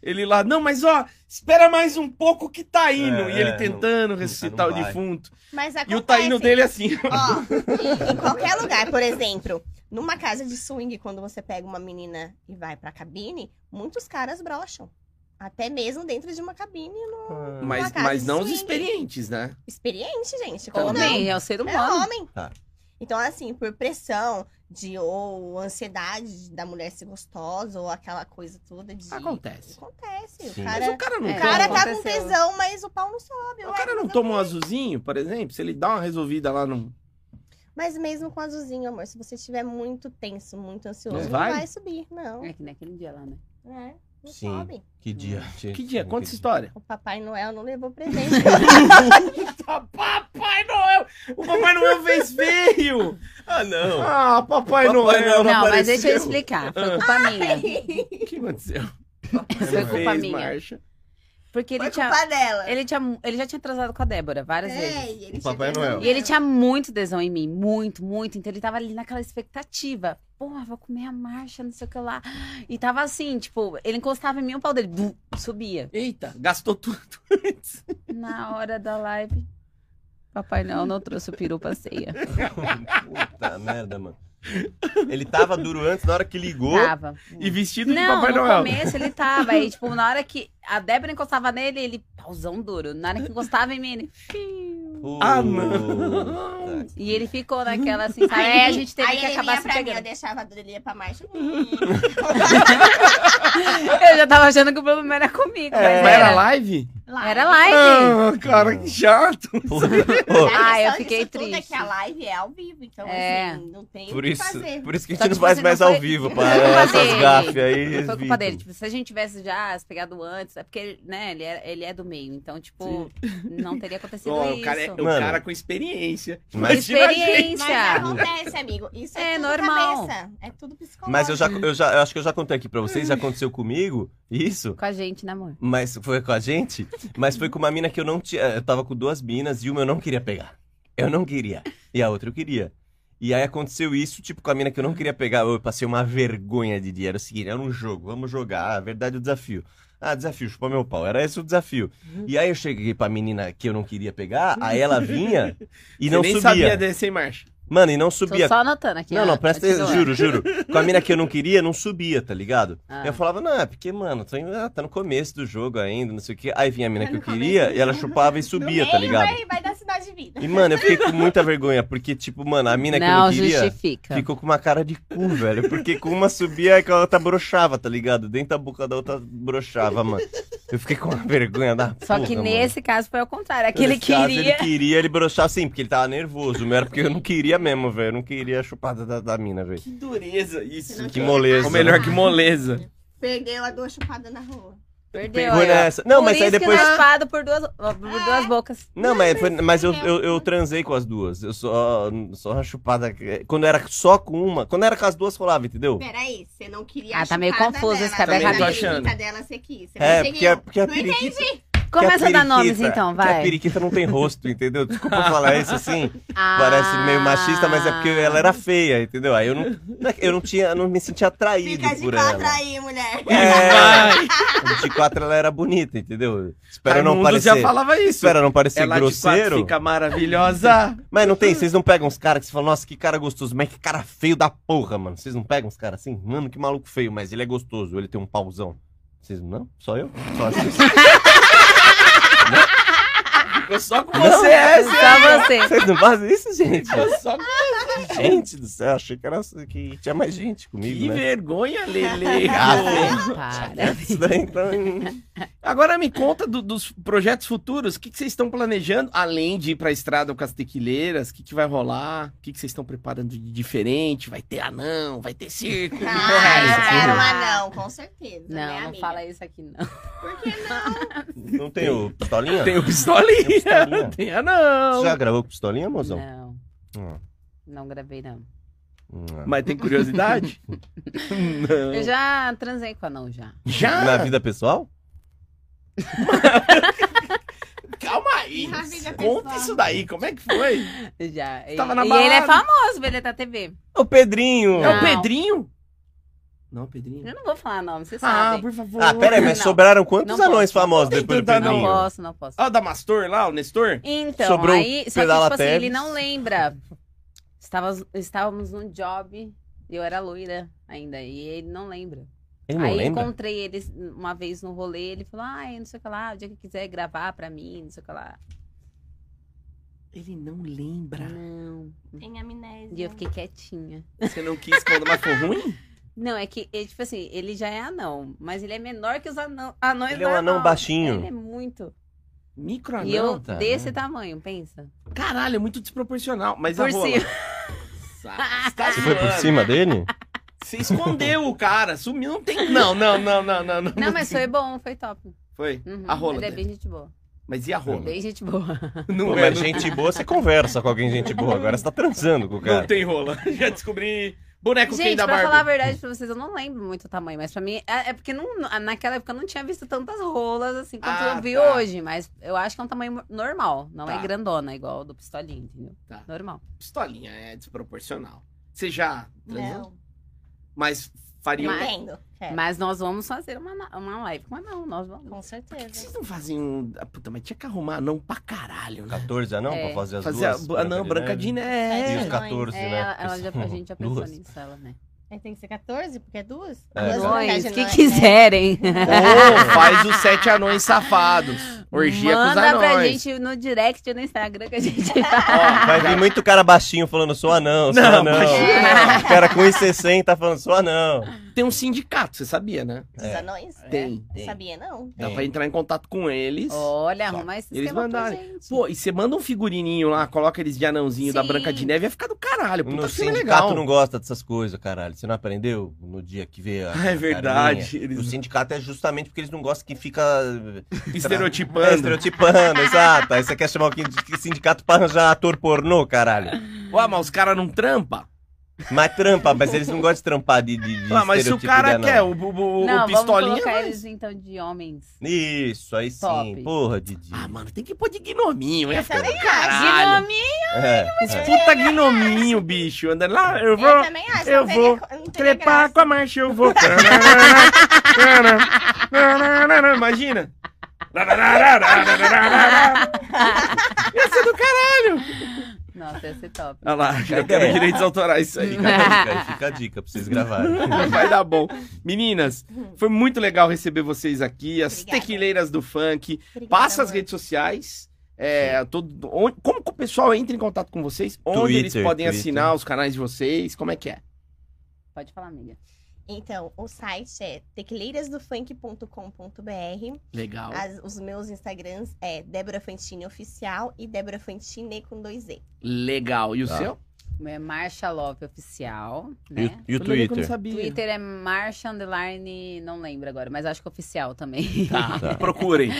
[SPEAKER 1] Ele lá, não, mas ó, espera mais um pouco que tá indo.
[SPEAKER 2] É,
[SPEAKER 1] e ele
[SPEAKER 2] não-
[SPEAKER 1] tentando ressuscitar
[SPEAKER 2] não vai.
[SPEAKER 1] o defunto.
[SPEAKER 4] Mas acontece.
[SPEAKER 1] E o tá indo dele assim.
[SPEAKER 4] Ó, em- em qualquer lugar, por exemplo, numa casa de swing, quando você pega uma menina e vai pra cabine, muitos caras brocham. Até mesmo dentro de uma cabine. no-
[SPEAKER 2] Ah,
[SPEAKER 1] Mas,
[SPEAKER 4] casa
[SPEAKER 1] mas
[SPEAKER 4] de
[SPEAKER 1] não os
[SPEAKER 4] swing.
[SPEAKER 1] experientes, né?
[SPEAKER 4] Experiente, gente. Como não?
[SPEAKER 3] Também, é o ser
[SPEAKER 4] É
[SPEAKER 3] humano.
[SPEAKER 4] homem.
[SPEAKER 2] Tá.
[SPEAKER 4] Então, assim, por pressão de ou ansiedade da mulher ser gostosa, ou aquela coisa toda de.
[SPEAKER 1] Acontece.
[SPEAKER 4] Acontece.
[SPEAKER 2] Sim.
[SPEAKER 4] O
[SPEAKER 1] Mas
[SPEAKER 4] cara,
[SPEAKER 1] o cara não
[SPEAKER 3] É.
[SPEAKER 4] o
[SPEAKER 1] toma- um
[SPEAKER 4] cara tá com
[SPEAKER 3] Aconteceu.
[SPEAKER 4] tesão, mas o pau não sobe.
[SPEAKER 1] O
[SPEAKER 4] ué,
[SPEAKER 1] cara não
[SPEAKER 4] fazer
[SPEAKER 1] toma um azulzinho, por exemplo, se ele dá uma resolvida lá no.
[SPEAKER 4] Mas mesmo com azulzinho, amor, se você estiver muito tenso, muito ansioso,
[SPEAKER 1] Não
[SPEAKER 4] não
[SPEAKER 1] vai?
[SPEAKER 4] vai, subir, não.
[SPEAKER 3] É que naquele dia lá, né?
[SPEAKER 4] É, não
[SPEAKER 2] Sim.
[SPEAKER 4] sobe.
[SPEAKER 2] Que dia, gente.
[SPEAKER 1] Que dia? Conta essa
[SPEAKER 2] Que
[SPEAKER 1] história.
[SPEAKER 4] O Papai Noel não levou presente.
[SPEAKER 1] Ah, Papai Noel! O Papai Noel fez feio!
[SPEAKER 2] dia. Ah, não.
[SPEAKER 1] Ah, Papai,
[SPEAKER 2] Papai
[SPEAKER 1] Noel!
[SPEAKER 2] Noel
[SPEAKER 3] Não, mas
[SPEAKER 2] apareceu.
[SPEAKER 3] deixa eu explicar. Foi culpa minha.
[SPEAKER 1] O que aconteceu?
[SPEAKER 3] Foi
[SPEAKER 1] Você
[SPEAKER 3] é culpa
[SPEAKER 1] fez
[SPEAKER 3] minha.
[SPEAKER 1] marcha.
[SPEAKER 3] Porque ele
[SPEAKER 4] Foi
[SPEAKER 3] tinha,
[SPEAKER 4] culpa dela. É,
[SPEAKER 3] ele, tinha, ele já tinha transado com a Débora várias vezes.
[SPEAKER 4] e ele
[SPEAKER 2] O Papai
[SPEAKER 4] tinha-
[SPEAKER 2] Noel.
[SPEAKER 3] E ele tinha muito tesão em mim, muito, muito. Então ele tava ali naquela expectativa. Porra, vou comer a marcha, não sei o que lá. E tava assim, tipo, ele encostava em mim, o pau dele bum, subia.
[SPEAKER 1] Eita, gastou tudo antes.
[SPEAKER 3] Na hora da live, Papai Noel não trouxe o peru pra ceia.
[SPEAKER 2] Puta merda, mano. Ele tava duro antes, na hora que ligou.
[SPEAKER 4] Tá.
[SPEAKER 3] Tava.
[SPEAKER 1] E vestido de
[SPEAKER 3] Hum. Não,
[SPEAKER 1] Papai
[SPEAKER 3] no
[SPEAKER 1] Noel.
[SPEAKER 3] começo ele tava. Aí, tipo, na hora que a Débora encostava nele, ele pauzão duro. Na hora que encostava em mim, ele. fiu.
[SPEAKER 1] Ah,
[SPEAKER 2] Puta
[SPEAKER 1] não!
[SPEAKER 3] E ele ficou naquela assim, sabe? Aí a gente teve
[SPEAKER 4] aí
[SPEAKER 3] que
[SPEAKER 4] ele
[SPEAKER 3] acabar
[SPEAKER 4] vinha
[SPEAKER 3] se
[SPEAKER 4] pra mim, eu
[SPEAKER 3] pegando.
[SPEAKER 4] deixava a dele pra mais.
[SPEAKER 3] Eu já tava achando que o problema era comigo.
[SPEAKER 1] Mas
[SPEAKER 2] É.
[SPEAKER 3] mas
[SPEAKER 1] era
[SPEAKER 3] era,
[SPEAKER 1] live?
[SPEAKER 3] era live.
[SPEAKER 1] Ah, cara, que chato!
[SPEAKER 2] Puta. Ô,
[SPEAKER 4] A
[SPEAKER 3] Ah, eu
[SPEAKER 4] questão
[SPEAKER 3] fiquei
[SPEAKER 4] disso tudo É
[SPEAKER 3] triste.
[SPEAKER 4] que a live é ao vivo, então
[SPEAKER 3] É.
[SPEAKER 4] assim, não tem o
[SPEAKER 2] Por
[SPEAKER 4] que
[SPEAKER 2] isso,
[SPEAKER 4] fazer.
[SPEAKER 2] por isso que a
[SPEAKER 3] Só
[SPEAKER 2] gente
[SPEAKER 3] que
[SPEAKER 2] não faz
[SPEAKER 3] você
[SPEAKER 2] mais
[SPEAKER 3] não
[SPEAKER 2] ao
[SPEAKER 3] foi-
[SPEAKER 2] vivo,
[SPEAKER 3] Foi
[SPEAKER 2] para
[SPEAKER 3] culpa
[SPEAKER 2] essas
[SPEAKER 3] dele.
[SPEAKER 2] gafes aí.
[SPEAKER 3] Foi culpa
[SPEAKER 2] evitam.
[SPEAKER 3] dele. Tipo, se a gente tivesse já se pegado antes, é porque, né, ele é, ele é do meio. Então, tipo, não teria acontecido
[SPEAKER 1] Ó,
[SPEAKER 3] Tipo isso.
[SPEAKER 1] o cara, é, o
[SPEAKER 2] Mano.
[SPEAKER 1] cara com experiência.
[SPEAKER 2] Mas-
[SPEAKER 1] Imagina a gente.
[SPEAKER 4] Mas
[SPEAKER 3] Experiência.
[SPEAKER 2] né?
[SPEAKER 4] acontece, amigo. Isso é,
[SPEAKER 3] É
[SPEAKER 4] tudo
[SPEAKER 3] normal.
[SPEAKER 4] cabeça. É tudo psicológico.
[SPEAKER 2] Mas eu já, eu já eu acho que eu já contei aqui pra vocês,
[SPEAKER 4] Hum.
[SPEAKER 2] já aconteceu comigo isso.
[SPEAKER 3] Com a gente, né, amor?
[SPEAKER 2] Mas foi com a gente, mas foi com uma mina que eu não tinha. Eu tava com duas minas e uma eu não queria pegar. Eu não queria. E a outra eu queria. E aí aconteceu isso, tipo, com a mina que eu não queria pegar. Eu passei uma vergonha de dia. Era o seguinte, era um jogo, vamos jogar. A verdade, o desafio. Ah, desafio, chupa meu pau. Era esse o desafio. E aí eu cheguei pra menina que eu não queria pegar, aí ela vinha e não
[SPEAKER 1] nem
[SPEAKER 2] subia.
[SPEAKER 1] sabia descer em marcha.
[SPEAKER 2] Mano, e não
[SPEAKER 3] Tô
[SPEAKER 2] subia.
[SPEAKER 3] só anotando aqui.
[SPEAKER 2] Não,
[SPEAKER 3] ó,
[SPEAKER 2] não, presta
[SPEAKER 3] antes do
[SPEAKER 2] atenção,
[SPEAKER 3] ano.
[SPEAKER 2] juro, juro. Com a mina que eu não queria, não subia, tá ligado?
[SPEAKER 3] Ah.
[SPEAKER 2] Eu falava, não, é porque, mano, tô ainda- tá no começo do jogo ainda, não sei o quê. Aí vinha a mina
[SPEAKER 4] Tá
[SPEAKER 2] que eu
[SPEAKER 4] no começo.
[SPEAKER 2] queria e ela chupava e
[SPEAKER 4] No
[SPEAKER 2] subia,
[SPEAKER 4] meio,
[SPEAKER 2] tá
[SPEAKER 3] né?
[SPEAKER 2] ligado?
[SPEAKER 4] Vai, vai dar sinal de vida.
[SPEAKER 2] E, mano, eu fiquei com muita vergonha, porque, tipo, mano, a mina que eu
[SPEAKER 3] Não,
[SPEAKER 2] não queria
[SPEAKER 3] justifica.
[SPEAKER 2] ficou com uma cara de cu, velho. Porque com uma subia e com a outra broxava, tá ligado? Dentro da boca da outra broxava, mano. Eu fiquei com uma vergonha da
[SPEAKER 3] Só
[SPEAKER 2] porra,
[SPEAKER 3] que
[SPEAKER 2] mano.
[SPEAKER 3] nesse caso foi ao contrário. Aquele
[SPEAKER 2] Nesse caso,
[SPEAKER 3] queria.
[SPEAKER 2] ele queria, ele broxava sim, porque ele tava nervoso. Não era porque eu não queria mesmo, velho. Eu não queria a chupada da, da mina, velho.
[SPEAKER 1] Que dureza isso.
[SPEAKER 2] Que moleza.
[SPEAKER 1] Ou melhor, que moleza.
[SPEAKER 4] Perdeu a duas chupadas na rua.
[SPEAKER 3] Perdeu.
[SPEAKER 2] Foi
[SPEAKER 3] aí, ó.
[SPEAKER 2] nessa. Não,
[SPEAKER 3] é. Por
[SPEAKER 2] mas
[SPEAKER 3] isso
[SPEAKER 2] aí depois.
[SPEAKER 3] Que nós fado por duas, por duas bocas.
[SPEAKER 2] Não, mas, foi- mas eu,
[SPEAKER 4] mas- é um
[SPEAKER 2] eu, eu transei com as duas. Eu só. Só uma chupada. Quando era só com uma. Quando era com as duas, rolava, entendeu?
[SPEAKER 4] Peraí, você não queria
[SPEAKER 3] Ah,
[SPEAKER 4] a
[SPEAKER 3] tá meio
[SPEAKER 4] chupada
[SPEAKER 3] confuso
[SPEAKER 4] dela,
[SPEAKER 3] esse cabelo
[SPEAKER 1] errado.
[SPEAKER 4] mas a
[SPEAKER 1] Tô achando.
[SPEAKER 4] periquita dela você quis. Você
[SPEAKER 2] É,
[SPEAKER 4] não
[SPEAKER 2] porque a,
[SPEAKER 4] conseguiu.
[SPEAKER 2] porque a
[SPEAKER 4] Não
[SPEAKER 2] periquita. é
[SPEAKER 3] Começa a
[SPEAKER 2] porque
[SPEAKER 3] dar nomes então,
[SPEAKER 2] porque A
[SPEAKER 3] vai.
[SPEAKER 2] é periquita não tem rosto, entendeu? Desculpa falar isso assim.
[SPEAKER 3] Ah.
[SPEAKER 2] Parece meio machista, mas é porque ela era feia, entendeu? Aí eu não, não é que- eu não tinha, eu não me sentia atraído
[SPEAKER 4] Fica de
[SPEAKER 2] por
[SPEAKER 4] quatro
[SPEAKER 2] ela.
[SPEAKER 4] aí, mulher.
[SPEAKER 2] É, de quatro ela era bonita, entendeu? Espero não
[SPEAKER 1] Raimundo já
[SPEAKER 2] parecer,
[SPEAKER 1] falava isso.
[SPEAKER 2] espero não parecer
[SPEAKER 1] Ela de quatro
[SPEAKER 2] grosseiro.
[SPEAKER 1] fica maravilhosa.
[SPEAKER 2] Mas não tem, vocês não pegam uns caras que você fala, nossa, que cara gostoso, mas que cara feio da porra, mano. Vocês não pegam uns caras assim? Mano, que maluco feio, mas ele é gostoso, ele tem um pauzão. Vocês não? Só eu? Só vocês?
[SPEAKER 1] Ficou só com
[SPEAKER 2] Não.
[SPEAKER 1] você essa.
[SPEAKER 3] Só você.
[SPEAKER 2] é assim." Vocês não fazem isso, gente?
[SPEAKER 1] Ficou só com
[SPEAKER 2] Gente do céu, achei que, era, assim, que tinha mais gente comigo,
[SPEAKER 1] Que
[SPEAKER 2] né?
[SPEAKER 1] vergonha, Lele.
[SPEAKER 2] Ah,
[SPEAKER 3] Para.
[SPEAKER 2] Isso daí, então, hum.
[SPEAKER 1] Agora me conta do- dos projetos futuros. O que, que vocês estão planejando? Além de ir pra estrada com as tequileiras, o que, que vai rolar? O que, que vocês estão preparando de diferente? Vai ter anão, vai ter circo. que porra é
[SPEAKER 4] Ah,
[SPEAKER 1] essa?
[SPEAKER 4] eu quero um anão, com certeza. né,
[SPEAKER 3] Não, não
[SPEAKER 4] amiga?
[SPEAKER 3] fala isso aqui, não.
[SPEAKER 4] Por que não?
[SPEAKER 2] não tem o pistolinha?
[SPEAKER 1] Tem o pistolinha,
[SPEAKER 2] Tem o pistolinha.
[SPEAKER 1] tem
[SPEAKER 2] Você
[SPEAKER 1] anão.
[SPEAKER 2] já gravou com pistolinha, mozão?
[SPEAKER 3] Não,
[SPEAKER 2] Hum,
[SPEAKER 3] não gravei, não.
[SPEAKER 2] hum.
[SPEAKER 1] Mas tem curiosidade? Não.
[SPEAKER 3] Eu já transei com anão, já.
[SPEAKER 1] Já?
[SPEAKER 2] Na vida pessoal?
[SPEAKER 1] Calma aí.
[SPEAKER 4] Na vida
[SPEAKER 1] Conta
[SPEAKER 4] pessoal.
[SPEAKER 1] isso daí, como é que foi?
[SPEAKER 3] Já. E,
[SPEAKER 1] Tava na
[SPEAKER 3] e ele é
[SPEAKER 1] balada.
[SPEAKER 3] famoso, ele é da TV.
[SPEAKER 2] O Pedrinho!
[SPEAKER 1] É o
[SPEAKER 3] Não.
[SPEAKER 1] Pedrinho? Não, é o Pedrinho.
[SPEAKER 3] Eu não vou falar nome, vocês
[SPEAKER 1] Ah,
[SPEAKER 3] sabem.
[SPEAKER 1] por favor.
[SPEAKER 2] Ah, pera aí, mas
[SPEAKER 3] Não.
[SPEAKER 2] sobraram quantos
[SPEAKER 3] Não
[SPEAKER 2] anões
[SPEAKER 3] posso.
[SPEAKER 2] famosos
[SPEAKER 1] Não tem
[SPEAKER 2] depois do
[SPEAKER 1] tanta,
[SPEAKER 3] Não
[SPEAKER 2] Pedrinho?
[SPEAKER 3] posso, não posso.
[SPEAKER 1] Ah, o Damastor lá, o Nestor?
[SPEAKER 3] Então,
[SPEAKER 2] Sobrou
[SPEAKER 3] aí. Só que,
[SPEAKER 2] Pedala
[SPEAKER 3] tipo assim, ele
[SPEAKER 2] Teles.
[SPEAKER 3] não lembra. Estava, estávamos num job, eu era loira ainda, e ele não lembra.
[SPEAKER 2] Ele não
[SPEAKER 3] aí
[SPEAKER 2] lembra?
[SPEAKER 3] encontrei ele uma vez no rolê, ele falou, ah, não sei o que lá, o dia que quiser gravar pra mim, não sei o que lá.
[SPEAKER 1] Ele não lembra.
[SPEAKER 3] Não.
[SPEAKER 4] Tem amnésia.
[SPEAKER 3] E eu fiquei quietinha.
[SPEAKER 1] Você não quis quando, mas foi ruim?
[SPEAKER 3] Não, é que, é, tipo assim, ele já é anão, mas ele é menor que os anão, anões
[SPEAKER 2] Ele é um anão
[SPEAKER 3] normais.
[SPEAKER 2] baixinho.
[SPEAKER 3] Ele é muito.
[SPEAKER 1] Micro
[SPEAKER 3] e eu
[SPEAKER 1] anão.
[SPEAKER 2] tá,
[SPEAKER 3] desse
[SPEAKER 2] né?
[SPEAKER 3] tamanho, pensa.
[SPEAKER 1] Caralho, é muito desproporcional. Mas
[SPEAKER 3] Por
[SPEAKER 1] a rola...
[SPEAKER 3] cima.
[SPEAKER 1] Sa- tá
[SPEAKER 2] Você foi por
[SPEAKER 1] zoando.
[SPEAKER 2] cima dele?
[SPEAKER 1] Você escondeu o cara, sumiu, não tem... Não, não, não, não, não. Não,
[SPEAKER 3] Não, mas foi bom, foi top.
[SPEAKER 1] Foi.
[SPEAKER 3] Uhum,
[SPEAKER 1] A rola
[SPEAKER 3] Ele é
[SPEAKER 1] dele.
[SPEAKER 3] bem gente boa.
[SPEAKER 1] Mas e a rola?
[SPEAKER 3] Bem gente boa.
[SPEAKER 1] Não,
[SPEAKER 2] Pô,
[SPEAKER 1] é,
[SPEAKER 2] mas
[SPEAKER 1] não-
[SPEAKER 2] gente boa, você conversa com alguém gente boa. Agora você tá transando com o
[SPEAKER 1] não
[SPEAKER 2] cara.
[SPEAKER 1] tem rola. Já descobri... Boneco quem
[SPEAKER 3] Gente,
[SPEAKER 1] da
[SPEAKER 3] pra
[SPEAKER 1] Barbie.
[SPEAKER 3] falar a verdade pra vocês, eu não lembro muito o tamanho, mas pra mim, é, é porque não, naquela época eu não tinha visto tantas rolas assim quanto
[SPEAKER 1] Ah,
[SPEAKER 3] eu vi
[SPEAKER 1] tá.
[SPEAKER 3] hoje, mas eu acho que é um tamanho normal, não
[SPEAKER 1] Tá.
[SPEAKER 3] é grandona, igual o do pistolinho, entendeu?
[SPEAKER 1] Tá.
[SPEAKER 3] Normal.
[SPEAKER 1] Pistolinha, é desproporcional. Você já transou?
[SPEAKER 4] Não,
[SPEAKER 1] Mas faria...
[SPEAKER 3] Mas-
[SPEAKER 1] um-
[SPEAKER 4] entendo. É. Quero.
[SPEAKER 3] Mas nós vamos fazer uma, na- uma live com anão, nós vamos.
[SPEAKER 4] Com
[SPEAKER 1] Por que
[SPEAKER 4] certeza.
[SPEAKER 1] vocês não fazem um... Ah, Puta, mas tinha que arrumar anão pra caralho, né?
[SPEAKER 2] 14 anão
[SPEAKER 3] É.
[SPEAKER 2] pra fazer as
[SPEAKER 1] Fazer a...
[SPEAKER 2] duas? né?
[SPEAKER 1] anão branca de
[SPEAKER 2] E os
[SPEAKER 1] neve.
[SPEAKER 4] Tadinha.
[SPEAKER 2] 14,
[SPEAKER 3] É,
[SPEAKER 2] né?
[SPEAKER 3] ela- ela já- a gente já pensou
[SPEAKER 2] Duas.
[SPEAKER 3] nisso, ela, né?
[SPEAKER 4] Aí tem que ser 14, porque é duas?
[SPEAKER 2] É.
[SPEAKER 4] Duas
[SPEAKER 3] Anões,
[SPEAKER 4] unidades
[SPEAKER 3] que
[SPEAKER 4] não é-
[SPEAKER 3] quiserem.
[SPEAKER 1] Ou faz os sete anões safados. Orgia
[SPEAKER 3] Manda
[SPEAKER 1] com os anões.
[SPEAKER 3] pra gente no direct no Instagram que a gente
[SPEAKER 1] Ó,
[SPEAKER 2] Vai vir muito cara baixinho falando, sou anão, sou
[SPEAKER 1] Não,
[SPEAKER 2] anão.
[SPEAKER 1] imagina.
[SPEAKER 2] O cara com 1,60 falando, sou anão.
[SPEAKER 1] Tem um sindicato, você sabia, né?
[SPEAKER 4] Dos
[SPEAKER 2] É.
[SPEAKER 4] anões?
[SPEAKER 1] Tem.
[SPEAKER 4] Não sabia, não.
[SPEAKER 1] Dá
[SPEAKER 2] É.
[SPEAKER 1] pra entrar em contato com eles.
[SPEAKER 3] Olha, arrumar esse
[SPEAKER 1] Eles
[SPEAKER 3] esquema
[SPEAKER 1] mandarem.
[SPEAKER 3] pra gente.
[SPEAKER 1] Pô, e você manda um figurininho lá, coloca eles de anãozinho da
[SPEAKER 3] Sim.
[SPEAKER 1] Branca de Neve, ia ficar do caralho. Puta
[SPEAKER 2] No
[SPEAKER 1] que
[SPEAKER 2] sindicato
[SPEAKER 1] legal.
[SPEAKER 2] não gosta dessas coisas, caralho. Você não aprendeu no dia que vê a.
[SPEAKER 1] Ah, é
[SPEAKER 2] a
[SPEAKER 1] verdade.
[SPEAKER 2] carinha? O
[SPEAKER 1] Eles
[SPEAKER 2] sindicato é justamente porque eles não gostam que fica
[SPEAKER 1] estereotipando.
[SPEAKER 2] é, estereotipando, exato. Aí você quer chamar o quin- que sindicato pra arranjar ator pornô, caralho.
[SPEAKER 1] Ué, mas os caras não trampa?
[SPEAKER 2] Mas trampa, mas eles não gostam de trampar de, de, de
[SPEAKER 1] Ah, mas se o
[SPEAKER 2] estereotipo
[SPEAKER 1] cara
[SPEAKER 2] de
[SPEAKER 1] quer
[SPEAKER 2] anão.
[SPEAKER 1] o, o- o-
[SPEAKER 3] Não,
[SPEAKER 1] o pistolinha.
[SPEAKER 3] vamos colocar
[SPEAKER 1] vai.
[SPEAKER 3] eles então de homens.
[SPEAKER 2] Isso, aí sim.
[SPEAKER 3] Top.
[SPEAKER 2] Porra, Didi.
[SPEAKER 1] Ah, mano, tem que pôr de gnominho, ia
[SPEAKER 4] Eu
[SPEAKER 1] ficar do
[SPEAKER 3] é,
[SPEAKER 4] também
[SPEAKER 1] caralho.
[SPEAKER 3] Dinami-
[SPEAKER 2] É, é.
[SPEAKER 1] Puta gnominho, bicho. Andando lá, eu vou.
[SPEAKER 4] Eu também acho.
[SPEAKER 1] eu
[SPEAKER 4] não teria-
[SPEAKER 1] vou
[SPEAKER 4] não teria
[SPEAKER 1] Trepar
[SPEAKER 4] graça.
[SPEAKER 1] com a marcha, eu vou. Imagina. Ia ser é do caralho.
[SPEAKER 3] Nossa, ia ser top.
[SPEAKER 1] Olha lá, já quero direitos autorais isso aí.
[SPEAKER 2] Fica a dica, aí fica a dica pra vocês gravarem.
[SPEAKER 1] Vai dar bom. Meninas, foi muito legal receber vocês aqui, as
[SPEAKER 4] Obrigada.
[SPEAKER 1] tequileiras do funk.
[SPEAKER 4] Obrigada,
[SPEAKER 1] Passa as
[SPEAKER 4] amor.
[SPEAKER 1] redes sociais. é, todo- onde- como que o pessoal entra em contato com vocês? Onde eles
[SPEAKER 2] Twitter,
[SPEAKER 1] podem
[SPEAKER 2] Twitter.
[SPEAKER 1] assinar os canais de vocês? Como é que é?
[SPEAKER 3] Pode falar, amiga.
[SPEAKER 4] Então, o site é tequileirasdofunk.com.br.
[SPEAKER 1] Legal.
[SPEAKER 4] As- os meus Instagrams é Débora Fantini Oficial e Débora Fantini com dois E.
[SPEAKER 1] Legal. E o
[SPEAKER 2] Tá.
[SPEAKER 1] seu?
[SPEAKER 3] O meu é Marcha Love Oficial,
[SPEAKER 2] E,
[SPEAKER 3] né?
[SPEAKER 2] o- e
[SPEAKER 1] Eu lembro que eu
[SPEAKER 2] o
[SPEAKER 1] não
[SPEAKER 2] Twitter?
[SPEAKER 1] sabia.
[SPEAKER 3] Twitter é Marcha Underline, não lembro agora, mas acho que é oficial também.
[SPEAKER 1] Tá,
[SPEAKER 2] Tá.
[SPEAKER 1] procurem.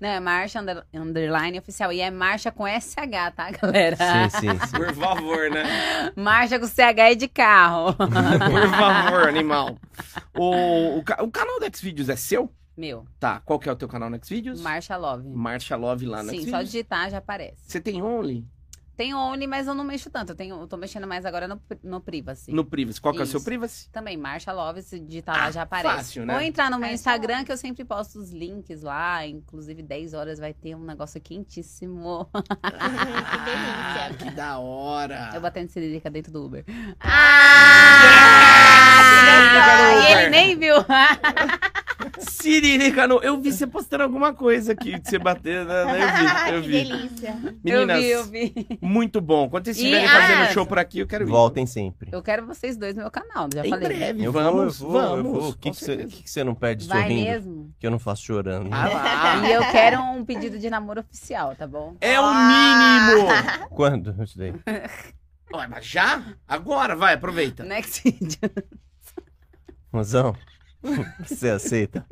[SPEAKER 3] Não, é Marcha Under- Underline Oficial. E é Marcha com SH, tá, galera?
[SPEAKER 2] Sim, sim, sim.
[SPEAKER 1] Por favor, né?
[SPEAKER 3] Marcha com CH é de carro.
[SPEAKER 1] Por favor, animal. O, o, ca- o canal do Xvideos é seu?
[SPEAKER 3] meu,
[SPEAKER 1] Tá, qual que é o teu canal no Xvideos?
[SPEAKER 3] Marcha Love.
[SPEAKER 1] Marcha Love lá no
[SPEAKER 3] Sim, só
[SPEAKER 1] Xvideos.
[SPEAKER 3] digitar já aparece.
[SPEAKER 1] Você tem Only?
[SPEAKER 3] Tem Only, mas eu não mexo tanto. Eu, tenho, eu tô mexendo mais agora no, pri- no Privacy.
[SPEAKER 1] No Privacy. Qual que é o seu
[SPEAKER 3] Isso.
[SPEAKER 1] Privacy?
[SPEAKER 3] Também, Marcha Love, se digitar tá lá
[SPEAKER 1] Ah,
[SPEAKER 3] já aparece.
[SPEAKER 1] fácil, né?
[SPEAKER 3] Ou entrar no meu
[SPEAKER 4] Marcha
[SPEAKER 3] Instagram,
[SPEAKER 4] Love.
[SPEAKER 3] que eu sempre posto os links lá. Inclusive, 10 horas vai ter um negócio quentíssimo.
[SPEAKER 1] Ah,
[SPEAKER 4] que delícia.
[SPEAKER 1] que da hora.
[SPEAKER 3] Eu batendo siririca dentro do Uber.
[SPEAKER 1] Siririca no
[SPEAKER 3] E
[SPEAKER 1] Uber.
[SPEAKER 3] ele nem viu.
[SPEAKER 1] Siririca no... Eu vi você postando alguma coisa aqui, de você bater. né?
[SPEAKER 4] Ah, que
[SPEAKER 1] Eu vi, eu vi.
[SPEAKER 4] delícia.
[SPEAKER 1] Meninas,
[SPEAKER 3] Ah, Eu vi, eu vi.
[SPEAKER 1] muito bom. Quando vocês
[SPEAKER 3] E-
[SPEAKER 1] estiverem
[SPEAKER 3] ah,
[SPEAKER 1] fazendo show por aqui, eu quero ir.
[SPEAKER 2] Voltem sempre.
[SPEAKER 3] Eu quero vocês dois no meu canal, já
[SPEAKER 1] Em
[SPEAKER 3] falei.
[SPEAKER 1] breve,
[SPEAKER 2] Eu vou,
[SPEAKER 1] vamos,
[SPEAKER 2] eu vou, eu
[SPEAKER 1] vamos.
[SPEAKER 2] vou. O
[SPEAKER 1] com
[SPEAKER 2] que que você
[SPEAKER 1] certeza.
[SPEAKER 2] que que você não perde
[SPEAKER 3] Vai
[SPEAKER 2] sorrindo?
[SPEAKER 3] mesmo?
[SPEAKER 2] Que eu não faço chorando.
[SPEAKER 1] Ah lá.
[SPEAKER 3] E eu quero um pedido de namoro oficial, tá bom?
[SPEAKER 1] É o mínimo!
[SPEAKER 2] Quando? Isso daí.
[SPEAKER 1] Ué, mas já? Agora, vai, aproveita.
[SPEAKER 3] Next vídeo.
[SPEAKER 2] Mozão, você aceita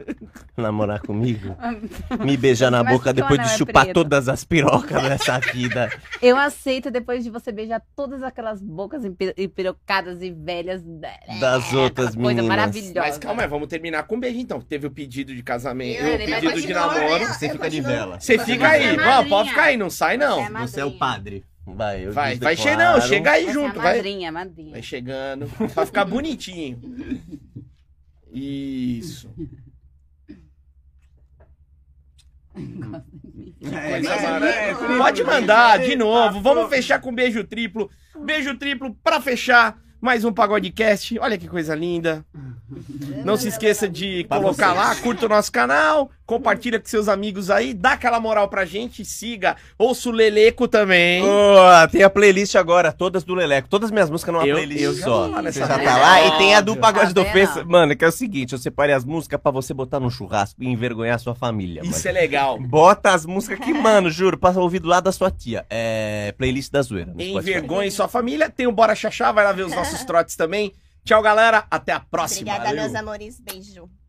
[SPEAKER 2] namorar comigo? Me beijar na
[SPEAKER 3] Mas
[SPEAKER 2] boca
[SPEAKER 3] que o
[SPEAKER 2] depois de
[SPEAKER 3] anel é
[SPEAKER 2] chupar
[SPEAKER 3] preto?
[SPEAKER 2] todas as pirocas dessa vida.
[SPEAKER 3] Eu aceito depois de você beijar todas aquelas bocas empi- empirocadas e velhas.
[SPEAKER 2] Das outras
[SPEAKER 3] aquela
[SPEAKER 2] meninas.
[SPEAKER 3] Coisa maravilhosa.
[SPEAKER 1] Mas calma aí, vamos terminar com um beijo então. Teve o pedido de casamento,
[SPEAKER 4] Eu-
[SPEAKER 1] o
[SPEAKER 3] ele vai
[SPEAKER 1] pedido de
[SPEAKER 4] continuar,
[SPEAKER 1] namoro.
[SPEAKER 4] né?
[SPEAKER 3] Ah,
[SPEAKER 2] Você
[SPEAKER 4] Eu
[SPEAKER 2] fica de
[SPEAKER 4] continuo.
[SPEAKER 2] vela.
[SPEAKER 1] Você
[SPEAKER 4] Você
[SPEAKER 1] fica
[SPEAKER 4] vai
[SPEAKER 1] aí,
[SPEAKER 4] ser
[SPEAKER 1] vamos,
[SPEAKER 3] madrinha.
[SPEAKER 1] pode ficar aí, não sai não.
[SPEAKER 4] Você é
[SPEAKER 2] Você é o
[SPEAKER 4] madrinha.
[SPEAKER 2] padre. Vai, eu
[SPEAKER 1] Vai, vai
[SPEAKER 2] desdeclaro.
[SPEAKER 1] chegando, chega aí
[SPEAKER 3] Você
[SPEAKER 1] junto,
[SPEAKER 3] é a
[SPEAKER 1] vai.
[SPEAKER 3] madrinha, madrinha.
[SPEAKER 1] Vai chegando, vai ficar bonitinho. Isso. Coisa
[SPEAKER 4] é,
[SPEAKER 1] maravilhosa.
[SPEAKER 4] é,
[SPEAKER 1] Pode mandar, de novo. Vamos fechar com beijo triplo. Beijo triplo pra fechar mais um Pagodecast. Olha que coisa linda. Não se esqueça de
[SPEAKER 2] Pra
[SPEAKER 1] colocar
[SPEAKER 2] vocês.
[SPEAKER 1] lá, curta o nosso canal, compartilha com seus amigos aí, dá aquela moral pra gente, siga. Ouça o Leleco também.
[SPEAKER 2] Boa, tem a playlist agora, todas do Leleco. Todas minhas músicas numa
[SPEAKER 1] Eu-
[SPEAKER 2] playlist
[SPEAKER 1] eu já
[SPEAKER 2] só.
[SPEAKER 1] tô lá
[SPEAKER 2] Você
[SPEAKER 1] nessa
[SPEAKER 2] já tá
[SPEAKER 1] playlist.
[SPEAKER 2] lá. E tem a do
[SPEAKER 1] Óbvio.
[SPEAKER 2] Pagode
[SPEAKER 3] Tá
[SPEAKER 2] do Ofensa.
[SPEAKER 3] vendo?
[SPEAKER 2] Mano, que é o seguinte: eu separei as músicas pra você botar no churrasco e envergonhar sua família, mano.
[SPEAKER 1] Isso é legal.
[SPEAKER 2] Bota as músicas que, mano, juro, passa ouvir do lado da sua tia. É. Playlist da zoeira. no Spotify.
[SPEAKER 1] Envergonhe sua família. Tem o Bora Xaxá, vai lá ver os nossos trotes também. Tchau, galera. Até a próxima.
[SPEAKER 4] Obrigada,
[SPEAKER 2] Valeu.
[SPEAKER 4] meus amores. Beijo.